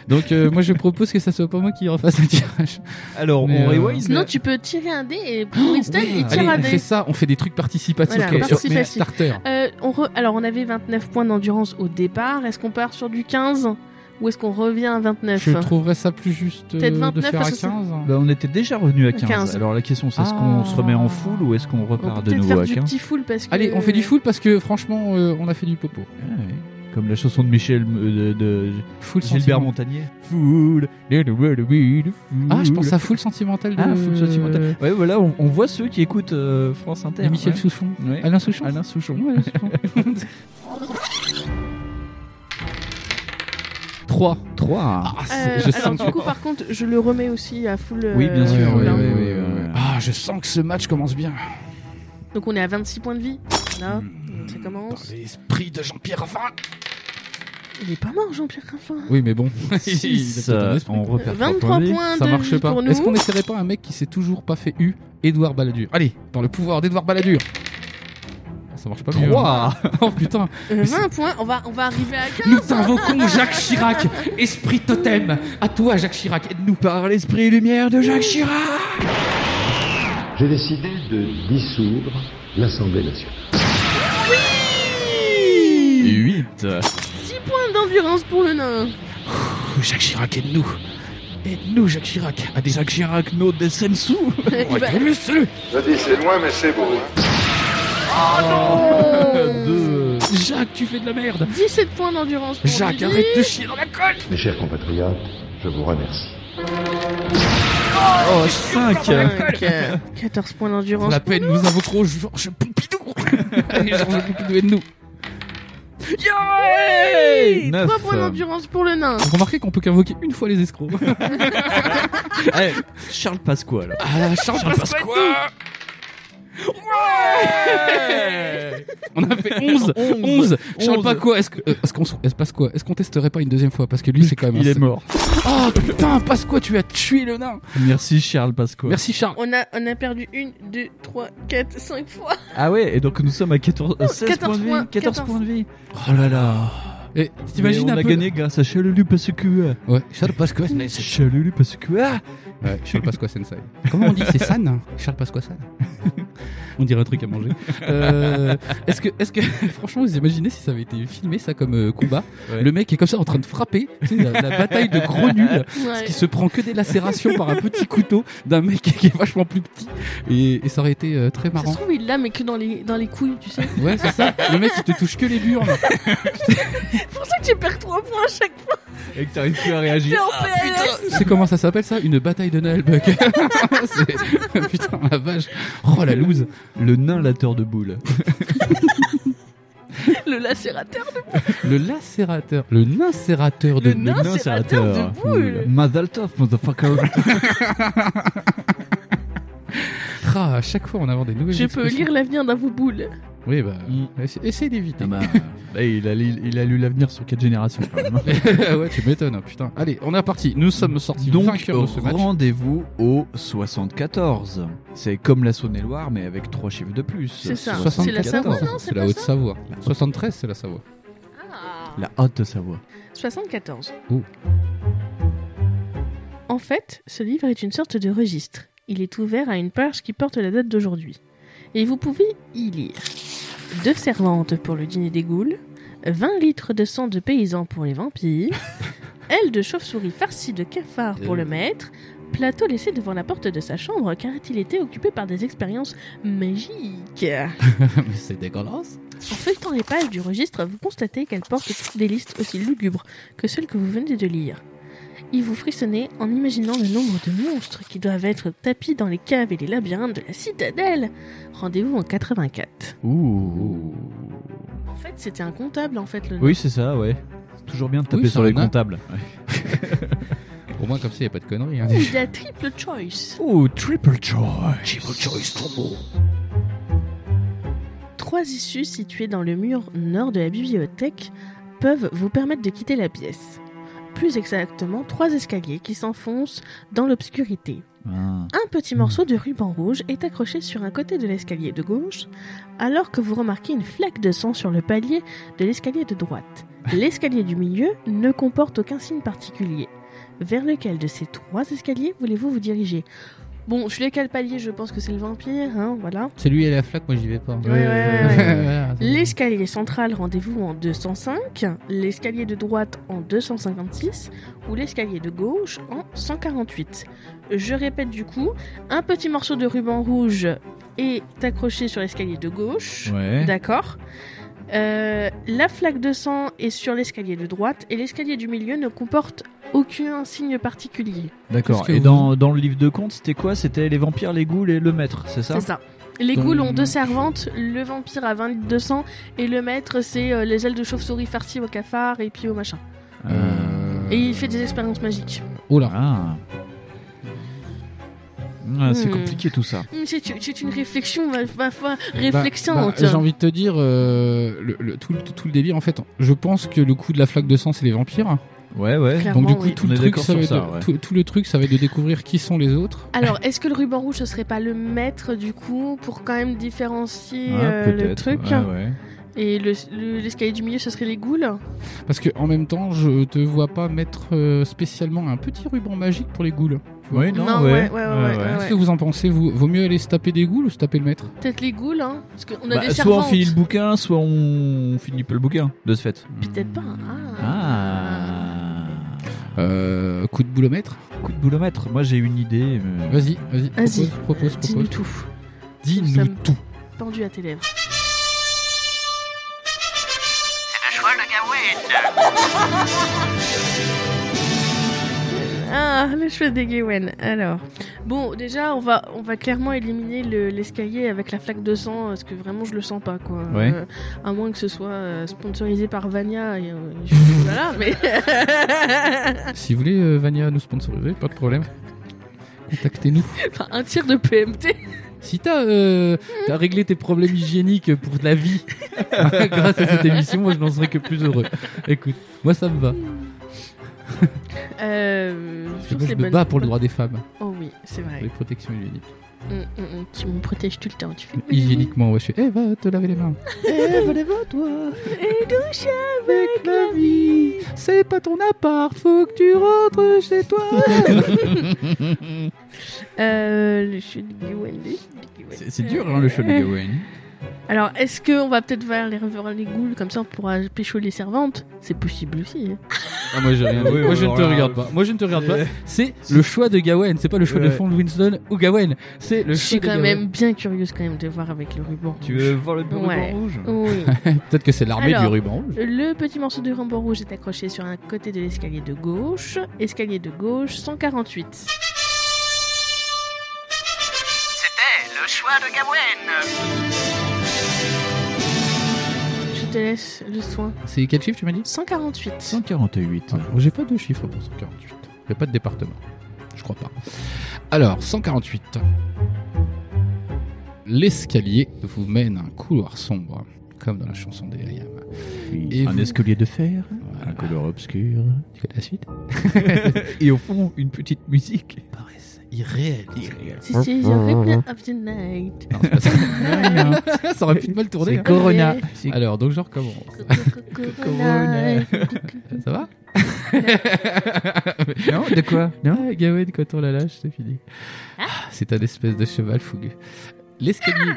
S3: Donc euh, moi je propose que ça soit pas moi qui refasse le tirage.
S5: Alors,
S3: Mais,
S5: on
S3: euh,
S5: rewind.
S4: Sinon, tu peux tirer un dé et pour Winston, il
S3: Oh, Allez,
S4: tire un
S3: on
S4: dé.
S3: fait ça, on fait des trucs participatifs
S4: Voilà,
S3: comme sur
S4: participatif.
S3: Starter.
S4: Euh, on re- Alors, on avait 29 points d'endurance au départ. Est-ce qu'on part sur du 15 ou est-ce qu'on revient à 29
S3: Je trouverais ça plus juste euh,
S4: Peut-être
S3: de
S4: 29
S3: faire à
S4: parce que c'est-
S3: 15.
S5: Bah, on était déjà revenu à 15.
S4: 15.
S5: Alors la question c'est est-ce
S3: Ah.
S5: qu'on se remet en full ou est-ce qu'on
S4: On peut
S5: repart de
S4: peut-être
S5: nouveau
S4: faire
S5: à
S4: du
S5: 15
S4: petit full parce que.
S3: hein. Allez, on fait du full parce que franchement euh, on a fait du popo.
S5: Ah ouais. Comme la chanson de Michel euh, de, de
S3: Full
S5: Gilbert
S3: sentiment.
S5: Montagnier. Full.
S3: Ah,
S5: Ah,
S3: je pense à full sentimental de
S5: Ah, full sentimental. Ouais, voilà, on, on voit ceux qui écoutent euh, France Inter.
S3: de Michel
S5: ouais.
S3: Souchon.
S5: Ouais.
S3: Alain Souchon.
S5: Alain Souchon.
S3: Ouais, Alain Souchon.
S7: 3.
S5: 3.
S3: Ah,
S4: Euh, alors du coup par contre je le remets aussi à full.
S5: Oui,
S4: euh,
S5: bien sûr.
S4: full,
S5: oui,
S4: hein.
S5: oui, oui, oui, oui.
S3: Ah, je sens que ce match commence bien.
S4: Donc on est à 26 points de vie. Là, ça commence.
S3: L'esprit de Jean-Pierre Raffin.
S4: Il est pas mort Jean-Pierre Raffin.
S7: Oui, mais bon.
S3: Ah,
S5: Six,
S7: Il a peut-être un
S5: euh,
S7: esprit.
S5: on repère trois
S4: 23 points
S7: Ça
S4: de
S7: marche
S4: vie
S7: pas.
S4: pour nous.
S7: Est-ce qu'on n'essaierait pas un mec qui s'est toujours pas fait U Édouard Balladur. Allez, par le pouvoir d'Édouard Balladur. Ah, Ça marche pas mieux.
S5: Trois.
S7: hein. Oh putain.
S4: Euh,
S7: Mais c'est-
S4: 20 points, on va, on va arriver à 15.
S7: Nous t'invoquons Jacques Chirac, esprit totem. À toi, Jacques Chirac, aide-nous par l'esprit et lumière de Jacques Chirac.
S27: J'ai décidé de dissoudre l'Assemblée nationale.
S5: 8.
S7: Euh,
S4: 6 points d'endurance pour le nain.
S3: Ouh, Jacques Chirac, aide-nous. Aide-nous, Jacques Chirac. À des Jacques Chirac, nos des Sensu. On va
S4: Bah-
S3: dire monsieur.
S28: Je dis c'est loin mais c'est beau.
S3: Deux. Jacques, tu fais de la merde.
S4: 17 points d'endurance pour
S3: Jacques,
S4: lui.
S3: arrête de chier dans la colle.
S27: Mes chers compatriotes, je vous remercie.
S5: Oh, 5.
S4: Cinq. 14 points
S7: Pour
S4: d'endurance.
S7: la peine, nous invoquerons Georges Pompidou. Allez, Georges Pompidou, aide-nous.
S4: Hey,
S7: Neuf.
S4: 3 points d'endurance pour le nain.
S7: Remarquez qu'on peut qu'invoquer une fois les escrocs.
S5: Eh, Charles Pasquale.
S7: Ah, Charles
S5: Charles
S7: Pasqua. On a fait 11
S5: Onze.
S7: 11 Charles
S5: Onze.
S7: Pasqua, est-ce que- euh, est-ce qu'on se- est-ce Pasqua, est-ce qu'on testerait pas une deuxième fois Parce que lui, c'est quand même un
S5: Il est
S7: seul.
S5: mort.
S7: Ah putain, Pasqua, tu as tué le nain
S5: Merci Charles Pasquale.
S7: Merci Charles.
S4: On a, on a perdu 1, 2, 3, 4, 5 fois.
S5: Ah ouais, et donc nous sommes à 14, euh, 16
S4: 14
S5: points de vie.
S4: points,
S5: 14,
S4: 14.
S5: points de vie.
S7: Oh là là. Et
S5: Mais
S7: t'imagines
S5: on
S7: un
S5: a
S7: peu.
S5: gagné grâce à Chalulu parce que.
S7: Ouais, Charles Pasqua,
S5: Chalulu parce que. Ah
S7: Ouais, Charles Pasqua Sensei. Comment on dit C'est San Charles Pasqua San On dirait un truc à manger. Euh, est-ce que, est-ce que, franchement, vous imaginez si ça avait été filmé ça comme euh, combat
S5: Ouais.
S7: Le mec est comme ça en train de frapper, tu sais, la, la bataille de gros nuls,
S4: Ouais.
S7: qui se prend que des lacérations par un petit couteau d'un mec qui est vachement plus petit, et, et ça aurait été euh, très
S4: Ça
S7: marrant.
S4: se trouve, il l'a, mais que dans les, dans les couilles, tu sais.
S7: Ouais, c'est ça. Le mec, il te touche que les burnes.
S4: C'est pour ça que tu perds 3 points à chaque fois.
S5: Et que t'arrives plus à
S4: T'es
S5: réagir.
S4: en PLS.
S7: C'est comment ça s'appelle ça Une bataille de Noël Buck. C'est- Putain, la vache. Oh la loose.
S5: Le nain lateur de boules.
S4: Le lacérateur de
S7: Le lacérateur. Le nacérateur de
S4: Le nain
S5: nain
S4: serrateur
S5: serrateur.
S4: de boules.
S5: Mazal tov, motherfucker.
S7: Ah, à chaque fois, on a des nouvelles
S4: Je peux
S7: expressions.
S4: lire l'avenir dans vos boules.
S7: Oui, bah,
S5: Mm.
S7: essa- essaye d'éviter.
S5: Ah bah, bah, il, a, li- il a lu l'avenir sur 4 générations quand même.
S7: ouais, tu m'étonnes, hein, putain. Allez, on est parti. Nous sommes sortis
S5: Donc,
S7: vainqueurs de ce match.
S5: rendez-vous au 74. C'est comme la Saône-et-Loire, mais avec 3 chiffres de plus.
S4: C'est ça. C'est la
S5: 74.
S4: Savoie, non
S7: C'est
S4: C'est
S7: la
S4: pas
S7: Haute-Savoie. 73, c'est la Savoie.
S5: La Haute-Savoie.
S4: 74.
S7: Oh.
S4: En fait, ce livre est une sorte de registre. Il est ouvert à une page qui porte la date d'aujourd'hui. Et vous pouvez y lire deux servantes pour le dîner des goules, 20 litres de sang de paysan pour les vampires, ailes de chauve-souris farcies de cafards pour le maître, plateau laissé devant la porte de sa chambre car il était occupé par des expériences magiques.
S7: Mais c'est dégueulasse.
S4: En feuilletant les pages du registre, vous constatez qu'elle porte des listes aussi lugubres que celles que vous venez de lire. Il vous frissonnez en imaginant le nombre de monstres qui doivent être tapis dans les caves et les labyrinthes de la citadelle. Rendez-vous en 84.
S5: Ouh.
S4: En fait, c'était un comptable, en fait, le
S5: Oui, c'est ça, ouais. C'est Toujours bien de taper
S7: Oui,
S5: sur
S7: ça
S5: les
S7: en a.
S5: comptables.
S7: Au moins, comme ça, il a pas de conneries. hein.
S4: nom. Ouh, Il y a triple choice.
S5: Oh, triple choice.
S4: Trois issues situées dans le mur nord de la bibliothèque peuvent vous permettre de quitter la pièce. Plus exactement, trois escaliers qui s'enfoncent dans l'obscurité.
S5: Ah.
S4: Un petit morceau de ruban rouge est accroché sur un côté de l'escalier de gauche, alors que vous remarquez une flaque de sang sur le palier de l'escalier de droite. L'escalier du milieu ne comporte aucun signe particulier. Vers lequel de ces trois escaliers voulez-vous vous diriger Bon, je suis quel palier Je pense que c'est le vampire, hein, voilà.
S7: C'est lui et la flaque, moi j'y vais pas.
S4: Ouais, ouais, ouais, ouais.
S7: ouais.
S4: L'escalier central, rendez-vous en 205, l'escalier de droite en 256 ou l'escalier de gauche en 148. Je répète du coup, un petit morceau de ruban rouge est accroché sur l'escalier de gauche.
S5: Ouais.
S4: D'accord. Euh, la flaque de sang est sur l'escalier de droite et l'escalier du milieu ne comporte aucun signe particulier.
S5: D'accord.
S7: Qu'est-ce que
S5: Et
S7: vous-
S5: dans, dans le livre de contes, c'était quoi C'était les vampires, les ghouls et le maître, c'est ça
S4: C'est ça. Les
S5: Donc-
S4: ghouls ont deux servantes, le vampire a 22 sang et le maître c'est euh, les ailes de chauve-souris farcies au cafard et puis au machin.
S5: Euh,
S4: Et il fait des expériences magiques.
S3: Oh
S7: Bah,
S3: là.
S5: Ah, c'est
S4: Hmm.
S5: compliqué tout ça.
S4: Hmm, C'est c'est une réflexion, va, va, va-
S3: Bah,
S4: réflexiante.
S3: bah, J'ai envie de te dire, euh, le, le- tout, le- tout le délire, en fait, je pense que le coup de la flaque de sang, c'est les vampires.
S5: Ouais, ouais.
S3: Donc,
S4: Clairement,
S3: du coup,
S4: oui.
S3: tout,
S5: On
S3: le
S5: est
S3: truc,
S5: d'accord
S3: ça va
S5: sur
S3: être
S5: ça,
S3: de-
S5: ouais.
S3: tout, tout le truc, ça va être de découvrir qui sont les autres.
S4: Alors, est-ce que le ruban rouge, ce serait pas le maître du coup pour quand même différencier
S3: Ah,
S4: euh, le
S3: peut-être,
S4: truc
S3: ouais, ouais.
S4: Et le- le- l'escalier du milieu, ce serait les ghouls
S3: Parce que, en même temps, je te vois pas mettre euh, spécialement un petit ruban magique pour les ghouls.
S5: Ouais,
S4: non, Non, ouais. ouais, ouais, ouais, ouais, ouais.
S3: Qu'est-ce que vous en pensez vous Vaut mieux aller se taper des ghouls ou se taper le maître
S4: Peut-être les ghouls, hein Parce qu'on a
S5: Bah,
S4: des
S5: soit on
S4: servantes.
S5: finit le bouquin, soit on finit pas le bouquin, de ce fait.
S4: Peut-être pas. hein.
S5: Ah.
S3: Euh, coup de boulomètre
S5: Coup de boulomètre, moi j'ai une idée. mais-
S3: Vas-y, vas-y,
S4: Vas-y,
S3: propose, propose,
S4: dis-nous
S3: propose.
S4: tout.
S5: Dis-nous
S4: Nous sommes
S5: tout.
S4: Pendu à tes lèvres.
S29: Le choix de Gawain.
S4: Ah, le choix des Gawen. Alors, bon, déjà, on va, on va clairement éliminer le- l'escalier avec la flaque de sang, parce que vraiment, je le sens pas, quoi.
S5: Ouais.
S4: Euh, à moins que ce soit euh, sponsorisé par Vania. Et, euh, je- voilà, mais.
S3: Si vous voulez, euh, Vania nous sponsoriser, pas de problème. Contactez-nous.
S4: Enfin, un tir de PMT.
S3: Si t'as euh, t'as réglé tes problèmes hygiéniques pour la vie grâce à cette émission, moi je n'en serais que plus heureux. Écoute, moi ça me va.
S4: Euh,
S3: Parce
S4: je
S3: que
S4: trouve
S3: moi,
S4: que
S3: je
S4: les
S3: me
S4: bonnes-
S3: bats pour le droit des femmes.
S4: Oh oui, c'est vrai.
S3: Les protections hygiéniques.
S4: Mm, mm, mm, tu me protèges tout le temps. Tu fais.
S3: Hygiéniquement, ouais, je suis. Eh, va te laver les mains.
S4: Eh,
S3: toi
S4: Et douche
S3: avec la vie. C'est pas ton appart, faut que tu rentres chez toi.
S4: Euh, le chou de Gawain, le chou de Gawain.
S5: C'est- C'est dur, hein, le show de Gawain.
S4: Alors, est-ce qu'on va peut-être vers les, vers les ghouls, comme ça on pourra pécho les servantes C'est possible aussi. hein.
S3: Ah, moi, j'ai rien
S5: Euh, Oui,
S3: dit. moi, je ne
S5: alors
S3: te
S5: là,
S3: regarde pas. Moi, je ne te regarde pas.
S5: c'est-
S3: C'est le choix de Gawain. C'est pas le choix de
S5: Ouais.
S3: Fond Winston ou Gawain. C'est le choix
S4: Je suis
S3: de
S4: quand
S3: Gawain.
S4: même bien curieuse quand même de voir avec le ruban
S5: Tu
S4: rouge.
S5: veux voir le ruban
S4: Ouais.
S5: rouge
S4: Oui.
S3: Peut-être que c'est l'armée du
S4: Alors,
S3: ruban rouge.
S4: Le petit morceau de ruban rouge est accroché sur un côté de l'escalier de gauche. Escalier de gauche 148.
S29: C'était le choix de Gawain.
S4: Je te laisse le soin.
S3: C'est quel chiffre tu m'as dit Ah,
S4: 148.
S5: 148.
S3: J'ai pas de chiffre pour 148. J'ai pas de département. Je crois pas. Alors, 148. L'escalier vous mène à un couloir sombre, comme dans la chanson des Ayam.
S5: un escalier de fer, un couleur obscur.
S3: Tu connais la suite
S5: Et au fond, une petite musique.
S3: Irréel.
S4: This is the rhythm of the night.
S3: Non, c'est pas ça. ça aurait pu de mal tourner.
S4: C'est
S3: hein.
S4: Corona.
S3: C'est- Alors, donc je recommence.
S4: Corona.
S3: ça va
S5: Non, de quoi
S3: Non, Ah, Gawain, quand on la lâche, c'est fini. Ah, C'est un espèce de cheval fougueux. L'escalier.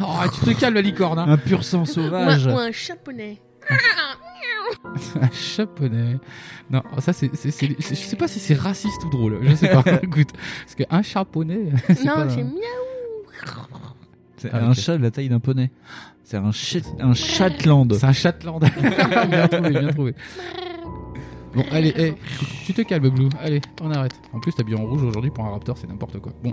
S3: oh, tu te calmes, la licorne. hein.
S5: Un pur sang
S4: Ou
S5: sauvage.
S4: un, ou un japonais.
S3: Un japonais. Non, ça c'est, c'est, c'est- c'est- je sais pas si c'est raciste ou drôle. Je sais pas. Écoute, parce qu'un japonais. c'est
S4: non,
S3: pas-
S4: c'est miaou.
S5: C'est
S3: Ah,
S5: un
S3: ok.
S5: chat de la taille d'un poney. C'est un, chat un Shetland.
S3: C'est un Shatland. bien trouvé, bien trouvé. Bon, allez, hey, tu te calmes, Blue. Allez, on arrête. En plus, t'as bien en rouge aujourd'hui pour un raptor, c'est n'importe quoi. Bon.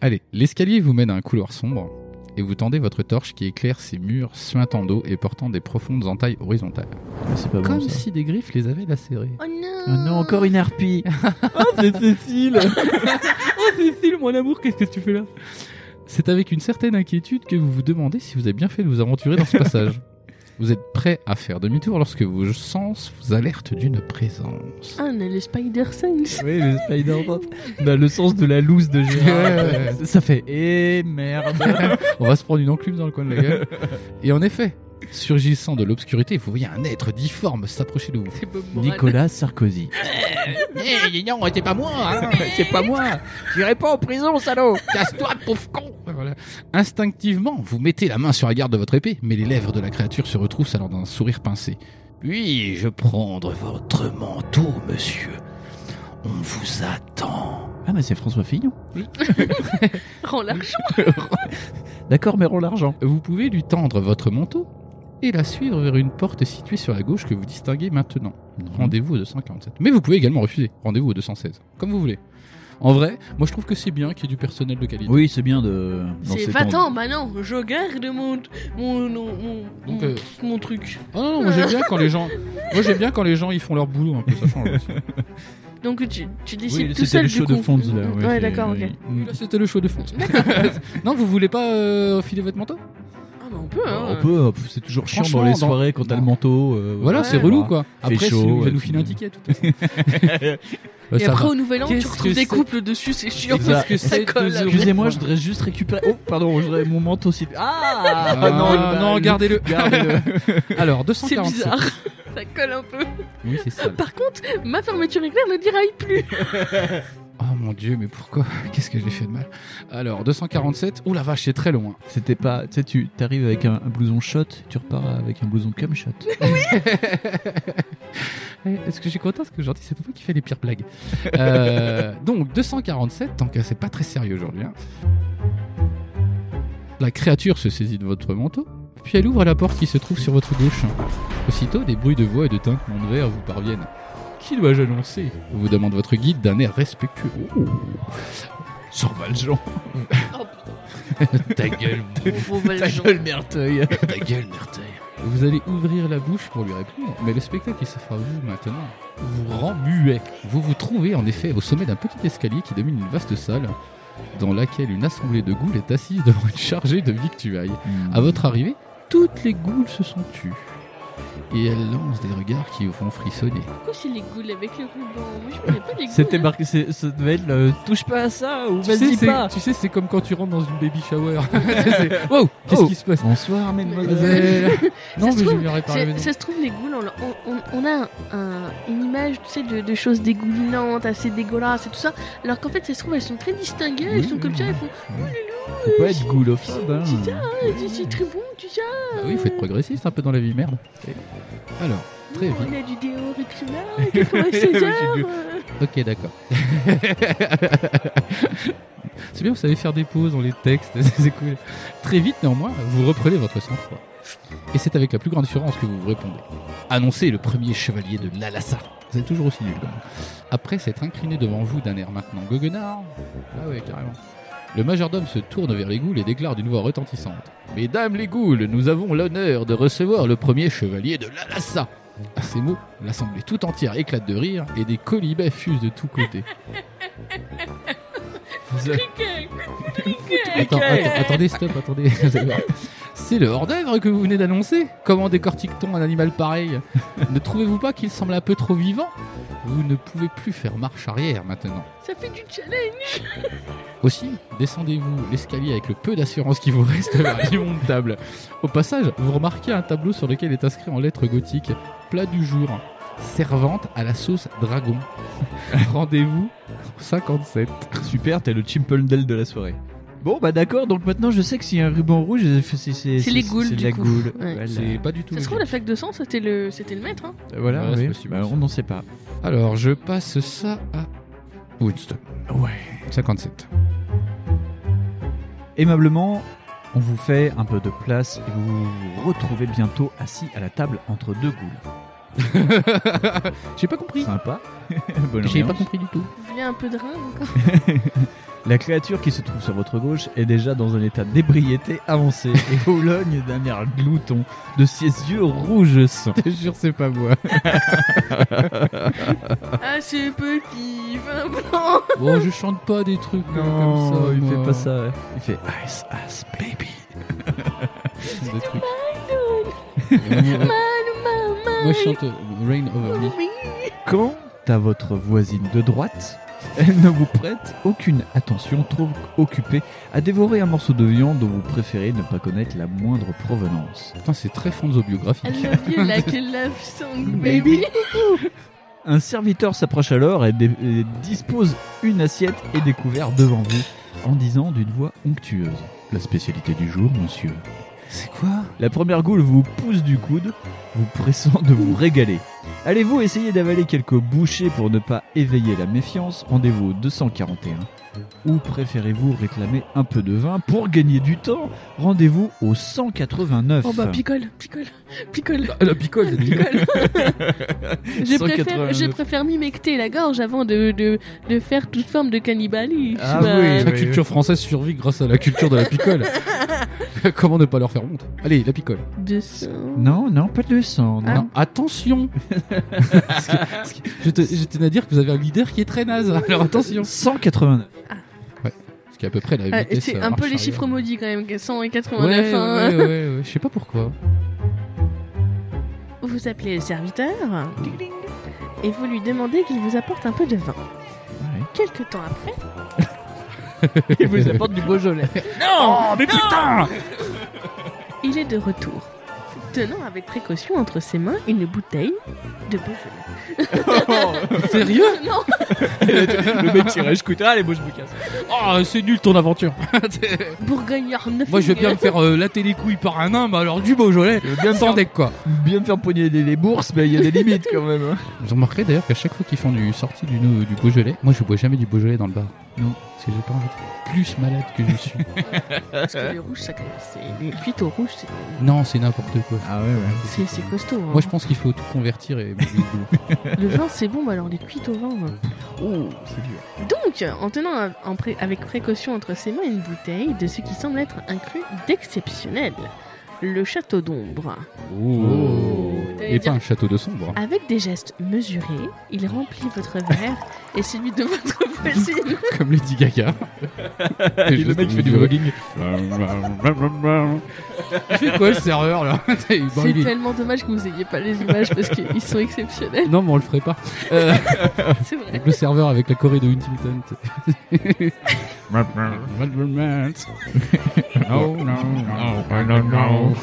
S3: Allez, l'escalier vous mène à un couloir sombre et vous tendez votre torche qui éclaire ces murs suintants d'eau et portant des profondes entailles horizontales.
S5: C'est pas
S3: Comme si des griffes les avaient lacérés.
S4: Oh non
S5: Euh, non, encore une harpie. Ah,
S3: Oh, c'est Cécile Oh, Cécile, mon amour, qu'est-ce que tu fais là C'est avec une certaine inquiétude que vous vous demandez si vous avez bien fait de vous aventurer dans ce passage. Vous êtes prêt à faire demi-tour lorsque vos sens vous alertent d'une présence.
S4: Ah, on a le Spider Sense.
S5: Oui, le Spider-Man. Bah, le sens de la loose de Gérard.
S3: Ouais, ouais,
S5: Ça fait Eh merde.
S3: On va se prendre une enclume dans le coin de la gueule. Et en effet, surgissant de l'obscurité, vous voyez un être difforme s'approcher de vous.
S5: Nicolas Sarkozy.
S3: Eh, non, c'est pas moi hein.
S5: C'est pas moi J'irai pas en prison, salaud
S3: Casse-toi, pauvre con Voilà. Instinctivement, vous mettez la main sur la garde de votre épée, mais les lèvres de la créature se retroussent alors d'un sourire pincé. Puis-je prendre votre manteau, monsieur On vous attend.
S5: Ah, mais c'est François Fillon.
S4: Rends l'argent.
S5: D'accord, mais rends l'argent.
S3: Vous pouvez lui tendre votre manteau et la suivre vers une porte située sur la gauche que vous distinguez maintenant. Rendez-vous au 247. Mais vous pouvez également refuser. Rendez-vous au 216. Comme vous voulez. En vrai, moi je trouve que c'est bien qu'il y ait du personnel de qualité.
S5: Oui, c'est bien de. dans
S4: C'est
S5: ces
S4: va
S5: temps-
S4: ten bah non, je garde mon, mon, mon, mon,
S3: Donc,
S4: mon-
S3: euh,
S4: mon truc.
S3: Ah non, non, moi j'aime bien quand les gens, moi j'aime bien quand les gens ils font leur boulot un peu, ça change.
S4: Donc tu, tu décides
S3: Oui,
S4: tout
S3: c'était
S4: seul
S3: le
S4: du
S3: show
S4: coup.
S3: de Fonz, là,
S4: ouais,
S3: ouais, j'ai-
S4: d'accord, ok.
S3: oui. Oui, là, c'était le show de fond. non, vous voulez pas euh, filer votre manteau
S4: Ah bah on peut, hein.
S5: On peut, euh, pff, c'est toujours chiant dans
S3: Franchement,
S5: les
S3: dans-
S5: soirées quand t'as le manteau. euh,
S3: Voilà, c'est
S5: voilà.
S3: relou quoi.
S5: Fait
S3: Après, c'est-
S5: chaud,
S3: il va
S5: ouais,
S3: nous
S5: tout
S3: filer un
S5: bien.
S3: ticket. tout à fait. Euh,
S4: Et
S3: ça
S4: après
S3: va.
S4: au nouvel an, tu
S3: Qu'est-ce
S4: retrouves
S3: que
S4: des
S3: c'est
S4: couples dessus, c'est chiant
S5: Exact.
S4: parce que ça colle.
S5: Excusez-moi, je voudrais juste récupérer. Oh, pardon, je voudrais mon manteau aussi. Ah,
S3: Ah,
S5: non, bah,
S3: non,
S5: le-
S3: gardez-le.
S5: gardez-le.
S3: Alors,
S4: C'est
S3: 247.
S4: bizarre, ça colle un peu.
S3: Oui, c'est ça.
S4: Par contre, ma fermeture éclair ne diraille plus.
S3: Oh mon dieu, mais pourquoi Qu'est-ce que j'ai fait de mal Alors, 247. Ouh Oh la vache, c'est très loin.
S5: C'était pas. Tu sais, tu t'arrives avec un, un blouson shot, tu repars avec un blouson cum shot.
S3: Eh, Est-ce que je suis content Parce que aujourd'hui, c'est toi qui fais les pires blagues. Euh, donc, 247, tant que c'est pas très sérieux aujourd'hui. hein. La créature se saisit de votre manteau, puis elle ouvre la porte qui se trouve sur votre gauche. Aussitôt, des bruits de voix et de tintements de verre vous parviennent. Qui dois-je annoncer vous demande votre guide d'un air respectueux. Jean Valjean. Ta gueule,
S4: Gros Valjean.
S3: merteuil. Ta gueule, merteuil. Vous allez ouvrir la bouche pour lui répondre, mais le spectacle qui s'offre à vous maintenant vous rend muet. Vous vous trouvez en effet au sommet d'un petit escalier qui domine une vaste salle dans laquelle une assemblée de goules est assise devant une chargée de victuailles. À votre arrivée, toutes les goules se sont tues. Et elles lancent des regards qui vous font frissonner.
S4: Pourquoi c'est les goules avec le ruban Moi je connais pas les goules.
S5: C'était marqué, c'est- ça devait être le touche pas à ça ou
S3: Tu sais,
S5: vas-y
S3: c'est-
S5: pas.
S3: tu sais, c'est comme quand tu rentres dans une baby shower. C'est- wow, qu'est-ce qui se passe
S5: Bonsoir,
S3: Euh,
S5: mademoiselle.
S3: Non, mais
S4: ça, se
S3: je
S4: trouve,
S3: viendrai par la
S4: ça-
S3: maison.
S4: ça se trouve, les goules, on, on- on- on a un- une image tu sais, de, de choses dégoulinantes, assez dégueulasses et tout ça, alors qu'en fait, ça se trouve, elles sont très distinguées, elles sont comme ça, elles font oh,
S5: Faut pas être goulophobe. hein.
S4: Ah, tu- c'est très bon, tu sais,
S3: Ah oui, il faut être progressiste un peu dans la vie, merde. Alors, très
S4: on
S3: vite.
S4: Oh, a du déo réclamé, 96 heures. euh.
S3: Ok, d'accord. c'est bien, vous savez faire des pauses dans les textes, c'est cool. Très vite, néanmoins, vous reprenez votre sang-froid. Et c'est avec la plus grande assurance que vous vous répondez. Annoncez le premier chevalier de Lalassa. Vous êtes toujours aussi nul. quand même. Après s'être incliné devant vous d'un air maintenant goguenard, ah ouais, carrément. Le majordome se tourne vers les goules et déclare d'une voix retentissante Mesdames les goules, nous avons l'honneur de recevoir le premier chevalier de Lalassa. À ces mots, l'assemblée tout entière éclate de rire et des colibets fusent de tous côtés. Vous avez- Attends, attends, attendez, stop, attendez. Vous allez voir. C'est le hors-d'œuvre que vous venez d'annoncer Comment décortique-t-on un animal pareil Ne trouvez-vous pas qu'il semble un peu trop vivant Vous ne pouvez plus faire marche arrière maintenant.
S4: Ça fait du challenge.
S3: Aussi, descendez-vous l'escalier avec le peu d'assurance qui vous reste vers l'immonde table. Au passage, vous remarquez un tableau sur lequel est inscrit en lettres gothiques Plat du jour, servante à la sauce dragon. Rendez-vous 57.
S5: Super, t'es le chimpendel de la soirée. Bon, bah d'accord, donc maintenant je sais que s'il y a un ruban rouge, c'est- c'est c'est-
S4: C'est les goules,
S5: C'est
S4: du
S5: la
S4: coup.
S5: goule.
S4: Ouais.
S5: Voilà.
S3: C'est pas du tout.
S4: Ça se trouve, la flaque de sang, c'était le, c'était le maître. Hein.
S5: Voilà,
S3: Ouais, c'est
S5: oui.
S3: possible,
S5: Bah,
S3: ça.
S5: on n'en sait pas.
S3: Alors, je passe ça à Woodstone.
S5: Ouais.
S3: 57.
S5: Aimablement, on vous fait un peu de place et vous vous retrouvez bientôt assis à la table entre deux goules.
S3: J'ai pas compris.
S5: Sympa. Bonne
S3: J'ai
S5: ambiance.
S3: pas compris du tout.
S4: Vous voulez un peu de rein encore
S5: La créature qui se trouve sur votre gauche est déjà dans un état d'ébriété avancé et boulogne d'un air glouton, de ses yeux rouges sang.
S3: Je te jure, c'est pas moi.
S4: Ah, c'est petit vin blanc.
S3: bon, Oh, je chante pas des trucs euh, comme ça.
S5: il
S3: moi.
S5: fait pas ça. ouais. Oh, Il fait Ice Ice Baby.
S3: Des trucs.
S4: Manu,
S3: Moi,
S4: manu,
S3: moi, je chante euh, Rain Over Me.
S5: Quant à votre voisine de droite, elle ne vous prête aucune attention, trop occupée à dévorer un morceau de viande dont vous préférez ne pas connaître la moindre provenance.
S3: Putain, c'est très fonzo biographique.
S4: I love you like a love song, baby.
S5: Un serviteur s'approche alors et, dé- et dispose une assiette et des couverts devant vous en disant d'une voix onctueuse La spécialité du jour, monsieur.
S30: C'est quoi La première goule vous pousse du coude, vous pressant de vous régaler. Allez-vous essayer d'avaler quelques bouchées pour ne pas éveiller la méfiance Rendez-vous au 241. Ou préférez-vous réclamer un peu de vin pour gagner du temps Rendez-vous au 189.
S4: Oh bah picole, picole, picole.
S3: Ah, la picole, la picole.
S4: Je préfère, je préfère m'humecter la gorge avant de, de, de faire toute forme de cannibalisme.
S3: Ah oui, la culture française survit grâce à la culture de la picole. Comment ne pas leur faire honte Allez, la picole.
S4: 200.
S5: Non, non, pas de sang.
S4: Ah.
S5: Non.
S3: Attention Parce que- parce que je, te- je tenais à dire que vous avez un leader qui est très naze, alors
S4: Ah,
S3: attention
S5: 189.
S3: Ouais, ce qui est à peu près la
S4: Ah,
S3: vitesse.
S4: c'est
S3: euh,
S4: un peu
S3: marche
S4: les chiffres maudits quand même, 189.
S3: arrière. Ouais,
S4: hein.
S3: ouais, ouais, ouais, ouais, je sais pas pourquoi.
S4: Vous appelez le serviteur et vous lui demandez qu'il vous apporte un peu de vin. Quelque temps après,
S5: Il vous apporte du Beaujolais.
S4: Non
S5: mais putain
S4: il est de retour, tenant avec précaution entre ses mains une bouteille de Beaujolais.
S3: Sérieux
S4: Non
S5: Le mec tirait, je coûte. Ah, les beaux, je me casse.
S3: Oh, c'est nul ton aventure
S4: Bourgognard neuf.
S3: Moi, je veux bien me faire euh, latter les couilles par un nain, mais alors du Beaujolais, bien sans deck quoi
S5: Bien me faire pogner les, les bourses, mais il y a des limites quand même. hein.
S3: Vous remarquerez d'ailleurs qu'à chaque fois qu'ils font du sortie du, du Beaujolais, moi je bois jamais du Beaujolais dans le bar. Non, parce que j'ai pas envie d'être plus malade que je suis.
S4: Parce que le rouge, ça, quand même, c'est. Les cuites au rouge, c'est.
S3: non, c'est n'importe quoi.
S5: Ah ouais, ouais.
S4: C'est c'est costaud. hein.
S3: Moi je pense qu'il faut tout convertir et.
S4: Le vin, c'est bon, mais alors les cuites au vin. hein.
S5: Oh, c'est dur.
S4: Donc, en tenant un- en pré- avec précaution entre ses mains une bouteille de ce qui semble être un cru d'exceptionnel, le château d'ombre.
S3: Oh.
S4: T'allais
S3: Et
S4: dire-
S3: pas un château de sombre. hein.
S4: Avec des gestes mesurés, il remplit votre verre et celui de votre voisine.
S3: Comme Lady Gaga.
S5: Et le mec fait du voguing.
S3: Il fait quoi le serveur là Il
S4: C'est
S3: brûle.
S4: tellement dommage que vous n'ayez pas les images parce qu'ils sont exceptionnels.
S3: Non, mais on le ferait pas. Euh,
S4: C'est vrai.
S3: avec le serveur avec la Corée de Huntington.
S5: Non, non,
S3: Oh,
S5: non, non, non.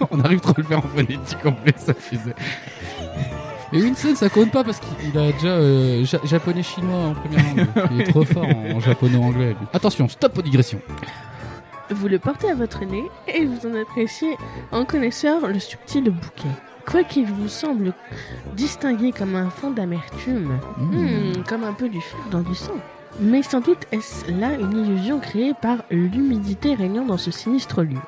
S3: on arrive trop à le faire en phonétique en plus, ça faisait. Mais Winston, ça compte pas parce qu'il a déjà euh, ja- japonais-chinois en première langue. Il est trop fort en, en japonais-anglais. lui. Attention, stop aux digressions.
S4: Vous le portez à votre nez et vous en appréciez en connaisseur le subtil bouquet. Quoiqu'il vous semble distingué comme un fond d'amertume,
S3: Mmh.
S4: hmm, comme un peu du fer dans du sang. Mais sans doute est-ce là une illusion créée par l'humidité régnant dans ce sinistre lieu.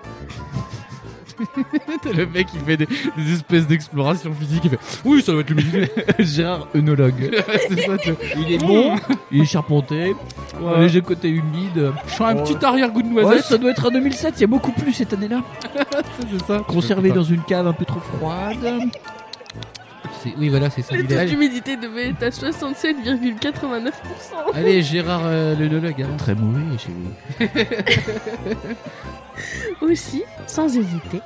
S3: T'as le mec qui fait des, des espèces d'explorations physiques. Il fait Oui, ça doit être l'humidité.
S5: Gérard œnologue.
S3: C'est ça, tu vois.
S5: Il est bon, il est charpenté,
S3: Ouais.
S5: léger côté humide.
S3: Je sens un
S5: Ouais.
S3: petit arrière-goût de noisette.
S5: Ouais, ça doit être en 2007, il y a beaucoup plus cette année-là.
S3: c'est ça.
S5: Conservé dans une cave un peu trop froide.
S3: C'est- Oui, voilà, c'est ça.
S4: Le
S3: l'idée.
S4: taux
S3: Allez,
S4: d'humidité devait être à 67,89%.
S3: allez, Gérard euh, le nologue. avance.
S5: Très mauvais chez vous.
S4: Aussi, sans hésiter,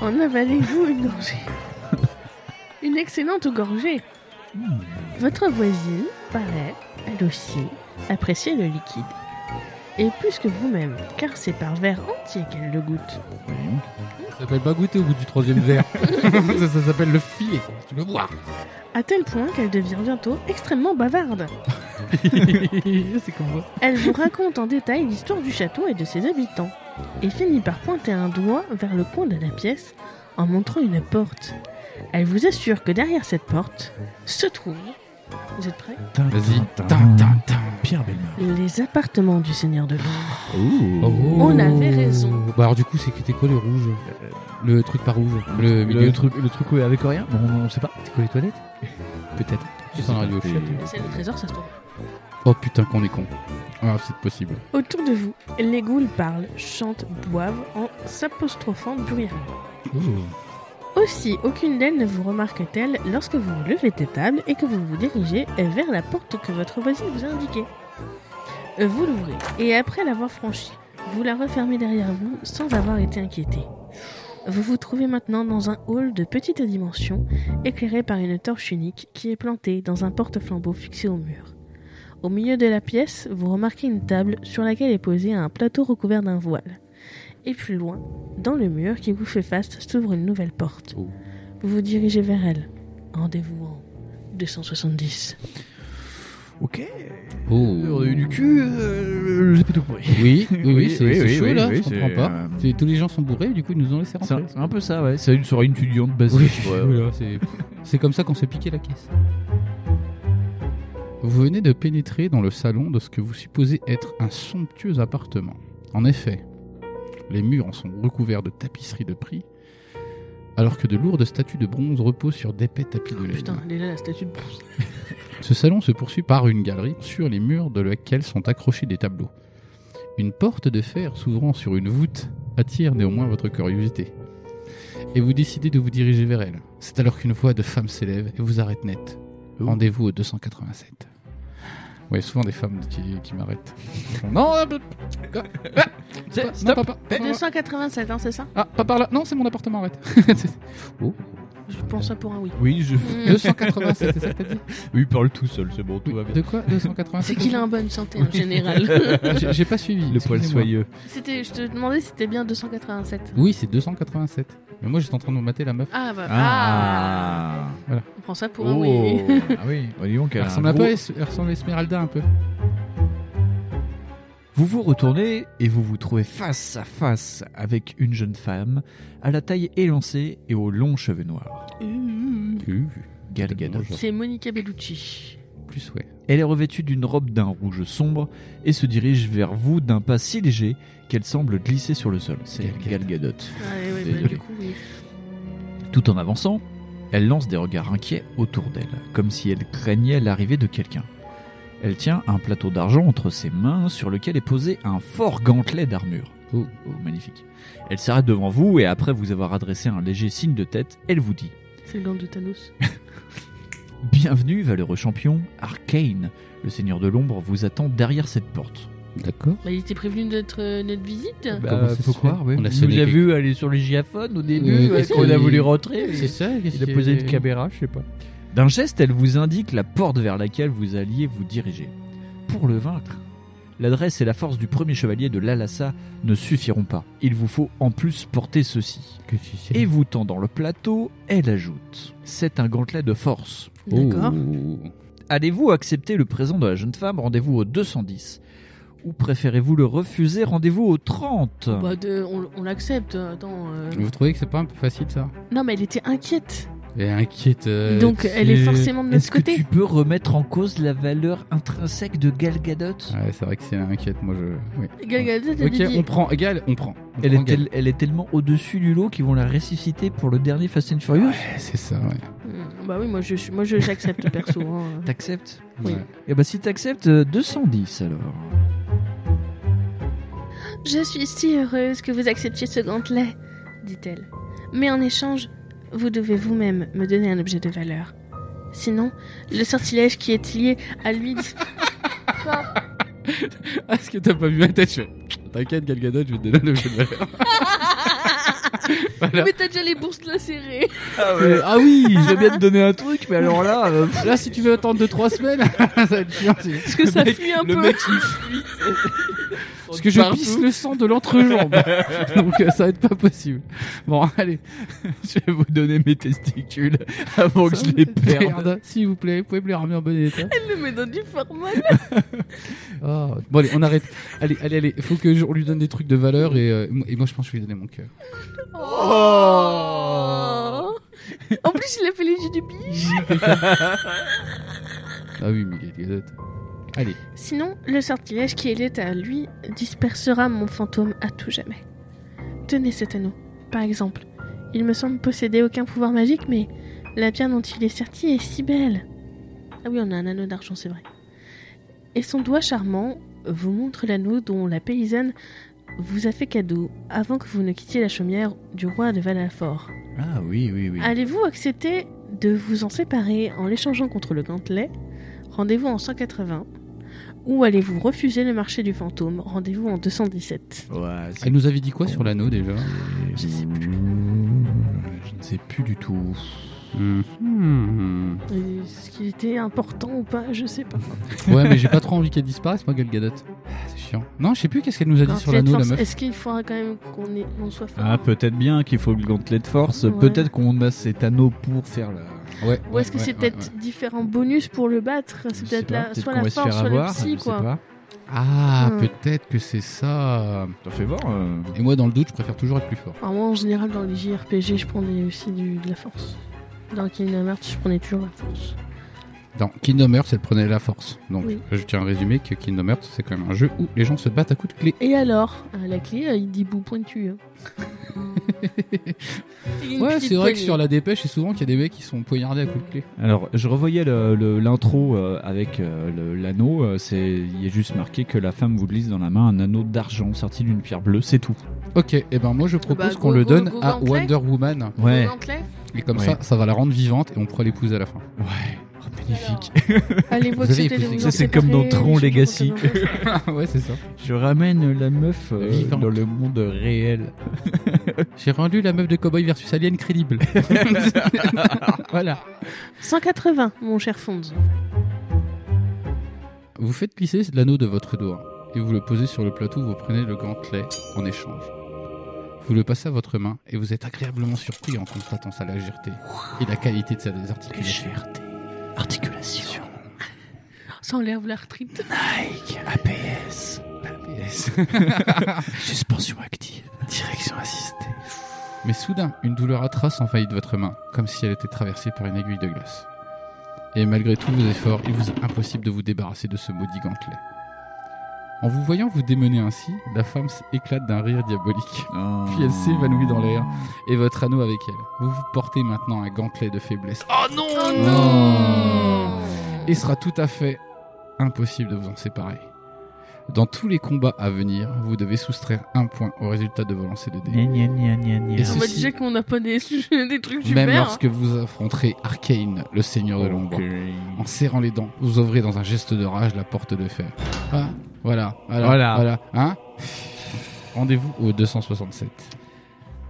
S4: en avalez-vous une gorgée. Une excellente gorgée. Votre voisine paraît, elle aussi, apprécier le liquide. Et plus que vous-même, car c'est par verre entier qu'elle le goûte.
S3: Ça s'appelle pas goûter au bout du troisième verre. ça ça s'appelle le filet. Tu peux boire.
S4: À tel point qu'elle devient bientôt extrêmement bavarde.
S3: c'est comme moi.
S4: Elle vous raconte en détail l'histoire du château et de ses habitants, et finit par pointer un doigt vers le coin de la pièce en montrant une porte. Elle vous assure que derrière cette porte se trouvent, vous êtes prêts
S3: Vas-y.
S5: Pierre Bellemare.
S4: Les appartements du Seigneur de l'Ombre.
S3: Oh.
S4: On avait raison.
S3: Bah alors du coup, c'est- c'était quoi le rouge Le truc pas rouge. Le,
S5: Le,
S3: milieu.
S5: truc, le truc où- avec rien on, on sait pas.
S3: C'est quoi les toilettes
S5: Peut-être.
S3: Je sens la radio au chiottes.
S4: C'est le trésor, ça se trouve.
S3: Oh putain, qu'on est con. Ah, c'est possible.
S4: Autour de vous, les ghouls parlent, chantent, boivent en s'apostrophant bruyamment. Aussi, aucune d'elles ne vous remarque-t-elle lorsque vous vous levez de table et que vous vous dirigez vers la porte que votre voisine vous a indiquée. Euh, Vous l'ouvrez, et après l'avoir franchie, vous la refermez derrière vous sans avoir été inquiété. Vous vous trouvez maintenant dans un hall de petite dimension, éclairé par une torche unique qui est plantée dans un porte-flambeau fixé au mur. Au milieu de la pièce, vous remarquez une table sur laquelle est posé un plateau recouvert d'un voile. Et plus loin, dans le mur qui vous fait face, s'ouvre une nouvelle porte. Vous vous dirigez vers elle. Rendez-vous en 270.
S5: Ok.
S3: Oh.
S5: On a eu du cul. euh,
S7: je sais pas tout compris.
S3: Oui, oui, oui, c'est
S5: oui,
S3: c'est
S5: oui,
S3: chaud
S5: oui,
S3: là,
S5: oui,
S3: je comprends
S5: c'est,
S3: pas.
S5: euh,
S3: C'est- Tous les gens sont bourrés, du coup ils nous ont laissé
S5: C'est
S3: rentrer.
S5: un, c'est un peu ça, ouais. C'est une soirée étudiante basique. ouais, ouais.
S3: Voilà, c'est- c'est comme ça qu'on s'est piqué la caisse. Vous venez de pénétrer dans le salon de ce que vous supposez être un somptueux appartement. En effet, les murs en sont recouverts de tapisseries de prix, alors que de lourdes statues de bronze reposent sur d'épais tapis de laine.
S4: Putain, elle est là la statue de bronze.
S3: Ce salon se poursuit par une galerie sur les murs de laquelle sont accrochés des tableaux. Une porte de fer s'ouvrant sur une voûte attire néanmoins votre curiosité. Et vous décidez de vous diriger vers elle. C'est alors qu'une voix de femme s'élève et vous arrête net. Rendez-vous au 287. Ouais, souvent des femmes qui, qui m'arrêtent. Non, ah, bah, ah, ah,
S7: C'est-
S3: non,
S7: stop.
S3: pas, pas, pas, pas,
S4: 287, hein, c'est ça
S3: Ah, pas par là. Non, c'est mon appartement, arrête. Oh.
S4: Je pense ça pour un oui.
S5: Oui, je.
S4: Mmh.
S3: 287, c'est ça que t'as dit
S5: Oui, il parle tout seul, c'est bon, tout va bien.
S3: De quoi 287
S4: C'est qu'il a en bonne santé en général.
S3: Ah, J'ai- J'ai pas suivi.
S5: Le poil
S3: excusez-moi.
S5: soyeux.
S4: C'était, je te demandais si c'était bien 287.
S3: Oui, c'est 287. Mais moi, j'étais en train de me mater la meuf.
S4: Ah bah
S5: Ah.
S3: Voilà.
S4: On prend ça pour un oui.
S5: Ah oui, bah, dis donc,
S3: Elle
S5: elle a un
S3: ressemble, à
S5: gros-
S3: pas- elle ressemble à Esmeralda un peu.
S5: Vous vous retournez et vous vous trouvez face à face avec une jeune femme à la taille élancée et aux longs cheveux noirs.
S4: Mmh.
S5: Gal Gadot.
S4: C'est Monica Bellucci.
S3: Plus, ouais.
S5: Elle est revêtue d'une robe d'un rouge sombre et se dirige vers vous d'un pas si léger qu'elle semble glisser sur le sol. C'est Gal Gadot.
S4: Ouais, ouais, bah,
S5: Désolé.
S4: du coup, oui.
S5: Tout en avançant, elle lance des regards inquiets autour d'elle, comme si elle craignait l'arrivée de quelqu'un. Elle tient un plateau d'argent entre ses mains sur lequel est posé un fort gantelet d'armure.
S3: Oh.
S5: magnifique. Elle s'arrête devant vous et après vous avoir adressé un léger signe de tête, elle vous dit
S4: C'est le gant de Thanos.
S5: Bienvenue, valeureux champion, Arcane, le seigneur de l'ombre vous attend derrière cette porte.
S3: D'accord.
S4: Bah, il était prévenu de notre, notre visite.
S3: Comment ça se fait
S5: Bah, oui.
S3: On a
S5: Il
S3: sonné
S5: nous a
S3: quelque-
S5: vu aller sur le giaphone au début,
S3: Euh,
S5: ouais,
S3: qu'est-ce
S5: on a
S3: qu'il-
S5: voulu rentrer.
S3: C'est ça, qu'est-ce
S5: Il a
S3: qu'il-
S5: posé une caméra, je sais pas. D'un geste, elle vous indique la porte vers laquelle vous alliez vous diriger. Pour le vaincre, l'adresse et la force du premier chevalier de l'Alassa ne suffiront pas. Il vous faut en plus porter ceci.
S4: Eh
S5: Et vous tendant le plateau, elle ajoute C'est un gantelet de force.
S3: Oh.
S4: D'accord.
S5: Allez-vous accepter le présent de la jeune femme Rendez-vous au 210. Ou préférez-vous le refuser Rendez-vous au 30.
S4: Bah, de- on, on l'accepte. Attends. euh.
S3: Vous trouvez que c'est pas un peu facile ça
S4: Non, mais elle était inquiète.
S3: Et inquiète. euh,
S4: Donc, elle est forcément de notre
S5: Est-ce que
S4: côté.
S5: tu peux remettre en cause la valeur intrinsèque de Gal Gadot
S3: Ouais, c'est vrai que c'est inquiète, moi je. oui.
S4: Gal Gadot, elle
S3: Ok,
S4: dit-
S3: on prend. Gal, on prend. On
S5: elle
S3: prend
S5: est,
S3: Gal.
S5: tel- elle est tellement au-dessus du lot qu'ils vont la ressusciter pour le dernier Fast and Furious.
S3: Ouais, c'est ça, ouais.
S4: Mmh, Bah oui, moi je suis- moi je j'accepte perso. hein.
S5: T'acceptes
S4: Oui.
S3: Ouais.
S5: Et bah si t'acceptes, euh, 210 alors.
S4: Je suis si heureuse que vous acceptiez ce gantelet, dit-elle. Mais en échange, vous devez vous-même me donner un objet de valeur. Sinon, le sortilège qui est lié à lui. dis-
S7: Ah, Est-ce que t'as pas vu ma tête Je fais, T'inquiète, Gal Gadot, je vais te donner l'objet de valeur.
S4: Mais t'as déjà les bourses lacérées.
S5: Ah,
S7: ouais.
S5: ah oui, je bien te donner un truc, mais alors là. euh,
S7: Là, si tu veux attendre 2-3 semaines, ça va être chiant.
S4: Parce que ça fuit un
S7: le
S4: peu.
S7: mec, il fuit. Parce que je pisse le sang de l'entrejambe. Donc, euh, ça va être pas possible. Bon, allez.
S5: je vais vous donner mes testicules avant que je les perde.
S7: Merde, S'il vous plaît, vous pouvez me les ramener en bon état.
S4: Elle le met dans du formol.
S3: Oh. Bon, allez, on arrête. allez, allez, allez. Faut que je on lui donne des trucs de valeur et, euh, et moi je pense que je vais lui donner mon cœur.
S4: Oh en plus, il a fait les yeux du biche.
S3: Ah oui, mais Gal Gadot. Allez.
S4: Sinon, le sortilège qui est lié à lui dispersera mon fantôme à tout jamais. Tenez cet anneau, par exemple. Il me semble posséder aucun pouvoir magique, mais la pierre dont il est serti est si belle. Ah oui, on a un anneau d'argent, c'est vrai. Et son doigt charmant vous montre l'anneau dont la paysanne vous a fait cadeau avant que vous ne quittiez la chaumière du roi de Valafort.
S5: Ah oui, oui, oui.
S4: Allez-vous accepter de vous en séparer en l'échangeant contre le gantelet Rendez-vous en 180. Ou allez-vous refuser le marché du fantôme Rendez-vous en 217.
S5: Ouais, c'est-
S3: Elle nous avait dit quoi sur l'anneau déjà
S4: Oh, Je sais plus.
S5: Je ne sais plus du tout.
S3: Hmm.
S4: Euh, Est-ce qu'il était important ou pas Je sais pas.
S3: Ouais, mais j'ai pas trop envie qu'elle disparaisse, moi, Gal Gadot. Ah, C'est chiant. Non, je sais plus qu'est-ce qu'elle nous a dit
S4: Alors,
S3: sur
S4: peut-être
S3: l'anneau, la
S4: force-
S3: meuf.
S4: Est-ce qu'il faudra quand même qu'on ait- qu'on soit fort
S31: Ah, peut-être bien qu'il faut le gantelet de force.
S4: Ouais.
S31: Peut-être qu'on a cet anneau pour faire la.
S3: Ouais.
S4: Ou est-ce que c'est peut-être différents bonus pour le battre C'est peut-être la- soit la force, soit le psy, quoi.
S3: Ah,
S4: Hmm.
S3: peut-être que c'est ça.
S5: T'as fait voir
S3: Et moi, dans le doute, je préfère toujours être plus fort.
S4: Alors moi, en général, dans les JRPG, je prenais aussi du, de la force. Dans Kingdom Hearts, je prenais toujours la force.
S3: Dans Kingdom Hearts, elle prenait la force. Donc,
S4: Oui.
S3: je tiens à résumer que Kingdom Hearts, c'est quand même un jeu où les gens se battent à coups de clé.
S4: Et alors À la clé, euh, il dit bout pointu. hein. Il y a une
S3: Ouais,
S4: petite
S3: c'est vrai que
S4: poignée.
S3: sur la dépêche, c'est souvent qu'il y a des mecs qui sont poignardés à coups de clé.
S5: Alors, je revoyais le- le- l'intro euh, avec euh, le- l'anneau. euh, c'est- Il est juste marqué que la femme vous glisse dans la main un anneau d'argent sorti d'une pierre bleue, c'est tout.
S3: Ok, et ben moi je propose
S4: Bah,
S3: qu'on
S4: go-
S3: le
S4: go-
S3: donne
S4: go
S3: à
S4: Gantley.
S3: Wonder Woman.
S5: Ouais.
S4: Go Gantley.
S3: Et comme
S5: Ouais.
S3: ça, ça va la rendre vivante et on pourra l'épouser à la fin.
S5: Ouais. Oh, Magnifique.
S4: Allez,
S3: Vous
S4: votre
S3: avez
S4: c'était de
S3: épousé
S4: vous
S5: Ça,
S4: en
S5: c'est comme
S4: séparer,
S5: dans Tron
S4: je suis
S5: Legacy.
S4: trop heureuse.
S3: ouais, c'est ça.
S5: Je ramène la meuf euh,
S3: Vivante.
S5: dans le monde réel.
S3: J'ai rendu la meuf de Cowboy versus Alien crédible. voilà.
S4: 180, mon cher Fonz.
S3: Vous faites glisser l'anneau de votre doigt et vous le posez sur le plateau. Vous prenez le gantelet en échange. Vous le passez à votre main et vous êtes agréablement surpris en constatant sa légèreté et la qualité de sa désarticulation.
S5: Articulation.
S4: Ça enlève l'arthrite.
S5: Nike. APS.
S3: Yes.
S5: Suspension active. Direction assistée.
S3: Mais soudain, une douleur atroce envahit de votre main, comme si elle était traversée par une aiguille de glace. Et malgré tous vos efforts, il vous est impossible de vous débarrasser de ce maudit gantelet. En vous voyant vous démener ainsi, la femme éclate d'un rire diabolique. Puis elle s'évanouit dans l'air, et votre anneau avec elle. Vous vous portez maintenant un gantelet de faiblesse. Oh non, Il sera tout à fait impossible de vous en séparer. Dans tous les combats à venir, vous devez soustraire un point au résultat de vos lancers de dés. Et
S4: On m'a
S3: ceci-
S4: déjà qu'on n'a pas des, des trucs super.
S3: même lorsque vous affronterez Arcane, le seigneur de l'ombre, en serrant les dents, vous ouvrez dans un geste de rage la porte de fer. Ah, voilà, voilà, voilà.
S5: Voilà.
S3: Hein Rendez-vous au 267.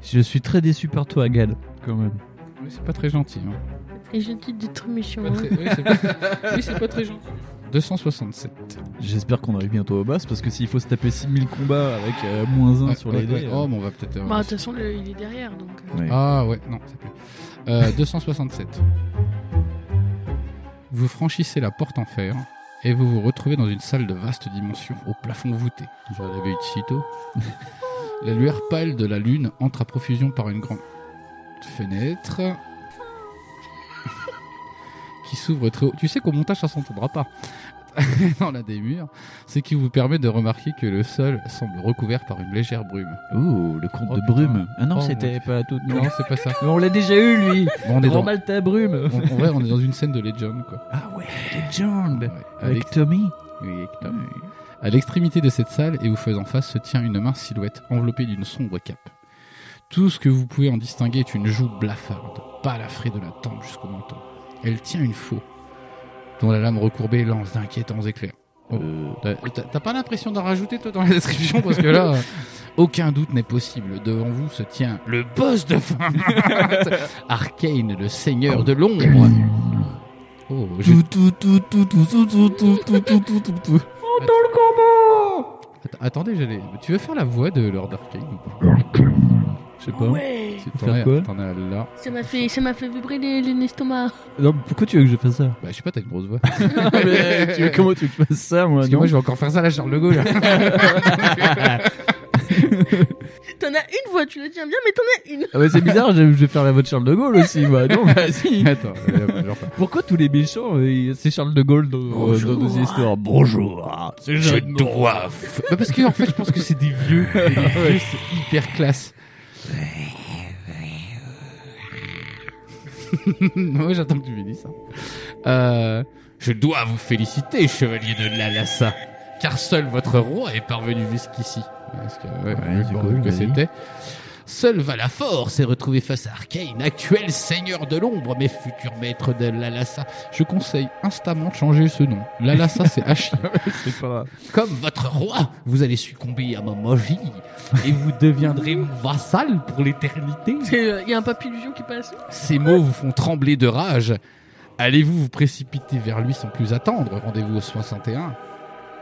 S5: Je suis très déçu par toi, Gal, quand même.
S3: Oui, c'est pas très gentil. hein.
S4: Et je dis des trucs méchants.
S3: Pas très-
S4: hein.
S3: oui, c'est pas- oui, c'est pas très gentil. 267.
S5: J'espère qu'on arrive bientôt au boss parce que s'il faut se taper 6000 combats avec euh, moins 1
S3: Ouais,
S5: sur
S3: ouais,
S5: les
S3: ouais.
S5: dés.
S3: Oh, mais on va peut-être. euh,
S4: Bah, de toute façon, le- il est derrière, donc... euh.
S5: Ouais.
S3: Ah ouais, non, ça plaît. Euh, 267. Vous franchissez la porte en fer et vous vous retrouvez dans une salle de vaste dimension au plafond voûté. Je l'avais eu de sitôt. la lueur pâle de la lune entre à profusion par une grande fenêtre qui s'ouvre très haut. Tu sais qu'au montage, ça s'entendra pas. dans l'un des murs, ce qui vous permet de remarquer que le sol semble recouvert par une légère brume.
S5: euh. Ouh, le compte
S3: Oh,
S5: de
S3: putain.
S5: brume. Ah non,
S3: Oh,
S5: c'était pas tout.
S3: Non, c'est pas ça.
S5: Mais on l'a déjà eu, lui.
S3: Bon, on est
S5: Grand
S3: dans-
S5: mal ta brume.
S3: En, en vrai, on est dans une scène de Legend, quoi.
S5: Ah ouais, Legend.
S3: Avec
S5: Avec Tommy.
S3: Oui, À l'extrémité de cette salle et vous faisant face se tient une mince silhouette enveloppée d'une sombre cape. Tout ce que vous pouvez en distinguer est une joue blafarde, balafrée de la tempe jusqu'au menton. Elle tient une faux, dont la lame recourbée lance d'inquiétants éclairs. Oh,
S5: Euh,
S3: t'as- T'as t'as pas l'impression d'en rajouter toi dans la description parce que là, euh, aucun doute n'est possible. Devant vous se tient le boss de fin. Arcane, le seigneur de l'ombre. Oh, je- Att- Attendez, j'allais. Tu veux faire la voix de Lord Arcane ou pas Je sais pas.
S4: Ouais.
S3: Si
S5: Faire
S3: T'en as-
S5: quoi
S3: t'en as là.
S4: Ça m'a fait, ça m'a fait vibrer les- les- l'estomac.
S5: Non, mais pourquoi tu veux que je fasse ça
S3: Bah, je sais pas, t'as une grosse voix.
S5: Mais, tu veux- Comment tu veux que je fasse ça, moi
S3: Parce que
S5: Ah non
S3: moi, je vais encore faire ça à la Charles de Gaulle.
S4: T'en as une voix, tu le tiens bien, mais t'en as une.
S5: Ah bah c'est bizarre, je je vais faire la voix de Charles de Gaulle aussi. Bah non, vas-y.
S3: Attends, euh, bah, genre,
S5: Pourquoi tous les méchants, euh, c'est Charles de Gaulle dans, dans nos histoires Bonjour, c'est Jeanne
S3: F- bah, parce que, en fait, je pense que c'est des vieux. Et les vieux, c'est hyper classe. Moi, j'attends que tu me dises ça. Euh, je dois vous féliciter, chevalier de l'Alassa, car seul votre roi est parvenu jusqu'ici. Parce que, ouais,
S5: Ouais,
S3: le
S5: c'est
S3: bordel
S5: cool, bah
S3: que
S5: vas-y.
S3: c'était. Seul Valafor s'est retrouvé face à Arcane, actuel seigneur de l'ombre, mais futur maître de l'Alassa. Je conseille instamment de changer ce nom. L'Alassa, c'est Hachi.
S5: C'est pas
S3: Comme votre roi, vous allez succomber à ma magie et vous deviendrez mon vassal pour l'éternité.
S4: C'est, euh, Il y a un papy Lugion qui passe.
S3: Ces mots vous font trembler de rage. Allez-vous vous précipiter vers lui sans plus attendre Rendez-vous au 61.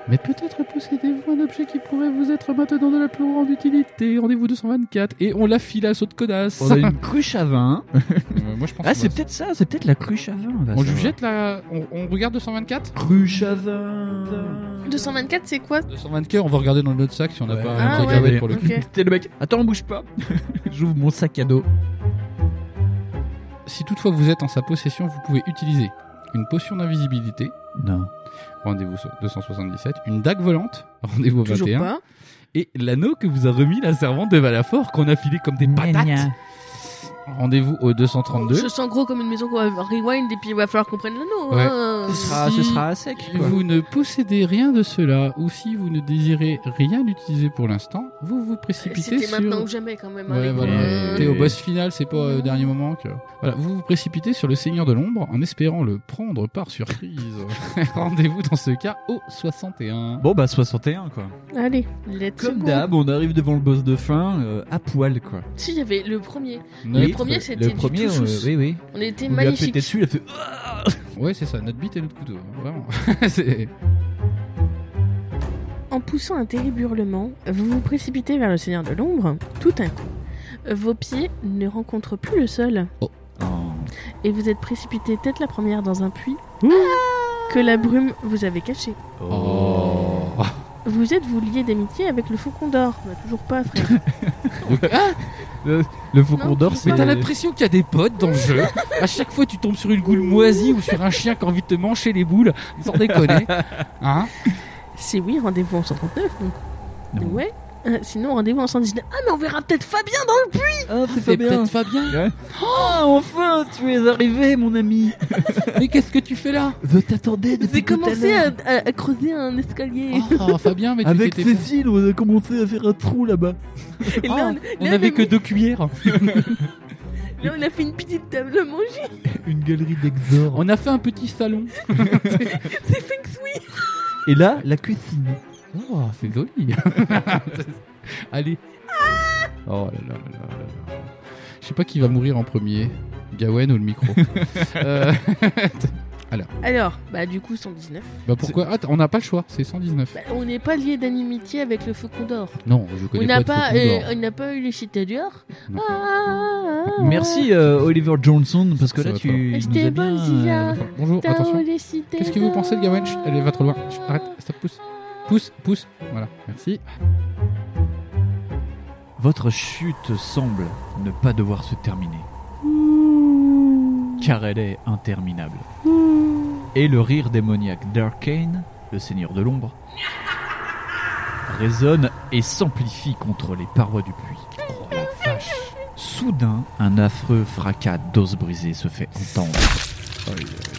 S3: Mais peut-être possédez-vous un objet qui pourrait vous être maintenant de la plus grande utilité. Rendez-vous 224 et on la file à saut de connasse.
S5: On a une cruche à vin.
S3: euh, moi je pense.
S5: Ah,
S3: qu'on
S5: c'est
S3: va-
S5: peut-être ça, c'est peut-être la cruche à vin. va
S3: On lui
S5: savoir.
S3: jette la. On, on regarde 224
S5: Cruche à vin.
S4: 224, c'est quoi
S3: 224, on va regarder dans notre sac si on n'a pas
S4: Ah
S3: un
S4: ouais,
S3: cacahuète pour le
S4: ok.
S3: coup.
S5: T'es le mec. Attends, on bouge pas. J'ouvre mon sac à dos.
S3: Si toutefois vous êtes en sa possession, vous pouvez utiliser une potion d'invisibilité.
S5: Non.
S3: Rendez-vous sur 277. Une dague volante. Rendez-vous
S4: Toujours
S3: 21.
S4: pas.
S3: Et l'anneau que vous a remis la servante de Valafort qu'on a filé comme des patates. Rendez-vous au 232.
S4: Je sens gros comme une maison qu'on va rewind et puis il va falloir qu'on prenne l'anneau.
S3: Ouais.
S4: hein.
S3: Si
S5: à sec, quoi.
S3: Vous ne possédez rien de cela, ou si vous ne désirez rien utiliser pour l'instant, vous vous précipitez
S4: C'était
S3: sur.
S4: maintenant ou jamais quand même. hein,
S3: Ouais,
S4: les
S3: voilà.
S4: gars.
S3: T'es au boss final, c'est pas euh, au dernier moment que. Voilà, vous vous précipitez sur le Seigneur de l'Ombre en espérant le prendre par surprise. Rendez-vous dans ce cas au 61.
S5: Bon, bah 61, quoi.
S4: Allez, let's
S5: Comme
S4: go.
S5: d'hab, on arrive devant le boss de fin, euh, à poil, quoi.
S4: Si, il y avait le premier.
S5: Oui,
S4: le premier, c'était
S5: le premier,
S4: du tout
S5: euh, oui, oui.
S4: On était
S5: On lui a
S4: magnifique.
S5: pété dessus, il a fait. oh,
S3: Ouais, c'est ça, notre bite et notre couteau, hein, vraiment. C'est-
S4: En poussant un terrible hurlement, vous vous précipitez vers le Seigneur de l'Ombre. Tout à coup, vos pieds ne rencontrent plus le sol.
S3: Oh.
S4: Et vous êtes précipité tête la première dans un puits que la brume vous avait caché.
S3: Oh.
S4: Vous êtes vous lié d'amitié avec le faucon d'or. Bah, toujours pas, frère.
S5: Le, le faucon
S4: Non,
S5: d'or,
S4: mais
S5: c'est.
S3: Mais t'as l'impression qu'il y a des potes dans le jeu. À chaque fois, tu tombes sur une goule moisie ou sur un chien qui a envie de te manger les boules. Sans déconner. Hein
S4: si oui, rendez-vous en 139. donc. Ouais. Euh, sinon, rendez-vous en 119. Ah, mais on verra peut-être Fabien dans le puits
S5: Ah, c'est
S3: Fabien. peut-être Fabien.
S5: Oh, enfin, tu es arrivé, mon ami.
S3: Mais qu'est-ce que tu fais là
S5: Je t'attendais depuis
S4: J'ai
S5: tout à
S4: commencé
S5: l'heure.
S4: à, à- à creuser un escalier.
S3: Oh, Fabien, mais tu
S5: Avec
S3: t'étais pas-
S5: Cécile, on a commencé à faire un trou là-bas.
S4: Et là, on-
S3: On
S4: là,
S3: avait
S4: on
S3: que deux cuillères.
S4: a- là, on a fait une petite table à manger.
S5: Une galerie d'exor.
S3: On a fait un petit salon.
S4: C'est Feng Shui.
S5: Et là, la cuisine.
S3: Oh, c'est joli. Allez. Oh là là là là là là. Je sais pas qui va mourir en premier. Gawen ou le micro Euh, Alors,
S4: Alors, bah du coup, 119.
S3: bah pourquoi Attends, on n'a pas le choix, c'est 119.
S4: Bah, on n'est pas lié d'animité avec le faucon d'or.
S3: Non, je connais
S4: On n'a
S3: pas,
S4: pas,
S3: de Faucon
S4: euh,
S3: d'Or.
S4: on n'a pas eu les Ah, citadures.
S3: Non.
S5: Merci euh, Oliver Johnson parce que
S3: Ça
S5: là
S3: va
S5: tu
S3: pas.
S5: nous as
S4: C'était bon,
S5: bien,
S4: Zia.
S5: euh,
S3: Bonjour,
S4: T'as
S3: attention.
S4: ah, oh, les citadures.
S3: Qu'est-ce que vous pensez de Gawen Chut, Elle va trop loin. Chut, arrête, stop, pousse. Pousse, pousse. Voilà, merci.
S5: Votre chute semble ne pas devoir se terminer car elle est interminable. Et le rire démoniaque d'Arkane, le seigneur de l'ombre, résonne et s'amplifie contre les parois du puits. Oh, Soudain, un affreux fracas d'os brisé se fait entendre.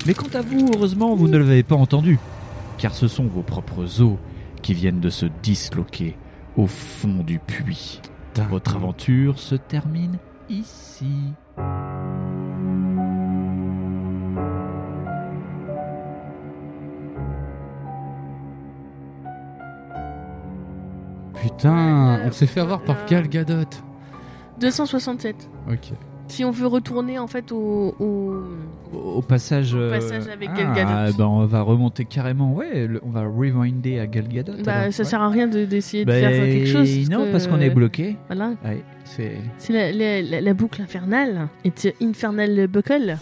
S5: Mais quant à vous, heureusement, vous ne l'avez pas entendu, car ce sont vos propres os qui viennent de se disloquer au fond du puits. Votre aventure se termine ici.
S3: Putain, on s'est fait avoir par Gal Gadot.
S4: 267.
S3: Ok.
S4: Si on veut retourner en fait au. au-
S5: Au passage, euh,
S4: passage avec
S5: ah,
S4: Gal Gadot.
S5: ben, on va remonter carrément, ouais, le- on va rewinder à Gal Gadot.
S4: Bah,
S5: alors.
S4: ça
S5: Ouais.
S4: sert à rien de- d'essayer de,
S5: Ben,
S4: faire quelque chose.
S5: Non, parce qu'on est bloqué.
S4: Voilà.
S5: Ouais, c'est.
S4: C'est la, la- la- la boucle infernale. Et c'est Infernal Buckle.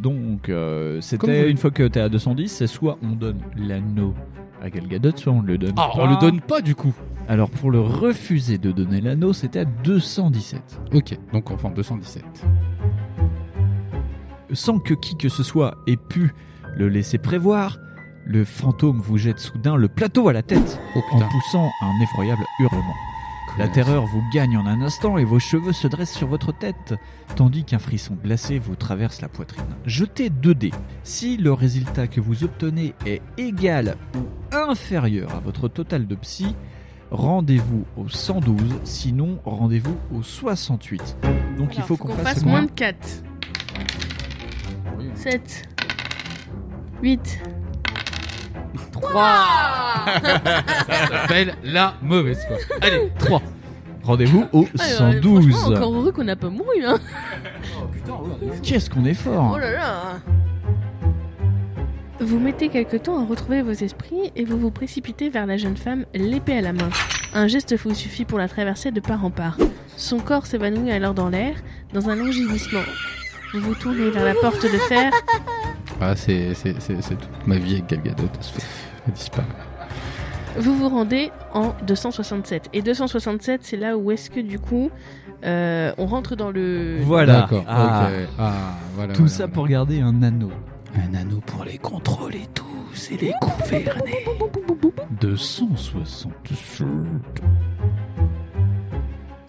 S5: Donc, euh,
S3: Comme vous
S5: c'était
S3: voulez.
S5: une fois que t'es à 210, c'est soit on donne l'anneau à Gal Gadot, soit on le donne.
S3: Ah, on
S5: pas.
S3: le donne pas du coup.
S5: Alors, pour le refuser de donner l'anneau, c'était à 217.
S3: Ok, donc on prend 217.
S5: Sans que qui que ce soit ait pu le laisser prévoir, le fantôme vous jette soudain le plateau à la tête
S3: Oh
S5: en
S3: putain.
S5: poussant un effroyable hurlement. La terreur vous gagne en un instant et vos cheveux se dressent sur votre tête, tandis qu'un frisson glacé vous traverse la poitrine. Jetez 2 dés. Si le résultat que vous obtenez est égal ou inférieur à votre total de psy, rendez-vous au 112, sinon rendez-vous au 68. Donc il
S4: Alors,
S5: faut qu'on fasse,
S4: moins de 4. 7. 8. 3
S3: Ça s'appelle la mauvaise foi. Allez, 3.
S5: Rendez-vous au
S4: Ah, euh, Franchement,
S5: 112.
S4: encore heureux qu'on n'a pas mouru. Hein.
S5: Oh Qu'est-ce qu'on est fort
S4: Oh là là Vous mettez quelque temps à retrouver vos esprits et vous vous précipitez vers la jeune femme, l'épée à la main. Un geste vous suffit pour la traverser de part en part. Son corps s'évanouit alors dans l'air, dans un long gémissement. Vous vous tournez vers la porte de fer.
S3: Ah, c'est c'est- c'est- c'est toute ma vie avec Gal Gadot. Elle se fait- elle disparaît.
S4: Vous vous rendez en 267. Et 267, c'est là où est-ce que du coup, euh, on rentre dans le...
S5: Voilà.
S3: D'accord,
S5: Ah.
S3: ok. Ah, voilà,
S5: Tout
S3: voilà,
S5: ça
S3: voilà.
S5: pour garder un anneau.
S3: Un anneau pour les contrôler tous et les gouverner.
S5: 267.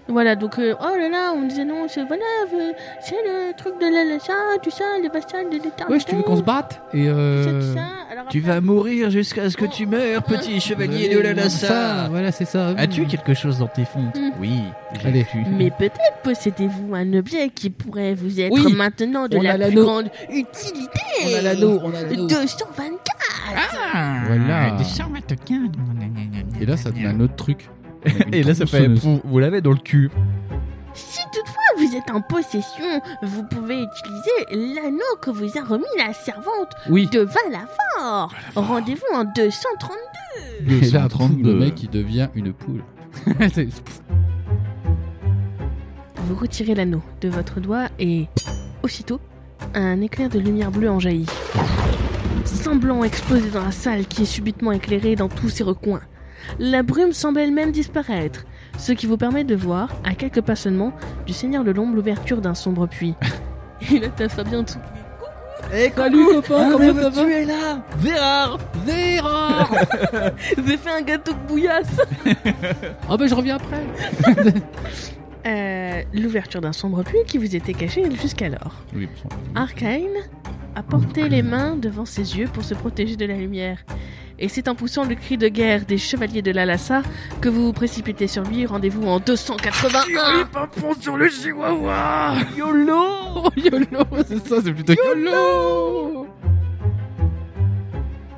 S4: Voilà, donc, euh, oh là là, on me disait non, c'est voilà, euh, c'est le truc de la ça, tout ça, les bastions, les détards.
S7: Ouais, si tu veux qu'on se batte Et euh...
S6: Tu vas mourir jusqu'à ce que tu meurs, petit chevalier de la
S3: Ça,
S6: Lassa.
S3: voilà, c'est ça.
S6: As-tu
S5: quelque chose dans tes fonds
S4: Mm.
S5: Oui,
S3: Allez.
S4: Mais peut-être possédez-vous un objet qui pourrait vous être
S3: Oui,
S4: maintenant de
S3: on a
S4: la plus
S3: l'anneau.
S4: grande utilité.
S3: On a l'anneau, on a l'anneau.
S4: 224
S3: Ah. Voilà. Et là, ça te met un autre truc. Et là, ça fait. Vous, l'avez dans le cul.
S4: Si toutefois vous êtes en possession, vous pouvez utiliser l'anneau que vous a remis la servante
S3: Oui.
S4: de Valafort. Rendez-vous en 232.
S3: Et là,
S5: 232.
S3: le mec, il devient une poule. C'est-
S4: Vous retirez l'anneau de votre doigt et aussitôt, un éclair de lumière bleue en jaillit. Semblant exploser dans la salle qui est subitement éclairée dans tous ses recoins. La brume semble elle-même disparaître, ce qui vous permet de voir, à quelques pas seulement, du Seigneur de l'Ombre l'ouverture d'un sombre puits. Et là, t'as Fabien en dessous qui dit
S6: Eh,
S4: Salut, copain, comment ça va
S6: Tu es là Vérard
S4: Zéro J'ai fait un gâteau de bouillasse
S3: Ah,
S7: Oh, ben je reviens après
S4: Euh, L'ouverture d'un sombre puits qui vous était caché jusqu'alors.
S3: Oui, bon sang.
S4: Arkane a porté les mains devant ses yeux pour se protéger de la lumière. Et c'est en poussant le cri de guerre des chevaliers de l'Alassa que vous vous précipitez sur lui. Rendez-vous en 281.
S6: Pimpon sur le chihuahua
S3: Oh,
S7: YOLO YOLO C'est ça, c'est plutôt YOLO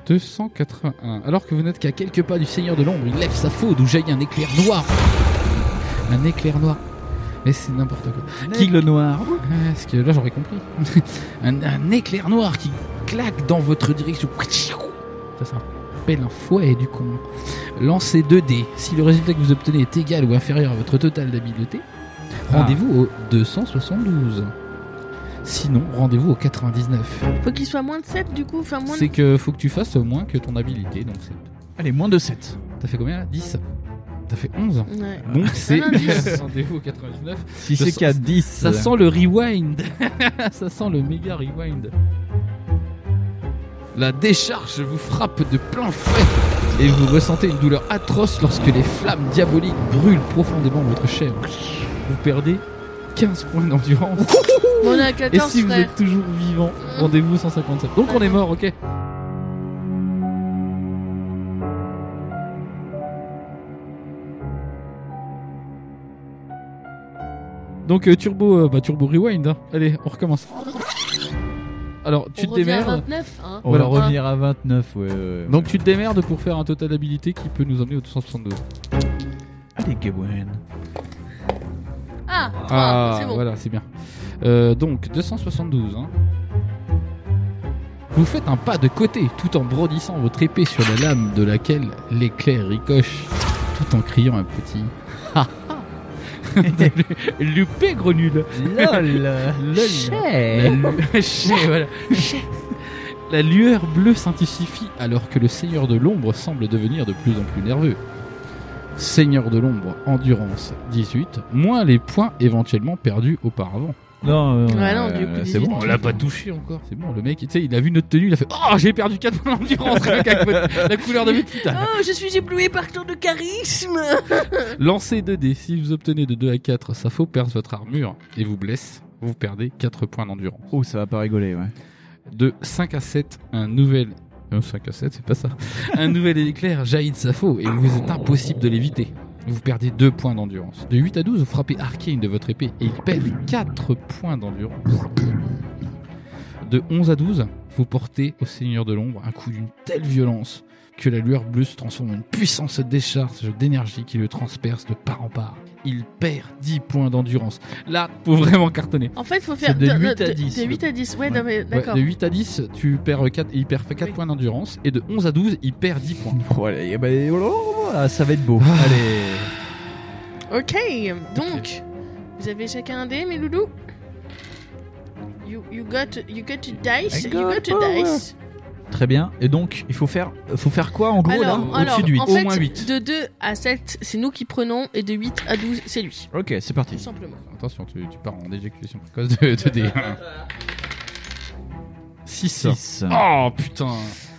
S3: 281. Alors que vous n'êtes qu'à quelques pas du Seigneur de l'Ombre, il lève sa faute d'où jaillit un éclair noir. Un éclair noir. Mais c'est n'importe quoi. Qui-
S5: le noir.
S3: Ouais, Parce que là, j'aurais compris. un, un éclair noir qui claque dans votre direction. Ça s'appelle un fouet du con. Lancez 2 dés. Si le résultat que vous obtenez est égal ou inférieur à votre total d'habileté,
S5: Ah.
S3: rendez-vous au 272. Sinon, rendez-vous au 99.
S4: Faut qu'il soit moins de 7 du coup, enfin moins de...
S3: C'est que faut que tu fasses moins que ton habilité, donc c'est.
S5: Allez, moins de 7.
S3: T'as fait combien là 10 T'as fait 11
S4: Ouais.
S3: Donc c'est.
S4: Non, non, 10.
S3: Rendez-vous au 99.
S5: Si
S3: Ça
S5: c'est
S3: sent-
S5: qu'à 10.
S3: Ça sent le rewind. Ah, ça sent le méga rewind. La décharge vous frappe de plein fouet et vous ressentez une douleur atroce lorsque les flammes diaboliques brûlent profondément votre chair. Vous perdez 15 points d'endurance.
S4: On a
S3: et
S4: 14
S3: si vous
S4: frère.
S3: êtes toujours vivant,
S4: Mmh.
S3: rendez-vous 157. Donc on est mort, ok Donc euh, turbo, euh, bah, turbo rewind. hein. Allez, on recommence. Alors tu
S4: On
S3: te
S4: revient à
S3: démerdes.
S4: 29, hein.
S5: On
S3: Voilà.
S5: va revenir à 29, ouais. ouais, ouais.
S3: Donc tu te démerdes pour faire un total d'habilité qui peut nous emmener au 272.
S5: Allez, Gawain.
S4: Ah,
S3: Ah,
S4: ah, c'est bon.
S3: voilà, c'est bien. Euh, donc 272. hein. Vous faites un pas de côté tout en brodissant votre épée sur la lame de laquelle l'éclair ricoche, tout en criant un petit. Ha, ha. Loupé gros nul.
S5: LOL
S3: Lol. La, lu- Chais, voilà. Chais. La lueur bleue s'intensifie alors que le Seigneur de l'Ombre semble devenir de plus en plus nerveux. Seigneur de l'Ombre, endurance 18, moins les points éventuellement perdus auparavant.
S5: Non, euh,
S4: Ouais, non, du coup,
S5: c'est
S4: 18.
S5: bon.
S3: On l'a pas touché encore, c'est bon. Le mec, tu sais, il a vu notre tenue, il a fait Oh, j'ai perdu 4 points d'endurance, rien qu'à côté. la couleur de mes putain.
S4: Oh, je suis éblouie par tant de charisme
S3: Lancez 2 dés. Si vous obtenez de 2 à 4, ça faut perdre votre armure et vous blesse, vous perdez 4 points d'endurance.
S5: Oh, ça va pas rigoler, ouais.
S3: De 5 à 7, un nouvel. Non, 5 à 7, c'est pas ça. Un nouvel éclair jaillit de sa faux et vous est impossible de l'éviter. Vous perdez 2 points d'endurance. De 8 à 12, vous frappez Arcane de votre épée et il perd 4 points d'endurance. de 11 à 12, vous portez au Seigneur de l'Ombre un coup d'une telle violence que la lueur bleue se transforme en une puissance décharge d'énergie qui le transperce de part en part. Il perd 10 points d'endurance. Là, faut vraiment cartonner.
S4: En fait, faut faire
S3: C'est de
S4: non,
S3: 8 à 10.
S4: De 8 à 10, ouais, non, mais
S3: Ouais,
S4: d'accord.
S3: de 8 à 10, tu perds 4, il perd 4 points d'endurance. Et de 11 à 12, il perd 10 points.
S5: eh ben, ça va être beau. Allez.
S4: Ok, donc, vous avez chacun un dé, mes loulous You, you got, you got to dice,
S5: I
S4: you
S5: got
S4: got to
S5: power.
S4: dice.
S5: Très bien. Et donc, il faut faire, faut faire quoi en gros
S4: alors,
S5: là
S4: alors,
S5: Au-dessus de 8
S4: en fait, de 2 à 7, c'est nous qui prenons, et de 8 à 12, c'est lui.
S5: Ok, c'est parti.
S4: Tout simplement.
S3: Attention, tu, tu pars en déjectuation précoce de, de dés. 6.
S5: Six.
S3: Oh putain.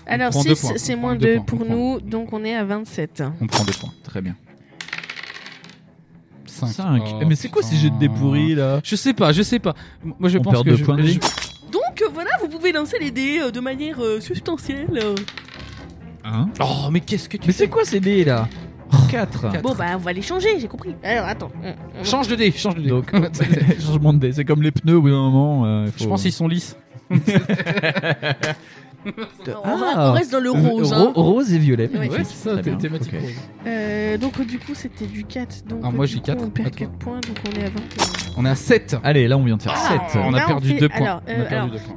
S3: On
S4: Alors,
S3: prend deux
S4: 6,
S3: points, on
S4: c'est
S3: prend
S4: moins
S3: deux
S4: 2
S3: points,
S4: pour
S3: on prend-
S4: nous, donc on est à 27.
S3: On prend 2 points.
S5: Très bien.
S3: 5.
S5: Cinq. Eh, mais c'est quoi ces jets de dés pourris, là
S3: Je sais pas, je sais pas. Moi je
S5: On
S3: pense
S5: perd
S3: que
S5: deux
S3: je-
S5: points de
S3: je-
S5: vie.
S4: Donc euh, voilà, vous pouvez lancer les dés euh, de manière euh, substantielle. euh.
S5: oh, mais qu'est-ce que tu Mais c'est quoi ces dés là 4.
S4: Bon, bah, on va les changer, j'ai compris. Alors, attends. on- on-
S3: Change de dé, change de dé.
S5: Donc, changement de dés. C'est comme les pneus au bout d'un moment. euh, faut-
S3: Je pense qu'ils sont lisses.
S4: on reste-
S3: Ah.
S4: on reste dans le rose,
S5: Ah. ro-
S4: hein.
S5: Rose et violet.
S4: Ouais,
S5: magnifique.
S3: c'est ça,
S5: Très bien.
S3: thématique
S5: Ok.
S3: rose.
S4: Euh, donc, du coup, c'était du 4. Donc,
S3: Ah, moi,
S4: du
S3: j'ai
S4: coup,
S3: quatre.
S4: On perd
S3: Attends.
S4: 4 points, donc on est à 21.
S3: On est à 7.
S5: Allez, là on vient de faire 7.
S3: Ah. on a
S4: Ah, Là,
S3: perdu
S4: fait-
S3: 2 points.
S4: alors,
S3: on
S4: euh,
S3: a perdu
S4: alors,
S3: 2 points.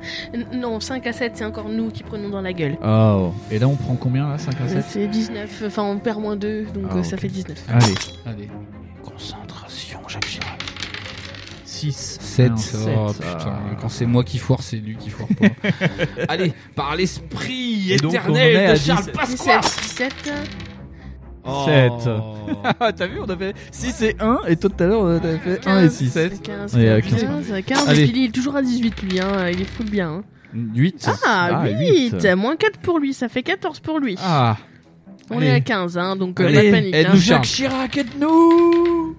S4: n- Non, 5 à 7, c'est encore nous qui prenons dans la gueule.
S5: Oh. Et là on prend combien là 5 à
S4: Euh,
S5: 7
S4: C'est 19, enfin on perd moins 2, donc
S5: Ah,
S4: euh, ça
S5: ok.
S4: fait 19.
S5: Allez.
S3: Allez.
S5: Concentration, Jacques Chirac. 6.
S3: 7.
S5: 7.
S3: Oh putain,
S4: Ah.
S3: quand c'est moi qui foire, c'est lui qui foire pas. Allez, par l'esprit
S5: Et donc,
S3: éternel
S5: on en est à
S3: de Charles
S5: 17.
S3: Pasqua
S4: 17, 17.
S3: Oh.
S5: 7. Ah, T'as vu, on a fait 6 et 1, et toi tout à l'heure on a fait 1 et 6.
S4: 15, 15,
S5: Et à
S4: 15, 15, 15,
S5: Allez.
S4: et puis il est toujours à 18 lui, hein, il est fou bien. hein.
S3: 8.
S4: Ah,
S5: Ah,
S4: 8,
S5: huit.
S4: Moins 4 pour lui, ça fait 14 pour lui.
S3: bah, Ah.
S4: on
S3: allez.
S4: est à 15, hein, donc euh,
S3: Allez,
S4: pas de panique.
S3: aide-nous,
S4: hein.
S3: Charles.
S5: Chirac, aide-nous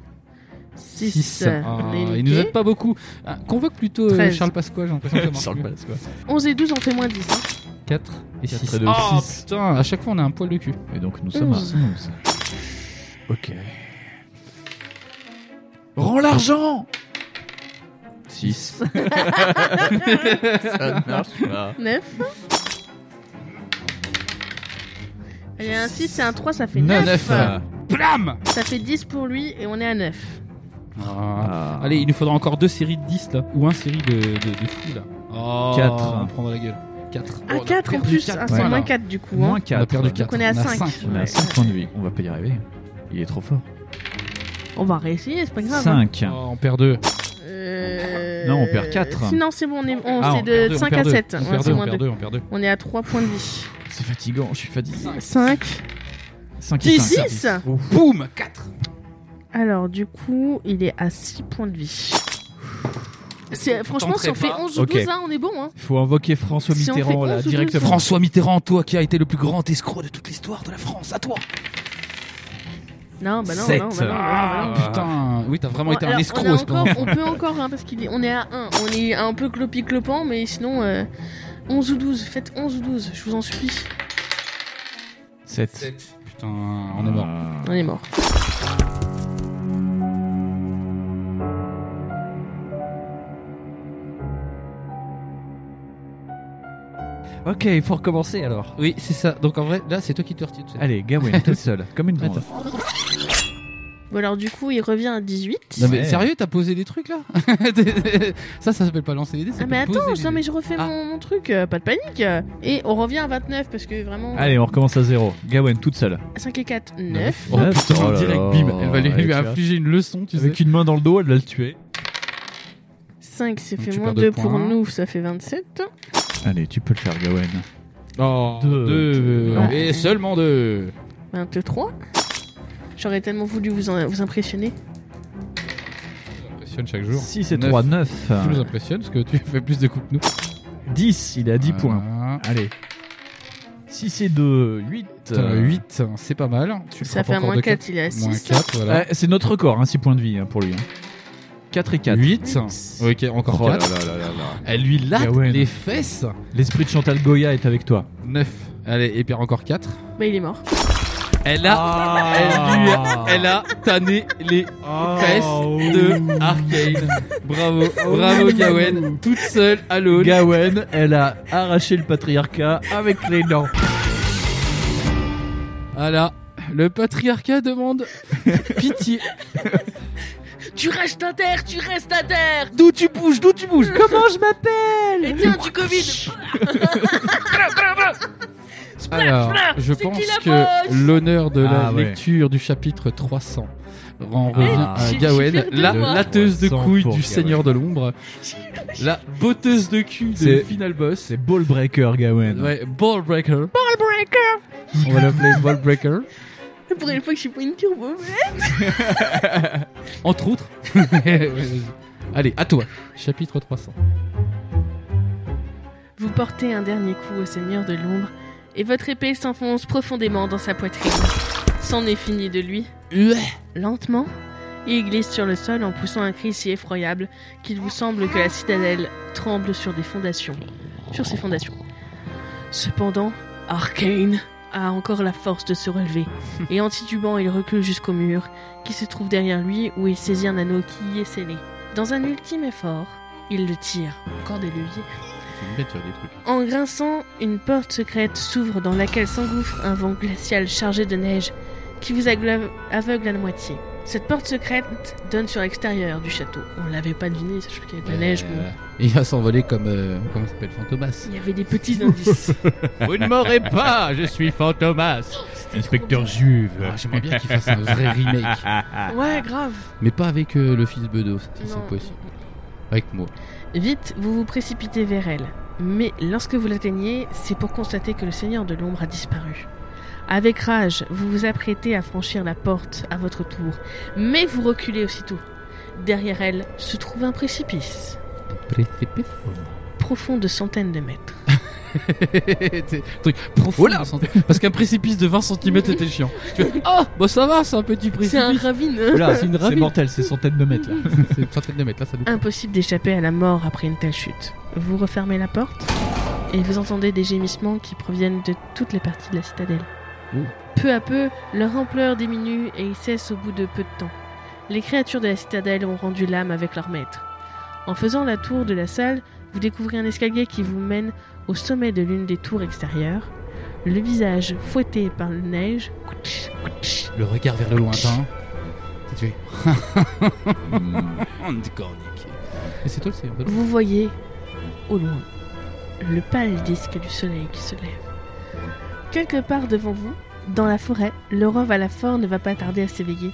S4: 6,
S3: Six.
S4: on
S3: Ah,
S4: est
S3: il nous
S4: niqué.
S3: aide pas beaucoup. Ah, Convoque plutôt euh,
S4: Treize.
S3: Charles Pasqua, j'ai l'impression que ça marche
S5: Charles
S3: mieux.
S5: Pasqua.
S4: 11 et 12, on fait moins 10. hein.
S3: 4 et
S5: Quatre
S3: 6.
S5: et deux,
S3: Oh
S5: six.
S3: putain, à chaque fois on a un poil de cul.
S5: Et donc nous sommes à
S4: Onze.
S5: 11. Ok. Rends l'argent 6. Ça ne marche pas.
S4: 9. Allez, un 6 et un 3, ça fait 9.
S3: Neuf. Blam
S4: Ça fait 10 pour lui et on est à 9.
S3: Ah. Allez, il nous faudra encore deux séries de 10 là. Ou un série de, de, de fous là. Oh,
S5: Quatre.
S3: On prend dans la gueule. Oh, 4.
S4: À 4 en plus, ah, c'est
S5: Voilà.
S4: moins 4 du coup. hein.
S5: Moins 4.
S3: On a perdu 4.
S4: on est à cinq.
S5: On a
S4: Ouais.
S5: 5 points de vie. On va pas y arriver. Il est trop fort. Oh,
S4: On va réessayer, c'est pas grave. hein.
S5: 5.
S3: Oh, on perd 2.
S4: Euh,
S5: Non, on perd quatre.
S4: si, non, c'est bon, on est, on-
S3: Ah,
S4: c'est
S3: on
S4: de
S3: perd deux, on
S4: 5 Euh, à
S3: perd deux. On
S4: 7. Ouais,
S3: perd
S4: c'est
S3: deux, on
S4: moins
S3: perd
S4: deux.
S3: deux, on perd deux.
S4: On est à 3 points de vie.
S5: C'est fatigant, je suis fatigué.
S4: 5,
S5: 5
S4: 10, 6.
S3: Boum 4.
S4: Alors, du coup, il est à 6 points de vie. C'est- franchement, si on fait
S3: pas.
S4: 11
S5: Ok.
S4: ou 12, hein, on est bon. Hein.
S5: Il faut invoquer François
S4: Si on fait
S5: Mitterrand
S4: onze
S5: là,
S4: ou douze.
S5: directement.
S3: François Mitterrand, toi qui a été le plus grand escroc de toute l'histoire de la France, à toi
S4: Non, bah non,
S5: Sept.
S4: non, bah non, bah non, bah
S3: Ah
S4: non.
S3: putain, oui, t'as vraiment
S4: Bon,
S3: été un
S4: alors,
S3: escroc
S4: on, a
S3: à ce
S4: encore,
S3: point.
S4: on peut encore, hein, parce qu'on est... on est à 1. On est un peu clopi-clopant, mais sinon, euh, 11 ou 12. Faites 11 ou 12, je vous en supplie.
S5: 7.
S3: Putain, on est mort.
S5: Ah.
S4: On est mort.
S5: Ok, il faut recommencer alors.
S3: Oui, c'est ça. Donc en vrai, là, c'est toi qui te retires. tout seul.
S5: Allez, Gawain, toute seule, comme une grande.
S4: Bon, alors, du coup, il revient à 18.
S3: Non mais
S5: Ouais.
S3: sérieux, t'as posé des trucs là Ça, ça s'appelle pas lancer les dés. ça
S4: Ah mais
S3: s'appelle
S4: attends,
S3: poser
S4: non
S3: les
S4: mais
S3: dés.
S4: je refais
S3: Ah.
S4: mon, mon truc, euh, pas de panique. Et on revient à 29 parce que vraiment
S5: Allez, on recommence à zéro. Gawain, toute seule.
S4: 5 et 4, 9.
S3: Oh
S5: Neuf.
S3: putain,
S5: Oh là
S3: direct,
S5: là.
S3: bim. Elle va lui,
S5: Ouais,
S3: lui
S5: tu vois.
S3: infliger une leçon, tu
S5: Avec
S3: sais.
S5: une main dans le dos, elle va le tuer.
S4: 5, ça
S3: Donc
S4: fait
S3: tu
S4: moins
S3: perds deux
S4: 2 pour
S3: points.
S4: nous, ça fait 27.
S5: Allez, tu peux le faire, Gawain.
S3: Oh,
S5: Deux.
S3: deux.
S4: Ouais.
S3: Et seulement deux.
S4: 23. J'aurais tellement voulu vous, en- vous impressionner.
S3: Impressionne chaque jour.
S5: 6 et
S3: Neuf.
S5: 3, 9.
S3: Tu nous impressionnes parce que tu fais plus de coups que nous. Euh,
S5: 10, il est à 10
S3: Voilà.
S5: points. Allez. 6 et 2, 8.
S3: Putain, 8, c'est pas mal. Tu le
S4: Ça
S3: frappes
S4: fait à
S3: encore
S4: moins
S3: de
S4: 4, il est à
S3: Moins
S4: 6.
S3: 4, voilà.
S5: c'est notre record, hein, 6 points de vie hein, pour lui. 4 et 4.
S3: 8. Ok,
S5: Oh
S3: encore 4. Elle lui latte
S5: Gawen.
S3: les fesses.
S5: L'esprit de Chantal Goya est avec toi.
S3: 9. Allez, et perd encore 4.
S4: Bah il est mort.
S3: Elle a,
S5: Ah.
S3: Ah, elle, lui a- elle a tanné les fesses
S5: oh.
S3: de Arcane. Bravo, bravo Gawen, toute seule à l'aune.
S5: Gawen, elle a arraché le patriarcat avec les dents.
S3: Voilà, Ah le patriarcat demande pitié.
S32: Tu restes à terre, tu restes à terre
S3: D'où tu bouges, d'où tu bouges
S32: Comment je m'appelle Et tiens, du Covid
S3: Alors, je
S32: C'est qui
S3: pense
S32: la
S3: que l'honneur de la
S5: Ah ouais.
S3: lecture du chapitre 300 en
S5: Ah,
S3: revient à
S5: j'ai- j'ai
S3: Gawen,
S5: fait le
S3: la
S5: devoir.
S3: latteuse de
S5: 300
S3: couilles
S5: pour
S3: du
S5: Gawen.
S3: Seigneur de l'Ombre, la botteuse de cul de
S5: C'est-
S3: Final Boss.
S5: C'est Ball Breaker, Gawen.
S3: Ouais, Ball Breaker.
S32: Ball breaker
S3: On va l'appeler Ball Breaker.
S32: Pour une fois que je suis pas une turbo
S3: Entre autres. Ouais, vas-y. Allez, à toi. Chapitre 300.
S4: Vous portez un dernier coup au Seigneur de l'ombre et votre épée s'enfonce profondément dans sa poitrine. C'en est fini de lui. Lentement, il glisse sur le sol en poussant un cri si effroyable qu'il vous semble que la citadelle tremble sur des fondations. Sur ses fondations. Cependant, Arcane a encore la force de se relever et en titubant, il recule jusqu'au mur qui se trouve derrière lui où il saisit un anneau qui y est scellé. Dans un ultime effort, il le tire, encore des leviers, en grinçant, une porte secrète s'ouvre dans laquelle s'engouffre un vent glacial chargé de neige qui vous agla- aveugle à la moitié. Cette porte secrète donne sur l'extérieur du château. On l'avait pas deviné, sachant qu'il y avait de la neige. mais
S3: Euh,
S7: Et il va s'envoler comme. euh, comment ça s'appelle Fantomas
S4: Il y avait des petits indices.
S7: Vous ne m'aurez pas, je suis Fantomas
S3: hein.
S5: Inspecteur Juve.
S3: Ah,
S7: J'aimerais bien qu'il fasse un vrai remake.
S4: ouais, grave.
S7: Mais pas avec euh, le fils Bedos, ça
S4: Non.
S7: c'est possible. Avec moi.
S4: Vite, vous vous précipitez vers elle. Mais lorsque vous l'atteignez, c'est pour constater que le Seigneur de l'ombre a disparu. Avec rage, vous vous apprêtez à franchir la porte à votre tour, mais vous reculez aussitôt. Derrière elle se trouve un précipice,
S7: Précipice.
S4: profond de centaines de mètres.
S3: C'est un truc profond. de santé. Parce qu'un précipice de 20 cm était chiant. Tu fais, Ah, bah ça va, c'est un petit précipice.
S4: C'est un ravine.
S3: Oula,
S5: c'est
S3: une ravine.
S5: mortel, c'est centaines de mètres là.
S3: C'est une centaine de mètres, là ça nous.
S4: Impossible d'échapper à la mort après une telle chute. Vous refermez la porte et vous entendez des gémissements qui proviennent de toutes les parties de la citadelle.
S3: Ouh.
S4: Peu à peu, leur ampleur diminue et ils cessent au bout de peu de temps. Les créatures de la citadelle ont rendu l'âme avec leur maître. En faisant la tour de la salle, vous découvrez un escalier qui vous mène au sommet de l'une des tours extérieures. Le visage fouetté par la neige.
S7: Le regard vers le lointain. Tu fais. Et c'est toi le Seigneur de l'ombre.
S4: Vous voyez au loin le pâle disque du soleil qui se lève. Quelque part devant vous, dans la forêt, le roi Valafort ne va pas tarder à s'éveiller.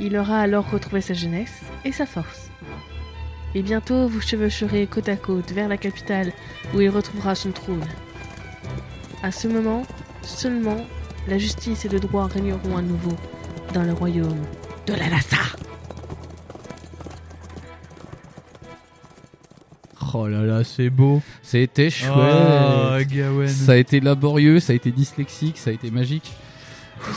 S4: Il aura alors retrouvé sa jeunesse et sa force. Et bientôt, vous chevaucherez côte à côte vers la capitale où il retrouvera son trône. À ce moment, seulement, la justice et le droit régneront à nouveau dans le royaume de la Lassa.
S5: Oh là là, c'est beau.
S3: C'était chouette.
S5: Oh, Gawen.
S3: ça a été laborieux, ça a été dyslexique, ça a été magique.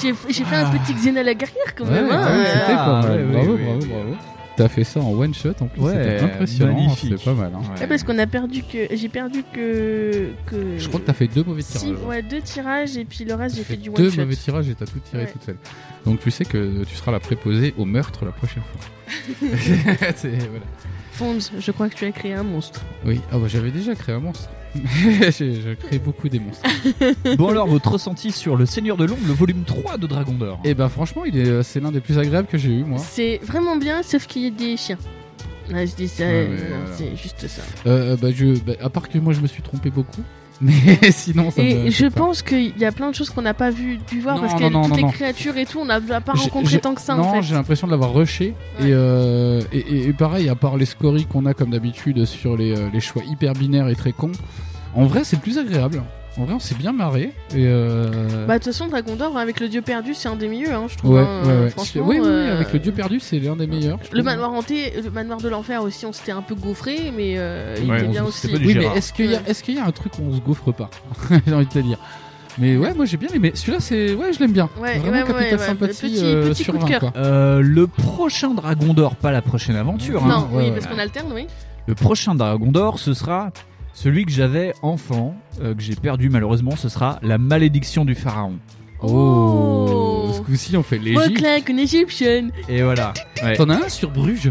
S4: J'ai j'ai fait un petit Xena la guerrière quand même.
S3: Ah. Ouais,
S4: hein.
S3: quand même, c'était pas mal.
S5: ouais, oui,
S3: bravo,
S5: oui,
S3: bravo,
S5: oui.
S3: bravo. T'as fait ça en one shot en plus,
S5: Ouais,
S3: c'était impressionnant,
S5: magnifique.
S3: c'était pas mal. hein.
S4: Ouais, Ah, parce qu'on a perdu que. J'ai perdu que. que...
S3: Je crois que t'as fait deux mauvais
S4: Si,
S3: tirages.
S4: ouais, deux tirages et puis le reste j'ai fait du one
S3: deux
S4: shot.
S3: mauvais tirages et t'as tout tiré
S4: Ouais.
S3: toute seule. Donc tu sais que tu seras la préposée au meurtre la prochaine fois. C'est- voilà.
S4: Fonds, je crois que tu as créé un monstre.
S3: Oui, ah bah, j'avais déjà créé un monstre. J'ai- je crée beaucoup des monstres.
S5: Bon alors, votre ressenti sur Le Seigneur de l'Ombre, le volume 3 de Dragon d'Or.
S3: Et ben franchement, il est, c'est l'un des plus agréables que j'ai eu moi.
S4: C'est vraiment bien, sauf qu'il y a des chiens. Ah, je dis ça,
S3: Ouais,
S4: non,
S3: mais voilà.
S4: c'est juste ça.
S3: Euh, bah, je, bah, à part que moi je me suis trompé beaucoup, mais sinon ça me-
S4: Et je
S3: c'est pas-
S4: pense qu'il y a plein de choses qu'on n'a pas vu, dû voir
S3: Non,
S4: parce que
S3: non, non,
S4: toutes
S3: non,
S4: les
S3: non.
S4: créatures et tout, on n'a pas
S3: J'ai-
S4: rencontré
S3: j'ai-
S4: tant que ça
S3: non,
S4: hein, en fait.
S3: j'ai l'impression de l'avoir rushé. Et, euh, et, et- et pareil, à part les scories qu'on a comme d'habitude sur les, euh, les choix hyper binaires et très cons, en vrai c'est plus agréable. En vrai, on s'est bien marré. Et euh,
S4: Bah de toute façon, Dragon d'Or avec le dieu perdu, c'est un des mieux, hein, je trouve.
S3: ouais,
S4: hein,
S3: ouais, ouais.
S4: Franchement,
S3: Oui, oui, oui,
S4: euh,
S3: avec le dieu perdu, c'est l'un des meilleurs. je
S4: Le
S3: trouve.
S4: manoir hanté, le manoir de l'enfer aussi, on s'était un peu gaufré, mais euh, il
S3: Ouais,
S4: était
S3: on
S4: bien
S3: se-
S4: aussi.
S3: c'est pas du Oui, mais est-ce qu'il y, a- est-ce qu'il y a un truc où on se gaufre pas J'ai envie de te dire. Mais ouais, moi j'ai bien aimé. Celui-là, c'est ouais, je l'aime bien.
S4: Ouais,
S3: Vraiment
S4: ouais, ouais,
S3: capital
S4: ouais, ouais.
S3: sympathie
S4: Petit-
S3: euh,
S4: petit
S3: sur
S4: coup de
S3: 20,
S4: cœur.
S3: quoi.
S5: Euh, le prochain Dragon d'Or, pas la prochaine aventure. hein.
S4: Non, oui,
S5: Ouais,
S4: parce
S5: ouais.
S4: qu'on alterne, oui.
S5: Le prochain Dragon d'Or, ce sera celui que j'avais enfant, euh, que j'ai perdu malheureusement, ce sera La Malédiction du Pharaon.
S3: Oh, ce coup-ci, on fait l'Égypte.
S4: Reclaque une égyptienne.
S5: Et voilà. Ouais.
S3: T'en as un sur Bruges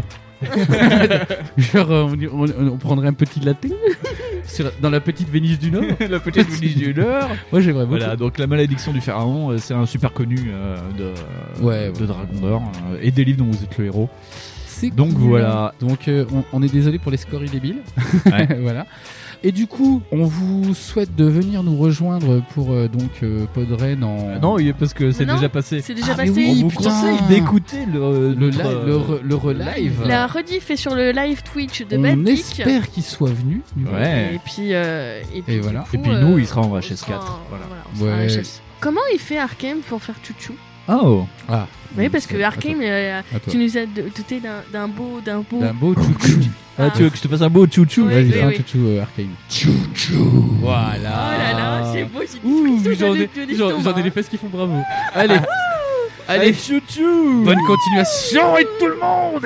S3: Genre, euh, on, on- on prendrait un petit latte sur- dans la petite Vénice du Nord.
S5: la petite Venise du Nord.
S3: Moi, j'aimerais beaucoup.
S5: Voilà, donc La malédiction du pharaon, euh, c'est un super connu euh, de,
S3: Ouais,
S5: de Dragon d'Or euh, et des livres dont vous êtes le héros.
S3: C'est
S5: Donc
S3: cool.
S5: voilà.
S3: Donc euh, on, on est désolé pour les scories débiles.
S5: Ouais.
S3: voilà. Et du coup, on vous souhaite de venir nous rejoindre pour euh, donc euh, Podren en.
S5: Non, oui, parce que c'est
S4: Non,
S5: déjà passé.
S4: c'est déjà
S3: Ah, mais
S4: passé.
S3: oui,
S5: On vous
S3: putain.
S5: conseille d'écouter le,
S3: le,
S5: notre,
S3: live,
S5: euh,
S3: le, re- le relive.
S4: La rediff est sur le live Twitch de
S3: on
S4: Belgique.
S3: espère qu'il soit venu. du coup.
S5: Ouais.
S4: Et puis, euh, et puis,
S3: Et
S4: du
S3: voilà.
S4: coup,
S5: Et puis
S4: euh,
S5: nous, il sera en
S4: on
S5: VHS4.
S4: sera-
S5: Voilà.
S4: voilà, on sera en
S3: Ouais.
S4: VHS. Comment il fait Arkham pour faire chouchou
S5: Oh
S3: Ah.
S4: Oui, parce que
S3: Attends.
S4: Arkham, euh,
S3: Attends.
S4: tu nous as do- doté d'un d'un beau, d'un beau.
S3: D'un beau tchou-tchou.
S5: Ah, tu veux que je te fasse un beau tchou-tchou
S4: Ouais,
S3: Vas-y,
S4: oui,
S3: un
S4: oui.
S3: tchou-tchou, euh, Arcane.
S5: Voilà.
S4: Oh là là, c'est beau, j'ai des
S3: Ah. Ouh,
S4: frissons, j'en
S3: j'en
S4: ai
S3: ai,
S4: plus hein.
S3: j'en-
S4: l'estomac.
S3: j'en ai les fesses qui font bravo. Allez, hein. Ah. allez,
S5: chouchou
S3: bonne continuation et tout le monde.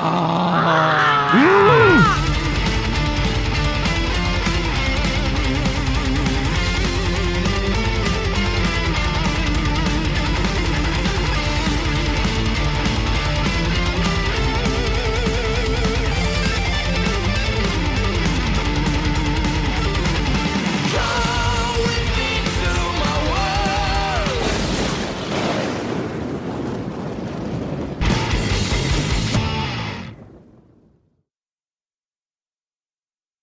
S5: Ah.